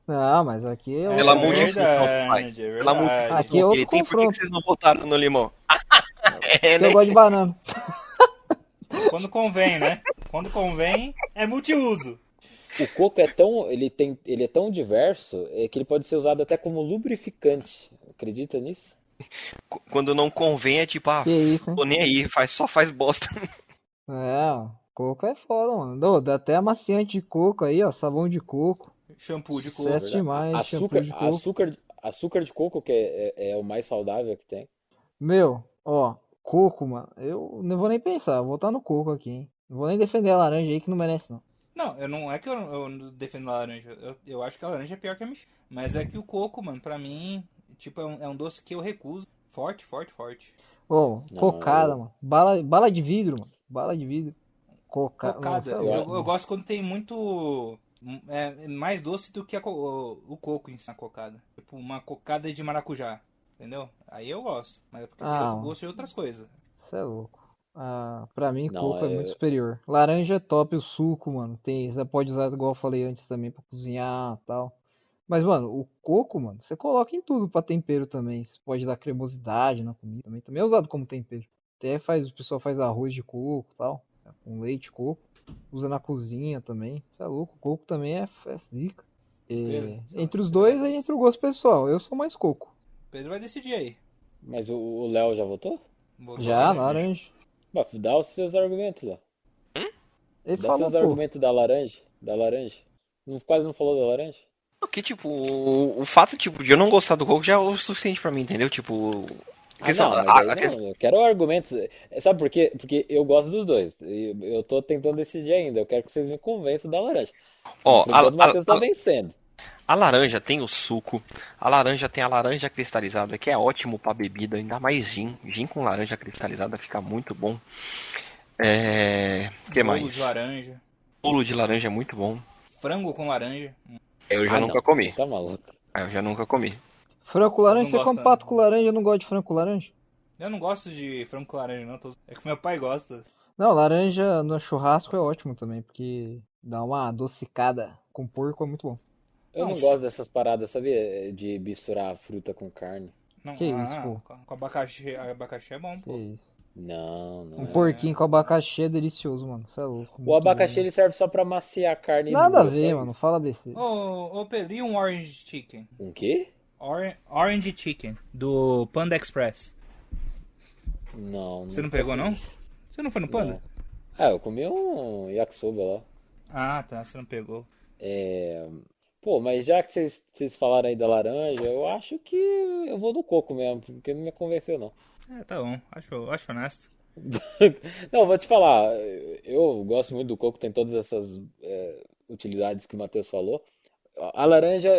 [SPEAKER 3] Não, mas aqui é
[SPEAKER 6] Pela
[SPEAKER 3] o-
[SPEAKER 6] multifunção, pai.
[SPEAKER 2] verdade, é
[SPEAKER 6] Pela
[SPEAKER 2] verdade.
[SPEAKER 4] Ah,
[SPEAKER 3] Aqui é
[SPEAKER 6] multifunção que
[SPEAKER 3] outro
[SPEAKER 6] ele tem, por que que
[SPEAKER 3] confronto.
[SPEAKER 6] vocês não votaram no limão? <laughs> é,
[SPEAKER 3] Eu
[SPEAKER 6] né?
[SPEAKER 3] gosto de banana.
[SPEAKER 2] Quando convém, né? Quando convém, é multiuso.
[SPEAKER 4] O coco é tão, ele tem, ele é tão diverso, é que ele pode ser usado até como lubrificante. Acredita nisso?
[SPEAKER 6] Qu-
[SPEAKER 4] Então-
[SPEAKER 6] Quando não convém é tipo, ah,
[SPEAKER 3] Que isso, hein?
[SPEAKER 6] tô nem aí, faz, só faz bosta. <laughs>
[SPEAKER 3] É, ó, coco é foda, mano. Dô, dá até amaciante de coco aí, ó, sabão de coco.
[SPEAKER 2] Shampoo de coco.
[SPEAKER 3] Sucesso demais, shampoo
[SPEAKER 4] Açúcar,
[SPEAKER 3] de coco.
[SPEAKER 4] açúcar, açúcar de coco que é, é- é o mais saudável que tem.
[SPEAKER 3] Meu, ó, coco, mano. Eu não vou nem pensar, vou botar no coco aqui, hein. Não vou nem defender a laranja aí que não merece, não.
[SPEAKER 2] Não, eu não é que eu, eu não defendo a laranja. Eu, eu acho que a laranja é pior que a mexicana. Mas é que o coco, mano, pra mim, tipo, é um, é um doce que eu recuso. Forte, forte, forte.
[SPEAKER 3] Ô,
[SPEAKER 4] Não,
[SPEAKER 3] cocada,
[SPEAKER 4] eu-
[SPEAKER 3] mano. Bala, bala de vidro, mano. Bala de vidro. Coca...
[SPEAKER 2] Cocada.
[SPEAKER 3] Nossa, é
[SPEAKER 2] Eu,
[SPEAKER 3] louco,
[SPEAKER 2] eu
[SPEAKER 3] mano.
[SPEAKER 2] gosto quando tem muito. É, é mais doce do que a co- o, o coco em si, a cocada. Tipo, uma cocada de maracujá. Entendeu? Aí eu gosto. Mas é porque tem
[SPEAKER 3] Ah,
[SPEAKER 2] outro
[SPEAKER 3] mano.
[SPEAKER 2] gosto de outras coisas.
[SPEAKER 3] Cê é louco. Ah, pra mim,
[SPEAKER 4] Não,
[SPEAKER 3] coco é
[SPEAKER 4] é-
[SPEAKER 3] muito superior. Laranja é top, o suco, mano. Tem, você pode usar, igual eu falei antes também, pra cozinhar e tal. Mas, mano, o coco, mano, você coloca em tudo pra tempero também. Você pode dar cremosidade na comida também. Também é usado como tempero. Até faz, o pessoal faz arroz de coco e tal, né, com leite de coco. Usa na cozinha também. Você é louco, o coco também é, é zica. É,
[SPEAKER 2] Pedro,
[SPEAKER 3] entre os
[SPEAKER 2] você
[SPEAKER 3] dois,
[SPEAKER 2] vai-
[SPEAKER 3] aí entra o gosto pessoal. Eu sou mais coco.
[SPEAKER 2] Pedro vai decidir aí.
[SPEAKER 4] Mas o- o Léo já votou?
[SPEAKER 2] Vou
[SPEAKER 3] Já,
[SPEAKER 2] votar.
[SPEAKER 3] laranja.
[SPEAKER 4] Bah, Dá os seus argumentos, Léo.
[SPEAKER 3] Ele
[SPEAKER 4] Dá
[SPEAKER 3] falou,
[SPEAKER 4] seus
[SPEAKER 3] pô.
[SPEAKER 4] argumentos da laranja, da laranja. Não- quase não falou da laranja?
[SPEAKER 6] Porque, tipo, o, o fato tipo, de eu não gostar do coco já é o suficiente pra mim, entendeu? Tipo.
[SPEAKER 4] Ah,
[SPEAKER 6] questão-
[SPEAKER 4] não, mas
[SPEAKER 6] a-
[SPEAKER 4] aí não,
[SPEAKER 6] a questão-
[SPEAKER 4] eu quero argumentos. É, Sabe por quê? Porque eu gosto dos dois. E Eu tô tentando decidir ainda. Eu quero que vocês me convençam da laranja.
[SPEAKER 6] Ó,
[SPEAKER 4] Por
[SPEAKER 6] a,
[SPEAKER 4] enquanto o Matheus
[SPEAKER 6] a-
[SPEAKER 4] tá vencendo.
[SPEAKER 6] a laranja tem o suco, a laranja tem a laranja cristalizada, que é ótimo pra bebida, ainda mais gin. Gin com laranja cristalizada fica muito bom. É. O que
[SPEAKER 2] Bolo
[SPEAKER 6] mais?
[SPEAKER 2] de laranja.
[SPEAKER 6] Bolo de laranja é muito bom.
[SPEAKER 2] Frango com laranja.
[SPEAKER 6] É, Eu já
[SPEAKER 4] Ah,
[SPEAKER 6] nunca
[SPEAKER 4] não,
[SPEAKER 6] comi.
[SPEAKER 4] você Tá maluco.
[SPEAKER 6] Ah, Eu já nunca comi.
[SPEAKER 3] Frango com laranja,
[SPEAKER 2] Não
[SPEAKER 3] você
[SPEAKER 2] gosta,
[SPEAKER 3] come
[SPEAKER 2] né?
[SPEAKER 3] pato com laranja, eu não gosto de frango com laranja.
[SPEAKER 2] Eu não gosto de frango com laranja, não. tô- É que meu pai gosta.
[SPEAKER 3] Não, laranja no churrasco é ótimo também, porque dá uma adocicada com porco, é muito bom.
[SPEAKER 4] Eu não
[SPEAKER 2] Não,
[SPEAKER 4] gosto dessas paradas, sabia? De misturar fruta com carne.
[SPEAKER 2] Não,
[SPEAKER 3] Que
[SPEAKER 2] ah,
[SPEAKER 3] isso, pô.
[SPEAKER 2] com- com abacaxi, abacaxi é bom,
[SPEAKER 3] Que
[SPEAKER 2] pô.
[SPEAKER 3] isso.
[SPEAKER 4] Não, não
[SPEAKER 3] Um
[SPEAKER 4] é.
[SPEAKER 3] porquinho com abacaxi é delicioso, mano. Você é louco.
[SPEAKER 4] O
[SPEAKER 3] muito
[SPEAKER 4] abacaxi
[SPEAKER 3] bom.
[SPEAKER 4] ele serve só pra maciar a carne
[SPEAKER 2] é
[SPEAKER 3] Nada a
[SPEAKER 4] dura, só
[SPEAKER 3] ver,
[SPEAKER 4] isso.
[SPEAKER 3] mano. Fala besteira.
[SPEAKER 2] Ô, ô Pedro, e um orange chicken?
[SPEAKER 4] Um quê?
[SPEAKER 2] Or- orange chicken, do Panda Express.
[SPEAKER 4] Não.
[SPEAKER 2] Você não
[SPEAKER 4] nunca
[SPEAKER 2] pegou, não?
[SPEAKER 4] fiz.
[SPEAKER 2] Você não foi no Panda?
[SPEAKER 4] Ah, eu comi um yakisoba lá.
[SPEAKER 2] Ah, tá, você não pegou.
[SPEAKER 4] É... Pô, mas já que vocês vocês falaram aí da laranja, eu acho que eu vou no coco mesmo, porque não me convenceu, não.
[SPEAKER 2] É, tá bom, acho, acho honesto.
[SPEAKER 4] Não, vou te falar, eu gosto muito do coco, tem todas essas é, utilidades que o Matheus falou. A laranja,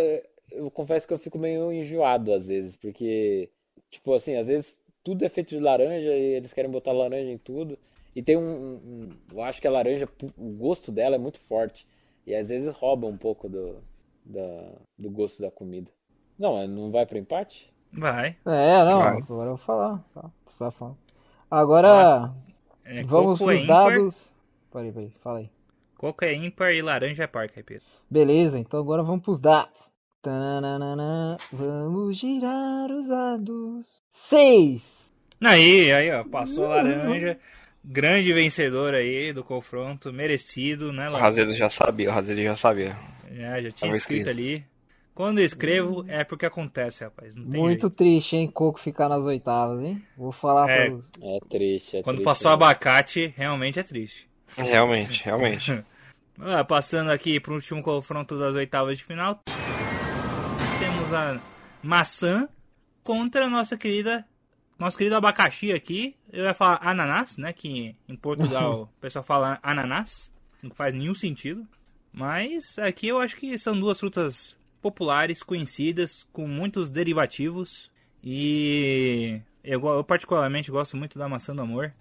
[SPEAKER 4] eu confesso que eu fico meio enjoado às vezes, porque, tipo assim, às vezes tudo é feito de laranja e eles querem botar laranja em tudo. E tem um, um- eu acho que a laranja, pu- o gosto dela é muito forte. E às vezes rouba um pouco do, da- do gosto da comida. Não, mas não vai pro empate?
[SPEAKER 2] Vai.
[SPEAKER 3] É, não.
[SPEAKER 6] Vai.
[SPEAKER 3] Agora eu vou falar. Tá, você tá falando. Agora,
[SPEAKER 2] É,
[SPEAKER 3] vamos
[SPEAKER 2] coco é
[SPEAKER 3] pros
[SPEAKER 2] ímpar,
[SPEAKER 3] dados. Peraí, peraí. Fala aí.
[SPEAKER 2] coco é ímpar e laranja é par, caipira.
[SPEAKER 3] Beleza, então agora vamos pros dados. Tananana, vamos girar os dados. 6!
[SPEAKER 2] Aí, aí, ó, passou a laranja. Grande vencedor aí do confronto, merecido, né,
[SPEAKER 6] O
[SPEAKER 2] Laranja?
[SPEAKER 6] Razedo já sabia, o Razedo já sabia.
[SPEAKER 2] É, já tinha
[SPEAKER 6] Tava
[SPEAKER 2] escrito
[SPEAKER 6] escrito.
[SPEAKER 2] ali. Quando eu escrevo, é porque acontece, rapaz. Não tem
[SPEAKER 3] Muito triste, hein, Coco ficar nas oitavas, hein? Vou falar
[SPEAKER 2] É,
[SPEAKER 3] pra você.
[SPEAKER 4] É triste, é
[SPEAKER 2] Quando
[SPEAKER 4] triste
[SPEAKER 2] passou o
[SPEAKER 4] mesmo.
[SPEAKER 2] abacate, realmente é triste. <laughs>
[SPEAKER 6] Realmente, realmente.
[SPEAKER 2] Ah, passando aqui pro último confronto das oitavas de final, temos a maçã contra a nossa querida, nosso querido abacaxi aqui. Eu ia falar ananás, né? Que em
[SPEAKER 4] <laughs>
[SPEAKER 2] Portugal o pessoal fala ananás, não faz nenhum sentido. Mas aqui eu acho que são duas frutas populares, conhecidas, com muitos derivativos. E eu, go- eu particularmente gosto muito da maçã do amor.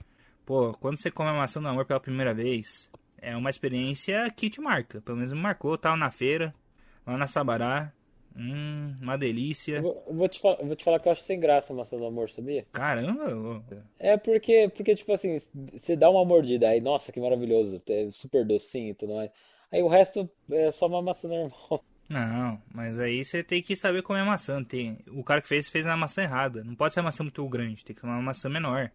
[SPEAKER 2] Pô, quando você come a maçã do amor pela primeira vez, é uma experiência que te marca. Pelo menos me marcou, tava na feira, lá na Sabará. Hum, uma delícia.
[SPEAKER 4] Eu vou- eu vou te fa- eu vou te falar que eu acho sem graça a maçã do amor, sabia?
[SPEAKER 2] Caramba, ô.
[SPEAKER 4] É porque, porque tipo assim, você dá uma mordida aí, nossa, que maravilhoso, é super docinho e tudo mais. Aí o resto é só uma maçã normal. <laughs>
[SPEAKER 2] não, mas aí você tem que saber comer a maçã. Tem, o cara que fez, fez na maçã errada. Não pode ser uma maçã muito grande, tem que ser uma maçã menor.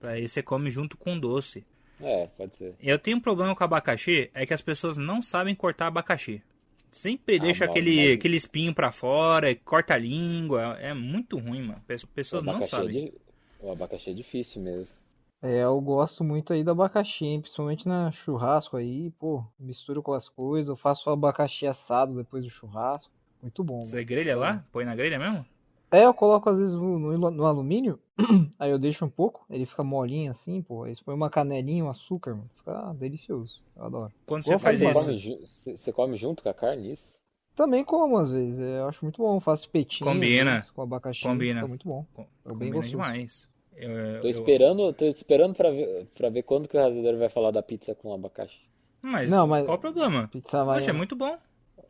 [SPEAKER 2] Aí você come junto com o doce.
[SPEAKER 4] É, pode ser.
[SPEAKER 2] Eu tenho um problema com abacaxi, é que as pessoas não sabem cortar abacaxi. Sempre
[SPEAKER 4] Ah,
[SPEAKER 2] deixa
[SPEAKER 4] bom,
[SPEAKER 2] aquele,
[SPEAKER 4] mas-
[SPEAKER 2] aquele espinho pra fora, corta a língua. É muito ruim, mano. Pe- Pessoas
[SPEAKER 4] O
[SPEAKER 2] não
[SPEAKER 4] abacaxi é
[SPEAKER 2] sabem.
[SPEAKER 4] di- o abacaxi é difícil mesmo.
[SPEAKER 3] É, eu gosto muito aí do abacaxi, hein? Principalmente na churrasco aí, pô, misturo com as coisas, eu faço abacaxi assado depois do churrasco. Muito bom, mano.
[SPEAKER 2] Você grelha
[SPEAKER 4] né?
[SPEAKER 2] lá? Põe na grelha mesmo?
[SPEAKER 3] É, eu coloco às vezes no, no ilu- no alumínio, <clears throat> aí eu deixo um pouco, ele fica molinho assim, pô. Aí você põe uma canelinha, um açúcar, mano. Fica delicioso. Eu adoro.
[SPEAKER 2] Quando você
[SPEAKER 3] Vou
[SPEAKER 2] faz
[SPEAKER 3] fazer.
[SPEAKER 2] isso,
[SPEAKER 4] Come ju- Você você come junto com a carne isso?
[SPEAKER 3] Também como às vezes, é, eu acho muito bom. Faço espetinho
[SPEAKER 2] Combina.
[SPEAKER 3] junto com abacaxi,
[SPEAKER 2] Combina.
[SPEAKER 3] fica muito bom.
[SPEAKER 2] co-
[SPEAKER 3] bem
[SPEAKER 2] combina
[SPEAKER 3] gostoso.
[SPEAKER 2] demais. Eu, eu-
[SPEAKER 4] Tô esperando, tô esperando pra ver, pra ver quando que o Rasador vai falar da pizza com abacaxi.
[SPEAKER 2] Mas,
[SPEAKER 3] Não, mas-
[SPEAKER 2] qual o problema?
[SPEAKER 3] Pizza
[SPEAKER 2] Oxe, é
[SPEAKER 3] havaiana.
[SPEAKER 2] muito bom.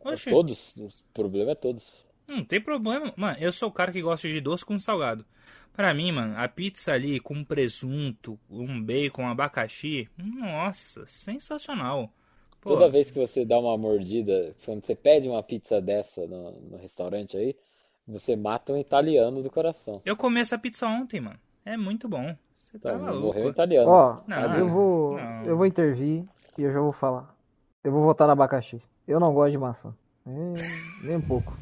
[SPEAKER 2] Oxe,
[SPEAKER 4] É Todos, o problema é todos.
[SPEAKER 2] não Hum, tem problema. Mano, eu sou o cara que gosta de doce com salgado. Pra mim, mano, a pizza ali com presunto, um bacon, um abacaxi, nossa, sensacional. Pô,
[SPEAKER 4] Toda vez que você dá uma mordida, quando você pede uma pizza dessa no, no restaurante aí, você mata um italiano do coração.
[SPEAKER 2] eu comi essa pizza ontem, mano. É muito bom. Você tá
[SPEAKER 4] Então,
[SPEAKER 2] maluco.
[SPEAKER 4] morreu um italiano.
[SPEAKER 3] Ó,
[SPEAKER 2] Não,
[SPEAKER 3] eu vou,
[SPEAKER 2] não.
[SPEAKER 3] eu vou intervir e eu já vou falar. Eu vou votar no abacaxi. Eu não gosto de maçã. Nem, nem um
[SPEAKER 2] <laughs>
[SPEAKER 3] pouco.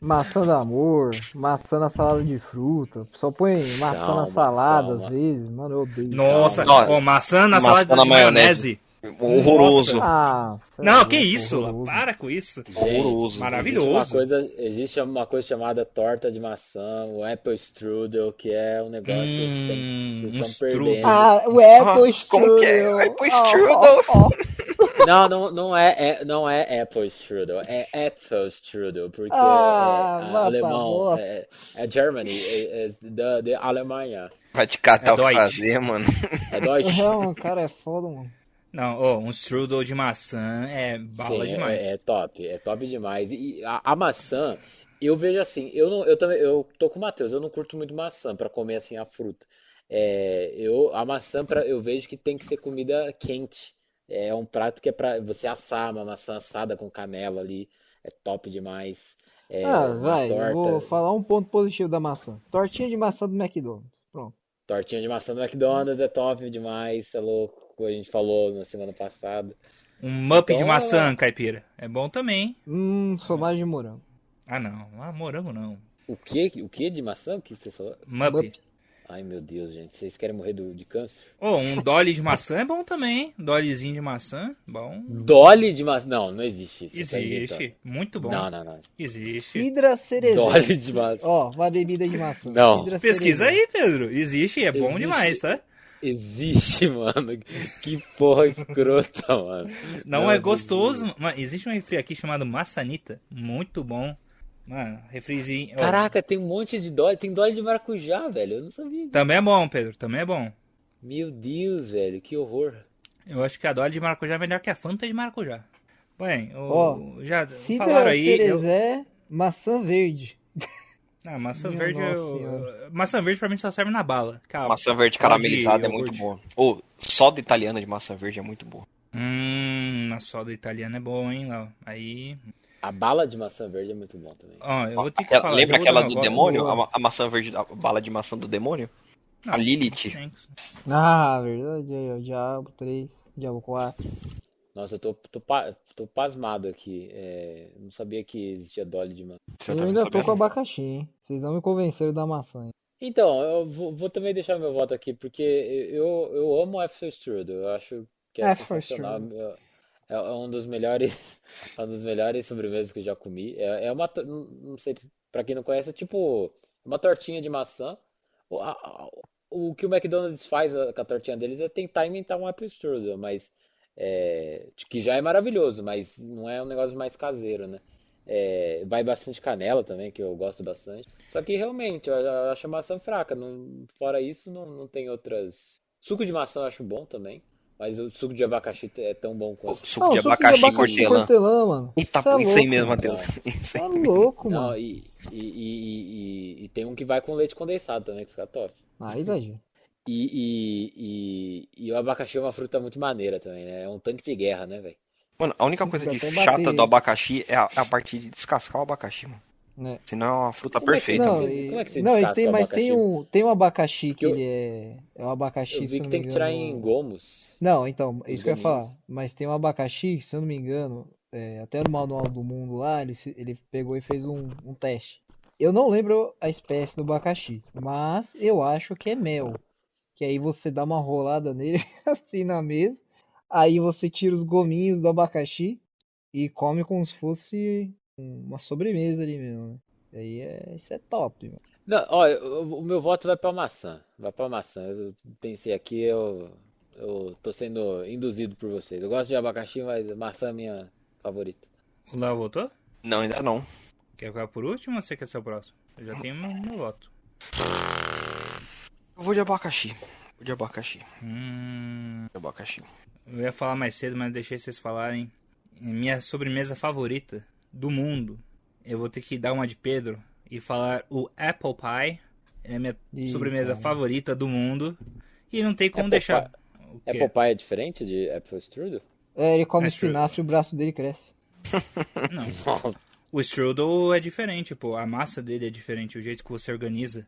[SPEAKER 3] Maçã do amor, maçã na salada de fruta. Só põe maçã
[SPEAKER 4] Calma,
[SPEAKER 3] na salada
[SPEAKER 4] calma.
[SPEAKER 3] às vezes. Mano, eu odeio.
[SPEAKER 2] Nossa,
[SPEAKER 6] Nossa.
[SPEAKER 2] ó, maçã na
[SPEAKER 6] Maçã
[SPEAKER 2] salada
[SPEAKER 6] na
[SPEAKER 2] de
[SPEAKER 6] maionese.
[SPEAKER 2] maionese.
[SPEAKER 6] <laughs> Horroroso.
[SPEAKER 3] Ah, cê é
[SPEAKER 2] Não,
[SPEAKER 3] louco,
[SPEAKER 2] que isso?
[SPEAKER 3] horroroso.
[SPEAKER 2] Para com isso.
[SPEAKER 4] Gente, existe uma
[SPEAKER 2] Maravilhoso.
[SPEAKER 4] coisa, existe uma coisa chamada torta de maçã, o apple strudel, que é um negócio que vocês têm-
[SPEAKER 2] Hum,
[SPEAKER 4] vocês estão
[SPEAKER 2] strudel.
[SPEAKER 4] perdendo.
[SPEAKER 3] Ah, o Apple
[SPEAKER 6] Ah, como que é?
[SPEAKER 3] Strudel.
[SPEAKER 6] Apple
[SPEAKER 3] Ó, ó,
[SPEAKER 6] Strudel.
[SPEAKER 3] ó.
[SPEAKER 4] Não, não, não é, é- não é apple strudel, é apple strudel, porque
[SPEAKER 3] Ah,
[SPEAKER 4] é, é
[SPEAKER 3] vá pra
[SPEAKER 4] alemão,
[SPEAKER 3] bosta.
[SPEAKER 4] é, é Germany, é, é da, da Alemanha,
[SPEAKER 6] Vai te catar
[SPEAKER 2] É
[SPEAKER 6] o que
[SPEAKER 2] Deutsch.
[SPEAKER 6] fazer, mano.
[SPEAKER 4] é Deutsch.
[SPEAKER 3] É, mano, o cara é foda, mano.
[SPEAKER 2] Não, ó, um strudel de maçã é bala
[SPEAKER 4] Sim,
[SPEAKER 2] demais.
[SPEAKER 4] é, é top, é top demais. E a, a maçã, eu vejo assim, eu não, eu também, eu tô com o Matheus, eu não curto muito maçã pra comer assim a fruta. É, eu, a maçã pra, eu vejo que tem que ser comida quente. É um prato que é pra você assar uma maçã assada com canela ali, é top demais. É,
[SPEAKER 3] ah,
[SPEAKER 4] uma
[SPEAKER 3] vai, eu
[SPEAKER 4] torta,
[SPEAKER 3] vou falar um ponto positivo da maçã. Tortinha de maçã do McDonald's. Pronto.
[SPEAKER 4] tortinha de maçã do McDonald's é top demais, é louco, como a gente falou na semana passada.
[SPEAKER 2] Um mup de
[SPEAKER 4] Então,
[SPEAKER 2] maçã, caipira. É bom também, hein?
[SPEAKER 3] Hum, somagem de morango.
[SPEAKER 2] Ah, não. Ah, morango não.
[SPEAKER 4] O que? O que de maçã? O que você falou?
[SPEAKER 2] Mup.
[SPEAKER 3] Mup.
[SPEAKER 4] Ai, meu Deus, gente, vocês querem morrer do- de câncer?
[SPEAKER 2] Ô, um dolly de maçã é bom também, hein? Dollyzinho de maçã, bom.
[SPEAKER 4] Dolly de maçã? Não, não existe isso. você tá inventando.
[SPEAKER 2] Existe. Muito bom.
[SPEAKER 4] Não, não, não.
[SPEAKER 2] Existe.
[SPEAKER 3] Hidra cerejeira.
[SPEAKER 4] Dolly de maçã.
[SPEAKER 3] Ó, uma bebida de maçã.
[SPEAKER 4] Não.
[SPEAKER 3] Hidra
[SPEAKER 2] Pesquisa
[SPEAKER 3] cerejeira.
[SPEAKER 2] aí, Pedro. Existe, é bom
[SPEAKER 4] Existe.
[SPEAKER 2] demais, tá?
[SPEAKER 4] Existe, mano. Que porra escrota, mano.
[SPEAKER 2] Não,
[SPEAKER 4] Não,
[SPEAKER 2] é
[SPEAKER 4] não
[SPEAKER 2] gostoso. Mano, existe um refri aqui chamado maçanita. Muito bom. Mano, refrizinho. ó,
[SPEAKER 4] Caraca, tem um monte de Dolly. Tem Dolly de maracujá, velho. Eu não sabia. disso.
[SPEAKER 2] Também é bom, Pedro. Também é bom.
[SPEAKER 4] Meu Deus, velho. Que horror.
[SPEAKER 2] Eu acho que a Dolly de maracujá é melhor que a Fanta de maracujá. Bem, o-
[SPEAKER 3] Ó,
[SPEAKER 2] já
[SPEAKER 3] Cidra
[SPEAKER 2] falaram aí. eu-
[SPEAKER 3] cerezé, maçã verde.
[SPEAKER 2] Ah, maçã
[SPEAKER 3] Minha
[SPEAKER 2] verde.
[SPEAKER 3] nossa
[SPEAKER 2] eu-
[SPEAKER 3] senhora.
[SPEAKER 2] Maçã verde pra mim só serve na bala. Calma.
[SPEAKER 6] Maçã verde
[SPEAKER 2] Ah, Pode
[SPEAKER 6] caramelizada é
[SPEAKER 2] iogurte.
[SPEAKER 6] muito boa. Ou soda italiana de maçã verde é muito boa.
[SPEAKER 2] Hum, a soda italiana é boa, hein, Léo? Aí.
[SPEAKER 4] A bala de maçã verde é muito bom também.
[SPEAKER 2] Ó, eu vou ter que
[SPEAKER 6] Aquela-
[SPEAKER 2] falar.
[SPEAKER 6] lembra
[SPEAKER 2] já vou
[SPEAKER 6] aquela
[SPEAKER 2] dar um
[SPEAKER 6] do
[SPEAKER 2] uma volta.
[SPEAKER 6] demônio? A, ma- a maçã verde, a bala de maçã do demônio?
[SPEAKER 2] Não,
[SPEAKER 6] a Lilith.
[SPEAKER 2] Gente,
[SPEAKER 3] Ah, verdade. Aí, ó, Diabo 3, Diabo 4.
[SPEAKER 4] Nossa, eu tô, tô, pa- tô pasmado aqui. É, não sabia que existia Dolly de maçã.
[SPEAKER 6] Você
[SPEAKER 3] Eu
[SPEAKER 6] também
[SPEAKER 3] ainda tô
[SPEAKER 6] sabia?
[SPEAKER 3] com abacaxi, hein? Vocês não me convenceram da maçã. hein?
[SPEAKER 4] Então, eu vou, vou também deixar meu voto aqui, porque eu, eu amo After Strudel. Eu acho que é
[SPEAKER 3] After
[SPEAKER 4] sensacional. É, é um dos melhores, <laughs> é um dos melhores sobremesas que eu já comi. É, é uma, to- não não sei, pra quem não conhece, é tipo uma tortinha de maçã. O, a- a- o que o McDonald's faz a- com a tortinha deles é tentar inventar um Apple Strudel, mas é, que já é maravilhoso, mas não é um negócio mais caseiro, né? É, vai bastante canela também, que eu gosto bastante. Só que realmente, eu a- acho a maçã fraca. Não, fora isso, não, não tem outras. Suco de maçã eu acho bom também, mas o suco de abacaxi t- é tão bom quanto.
[SPEAKER 6] Suco
[SPEAKER 3] Ah,
[SPEAKER 6] de
[SPEAKER 3] o suco
[SPEAKER 6] abacaxi e
[SPEAKER 3] abacaxi
[SPEAKER 6] hortelã.
[SPEAKER 3] hortelã, mano.
[SPEAKER 6] Eita,
[SPEAKER 3] Cê é
[SPEAKER 6] pô, isso aí
[SPEAKER 3] louco,
[SPEAKER 6] mesmo,
[SPEAKER 3] mano.
[SPEAKER 6] Matheus. Isso aí.
[SPEAKER 3] Tá louco,
[SPEAKER 4] Não,
[SPEAKER 3] mano.
[SPEAKER 4] e, e, e, e- e tem um que vai com leite condensado também, que fica top.
[SPEAKER 3] Ah, exagero.
[SPEAKER 4] E, e, e, e o abacaxi é uma fruta muito maneira também, né? É um tanque de guerra, né, velho?
[SPEAKER 6] Mano, a única coisa
[SPEAKER 3] Dá
[SPEAKER 6] de
[SPEAKER 3] até
[SPEAKER 6] chata
[SPEAKER 3] bater.
[SPEAKER 6] do abacaxi é a, a parte de descascar o abacaxi, mano.
[SPEAKER 3] É.
[SPEAKER 6] Senão é uma fruta
[SPEAKER 4] Como é que
[SPEAKER 6] perfeita.
[SPEAKER 3] Não,
[SPEAKER 4] Você-
[SPEAKER 3] e-
[SPEAKER 4] como é que você
[SPEAKER 3] não, e
[SPEAKER 4] descasca
[SPEAKER 3] tem,
[SPEAKER 4] o
[SPEAKER 3] mas tem
[SPEAKER 4] abacaxi?
[SPEAKER 3] um, tem um abacaxi que
[SPEAKER 4] Eu-
[SPEAKER 3] ele é, é um abacaxi,
[SPEAKER 4] Eu
[SPEAKER 3] se
[SPEAKER 4] vi
[SPEAKER 3] eu
[SPEAKER 4] que
[SPEAKER 3] não
[SPEAKER 4] tem
[SPEAKER 3] me
[SPEAKER 4] que tirar
[SPEAKER 3] engano.
[SPEAKER 4] em gomos.
[SPEAKER 3] Não, então, é
[SPEAKER 4] Os
[SPEAKER 3] isso que eu ia falar.
[SPEAKER 4] gominhos.
[SPEAKER 3] Mas tem um abacaxi, que, se eu não me engano, é, até no Manual do Mundo lá, ele, se- ele pegou e fez um, um teste. Eu não lembro a espécie do abacaxi, mas eu acho que é mel. Que aí você dá uma rolada nele, <laughs> assim, na mesa. Aí você tira os gominhos do abacaxi e come como se fosse uma sobremesa ali mesmo, né? E Aí é, isso é top, mano.
[SPEAKER 4] Não, olha, o o meu voto vai pra maçã. Vai pra maçã. Eu pensei aqui, eu, eu tô sendo induzido por vocês. Eu gosto de abacaxi, mas maçã é minha favorita.
[SPEAKER 2] O Léo voltou?
[SPEAKER 6] Não, ainda não.
[SPEAKER 2] Quer ficar por último ou você quer ser o próximo? Eu já tenho meu, meu voto.
[SPEAKER 6] Eu vou de abacaxi. Vou de abacaxi.
[SPEAKER 2] Hum,
[SPEAKER 6] De abacaxi.
[SPEAKER 2] eu ia falar mais cedo, mas deixei vocês falarem. Minha sobremesa favorita do mundo. Eu vou ter que dar uma de Pedro e falar o apple pie. É a minha
[SPEAKER 3] Ih,
[SPEAKER 2] sobremesa
[SPEAKER 3] cara.
[SPEAKER 2] favorita do mundo. E não tem como
[SPEAKER 4] Apple
[SPEAKER 2] deixar. O quê?
[SPEAKER 4] Apple pie é diferente de Apple Strudel?
[SPEAKER 3] É, ele come
[SPEAKER 2] É true.
[SPEAKER 3] espinafre e o braço dele cresce.
[SPEAKER 2] Não.
[SPEAKER 4] Nossa.
[SPEAKER 2] O strudel é diferente, pô. A massa dele é diferente, o jeito que você organiza.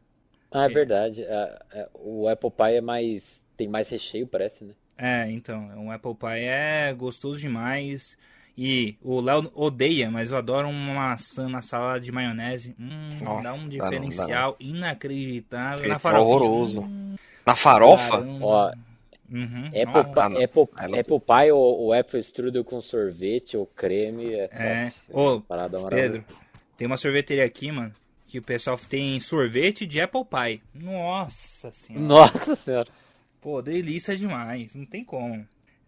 [SPEAKER 4] Ah, é verdade. É- é- o Apple pie é mais. Tem mais recheio, parece, né?
[SPEAKER 2] É, então, um apple pie é gostoso demais. E o Léo odeia, mas eu adoro uma maçã na salada de maionese. Hum,
[SPEAKER 6] Nossa,
[SPEAKER 2] dá um
[SPEAKER 6] dá não, dá não.
[SPEAKER 2] diferencial inacreditável na
[SPEAKER 6] Feito
[SPEAKER 2] farofa.
[SPEAKER 6] é tá horroroso. Na farofa?
[SPEAKER 2] um
[SPEAKER 4] Ó, é
[SPEAKER 2] Uhum.
[SPEAKER 4] Apple,
[SPEAKER 2] Nossa.
[SPEAKER 4] pie-
[SPEAKER 6] Ah, não.
[SPEAKER 4] Apple,
[SPEAKER 6] Aí não.
[SPEAKER 4] Apple pie é ou, ou Apple Strudel com sorvete ou creme é
[SPEAKER 2] É.
[SPEAKER 4] top.
[SPEAKER 2] Ô,
[SPEAKER 4] Parada maravilhosa.
[SPEAKER 2] Pedro, tem uma sorveteria aqui, mano, que o pessoal tem sorvete de apple pie. Nossa senhora.
[SPEAKER 4] Nossa senhora.
[SPEAKER 2] Pô, delícia demais, não tem como.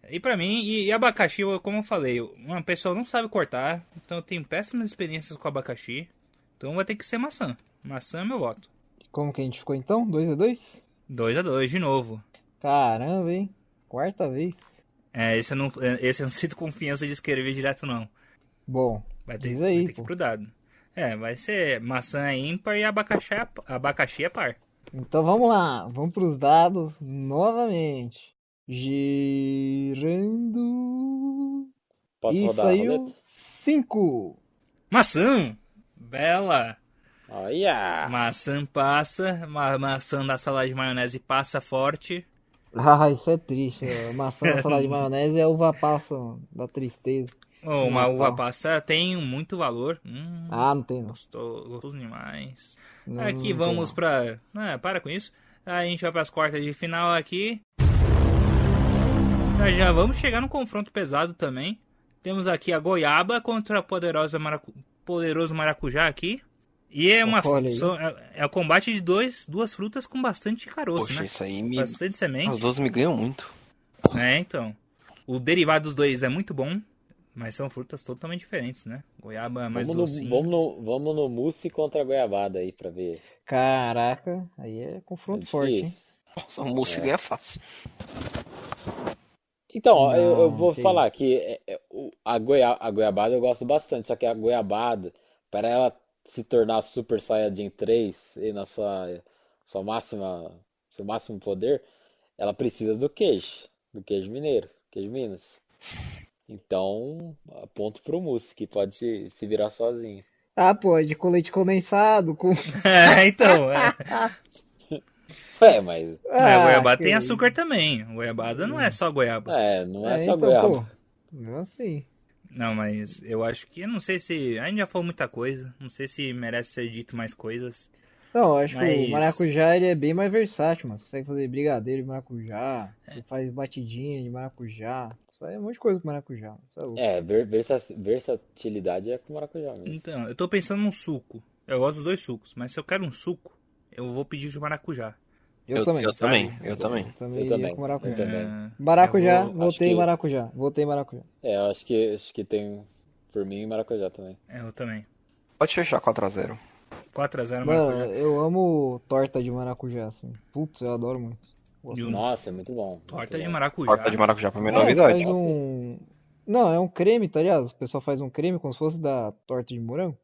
[SPEAKER 2] E pra mim, e, e abacaxi, eu- como eu falei, uma pessoa não sabe cortar, então eu tenho péssimas experiências com abacaxi, então vai ter que ser maçã. Maçã é meu voto.
[SPEAKER 3] Como que a gente ficou então? 2 a 2?
[SPEAKER 2] 2 a 2 de novo.
[SPEAKER 3] Caramba, hein? Quarta vez.
[SPEAKER 2] É, esse eu não, é, esse eu não <laughs> sinto confiança de escrever direto não.
[SPEAKER 3] Bom,
[SPEAKER 2] Vai ter,
[SPEAKER 3] Diz aí,
[SPEAKER 2] vai ter que
[SPEAKER 3] pô.
[SPEAKER 2] ir pro dado. É, vai ser maçã é ímpar e abacaxi é, abacaxi é par.
[SPEAKER 3] então vamos lá. Vamos para os dados novamente. Girando.
[SPEAKER 4] Posso
[SPEAKER 3] E
[SPEAKER 4] rodar a
[SPEAKER 3] saiu
[SPEAKER 4] roleta?
[SPEAKER 3] 5.
[SPEAKER 2] Maçã! Bela.
[SPEAKER 3] Ah.
[SPEAKER 4] Olha!
[SPEAKER 2] Maçã passa, ma maçã da salada de maionese passa forte.
[SPEAKER 3] Ah, isso é triste. é. Maçã na salada de maionese é uva passa da tristeza.
[SPEAKER 2] Oh, uma
[SPEAKER 3] Hum,
[SPEAKER 2] uva
[SPEAKER 3] tá.
[SPEAKER 2] passa tem um muito valor. Hum,
[SPEAKER 3] Ah, não tem não.
[SPEAKER 2] gostoso, gostoso demais.
[SPEAKER 3] Não, não
[SPEAKER 2] aqui
[SPEAKER 3] tem
[SPEAKER 2] vamos
[SPEAKER 3] não.
[SPEAKER 2] pra. Ah, para com isso. A gente vai pras quartas de final aqui. Já já vamos chegar num confronto pesado também. Temos aqui a Goiaba contra a poderosa Maracu... poderoso maracujá aqui. E é uma
[SPEAKER 3] Olha aí.
[SPEAKER 2] são- é- é o combate de dois, duas frutas com bastante caroço,
[SPEAKER 6] Poxa,
[SPEAKER 2] né?
[SPEAKER 6] isso aí me.
[SPEAKER 2] Bastante semente.
[SPEAKER 6] As duas me ganham muito.
[SPEAKER 2] É, então. O derivado dos dois é muito bom, mas são frutas totalmente diferentes, né? Goiaba é mais
[SPEAKER 4] Vamos no,
[SPEAKER 2] docinho.
[SPEAKER 4] vamos, no, vamos no mousse contra a goiabada aí pra ver.
[SPEAKER 3] Caraca, aí é confronto
[SPEAKER 4] É
[SPEAKER 3] forte, hein?
[SPEAKER 4] difícil.
[SPEAKER 6] Nossa, o moço ganha fácil.
[SPEAKER 4] Então, ó, eu, eu
[SPEAKER 3] Não,
[SPEAKER 4] vou
[SPEAKER 3] que
[SPEAKER 4] falar que é- é, o- a, goia, a goiabada eu gosto bastante, só que a goiabada, para ela se tornar Super Saiyajin 3 e na sua, sua máxima, seu máximo poder, ela precisa do queijo, do queijo mineiro, queijo Minas. Então, ponto pro mousse, que pode se, se virar sozinho. <laughs>
[SPEAKER 3] Ah, pode, com leite condensado, com.
[SPEAKER 2] <laughs> é, então, é.
[SPEAKER 4] É, mas
[SPEAKER 2] é,
[SPEAKER 3] <laughs> Ah,
[SPEAKER 2] goiabada tem
[SPEAKER 3] que-
[SPEAKER 2] açúcar também. Goiabada
[SPEAKER 4] Hum.
[SPEAKER 2] não é só goiaba.
[SPEAKER 4] é, não é
[SPEAKER 3] É,
[SPEAKER 4] só
[SPEAKER 3] então,
[SPEAKER 4] goiaba.
[SPEAKER 3] pô. Não assim.
[SPEAKER 2] Não, mas eu acho que. Eu não sei se. A gente já falou muita coisa. Não sei se merece ser dito mais coisas.
[SPEAKER 3] Não, acho que
[SPEAKER 2] Mas-
[SPEAKER 3] o maracujá ele é bem mais versátil, mas consegue fazer brigadeiro de maracujá,
[SPEAKER 2] É.
[SPEAKER 3] você faz batidinha de maracujá, você faz um monte de coisa com maracujá. Isso é louco.
[SPEAKER 4] É, ver- versa- versatilidade é com maracujá mesmo.
[SPEAKER 2] Então, eu tô pensando num suco. Eu gosto dos dois sucos, mas se eu quero um suco, eu vou pedir de maracujá.
[SPEAKER 3] Eu também.
[SPEAKER 6] Eu
[SPEAKER 2] sabe?
[SPEAKER 6] também, eu também.
[SPEAKER 3] também
[SPEAKER 4] Eu
[SPEAKER 3] iria
[SPEAKER 4] também,
[SPEAKER 3] com
[SPEAKER 4] eu
[SPEAKER 3] maracujá.
[SPEAKER 4] também.
[SPEAKER 2] É,
[SPEAKER 3] Maracujá,
[SPEAKER 2] eu vou-
[SPEAKER 4] acho
[SPEAKER 3] votei
[SPEAKER 4] que-
[SPEAKER 3] maracujá, votei maracujá.
[SPEAKER 4] É, eu acho que, acho que tem por mim e maracujá também.
[SPEAKER 2] é, eu também.
[SPEAKER 6] Pode fechar 4x0.
[SPEAKER 2] 4x0
[SPEAKER 3] Mano,
[SPEAKER 2] É maracujá.
[SPEAKER 3] eu amo torta de maracujá, assim. Putz, eu adoro muito.
[SPEAKER 2] E um
[SPEAKER 4] Nossa, é muito bom.
[SPEAKER 2] torta
[SPEAKER 4] muito
[SPEAKER 2] de
[SPEAKER 4] bom.
[SPEAKER 2] maracujá.
[SPEAKER 6] Torta de maracujá pra menor
[SPEAKER 3] É,
[SPEAKER 6] idade.
[SPEAKER 3] faz um. Não, é um creme, tá ligado? O pessoal faz um creme como se fosse da torta de morango.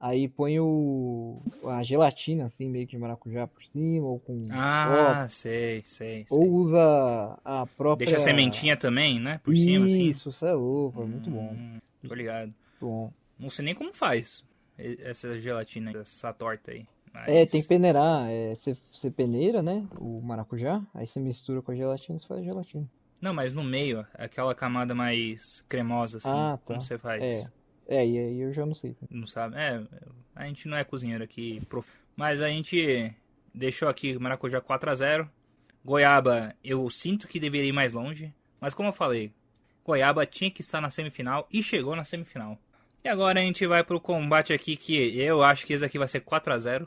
[SPEAKER 3] Aí põe o. a gelatina, assim, meio que de maracujá por cima, ou com
[SPEAKER 2] Ah, sei, sei. sei.
[SPEAKER 3] Ou usa a própria.
[SPEAKER 2] Deixa a sementinha também, né? Por cima, assim.
[SPEAKER 3] Isso, isso é louco, é muito bom. Muito
[SPEAKER 2] Hum, tô ligado.
[SPEAKER 3] bom.
[SPEAKER 2] Não sei nem como faz e- essa gelatina, essa torta aí. mas-
[SPEAKER 3] É, tem que peneirar. é, Você você peneira, né? O maracujá. Aí você mistura com a gelatina e você faz a gelatina.
[SPEAKER 2] Não, mas no meio, aquela camada mais cremosa, assim.
[SPEAKER 3] Ah, tá.
[SPEAKER 2] Como você faz?
[SPEAKER 3] É. É, e aí eu já não sei.
[SPEAKER 2] Não sabe? É, a gente não é cozinheiro aqui. prof- Mas a gente deixou aqui Maracujá 4x0. Goiaba, eu sinto que deveria ir mais longe. Mas como eu falei, Goiaba tinha que estar na semifinal e chegou na semifinal. E agora a gente vai pro combate aqui que eu acho que esse aqui vai ser 4x0.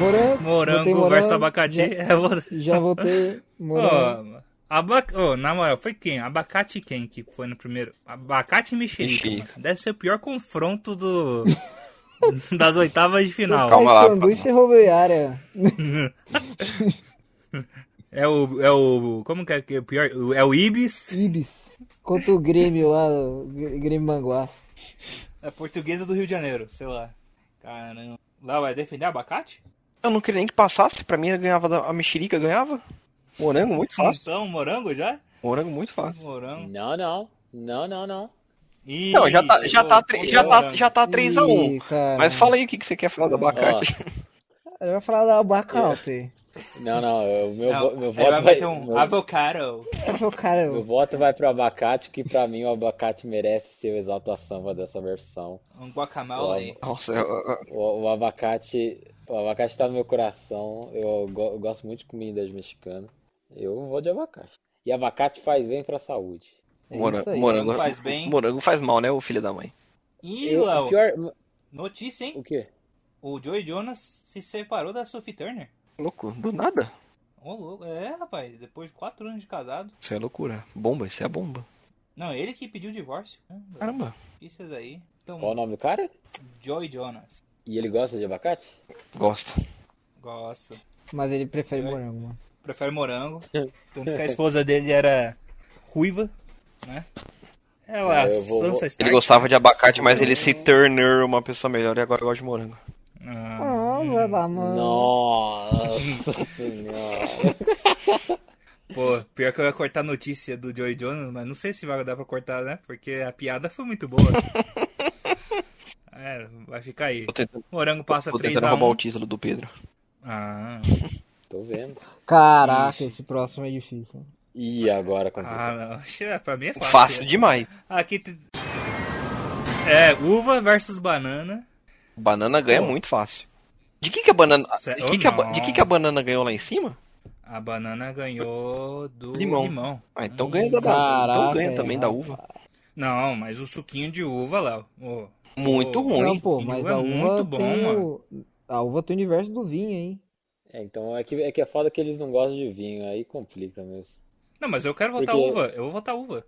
[SPEAKER 3] Morango,
[SPEAKER 2] Morango,
[SPEAKER 3] botei morango, né?
[SPEAKER 2] versus abacaxi. <laughs> Eu vou-
[SPEAKER 3] Já,
[SPEAKER 2] <laughs>
[SPEAKER 3] já votei morango.
[SPEAKER 2] Ó, abac... ó, na moral, foi quem? Abacate quem que foi no primeiro? Abacate e mexerica.
[SPEAKER 6] Mexerica.
[SPEAKER 2] mano. Deve ser o pior confronto do... <laughs> das oitavas de final.
[SPEAKER 6] Calma lá,
[SPEAKER 3] Paysandu e
[SPEAKER 6] calma.
[SPEAKER 3] ferroviária.
[SPEAKER 2] É o. É o. Como que é que é o pior? É o Ibis.
[SPEAKER 3] Ibis. Contra o Grêmio lá, o Gr- Grêmio Manguaça.
[SPEAKER 2] É portuguesa do Rio de Janeiro, sei lá. Caramba. Lá vai defender abacate?
[SPEAKER 6] Eu não queria nem que passasse, pra mim eu ganhava da- a mexerica, ganhava. Morango muito fácil.
[SPEAKER 2] Então, morango já?
[SPEAKER 6] Morango muito fácil.
[SPEAKER 2] Morango.
[SPEAKER 4] Não, não. Não, não, não.
[SPEAKER 2] Ih,
[SPEAKER 6] Não, já tá, já
[SPEAKER 2] chegou.
[SPEAKER 6] tá, tre- já tá,
[SPEAKER 2] Morango.
[SPEAKER 6] já tá 3x1.
[SPEAKER 3] Ih, cara.
[SPEAKER 6] Mas fala aí o que, que você quer falar do abacate.
[SPEAKER 3] Ele vai falar da abacate.
[SPEAKER 4] Não, não. O meu,
[SPEAKER 2] Não,
[SPEAKER 4] vo- meu
[SPEAKER 2] aí
[SPEAKER 4] voto
[SPEAKER 2] vai
[SPEAKER 4] vai,
[SPEAKER 2] ter um
[SPEAKER 4] meu,
[SPEAKER 2] avocado.
[SPEAKER 3] Eu falo, cara, é
[SPEAKER 4] meu voto vai pro abacate, que pra mim o abacate merece ser o exalta samba dessa versão.
[SPEAKER 2] Um guacamole.
[SPEAKER 6] <laughs> Nossa, eu- eu-
[SPEAKER 4] O, o abacate, o abacate tá no meu coração. Eu, go- eu gosto muito de comidas mexicanas. Eu vou de abacate. E abacate faz bem pra saúde.
[SPEAKER 3] É isso
[SPEAKER 6] morango,
[SPEAKER 3] aí.
[SPEAKER 6] morango,
[SPEAKER 2] Faz bem.
[SPEAKER 6] morango faz mal, né, o filho da mãe?
[SPEAKER 2] Ih,
[SPEAKER 4] Eu,
[SPEAKER 2] Léo.
[SPEAKER 4] o pior,
[SPEAKER 2] Notícia, hein?
[SPEAKER 4] o quê?
[SPEAKER 2] O Joey Jonas se separou da Sophie Turner.
[SPEAKER 6] Louco, do nada.
[SPEAKER 2] Ô, louco. É, rapaz, depois de 4 anos de casado.
[SPEAKER 6] Isso é loucura. Bomba, isso é bomba.
[SPEAKER 2] Não, ele que pediu o divórcio. Hum,
[SPEAKER 6] Caramba.
[SPEAKER 2] Notícias aí. Então,
[SPEAKER 4] Qual o nome do cara?
[SPEAKER 2] Joey Jonas.
[SPEAKER 4] E ele gosta de abacate?
[SPEAKER 6] Gosta.
[SPEAKER 2] Gosto.
[SPEAKER 3] Mas ele prefere morango, mano.
[SPEAKER 2] Prefere morango. Tanto que a esposa dele era ruiva, né? Ela,
[SPEAKER 4] Ah, eu vou-
[SPEAKER 2] Sansa
[SPEAKER 6] Ele
[SPEAKER 2] Stark.
[SPEAKER 6] gostava de abacate, mas ele se turner uma pessoa melhor e agora gosta de morango.
[SPEAKER 2] Ah,
[SPEAKER 3] Ah, vai lá, mano.
[SPEAKER 4] Nossa <laughs> senhora.
[SPEAKER 2] pô, pior que eu ia cortar a notícia do Joey Jonas, mas não sei se vai dar pra cortar, né? Porque a piada foi muito boa. É, vai ficar aí.
[SPEAKER 6] Tô tentando,
[SPEAKER 2] Morango passa
[SPEAKER 6] tô
[SPEAKER 2] 3
[SPEAKER 6] tentando
[SPEAKER 2] a
[SPEAKER 6] roubar
[SPEAKER 2] 1.
[SPEAKER 6] o título do Pedro.
[SPEAKER 2] Ah,
[SPEAKER 4] Tô vendo.
[SPEAKER 3] Caraca,
[SPEAKER 2] Ixi.
[SPEAKER 3] esse próximo é difícil. hein?
[SPEAKER 4] E
[SPEAKER 2] <laughs>
[SPEAKER 4] agora com
[SPEAKER 2] ah, não. Oxe, pra mim é fácil.
[SPEAKER 6] Fácil demais.
[SPEAKER 2] Aqui t- é uva versus banana.
[SPEAKER 6] Banana ganha
[SPEAKER 2] Pô.
[SPEAKER 6] muito fácil. De que que a banana,
[SPEAKER 2] Cê-
[SPEAKER 6] de
[SPEAKER 2] oh,
[SPEAKER 6] que que a, ba-
[SPEAKER 2] não.
[SPEAKER 6] de que que a banana ganhou lá em cima?
[SPEAKER 2] A banana ganhou do limão.
[SPEAKER 6] Limão. Ah, então ganha da
[SPEAKER 3] Caraca,
[SPEAKER 6] banana. Então ganha
[SPEAKER 3] é,
[SPEAKER 6] também da uva.
[SPEAKER 2] Não, mas o suquinho de uva lá. ô,
[SPEAKER 6] Muito
[SPEAKER 2] Não,
[SPEAKER 6] ruim.
[SPEAKER 3] Não, pô,
[SPEAKER 2] Vinho
[SPEAKER 3] mas
[SPEAKER 2] é
[SPEAKER 3] a uva
[SPEAKER 2] muito bom,
[SPEAKER 3] tem
[SPEAKER 2] mano.
[SPEAKER 3] o... A uva tem o universo do vinho, hein?
[SPEAKER 4] É, então é que, é que é foda que eles não gostam de vinho, aí complica mesmo.
[SPEAKER 2] Não, mas eu quero votar
[SPEAKER 4] Porque-
[SPEAKER 2] uva. Eu vou votar uva.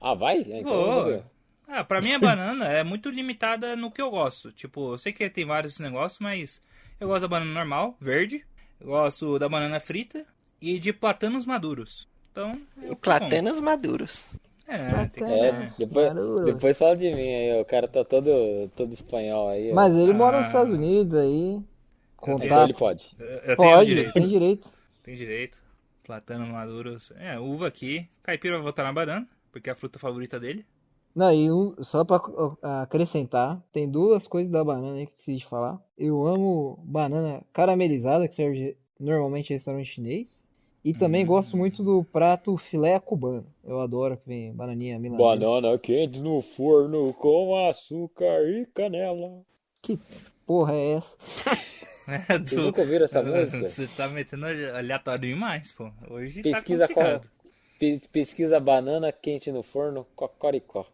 [SPEAKER 4] Ah, vai? É, Então
[SPEAKER 2] Vou.
[SPEAKER 4] vamos ver.
[SPEAKER 2] Ah, pra mim a banana é muito limitada no que eu gosto. Tipo, eu sei que tem vários negócios, mas eu gosto da banana normal, verde. Eu gosto da banana frita e de platanos maduros. Então, é o que eu como.
[SPEAKER 6] Platanos maduros.
[SPEAKER 2] É, tem que
[SPEAKER 4] É,
[SPEAKER 2] ser.
[SPEAKER 4] depois,
[SPEAKER 3] Barulho.
[SPEAKER 4] depois fala de mim aí, o cara tá todo, todo espanhol aí. ó.
[SPEAKER 3] Mas tá. ele mora
[SPEAKER 2] Ah.
[SPEAKER 3] nos Estados Unidos aí.
[SPEAKER 4] Então ele
[SPEAKER 3] Contato.
[SPEAKER 4] pode.
[SPEAKER 2] Eu- Eu tenho
[SPEAKER 3] Pode,
[SPEAKER 2] direito.
[SPEAKER 3] tem direito.
[SPEAKER 2] Tem direito. Platanos maduros. É, uva aqui. Caipira vai votar na banana, porque é a fruta favorita dele.
[SPEAKER 3] Não, e um- só pra co- a- acrescentar, tem duas coisas da banana aí que esqueci de falar. Eu amo banana caramelizada, que serve normalmente em restaurante chinês. E
[SPEAKER 2] Hum.
[SPEAKER 3] também gosto muito do prato filé cubano. Eu adoro que vem bananinha milanesa.
[SPEAKER 4] Banana quente no forno com açúcar e canela.
[SPEAKER 3] Porra, é essa?
[SPEAKER 2] É,
[SPEAKER 4] Vocês
[SPEAKER 2] do...
[SPEAKER 4] nunca
[SPEAKER 2] <laughs>
[SPEAKER 4] ouviram essa música?
[SPEAKER 2] Você tá metendo aleatório demais, pô. Hoje
[SPEAKER 4] Pesquisa
[SPEAKER 2] tá
[SPEAKER 4] qual-
[SPEAKER 2] complicado.
[SPEAKER 4] Pe- Pesquisa banana quente no forno, cocoricó.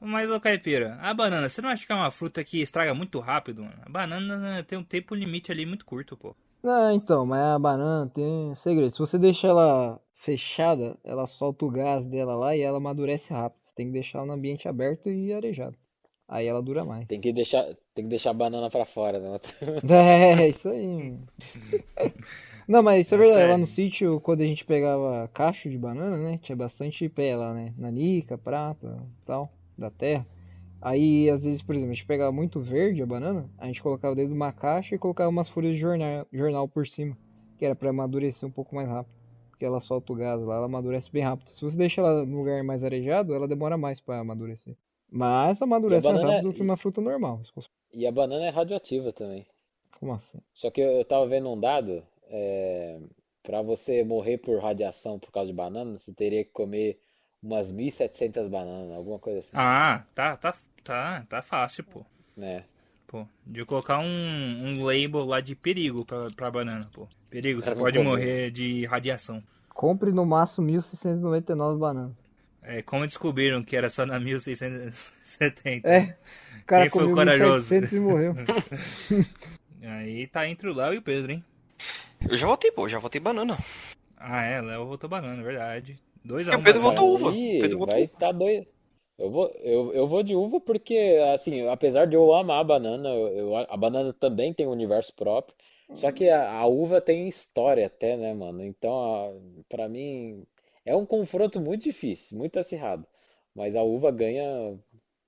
[SPEAKER 2] Mas, ô Caipira, a banana, você não acha que é uma fruta que estraga muito rápido, mano? A banana né, tem um tempo limite ali muito curto, pô.
[SPEAKER 3] Ah, então, mas a banana tem um segredo. Se você deixa ela fechada, ela solta o gás dela lá e ela amadurece rápido. Você tem que deixar ela no ambiente aberto e arejado. Aí ela dura mais.
[SPEAKER 4] Tem que deixar, tem que deixar a banana pra fora, né? <laughs>
[SPEAKER 3] <laughs> É, é isso aí. mano. Não, mas isso é
[SPEAKER 2] É
[SPEAKER 3] verdade. Lá
[SPEAKER 2] sério.
[SPEAKER 3] no sítio, quando a gente pegava cacho de banana, né? Tinha bastante pé lá, né? Nanica, prata, tal, da terra. Aí, às vezes, por exemplo, a gente pegava muito verde a banana, a gente colocava dentro de uma caixa e colocava umas folhas de jornal, jornal por cima, que era pra amadurecer um pouco mais rápido. Porque ela solta o gás lá, ela amadurece bem rápido. Se você deixa ela num lugar mais arejado, ela demora mais pra amadurecer. Mas amadurece mais
[SPEAKER 4] banana-
[SPEAKER 3] rápido do que uma fruta normal. isso cons-
[SPEAKER 4] E a banana é radioativa também.
[SPEAKER 3] Como assim?
[SPEAKER 4] Só que eu, eu tava vendo um dado, é, para você morrer por radiação por causa de banana, você teria que comer umas 1.700 bananas, alguma coisa assim,
[SPEAKER 2] Ah, tá, tá, tá, tá fácil, pô.
[SPEAKER 4] né?
[SPEAKER 2] Pô, de colocar um, um label lá de perigo pra, pra banana, pô. Perigo, você
[SPEAKER 4] Cara,
[SPEAKER 2] pode
[SPEAKER 4] não vou
[SPEAKER 2] morrer de radiação.
[SPEAKER 3] Compre no máximo 1.699 bananas.
[SPEAKER 2] É, como descobriram que era só na <laughs> 1670.
[SPEAKER 3] É, o cara
[SPEAKER 2] Quem foi
[SPEAKER 3] comeu
[SPEAKER 2] o corajoso?
[SPEAKER 3] 1.700 e <laughs> morreu.
[SPEAKER 2] Aí tá entre o Léo e o Pedro, hein?
[SPEAKER 6] Eu já votei, pô, eu já votei banana.
[SPEAKER 2] Ah, é, Léo votou banana, é verdade. Dois a
[SPEAKER 6] E o
[SPEAKER 2] um,
[SPEAKER 6] Pedro
[SPEAKER 2] banana.
[SPEAKER 6] votou uva.
[SPEAKER 4] Aí
[SPEAKER 6] Pedro botou
[SPEAKER 4] vai tá doido. Eu vou, eu, eu vou de uva porque, assim, apesar de eu amar a banana, eu- eu- a banana também tem um universo próprio. Só que a, a uva tem história até, né, mano? Então, a, pra mim, é um confronto muito difícil, muito acirrado. Mas a uva ganha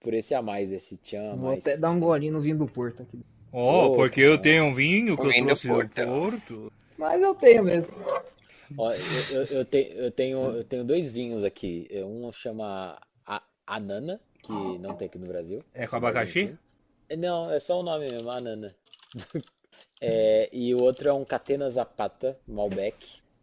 [SPEAKER 4] por esse a mais, esse tchan a
[SPEAKER 3] Vou
[SPEAKER 4] mais.
[SPEAKER 3] até dar um golinho no vinho do Porto aqui.
[SPEAKER 2] Oh,
[SPEAKER 4] Pô,
[SPEAKER 2] porque eu
[SPEAKER 4] cara.
[SPEAKER 2] tenho um vinho que eu
[SPEAKER 6] Vinho do
[SPEAKER 2] trouxe do
[SPEAKER 6] Porto.
[SPEAKER 2] Porto.
[SPEAKER 3] Mas eu tenho mesmo.
[SPEAKER 4] Ó, eu, eu, eu, te- eu tenho, eu tenho dois vinhos aqui. Um chama a, Anana, que não tem aqui no Brasil.
[SPEAKER 2] É com abacaxi?
[SPEAKER 4] Não, é só o nome mesmo, Anana. <laughs> É, e o outro é um Catena Zapata, Malbec,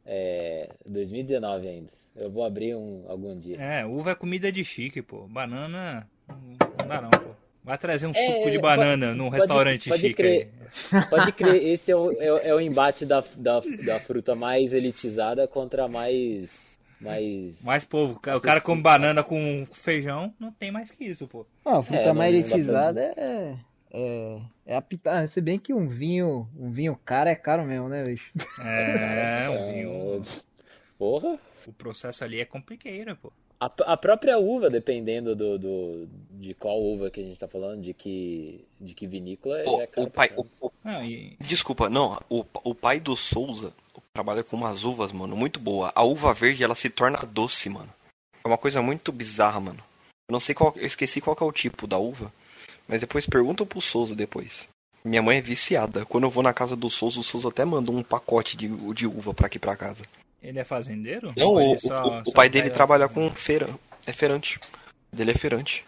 [SPEAKER 4] é, 2019 ainda. Eu vou abrir um algum dia.
[SPEAKER 2] É, uva é comida de chique, pô. Banana. Não dá não, pô. Vai trazer um suco de
[SPEAKER 4] é, pode-
[SPEAKER 2] banana num
[SPEAKER 4] pode-
[SPEAKER 2] restaurante
[SPEAKER 4] pode
[SPEAKER 2] chique.
[SPEAKER 4] crer.
[SPEAKER 2] aí.
[SPEAKER 4] Pode
[SPEAKER 2] <laughs>
[SPEAKER 4] crer, esse é o, é, o- é o embate da, da, da fruta mais elitizada contra a mais, mais...
[SPEAKER 2] Mas, pô, o ca- o cara come banana com feijão, não tem mais que isso, pô.
[SPEAKER 3] Ah, a fruta
[SPEAKER 4] É, não-
[SPEAKER 3] mais
[SPEAKER 4] não dá pra-
[SPEAKER 3] elitizada é... É, é a pitada. Se bem que um vinho, um vinho caro é caro mesmo, né, bicho? <laughs>
[SPEAKER 4] <laughs>
[SPEAKER 2] É, o, vinho-
[SPEAKER 4] ah, Porra!
[SPEAKER 2] o processo ali é complicado, pô.
[SPEAKER 4] A, a própria uva, dependendo do, do, de qual uva que a gente tá falando, de que, de que vinícola,
[SPEAKER 6] Pô,
[SPEAKER 4] é caro
[SPEAKER 6] o
[SPEAKER 4] pra
[SPEAKER 6] pai,
[SPEAKER 4] caramba.
[SPEAKER 6] o- o-
[SPEAKER 2] Não, e-
[SPEAKER 6] desculpa, não, o, o pai do Souza trabalha com umas uvas, mano, muito boa. A uva verde, ela se torna doce, mano. É uma coisa muito bizarra, mano. Eu não sei qual, eu esqueci qual que é o tipo da uva, mas depois pergunta pro Souza depois. Minha mãe é viciada. Quando eu vou na casa do Souza, o Souza até manda um pacote de, de uva pra aqui pra casa.
[SPEAKER 2] ele é fazendeiro?
[SPEAKER 6] Não,
[SPEAKER 2] Ou
[SPEAKER 6] o,
[SPEAKER 2] ele só-
[SPEAKER 6] o- o
[SPEAKER 2] só
[SPEAKER 6] pai dele
[SPEAKER 2] pega-
[SPEAKER 6] trabalha com feira, é feirante. Ele é feirante.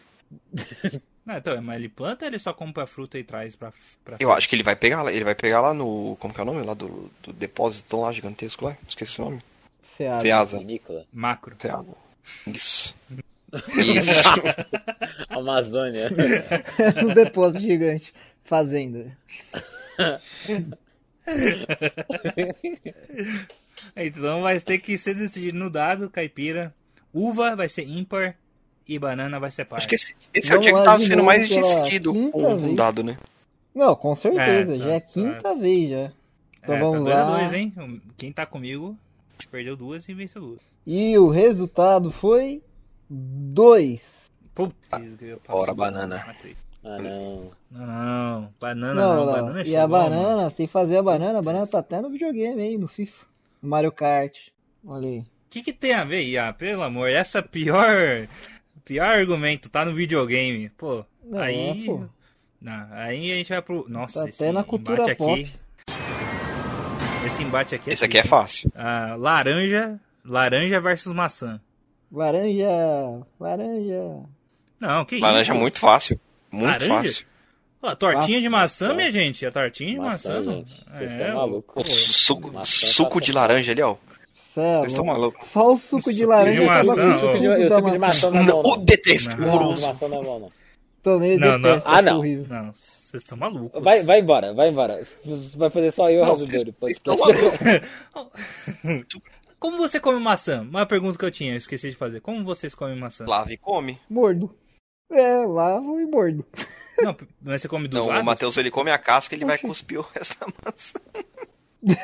[SPEAKER 2] Não, então, mas ele planta ou ele só compra fruta e traz pra. pra
[SPEAKER 6] Eu acho que ele vai pegar lá, ele vai pegar lá no. Como que é o nome? Lá do, do depósito lá gigantesco lá? Esqueci o nome.
[SPEAKER 3] Seara.
[SPEAKER 6] Ceasa.
[SPEAKER 4] vinícola.
[SPEAKER 2] macro?
[SPEAKER 6] Ceasa. Isso. Isso.
[SPEAKER 4] <laughs> Amazônia.
[SPEAKER 3] <laughs> no um depósito gigante. Fazenda.
[SPEAKER 2] Então vai ter que ser decidido no dado, caipira. Uva vai ser ímpar e banana vai ser par.
[SPEAKER 6] Acho que esse, esse é o
[SPEAKER 3] Vamos
[SPEAKER 6] dia que
[SPEAKER 3] lá
[SPEAKER 6] tava
[SPEAKER 3] de
[SPEAKER 6] sendo
[SPEAKER 3] novo
[SPEAKER 6] mais
[SPEAKER 3] pela
[SPEAKER 6] decidido
[SPEAKER 3] quinta
[SPEAKER 6] com um
[SPEAKER 3] vez.
[SPEAKER 6] dado, né?
[SPEAKER 3] Não, com certeza.
[SPEAKER 2] É, tá,
[SPEAKER 3] já é
[SPEAKER 2] tá.
[SPEAKER 3] quinta vez já. Então
[SPEAKER 2] é,
[SPEAKER 3] vamos
[SPEAKER 2] tá dois a
[SPEAKER 3] lá.
[SPEAKER 2] dois, hein? Quem tá comigo perdeu duas e venceu duas.
[SPEAKER 3] E o resultado foi 2.
[SPEAKER 2] Putz, eu passo
[SPEAKER 6] Ora,
[SPEAKER 2] duas
[SPEAKER 6] banana.
[SPEAKER 2] na treta.
[SPEAKER 4] Ah, não.
[SPEAKER 2] Não, não, banana não,
[SPEAKER 3] Não, não,
[SPEAKER 2] banana é
[SPEAKER 3] E a
[SPEAKER 2] chegou, né? mano.
[SPEAKER 3] banana, sem fazer a banana, a banana tá até no videogame aí, no FIFA. No Mario Kart. Olha aí.
[SPEAKER 2] O que, que tem a ver, Iá? Pelo amor, essa é a pior. Pior argumento, tá no videogame. Pô,
[SPEAKER 3] Não,
[SPEAKER 2] aí.
[SPEAKER 3] é, pô.
[SPEAKER 2] Não, aí a gente vai pro. Nossa,
[SPEAKER 3] Tá
[SPEAKER 2] esse
[SPEAKER 3] até na cultura
[SPEAKER 2] embate
[SPEAKER 3] pop.
[SPEAKER 2] aqui. Esse embate aqui é.
[SPEAKER 6] Esse aqui é
[SPEAKER 2] triste,
[SPEAKER 6] fácil.
[SPEAKER 2] hein? Ah, laranja. Laranja versus maçã.
[SPEAKER 3] Laranja. Laranja.
[SPEAKER 2] Não, que
[SPEAKER 6] Laranja é
[SPEAKER 2] isso?
[SPEAKER 6] muito fácil. Muito
[SPEAKER 2] Laranja?
[SPEAKER 6] fácil.
[SPEAKER 2] Pô, a tortinha de maçã,
[SPEAKER 4] Maçã.
[SPEAKER 2] minha gente. A tortinha de maçã.
[SPEAKER 4] Maçã,
[SPEAKER 2] não.
[SPEAKER 4] gente. Vocês
[SPEAKER 2] É,
[SPEAKER 4] estão
[SPEAKER 6] O
[SPEAKER 4] malucos.
[SPEAKER 6] suco,
[SPEAKER 4] Maçã tá
[SPEAKER 6] suco de laranja ali, ó.
[SPEAKER 3] Cê é
[SPEAKER 6] Vocês estão
[SPEAKER 3] louco.
[SPEAKER 6] malucos.
[SPEAKER 3] Só o suco de
[SPEAKER 2] de
[SPEAKER 3] laranja acaba com
[SPEAKER 2] maçã,
[SPEAKER 3] o
[SPEAKER 2] ó.
[SPEAKER 3] suco
[SPEAKER 4] Eu
[SPEAKER 3] de,
[SPEAKER 4] eu
[SPEAKER 3] da
[SPEAKER 4] suco de
[SPEAKER 3] maçã.
[SPEAKER 4] maçã
[SPEAKER 6] <laughs>
[SPEAKER 4] na mão,
[SPEAKER 6] Eu
[SPEAKER 4] não.
[SPEAKER 6] detesto.
[SPEAKER 2] Não.
[SPEAKER 4] Não, de
[SPEAKER 6] Horroroso.
[SPEAKER 4] maçã na mão, não.
[SPEAKER 3] Também
[SPEAKER 2] Não, não.
[SPEAKER 3] detesto,
[SPEAKER 4] Ah,
[SPEAKER 3] acho
[SPEAKER 4] não.
[SPEAKER 3] é horrível.
[SPEAKER 2] Não, vocês estão malucos.
[SPEAKER 4] Vai, vai embora, vai embora. Vai fazer só eu e o
[SPEAKER 6] Não,
[SPEAKER 4] Razubeiro.
[SPEAKER 6] vocês
[SPEAKER 4] podcast.
[SPEAKER 6] estão malucos.
[SPEAKER 2] Como você come maçã? Uma pergunta que eu tinha, eu esqueci de fazer. Como vocês comem maçã?
[SPEAKER 6] Lava e come.
[SPEAKER 3] Mordo. É, lavo e mordo.
[SPEAKER 2] Não, mas você come dos
[SPEAKER 6] Não, o
[SPEAKER 2] lados?
[SPEAKER 6] Matheus ele come a casca ele vai cuspir o resto da maçã.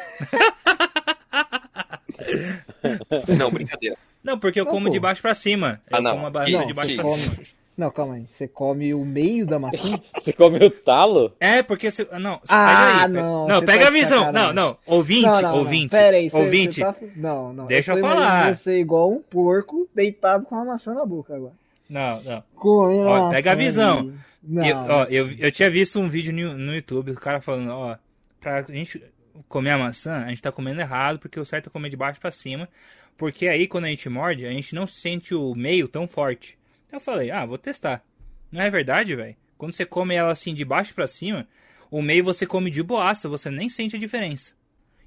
[SPEAKER 6] Não, brincadeira.
[SPEAKER 2] Não, porque eu
[SPEAKER 3] Não,
[SPEAKER 2] como
[SPEAKER 3] pô.
[SPEAKER 2] de baixo pra cima. Eu
[SPEAKER 6] Ah, não.
[SPEAKER 2] como a barriga
[SPEAKER 6] Não,
[SPEAKER 2] de baixo
[SPEAKER 6] que
[SPEAKER 2] pra
[SPEAKER 6] isso.
[SPEAKER 2] cima.
[SPEAKER 3] Não, calma aí. Você come o meio da maçã?
[SPEAKER 4] <laughs> Você comeu talo?
[SPEAKER 2] É, porque se. Não,
[SPEAKER 3] Ah,
[SPEAKER 2] pega aí, pe-
[SPEAKER 3] não,
[SPEAKER 2] Não,
[SPEAKER 3] você
[SPEAKER 2] pega
[SPEAKER 3] tá
[SPEAKER 2] a
[SPEAKER 3] de
[SPEAKER 2] visão. Não,
[SPEAKER 3] sacanagem.
[SPEAKER 2] não. Ouvinte,
[SPEAKER 3] não, não, não.
[SPEAKER 2] ouvinte.
[SPEAKER 3] Pera aí, cê-
[SPEAKER 2] ouvinte.
[SPEAKER 3] cê tá- Não, não.
[SPEAKER 2] Deixa
[SPEAKER 3] tô
[SPEAKER 2] eu falar.
[SPEAKER 3] imaginando Você igual um porco deitado com uma maçã na boca agora.
[SPEAKER 2] Não, não.
[SPEAKER 3] Comendo
[SPEAKER 2] Ó,
[SPEAKER 3] a maçã
[SPEAKER 2] pega a visão.
[SPEAKER 3] ali. Não.
[SPEAKER 2] Eu, ó, eu, eu tinha visto um vídeo no, no YouTube do cara falando, ó, pra gente comer a maçã, a gente tá comendo errado, porque o certo é comer de baixo pra cima, porque aí quando a gente morde, a gente não sente o meio tão forte. Eu falei, ah, vou testar. Não é verdade, velho? Quando você come ela assim de baixo pra cima, o meio você come de boaça, você nem sente a diferença.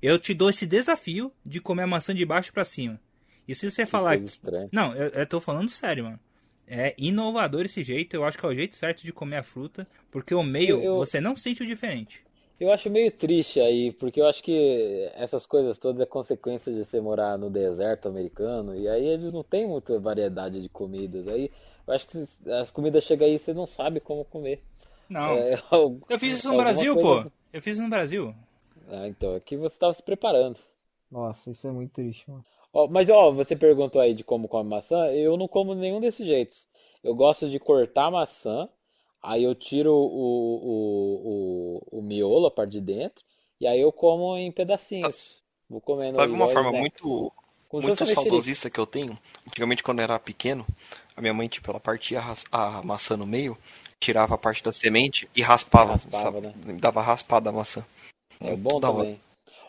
[SPEAKER 2] Eu te dou esse desafio de comer a maçã de baixo pra cima. E se você falar
[SPEAKER 4] Coisa estranha.
[SPEAKER 2] não, eu, eu tô falando sério, mano. É inovador esse jeito, eu acho que é o jeito certo de comer a fruta, porque o meio
[SPEAKER 4] Eu- eu-
[SPEAKER 2] você não sente o diferente.
[SPEAKER 4] Eu acho meio triste aí, porque eu acho que essas coisas todas é consequência de você morar no deserto americano, e aí eles não têm muita variedade de comidas. Aí eu acho que as comidas chegam aí e você não sabe como comer.
[SPEAKER 2] Não.
[SPEAKER 4] É, <laughs> al-
[SPEAKER 2] eu fiz isso no
[SPEAKER 4] alguma
[SPEAKER 2] Brasil,
[SPEAKER 4] coisa assim.
[SPEAKER 2] pô. Eu fiz isso no Brasil.
[SPEAKER 4] Ah, então, aqui você estava se preparando.
[SPEAKER 3] Nossa, isso é muito triste, mano.
[SPEAKER 4] Ó, mas, ó, você perguntou aí de como come maçã. Eu não como nenhum desses jeitos. Eu gosto de cortar a maçã, aí eu tiro o, o, o, o miolo, a parte de dentro, e aí eu como em pedacinhos. Vou comendo
[SPEAKER 6] Sabe uma
[SPEAKER 4] igual
[SPEAKER 6] forma
[SPEAKER 4] snacks.
[SPEAKER 6] muito,
[SPEAKER 4] Como se
[SPEAKER 6] muito
[SPEAKER 4] fosse mexerica.
[SPEAKER 6] saudosista que eu tenho? Antigamente, quando eu era pequeno, a minha mãe, tipo, ela partia a, ras- a maçã no meio, tirava a parte da semente e raspava.
[SPEAKER 4] Raspava,
[SPEAKER 6] sabe? Dava raspada a maçã.
[SPEAKER 4] É bom
[SPEAKER 6] da hora.
[SPEAKER 4] também.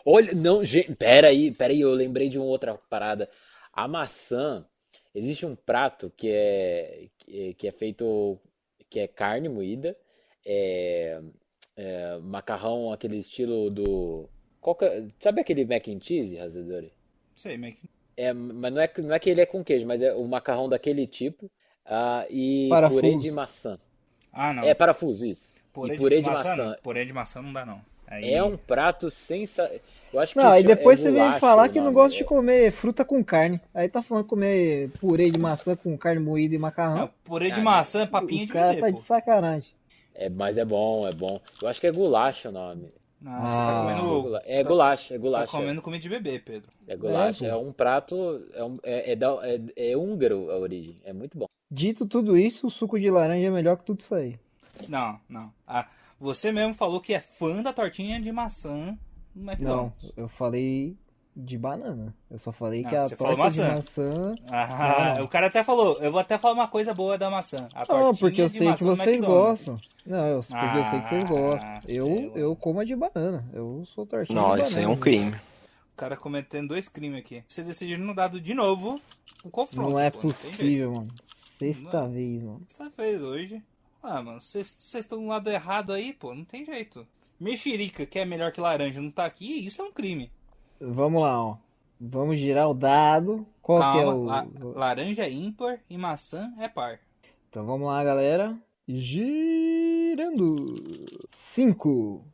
[SPEAKER 4] Olha, não, gente, peraí, peraí, eu lembrei de uma outra parada. A maçã, existe um prato que é que é- que é feito que é carne moída, é, é, macarrão aquele estilo do qual que é- sabe aquele mac and cheese, Razedori?
[SPEAKER 2] Sei, mas que-
[SPEAKER 4] É, mas não é, que- não é que ele é com queijo, mas é o macarrão daquele tipo, ah, e
[SPEAKER 3] Parafuso.
[SPEAKER 4] purê de maçã.
[SPEAKER 2] Ah, não.
[SPEAKER 4] É parafuso, isso. e purê de maçã.
[SPEAKER 2] não. Purê de maçã não dá, não. Aí-
[SPEAKER 4] É um prato sensacional. Eu acho que
[SPEAKER 3] Não, aí
[SPEAKER 4] isso é
[SPEAKER 3] depois você vem
[SPEAKER 4] goulash
[SPEAKER 3] falar
[SPEAKER 4] o
[SPEAKER 3] que não
[SPEAKER 4] nome,
[SPEAKER 3] gosta de
[SPEAKER 4] é.
[SPEAKER 3] comer fruta com carne. Aí tá falando que comer purê de maçã com carne moída e
[SPEAKER 2] Não,
[SPEAKER 3] macarrão.
[SPEAKER 2] purê de
[SPEAKER 4] Ah,
[SPEAKER 2] maçã é papinha
[SPEAKER 3] o
[SPEAKER 2] um de
[SPEAKER 3] cara
[SPEAKER 2] bebê,
[SPEAKER 3] tá
[SPEAKER 2] pô.
[SPEAKER 3] de sacanagem.
[SPEAKER 4] É, mas é bom, é bom. Eu acho que é goulash o nome.
[SPEAKER 2] Não, você tá
[SPEAKER 3] Ah.
[SPEAKER 2] comendo.
[SPEAKER 4] É
[SPEAKER 2] tá-
[SPEAKER 4] goulash, é
[SPEAKER 2] Tá
[SPEAKER 4] goulash.
[SPEAKER 2] comendo comida de bebê, Pedro.
[SPEAKER 4] É goulash,
[SPEAKER 3] É,
[SPEAKER 4] é um prato, é, um- é, é da- é- é húngaro a origem, é muito bom.
[SPEAKER 3] Dito tudo isso, o suco de laranja é melhor que tudo isso aí.
[SPEAKER 2] Não, não. Ah, você mesmo falou que é fã da tortinha de maçã do
[SPEAKER 3] Não,
[SPEAKER 2] McDonald's.
[SPEAKER 3] eu falei de banana. Eu só falei
[SPEAKER 2] Não,
[SPEAKER 3] que a
[SPEAKER 2] você falou
[SPEAKER 3] torta de maçã.
[SPEAKER 2] Ah,
[SPEAKER 3] Não.
[SPEAKER 2] o cara até falou, eu vou até falar uma coisa boa da maçã. A
[SPEAKER 3] Não,
[SPEAKER 2] tortinha
[SPEAKER 3] porque eu
[SPEAKER 2] de
[SPEAKER 3] sei
[SPEAKER 2] maçã
[SPEAKER 3] que
[SPEAKER 2] do
[SPEAKER 3] vocês
[SPEAKER 2] McDonald's.
[SPEAKER 3] gostam. Não, eu, porque eu sei que vocês gostam.
[SPEAKER 2] Ah,
[SPEAKER 3] Eu,
[SPEAKER 2] eu-
[SPEAKER 3] eu como a de banana. Eu sou tortinha de
[SPEAKER 6] Não,
[SPEAKER 3] banana.
[SPEAKER 6] isso aí é um crime.
[SPEAKER 2] O cara cometendo dois crimes aqui. Você decidiu no dado de novo o confronto.
[SPEAKER 3] Não é
[SPEAKER 2] pô, tem jeito.
[SPEAKER 3] possível, mano. Sexta
[SPEAKER 2] Não
[SPEAKER 3] vez, mano.
[SPEAKER 2] Você fez hoje. Ah, mano, vocês estão do lado errado aí, pô, não tem jeito. Mexerica, que é melhor que laranja, não tá aqui, isso é um crime.
[SPEAKER 3] Vamos lá, ó. Vamos girar o dado. Qual que é
[SPEAKER 2] Calma,
[SPEAKER 3] o.
[SPEAKER 2] la- laranja é ímpar e maçã é par.
[SPEAKER 3] Então vamos lá, galera. Girando. 5.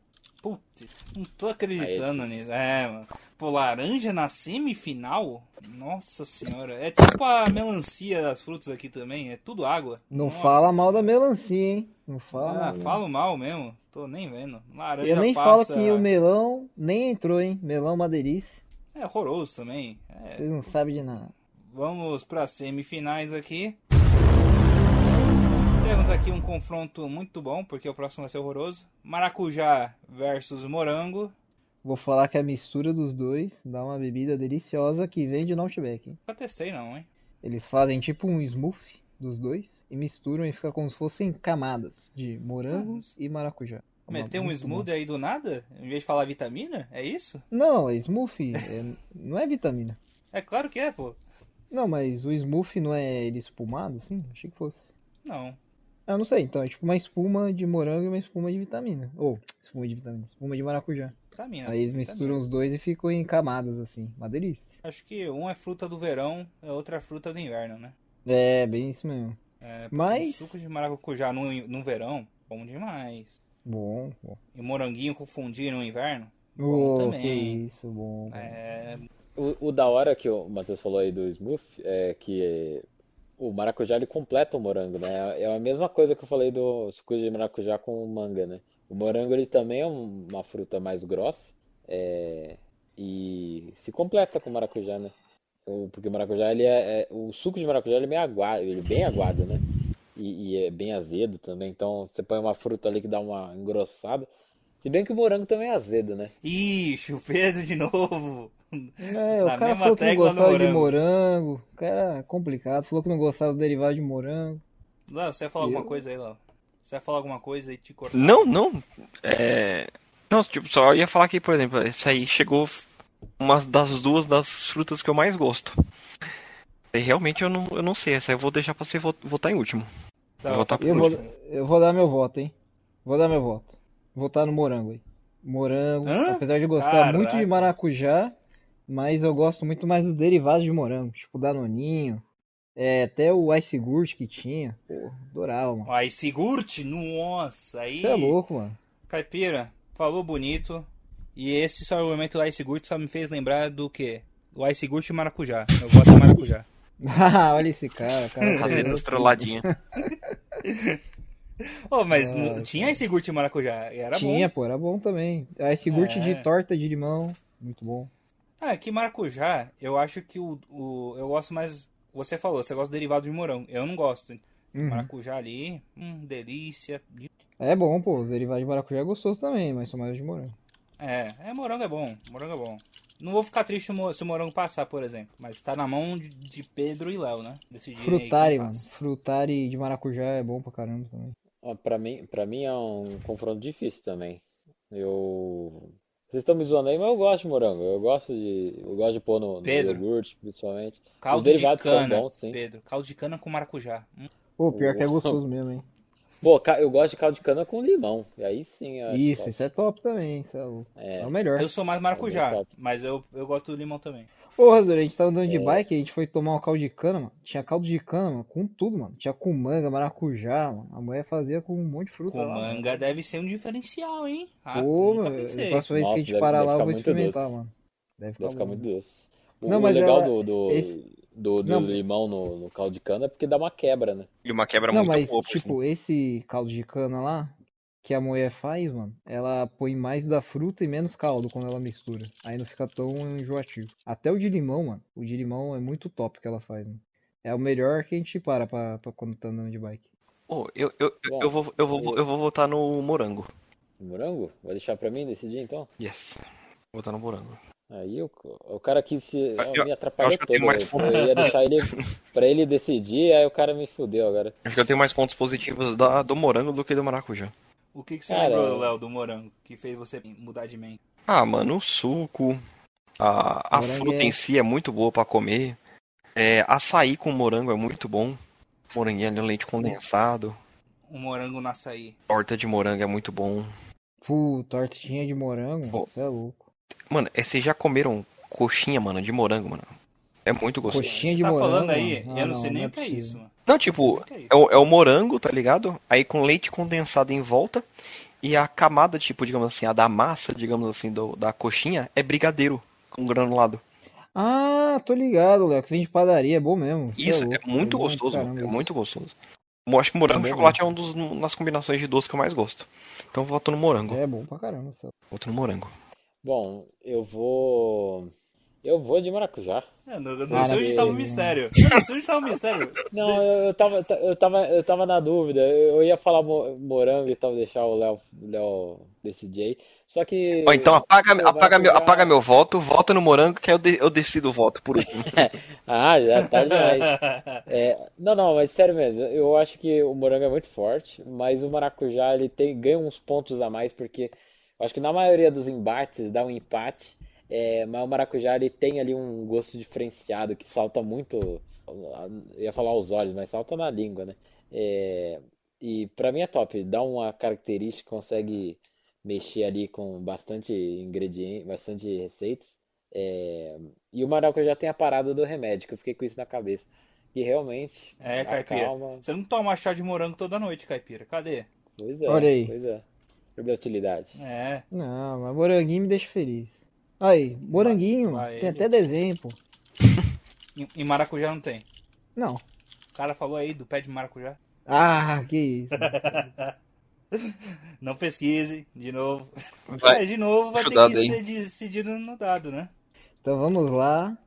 [SPEAKER 2] Putz, não tô acreditando
[SPEAKER 4] Aí é difícil.
[SPEAKER 2] nisso. É, mano. Pô, laranja na semifinal? Nossa senhora. É tipo a melancia das frutas aqui também. É tudo água.
[SPEAKER 3] Não
[SPEAKER 2] Nossa
[SPEAKER 3] fala mal da melancia, hein? Não fala
[SPEAKER 2] Ah,
[SPEAKER 3] mal. não.
[SPEAKER 2] falo mal mesmo. Tô nem vendo. Laranja
[SPEAKER 3] Eu nem falo
[SPEAKER 2] passa...
[SPEAKER 3] que o melão nem entrou, hein? Melão madeirice.
[SPEAKER 2] É horroroso também. É,
[SPEAKER 3] Vocês não sabem de nada.
[SPEAKER 2] Vamos para semifinais aqui. Temos aqui um confronto muito bom, porque o próximo vai ser horroroso. Maracujá versus morango.
[SPEAKER 3] Vou falar que a mistura dos dois dá uma bebida deliciosa que vem de Outback. hein?
[SPEAKER 2] Nunca testei não, hein?
[SPEAKER 3] Eles fazem tipo um smoothie dos dois e misturam e fica como se fossem camadas de morango
[SPEAKER 2] Ah,
[SPEAKER 3] e maracujá.
[SPEAKER 2] Meter um
[SPEAKER 3] tá Muito bom.
[SPEAKER 2] smoothie aí do nada, em vez de falar vitamina? É isso?
[SPEAKER 3] Não, é smoothie. é- não é vitamina.
[SPEAKER 2] É claro que é, pô.
[SPEAKER 3] Não, mas o smoothie não é ele espumado, assim? Achei que fosse.
[SPEAKER 2] Não.
[SPEAKER 3] Eu não sei, então é tipo uma espuma de morango e uma espuma de vitamina. Ou, espuma de vitamina, espuma de maracujá.
[SPEAKER 2] Vitamina.
[SPEAKER 3] Aí eles
[SPEAKER 2] vitamina.
[SPEAKER 3] misturam os dois e ficam em camadas, assim. Uma delícia.
[SPEAKER 2] Acho que um é fruta do verão, a outra é fruta do inverno, né?
[SPEAKER 3] É, bem isso mesmo.
[SPEAKER 2] É, porque
[SPEAKER 3] Mas-
[SPEAKER 2] o Suco de maracujá no, no verão, bom demais.
[SPEAKER 3] Bom, bom.
[SPEAKER 2] E moranguinho com fondue no inverno.
[SPEAKER 3] Ô,
[SPEAKER 2] também.
[SPEAKER 3] que isso, bom. bom.
[SPEAKER 2] É,
[SPEAKER 4] O, o da hora que o Matheus falou aí do smooth é que o maracujá ele completa o morango, né? É a mesma coisa que eu falei do suco de maracujá com o manga, né? O morango ele também é um- uma fruta mais grossa é, e se completa com o maracujá, né? O- Porque o maracujá ele é, é- o suco de maracujá ele é meio aguado, ele é bem aguado, né? E, e é bem azedo também, então você põe uma fruta ali que dá uma engrossada. Se bem que o morango também é azedo, né?
[SPEAKER 2] Ixi, o Pedro de novo.
[SPEAKER 3] É,
[SPEAKER 2] Na
[SPEAKER 3] o cara
[SPEAKER 2] mesma
[SPEAKER 3] falou que não
[SPEAKER 2] tecla do
[SPEAKER 3] gostava de morango. O cara é complicado. Falou que não gostava dos derivados de morango.
[SPEAKER 2] Léo, você ia falar alguma
[SPEAKER 3] Eu?
[SPEAKER 2] coisa aí, Léo? Você ia falar alguma coisa e te cortar?
[SPEAKER 6] Não, não. É... Não, tipo, só ia falar que, por exemplo, essa aí chegou uma das duas das frutas que eu mais gosto. E realmente eu não, eu não sei, essa eu vou deixar pra você vo- votar em último.
[SPEAKER 2] Tá,
[SPEAKER 6] vou
[SPEAKER 2] tá
[SPEAKER 6] votar por
[SPEAKER 3] Eu vou,
[SPEAKER 2] último.
[SPEAKER 3] eu vou dar meu voto, hein? Vou dar meu voto. Votar no morango aí. Morango,
[SPEAKER 2] Hã?
[SPEAKER 3] apesar de eu gostar
[SPEAKER 2] Caraca.
[SPEAKER 3] muito de maracujá, mas eu gosto muito mais dos derivados de morango, tipo danoninho, é, até o ice gurt que tinha. Pô, adorava, mano.
[SPEAKER 2] Aí, Sigurte, nossa, aí.
[SPEAKER 3] Você é louco, mano. <laughs>
[SPEAKER 2] Caipira, falou bonito. E esse seu argumento do Ice Gurt só me fez lembrar do quê? O Ice Gurt e maracujá. Eu gosto de
[SPEAKER 3] <laughs>
[SPEAKER 2] maracujá.
[SPEAKER 3] Ah, olha esse cara, cara.
[SPEAKER 6] <laughs> Fazendo
[SPEAKER 3] pegou
[SPEAKER 6] as trolladinhas.
[SPEAKER 2] Oh, mas
[SPEAKER 3] Ah,
[SPEAKER 2] não- tinha Ice Gurt e maracujá. e Era
[SPEAKER 3] Tinha,
[SPEAKER 2] bom.
[SPEAKER 3] pô, era bom também. Ice gurt
[SPEAKER 2] É.
[SPEAKER 3] de torta de limão, muito bom.
[SPEAKER 2] Ah, que maracujá, eu acho que o, o. Eu gosto mais. Você falou, você gosta do derivado de morango. Eu não gosto.
[SPEAKER 3] Uhum.
[SPEAKER 2] Maracujá ali, hum, delícia.
[SPEAKER 3] É bom, pô, os derivados de maracujá é gostoso também, mas são mais de morango.
[SPEAKER 2] É, é morango é bom, morango é bom. Não vou ficar triste se o mo- se o morango passar, por exemplo. Mas tá na mão de, de Pedro e Léo, né? Decidirem aí quem
[SPEAKER 3] Frutari, mano.
[SPEAKER 2] passa.
[SPEAKER 3] Frutari de maracujá é bom pra caramba também.
[SPEAKER 4] Ó, Ah, Pra mim, para mim é um confronto difícil também. Eu, vocês estão me zoando aí, mas eu gosto de morango. Eu gosto de, eu gosto de pôr no, no
[SPEAKER 2] Pedro.
[SPEAKER 4] iogurte, principalmente.
[SPEAKER 2] Caldo
[SPEAKER 4] Os derivados
[SPEAKER 2] de
[SPEAKER 4] são
[SPEAKER 2] cana,
[SPEAKER 4] bons, sim.
[SPEAKER 2] Pedro. Caldo de cana com maracujá. Hum,
[SPEAKER 3] Pô, pior que é
[SPEAKER 4] Ufa.
[SPEAKER 3] gostoso mesmo, hein?
[SPEAKER 4] Pô, ca- eu gosto de caldo de cana com limão. E aí sim, eu acho
[SPEAKER 3] Isso,
[SPEAKER 4] top.
[SPEAKER 3] isso é top também, isso é o,
[SPEAKER 4] É.
[SPEAKER 3] é o melhor.
[SPEAKER 2] Eu sou mais maracujá,
[SPEAKER 4] É bem top.
[SPEAKER 2] mas eu, eu gosto do limão também.
[SPEAKER 3] Ô, Razor, a gente tava
[SPEAKER 4] É.
[SPEAKER 3] andando de bike, a gente foi tomar um caldo de cana, mano. Tinha caldo de cana, mano, com tudo, mano. Tinha com manga, maracujá, mano. A mulher fazia com um monte de fruta
[SPEAKER 2] Com
[SPEAKER 3] lá, mano.
[SPEAKER 2] manga deve ser um diferencial, hein? Ah,
[SPEAKER 3] Pô,
[SPEAKER 2] nunca
[SPEAKER 3] mano,
[SPEAKER 2] pensei.
[SPEAKER 3] próxima vez que a
[SPEAKER 4] Nossa,
[SPEAKER 3] gente
[SPEAKER 4] deve-
[SPEAKER 3] parar
[SPEAKER 4] deve
[SPEAKER 3] lá, eu vou
[SPEAKER 4] ficar muito
[SPEAKER 3] experimentar,
[SPEAKER 4] doce.
[SPEAKER 3] mano. Deve ficar
[SPEAKER 4] Vai ficar
[SPEAKER 3] é bom.
[SPEAKER 4] muito doce. O,
[SPEAKER 3] Não,
[SPEAKER 4] o
[SPEAKER 3] mas
[SPEAKER 4] legal
[SPEAKER 3] ela-
[SPEAKER 4] do, do,
[SPEAKER 3] esse-
[SPEAKER 4] do, do
[SPEAKER 3] Não.
[SPEAKER 4] limão no, no caldo de cana é porque dá uma quebra, né?
[SPEAKER 6] E uma quebra
[SPEAKER 3] Não,
[SPEAKER 6] muito assim.
[SPEAKER 3] mas,
[SPEAKER 6] boa. por
[SPEAKER 3] tipo, esse caldo de cana lá, que a mulher faz, mano, ela põe mais da fruta e menos caldo quando ela mistura. Aí não fica tão enjoativo. Até o de limão, mano. O de limão é muito top que ela faz, mano. É o melhor que a gente para pra, pra quando tá andando de bike.
[SPEAKER 6] Oh, eu, eu, eu,
[SPEAKER 4] Bom,
[SPEAKER 6] eu vou, eu, vou, eu vou votar no morango.
[SPEAKER 4] Morango? Vai deixar pra mim decidir então?
[SPEAKER 6] Yes. Vou votar no morango.
[SPEAKER 4] Aí o, o cara que se ó,
[SPEAKER 6] eu-
[SPEAKER 4] me
[SPEAKER 6] eu
[SPEAKER 4] atrapalhou
[SPEAKER 6] acho que eu tenho
[SPEAKER 4] todo,
[SPEAKER 6] mais
[SPEAKER 4] velho. Eu ia deixar ele pra ele decidir, aí o cara me fudeu agora.
[SPEAKER 6] Acho que eu tenho mais pontos positivos da, do morango do que do maracujá.
[SPEAKER 2] O que, que você
[SPEAKER 4] Cara,
[SPEAKER 2] lembrou,
[SPEAKER 4] eu-
[SPEAKER 2] Léo, do morango, que fez você mudar de mente?
[SPEAKER 6] Ah, mano, o suco. A, a
[SPEAKER 3] Morango
[SPEAKER 6] fruta
[SPEAKER 3] é-
[SPEAKER 6] em si é muito boa pra comer. É, açaí com morango é muito bom. Moranguinho ali, leite condensado.
[SPEAKER 2] um morango no açaí.
[SPEAKER 6] Torta de morango é muito bom.
[SPEAKER 3] Pô, tortinha de morango,
[SPEAKER 6] Pô.
[SPEAKER 3] você é louco.
[SPEAKER 6] Mano, é, vocês já comeram coxinha, mano, de morango, mano? É muito gostoso.
[SPEAKER 3] Coxinha
[SPEAKER 2] Você
[SPEAKER 3] de
[SPEAKER 2] tá
[SPEAKER 3] morango.
[SPEAKER 2] falando aí,
[SPEAKER 3] mano? Ah,
[SPEAKER 2] eu não, sei nem
[SPEAKER 3] é
[SPEAKER 2] o que é
[SPEAKER 3] possível.
[SPEAKER 2] isso, mano.
[SPEAKER 6] Não, tipo,
[SPEAKER 2] Que isso?
[SPEAKER 6] é o, é o morango, tá ligado? Aí com leite condensado em volta. E a camada, tipo, digamos assim, a da massa, digamos assim, do- da coxinha, é brigadeiro com granulado.
[SPEAKER 3] Ah, tô ligado, Léo, que vem de padaria, é bom mesmo. cê
[SPEAKER 6] Isso, é
[SPEAKER 3] louco,
[SPEAKER 6] muito
[SPEAKER 3] bom pra
[SPEAKER 6] gostoso, mano.
[SPEAKER 3] caramba
[SPEAKER 6] É
[SPEAKER 3] isso.
[SPEAKER 6] muito gostoso. Eu acho que morango
[SPEAKER 3] É
[SPEAKER 6] e
[SPEAKER 3] bom
[SPEAKER 6] chocolate é um dos um das combinações de doce que eu mais gosto. Então eu voto no morango.
[SPEAKER 3] É bom pra caramba, cê é louco.
[SPEAKER 6] Voto no morango.
[SPEAKER 4] Bom, eu vou. Eu vou de maracujá.
[SPEAKER 2] É, No, no
[SPEAKER 3] Maravilha.
[SPEAKER 2] sujo tava um mistério. <laughs> No sujo tava um mistério.
[SPEAKER 4] Não, eu, eu tava, ta- eu, tava, eu tava na dúvida. Eu, eu ia falar mo- morango e tal, deixar o Léo Léo decidir aí. Só que.
[SPEAKER 6] Ó, então apaga,
[SPEAKER 4] Pô,
[SPEAKER 6] apaga, meu,
[SPEAKER 4] maracujá-
[SPEAKER 6] apaga meu voto, vota no morango, que aí eu, de- eu decido o voto por último.
[SPEAKER 4] Ah, já tá demais. É, não, não, mas sério mesmo, eu acho que o morango é muito forte, mas o maracujá ele tem, ganha uns pontos a mais, porque eu acho que na maioria dos embates dá um empate, é, mas o maracujá ele tem ali um gosto diferenciado que salta muito, eu ia falar aos olhos, mas salta na língua, né? É, e pra mim é top, dá uma característica, consegue mexer ali com bastante ingrediente, bastante receitas. É, e o maracujá tem a parada do remédio, que eu fiquei com isso na cabeça. E realmente,
[SPEAKER 2] É, caipira.
[SPEAKER 4] acalma.
[SPEAKER 2] <laughs> Você não toma chá de morango toda noite, caipira. Cadê?
[SPEAKER 4] Pois é,
[SPEAKER 3] Olha aí.
[SPEAKER 4] pois é. Sobre a utilidade.
[SPEAKER 2] É.
[SPEAKER 3] Não, mas moranguinho me deixa feliz. Aí, moranguinho,
[SPEAKER 2] vai
[SPEAKER 3] tem
[SPEAKER 2] ele. é tipo
[SPEAKER 3] até desenho, pô.
[SPEAKER 2] E, e maracujá não tem.
[SPEAKER 3] Não.
[SPEAKER 2] O cara falou aí do pé de maracujá.
[SPEAKER 3] Ah, que isso.
[SPEAKER 2] Não pesquise, de novo.
[SPEAKER 6] Vai.
[SPEAKER 2] É, de novo vai ter
[SPEAKER 6] Estudado,
[SPEAKER 2] que
[SPEAKER 6] hein?
[SPEAKER 2] ser decidido no dado, né?
[SPEAKER 3] Então vamos lá.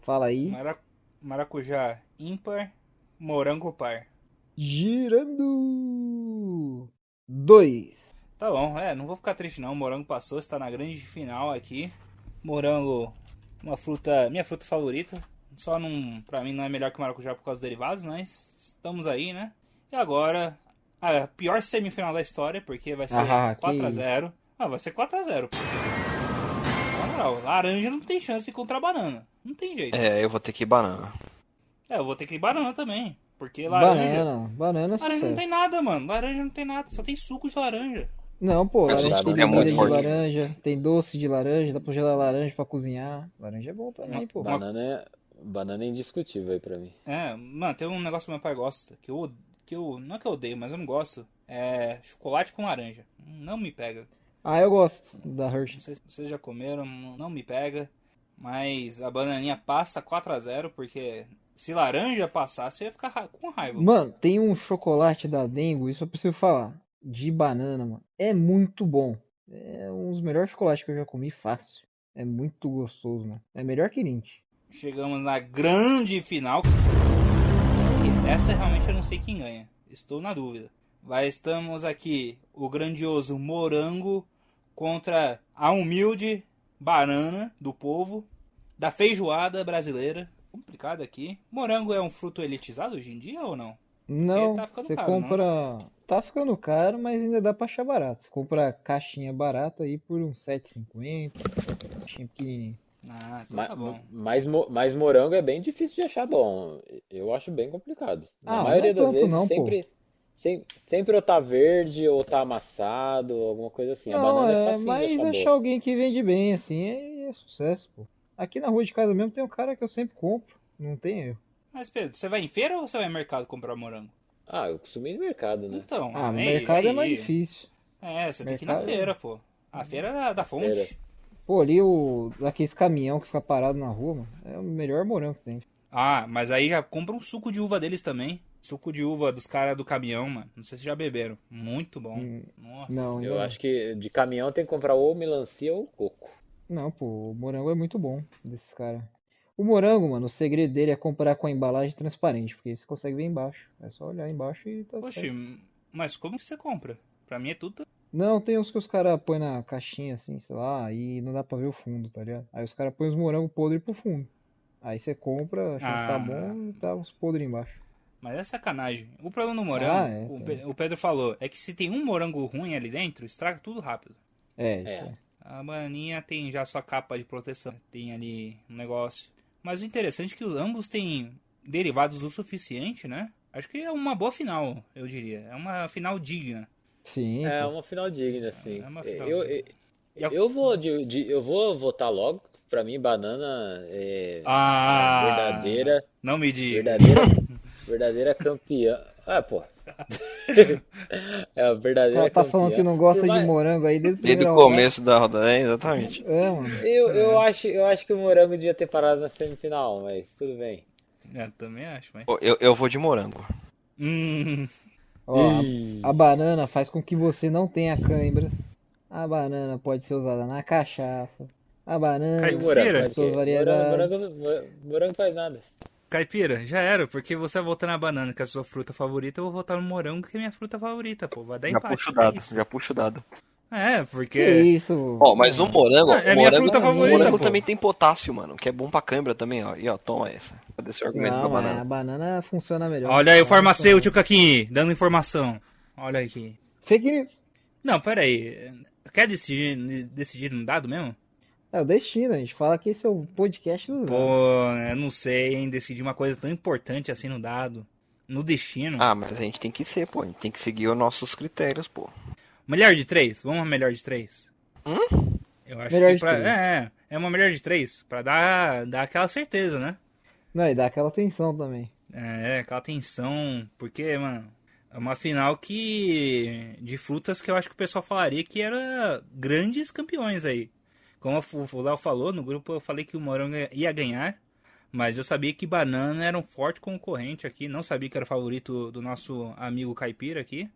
[SPEAKER 3] Fala aí.
[SPEAKER 2] Mara- Maracujá ímpar, morango par.
[SPEAKER 3] Girando. Dois.
[SPEAKER 2] Tá bom, é, não vou ficar triste não. Morango passou, está na grande final aqui. Morango, uma fruta, minha fruta favorita. Só não, pra mim não é melhor que maracujá por causa dos derivados, mas estamos aí, né? E agora, a pior semifinal da história, porque vai ser
[SPEAKER 3] Ah, que
[SPEAKER 2] 4x0. Ah, vai ser 4x0. Na moral, laranja não tem chance contra a banana. Não tem jeito. É,
[SPEAKER 6] <laughs> É, eu vou ter que ir banana.
[SPEAKER 2] eu vou ter que ir banana também. Porque laranja.
[SPEAKER 3] Banana. Banana é
[SPEAKER 2] Laranja não
[SPEAKER 3] sucesso.
[SPEAKER 2] tem nada, mano. Laranja não tem nada, só tem suco de laranja.
[SPEAKER 3] Não, pô,
[SPEAKER 6] Mas
[SPEAKER 3] laranja tem
[SPEAKER 4] banana
[SPEAKER 6] é
[SPEAKER 3] limonada
[SPEAKER 6] muito
[SPEAKER 3] de
[SPEAKER 6] forte.
[SPEAKER 3] laranja, tem doce de laranja, dá pra gelar laranja pra cozinhar. Laranja é bom também, pô.
[SPEAKER 2] Uma-
[SPEAKER 4] Banana é, banana é indiscutível aí pra mim.
[SPEAKER 2] É, mano, tem um negócio que meu pai gosta, que eu, que eu, não é que eu odeio, mas eu não gosto, é chocolate com laranja. Não me pega.
[SPEAKER 3] Ah, eu gosto da
[SPEAKER 2] Não
[SPEAKER 3] Hershey's.
[SPEAKER 2] sei se vocês já comeram, não me pega. Mas a bananinha passa 4x0, porque se laranja passasse, eu ia ficar ra- com raiva.
[SPEAKER 3] Mano, tem um chocolate da Dengo, isso eu preciso falar. De banana, mano. É muito bom. É um dos melhores chocolates que eu já comi fácil. É muito gostoso, mano. É melhor que Lindt.
[SPEAKER 2] Chegamos na grande final. Que essa realmente eu não sei quem ganha. Estou na dúvida. Vai, estamos aqui o grandioso morango contra a humilde banana do povo da feijoada brasileira. Complicado aqui. Morango é um fruto elitizado hoje em dia ou não?
[SPEAKER 3] Não,
[SPEAKER 2] tá ficando
[SPEAKER 3] você
[SPEAKER 2] caro, não?
[SPEAKER 3] compra. Tá ficando caro, mas ainda dá pra achar barato. Você compra a caixinha barata aí por uns 7,50. Caixinha pequenininha.
[SPEAKER 2] Ah, então
[SPEAKER 4] Ma-
[SPEAKER 2] tá bom.
[SPEAKER 4] Mas, mo- mas morango é bem difícil de achar bom. Eu acho bem complicado.
[SPEAKER 3] Ah,
[SPEAKER 4] Na
[SPEAKER 3] não
[SPEAKER 4] maioria
[SPEAKER 3] é
[SPEAKER 4] das
[SPEAKER 3] tanto
[SPEAKER 4] vezes,
[SPEAKER 3] não, pô.
[SPEAKER 4] sempre, sem- sempre ou tá verde ou tá amassado, alguma coisa assim. A
[SPEAKER 3] Não,
[SPEAKER 4] banana
[SPEAKER 3] é,
[SPEAKER 4] é facinho de
[SPEAKER 3] mas
[SPEAKER 4] achar boa.
[SPEAKER 3] achar alguém que vende bem, assim, é, é sucesso, pô. Aqui na rua de casa mesmo tem um cara que eu sempre compro. Não tem erro.
[SPEAKER 2] Mas Pedro, você vai em feira ou você vai em mercado comprar morango?
[SPEAKER 4] Ah, eu costumo ir no mercado, né?
[SPEAKER 2] Então,
[SPEAKER 3] Ah, no
[SPEAKER 2] aí,
[SPEAKER 3] mercado é
[SPEAKER 2] aí.
[SPEAKER 3] mais difícil.
[SPEAKER 2] É, você tem que ir na
[SPEAKER 3] Mercado-
[SPEAKER 2] feira, pô. A feira da, da fonte.
[SPEAKER 4] Feira.
[SPEAKER 3] Pô, ali o. Daqueles caminhão que fica parado na rua, mano. É o melhor morango que tem.
[SPEAKER 2] Ah, mas aí já compra um suco de uva deles também. Suco de uva dos caras do caminhão, mano. Não sei se já beberam. Muito bom.
[SPEAKER 3] Hum.
[SPEAKER 2] Nossa.
[SPEAKER 3] Não,
[SPEAKER 4] Eu
[SPEAKER 3] não.
[SPEAKER 4] acho que de caminhão tem que comprar ou melancia ou coco.
[SPEAKER 3] Não, pô, o morango é muito bom desses caras. O morango, mano, o segredo dele é comprar com a embalagem transparente, porque aí você consegue ver embaixo. É só olhar embaixo e tá
[SPEAKER 2] Oxi,
[SPEAKER 3] certo.
[SPEAKER 2] mas como que você compra? Pra mim é tudo.
[SPEAKER 3] Não, tem uns que os caras põem na caixinha, assim, sei lá, e não dá pra ver o fundo, tá ligado? Aí os caras põem os morangos podres pro fundo. Aí você compra, acha que tá
[SPEAKER 2] Ah.
[SPEAKER 3] bom e tá os podres embaixo.
[SPEAKER 2] Mas é sacanagem. O problema do morango,
[SPEAKER 3] Ah, é,
[SPEAKER 2] o,
[SPEAKER 3] tem.
[SPEAKER 2] Pe- o Pedro falou, é que se tem um morango ruim ali dentro, estraga tudo rápido.
[SPEAKER 3] É,
[SPEAKER 4] É.
[SPEAKER 3] isso aí.
[SPEAKER 2] A bananinha tem já sua capa de proteção, tem ali um negócio. Mas o interessante é que os- ambos têm derivados o suficiente, né? Acho que é uma boa final, eu diria. É uma final digna.
[SPEAKER 3] Sim.
[SPEAKER 4] É
[SPEAKER 3] pô.
[SPEAKER 4] uma final digna, assim.
[SPEAKER 2] É uma final
[SPEAKER 4] eu, eu,
[SPEAKER 2] digna. E a-
[SPEAKER 4] eu vou de- de- eu vou votar logo. Pra mim, banana é
[SPEAKER 2] Ah,
[SPEAKER 4] verdadeira,
[SPEAKER 2] Não me diga. <laughs>
[SPEAKER 4] verdadeira, verdadeira campeã. Ah, pô. é a verdadeira
[SPEAKER 3] Ela tá
[SPEAKER 4] campeã.
[SPEAKER 3] falando que não gosta
[SPEAKER 4] Por mais-
[SPEAKER 3] de morango aí desde o
[SPEAKER 6] Desde
[SPEAKER 3] primeiro
[SPEAKER 6] o
[SPEAKER 3] round.
[SPEAKER 6] começo da rodada, é, exatamente.
[SPEAKER 3] É, mano.
[SPEAKER 4] Eu, eu, acho, eu acho que o Morango devia ter parado na semifinal, mas tudo bem.
[SPEAKER 2] Eu É, também acho, mas.
[SPEAKER 6] Pô, Eu, eu vou de morango.
[SPEAKER 2] Hum,
[SPEAKER 3] Ó, a- a, banana faz com que você não tenha cãibras. A banana pode ser usada na cachaça. A banana.
[SPEAKER 4] E o
[SPEAKER 2] Caipira.
[SPEAKER 4] Morango faz o quê?
[SPEAKER 3] Sua variedade.
[SPEAKER 4] Morango, morango, mor- morango faz nada.
[SPEAKER 2] Caipira, já era, porque você vai votar na banana, que é a sua fruta favorita, eu vou votar no morango, que é minha fruta favorita, pô. Vai dar
[SPEAKER 6] Já
[SPEAKER 2] empate.
[SPEAKER 6] puxo o
[SPEAKER 2] é
[SPEAKER 6] dado,
[SPEAKER 2] isso.
[SPEAKER 6] já puxo o dado.
[SPEAKER 2] É,
[SPEAKER 3] Que
[SPEAKER 2] porque.
[SPEAKER 3] isso?
[SPEAKER 6] Ó, um mas o morango,
[SPEAKER 2] É, é minha
[SPEAKER 6] o morango,
[SPEAKER 2] fruta
[SPEAKER 6] o
[SPEAKER 2] favorita,
[SPEAKER 6] morango
[SPEAKER 2] pô.
[SPEAKER 6] também tem potássio, mano, que é bom pra câimbra também, ó. E ó, toma essa. Cadê seu argumento
[SPEAKER 3] Não, é.
[SPEAKER 6] pra
[SPEAKER 3] mas
[SPEAKER 6] banana?
[SPEAKER 3] a banana funciona melhor.
[SPEAKER 2] Olha aí o
[SPEAKER 3] Ela funciona-
[SPEAKER 2] farmacêutico aqui, dando informação. Olha aqui.
[SPEAKER 3] Fake news.
[SPEAKER 2] Não, pera aí. Quer decidir, decidir no dado mesmo?
[SPEAKER 3] É o destino, a gente fala que esse é o podcast dos anos.
[SPEAKER 2] Pô, eu não sei, hein? Decidir uma coisa tão importante assim no dado. No destino.
[SPEAKER 6] Ah, mas a gente tem que ser, pô. A gente tem que seguir os nossos critérios, pô.
[SPEAKER 2] Melhor de três? Vamos a melhor de três? Eu acho
[SPEAKER 3] Melhor
[SPEAKER 2] que
[SPEAKER 3] de
[SPEAKER 2] pra...
[SPEAKER 3] três.
[SPEAKER 2] É, é, é uma melhor de três. Pra dar, dar aquela certeza, né?
[SPEAKER 3] Não, e dá aquela tensão também.
[SPEAKER 2] É, aquela tensão. Porque, mano, é uma final que. De frutas que eu acho que o pessoal falaria que era grandes campeões aí. Como o o Léo falou, no grupo eu falei que o morango ia ganhar. Mas eu sabia que banana era um forte concorrente aqui. Não sabia que era o favorito do nosso amigo caipira aqui.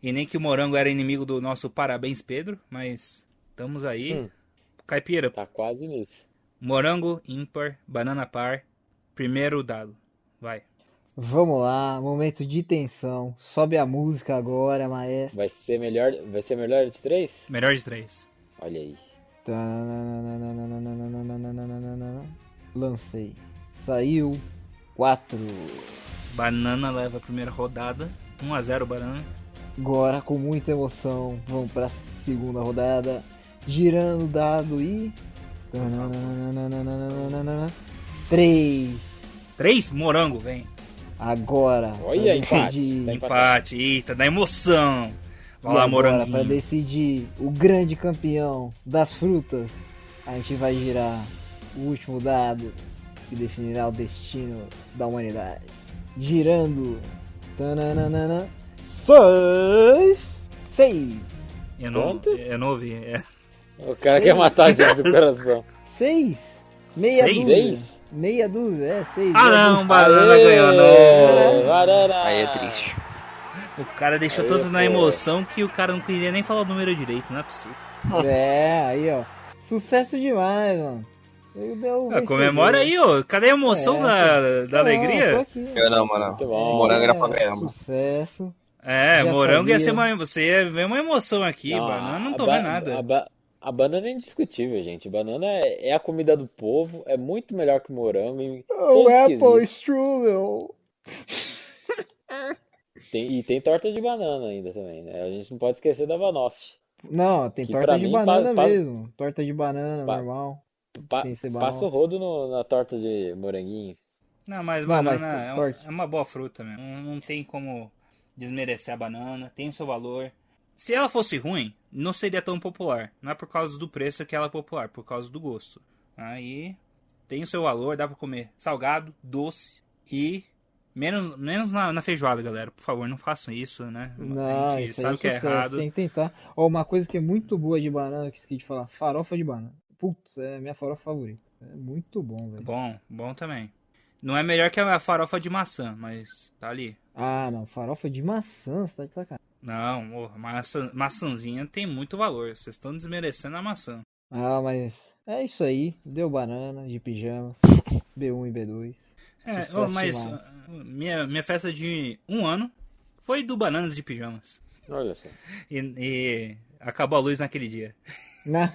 [SPEAKER 2] E nem que o morango era inimigo do nosso parabéns Pedro. Mas estamos aí.
[SPEAKER 4] Hum.
[SPEAKER 2] Caipira,
[SPEAKER 4] Tá quase nisso.
[SPEAKER 2] morango ímpar, banana par. Primeiro dado. Vai.
[SPEAKER 3] Vamos lá, momento de tensão. Sobe a música agora, maestro.
[SPEAKER 4] Vai ser melhor, vai ser melhor de três?
[SPEAKER 2] Melhor de três.
[SPEAKER 4] Olha aí.
[SPEAKER 3] Tanananananananananananananananananana. Lancei. Saiu. 4.
[SPEAKER 2] Banana leva a primeira rodada. 1x0 Banana.
[SPEAKER 3] Agora, com muita emoção, vamos pra segunda rodada. Girando o dado e. 3.
[SPEAKER 2] 3, Morango, vem.
[SPEAKER 3] Agora.
[SPEAKER 4] Olha,
[SPEAKER 3] pra
[SPEAKER 4] empate.
[SPEAKER 3] decidir-
[SPEAKER 4] Tá
[SPEAKER 2] Empate. Eita, dá emoção. Vai
[SPEAKER 3] E
[SPEAKER 2] lá,
[SPEAKER 3] agora, Pra
[SPEAKER 2] Moranguinho.
[SPEAKER 3] decidir o grande campeão das frutas, a gente vai girar o último dado que definirá o destino da humanidade. Girando. Tananana. Seis. Seis.
[SPEAKER 2] Eu não,
[SPEAKER 4] Quanto?
[SPEAKER 2] eu não ouvi. É.
[SPEAKER 4] O cara quer matar a gente do coração.
[SPEAKER 3] Seis. Meia
[SPEAKER 2] Seis?
[SPEAKER 3] dúzia.
[SPEAKER 4] Seis?
[SPEAKER 3] Meia dúzia, é seis.
[SPEAKER 2] <laughs> Ah,
[SPEAKER 3] meia
[SPEAKER 2] não,
[SPEAKER 3] dúzia.
[SPEAKER 2] Banana
[SPEAKER 4] Aê,
[SPEAKER 2] ganhou. Não.
[SPEAKER 4] Banana!
[SPEAKER 6] Aí
[SPEAKER 2] Ah.
[SPEAKER 6] é triste.
[SPEAKER 2] O cara deixou
[SPEAKER 4] Aí,
[SPEAKER 2] tanto na
[SPEAKER 4] pô.
[SPEAKER 2] emoção que o cara não queria nem falar o número direito, não é possível.
[SPEAKER 3] É, aí ó. Sucesso demais, mano. Eu deu um o
[SPEAKER 2] Ah, comemora aí, ô. Cadê a emoção
[SPEAKER 3] É,
[SPEAKER 2] da, da
[SPEAKER 3] Não, tô
[SPEAKER 2] alegria?
[SPEAKER 3] aqui.
[SPEAKER 6] Eu não, mano.
[SPEAKER 4] Muito
[SPEAKER 3] É,
[SPEAKER 4] bom.
[SPEAKER 6] Morango era pra ganhar, mano.
[SPEAKER 3] Sucesso.
[SPEAKER 2] É,
[SPEAKER 3] Já
[SPEAKER 2] Morango ia
[SPEAKER 3] sabia.
[SPEAKER 2] ser uma, você ia ver uma emoção aqui.
[SPEAKER 4] a-
[SPEAKER 2] banana não
[SPEAKER 4] a
[SPEAKER 2] tô
[SPEAKER 4] ba-
[SPEAKER 2] vendo nada.
[SPEAKER 4] A, ba- a banana é indiscutível, gente. Banana é, é a comida do povo, é muito melhor que morango. em todos
[SPEAKER 3] O
[SPEAKER 4] os
[SPEAKER 3] Apple
[SPEAKER 4] quesitos.
[SPEAKER 3] Strudel.
[SPEAKER 4] Tem- e tem torta de banana ainda também, né? A gente não pode esquecer da Banoff.
[SPEAKER 3] Não, tem
[SPEAKER 4] Que
[SPEAKER 3] torta
[SPEAKER 4] pra
[SPEAKER 3] de
[SPEAKER 4] mim,
[SPEAKER 3] banana
[SPEAKER 4] pa- pa-
[SPEAKER 3] mesmo. Torta de banana
[SPEAKER 4] Pa-
[SPEAKER 3] normal.
[SPEAKER 4] Pa-
[SPEAKER 3] sem ser banana.
[SPEAKER 4] passa o rodo no- na torta de moranguinho.
[SPEAKER 2] Não, mas
[SPEAKER 3] Não,
[SPEAKER 2] banana
[SPEAKER 3] mas
[SPEAKER 2] é, um-
[SPEAKER 3] torta.
[SPEAKER 2] é uma boa fruta mesmo. Não, não tem como desmerecer a banana, tem o seu valor. Se ela fosse ruim, não seria tão popular. Não é por causa do preço que ela é popular, é por causa do gosto. Aí tem o seu valor, dá pra comer salgado, doce e menos, menos na, na feijoada, galera. Por favor, não façam isso, né? a
[SPEAKER 3] Não,
[SPEAKER 2] gente
[SPEAKER 3] isso aí
[SPEAKER 2] sabe
[SPEAKER 3] é
[SPEAKER 2] que é
[SPEAKER 3] sucesso.
[SPEAKER 2] errado.
[SPEAKER 3] Tem que tentar. Ó, uma coisa que é muito boa de banana, que esqueci de falar. Farofa de banana. Putz, é a minha farofa favorita. É muito bom, velho.
[SPEAKER 2] Bom, bom também. Não é melhor que a farofa de maçã, mas tá ali.
[SPEAKER 3] Ah, não. Farofa de maçã, você tá de sacanagem.
[SPEAKER 2] Não, ô, maçã, maçãzinha tem muito valor. Vocês estão desmerecendo a maçã.
[SPEAKER 3] Ah, mas é isso aí. Deu banana de <laughs> pijamas. B1 e B2.
[SPEAKER 2] É,
[SPEAKER 3] Sucesso
[SPEAKER 2] ô, mas
[SPEAKER 3] demais.
[SPEAKER 2] uh, minha, minha festa de um ano foi do Bananas de Pijamas.
[SPEAKER 4] Olha só.
[SPEAKER 2] E, e acabou a luz naquele dia.
[SPEAKER 3] Na...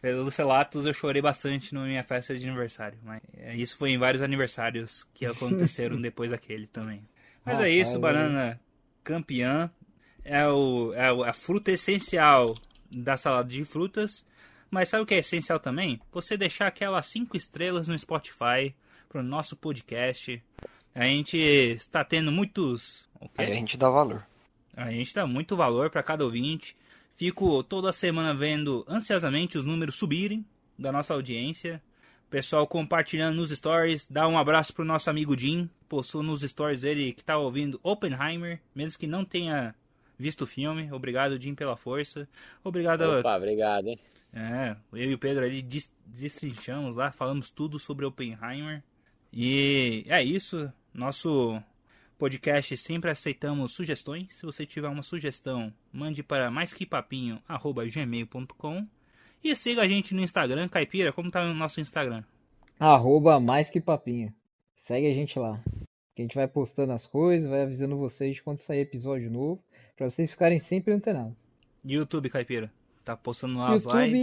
[SPEAKER 2] Pelo Celatos eu chorei bastante na minha festa de aniversário. Mas é, isso foi em vários aniversários que aconteceram depois daquele também. Mas é
[SPEAKER 3] Rapaz,
[SPEAKER 2] isso, banana campeã. É, o, é o- a fruta essencial da salada de frutas. Mas sabe o que é essencial também? Você deixar aquelas cinco estrelas no Spotify pro nosso podcast. A gente está tendo muitos. o quê?
[SPEAKER 6] Aí a gente dá valor.
[SPEAKER 2] A gente dá muito valor para cada ouvinte. Fico toda semana vendo ansiosamente os números subirem da nossa audiência. Pessoal compartilhando nos stories. Dá um abraço pro nosso amigo Jim. Postou nos stories ele que tá ouvindo Oppenheimer, mesmo que não tenha visto o filme. Obrigado, Jim, pela força. Obrigado a
[SPEAKER 4] Opa, obrigado, hein?
[SPEAKER 2] é, eu e o Pedro ali dis- destrinchamos lá, falamos tudo sobre Oppenheimer. E é isso. Nosso podcast sempre aceitamos sugestões. Se você tiver uma sugestão, mande para maisquepapinho.gmail.com e siga a gente no Instagram, Caipira, como tá o nosso Instagram?
[SPEAKER 3] Arroba mais que papinho. Segue a gente lá. Que a gente vai postando as coisas, vai avisando vocês de quando sair episódio novo, pra vocês ficarem sempre antenados.
[SPEAKER 2] YouTube, Caipira. Tá postando lá as lives.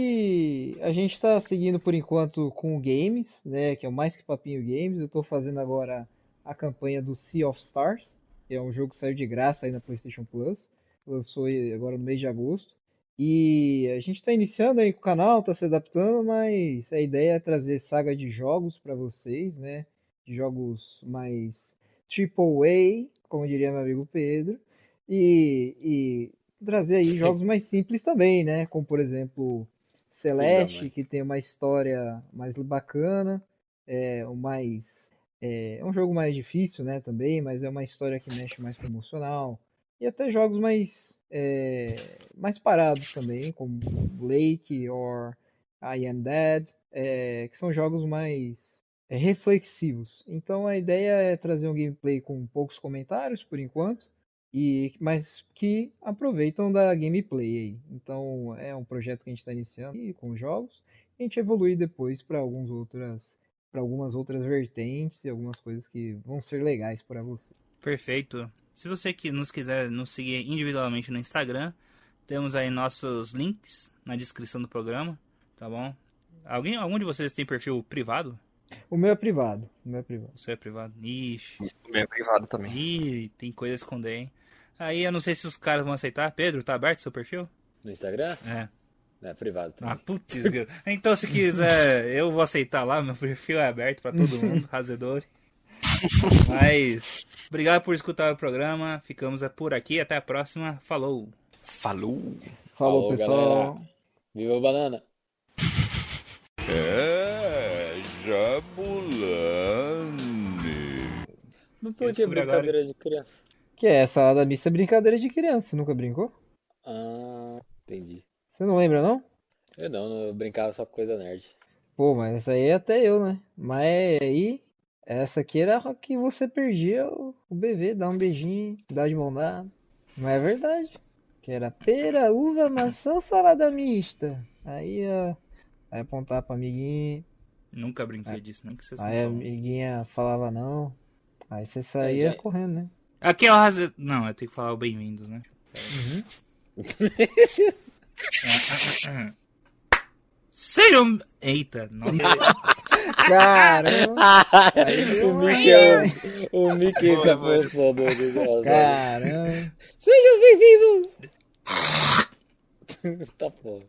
[SPEAKER 3] YouTube, a gente tá seguindo por enquanto com o Games, né? Que é o Mais Que Papinho Games. Eu tô fazendo agora a campanha do Sea of Stars, que é um jogo que saiu de graça aí na PlayStation Plus. Lançou aí agora no mês de agosto. E a gente tá iniciando aí com o canal, tá se adaptando, mas a ideia é trazer saga de jogos pra vocês, né? De jogos mais triple A, como diria meu amigo Pedro. E, e trazer aí jogos mais simples também, né? Como por exemplo Celeste,
[SPEAKER 4] Exatamente.
[SPEAKER 3] que tem uma história mais bacana, é o mais é, é um jogo mais difícil, né? Também, mas é uma história que mexe mais com o emocional e até jogos mais é, mais parados também, como Lake or I Am Dead, é, que são jogos mais é, reflexivos. Então a ideia é trazer um gameplay com poucos comentários por enquanto e mas que aproveitam da gameplay aí. Então é um projeto que a gente está iniciando e com jogos. A gente evolui depois para algumas outras para algumas outras vertentes e algumas coisas que vão ser legais para você.
[SPEAKER 2] Perfeito. Se você que nos quiser nos seguir individualmente no Instagram, temos aí nossos links na descrição do programa, tá bom? Alguém, algum de vocês tem perfil privado?
[SPEAKER 3] O meu é privado, o meu é privado.
[SPEAKER 2] O seu é privado? Ixi,
[SPEAKER 6] O meu é privado também.
[SPEAKER 2] ih, tem coisa a esconder, hein? Aí eu não sei se os caras vão aceitar. Pedro, tá aberto seu perfil?
[SPEAKER 4] No Instagram?
[SPEAKER 2] É.
[SPEAKER 4] É privado
[SPEAKER 2] Ah,
[SPEAKER 4] também.
[SPEAKER 2] putz. grilo. Então se quiser, eu vou aceitar lá, meu perfil é aberto pra todo mundo, razedor. Mas obrigado por escutar o programa. Ficamos por aqui, até a próxima. Falou.
[SPEAKER 6] Falou!
[SPEAKER 3] Falou,
[SPEAKER 4] Falou,
[SPEAKER 3] pessoal.
[SPEAKER 4] galera. Viva a banana!
[SPEAKER 1] <laughs> É, Jabulani.
[SPEAKER 4] Mas por
[SPEAKER 2] Eu
[SPEAKER 4] que
[SPEAKER 2] descobri agora,
[SPEAKER 4] brincadeira de criança?
[SPEAKER 3] Que é essa salada mista é brincadeira de criança, você nunca brincou?
[SPEAKER 4] Ah, entendi.
[SPEAKER 3] Você não lembra, não?
[SPEAKER 4] Eu não, eu brincava só com coisa nerd.
[SPEAKER 3] Pô, mas essa aí é até eu, né? Mas aí, essa aqui era a que você perdia o, o bebê, dá um beijinho, dá de mão dada. Mas é verdade. Que era pera, uva, maçã, salada mista. Aí, ó, aí apontar pra amiguinha,
[SPEAKER 2] Nunca brinquei disso, nem que vocês
[SPEAKER 3] aí a
[SPEAKER 2] não falam.
[SPEAKER 3] amiguinha falava não. Aí você saía
[SPEAKER 4] já-
[SPEAKER 3] correndo,
[SPEAKER 4] <laughs>
[SPEAKER 3] né?
[SPEAKER 2] Aqui é o Raze... Não, eu tenho que falar o bem-vindo, né? É, Sejam... Eita, nossa.
[SPEAKER 4] <laughs>
[SPEAKER 3] Caramba!
[SPEAKER 4] o Mickey é o, o Mickey com a força do, do, do
[SPEAKER 3] Caramba!
[SPEAKER 4] Sejam bem-vindos! <laughs> tá bom.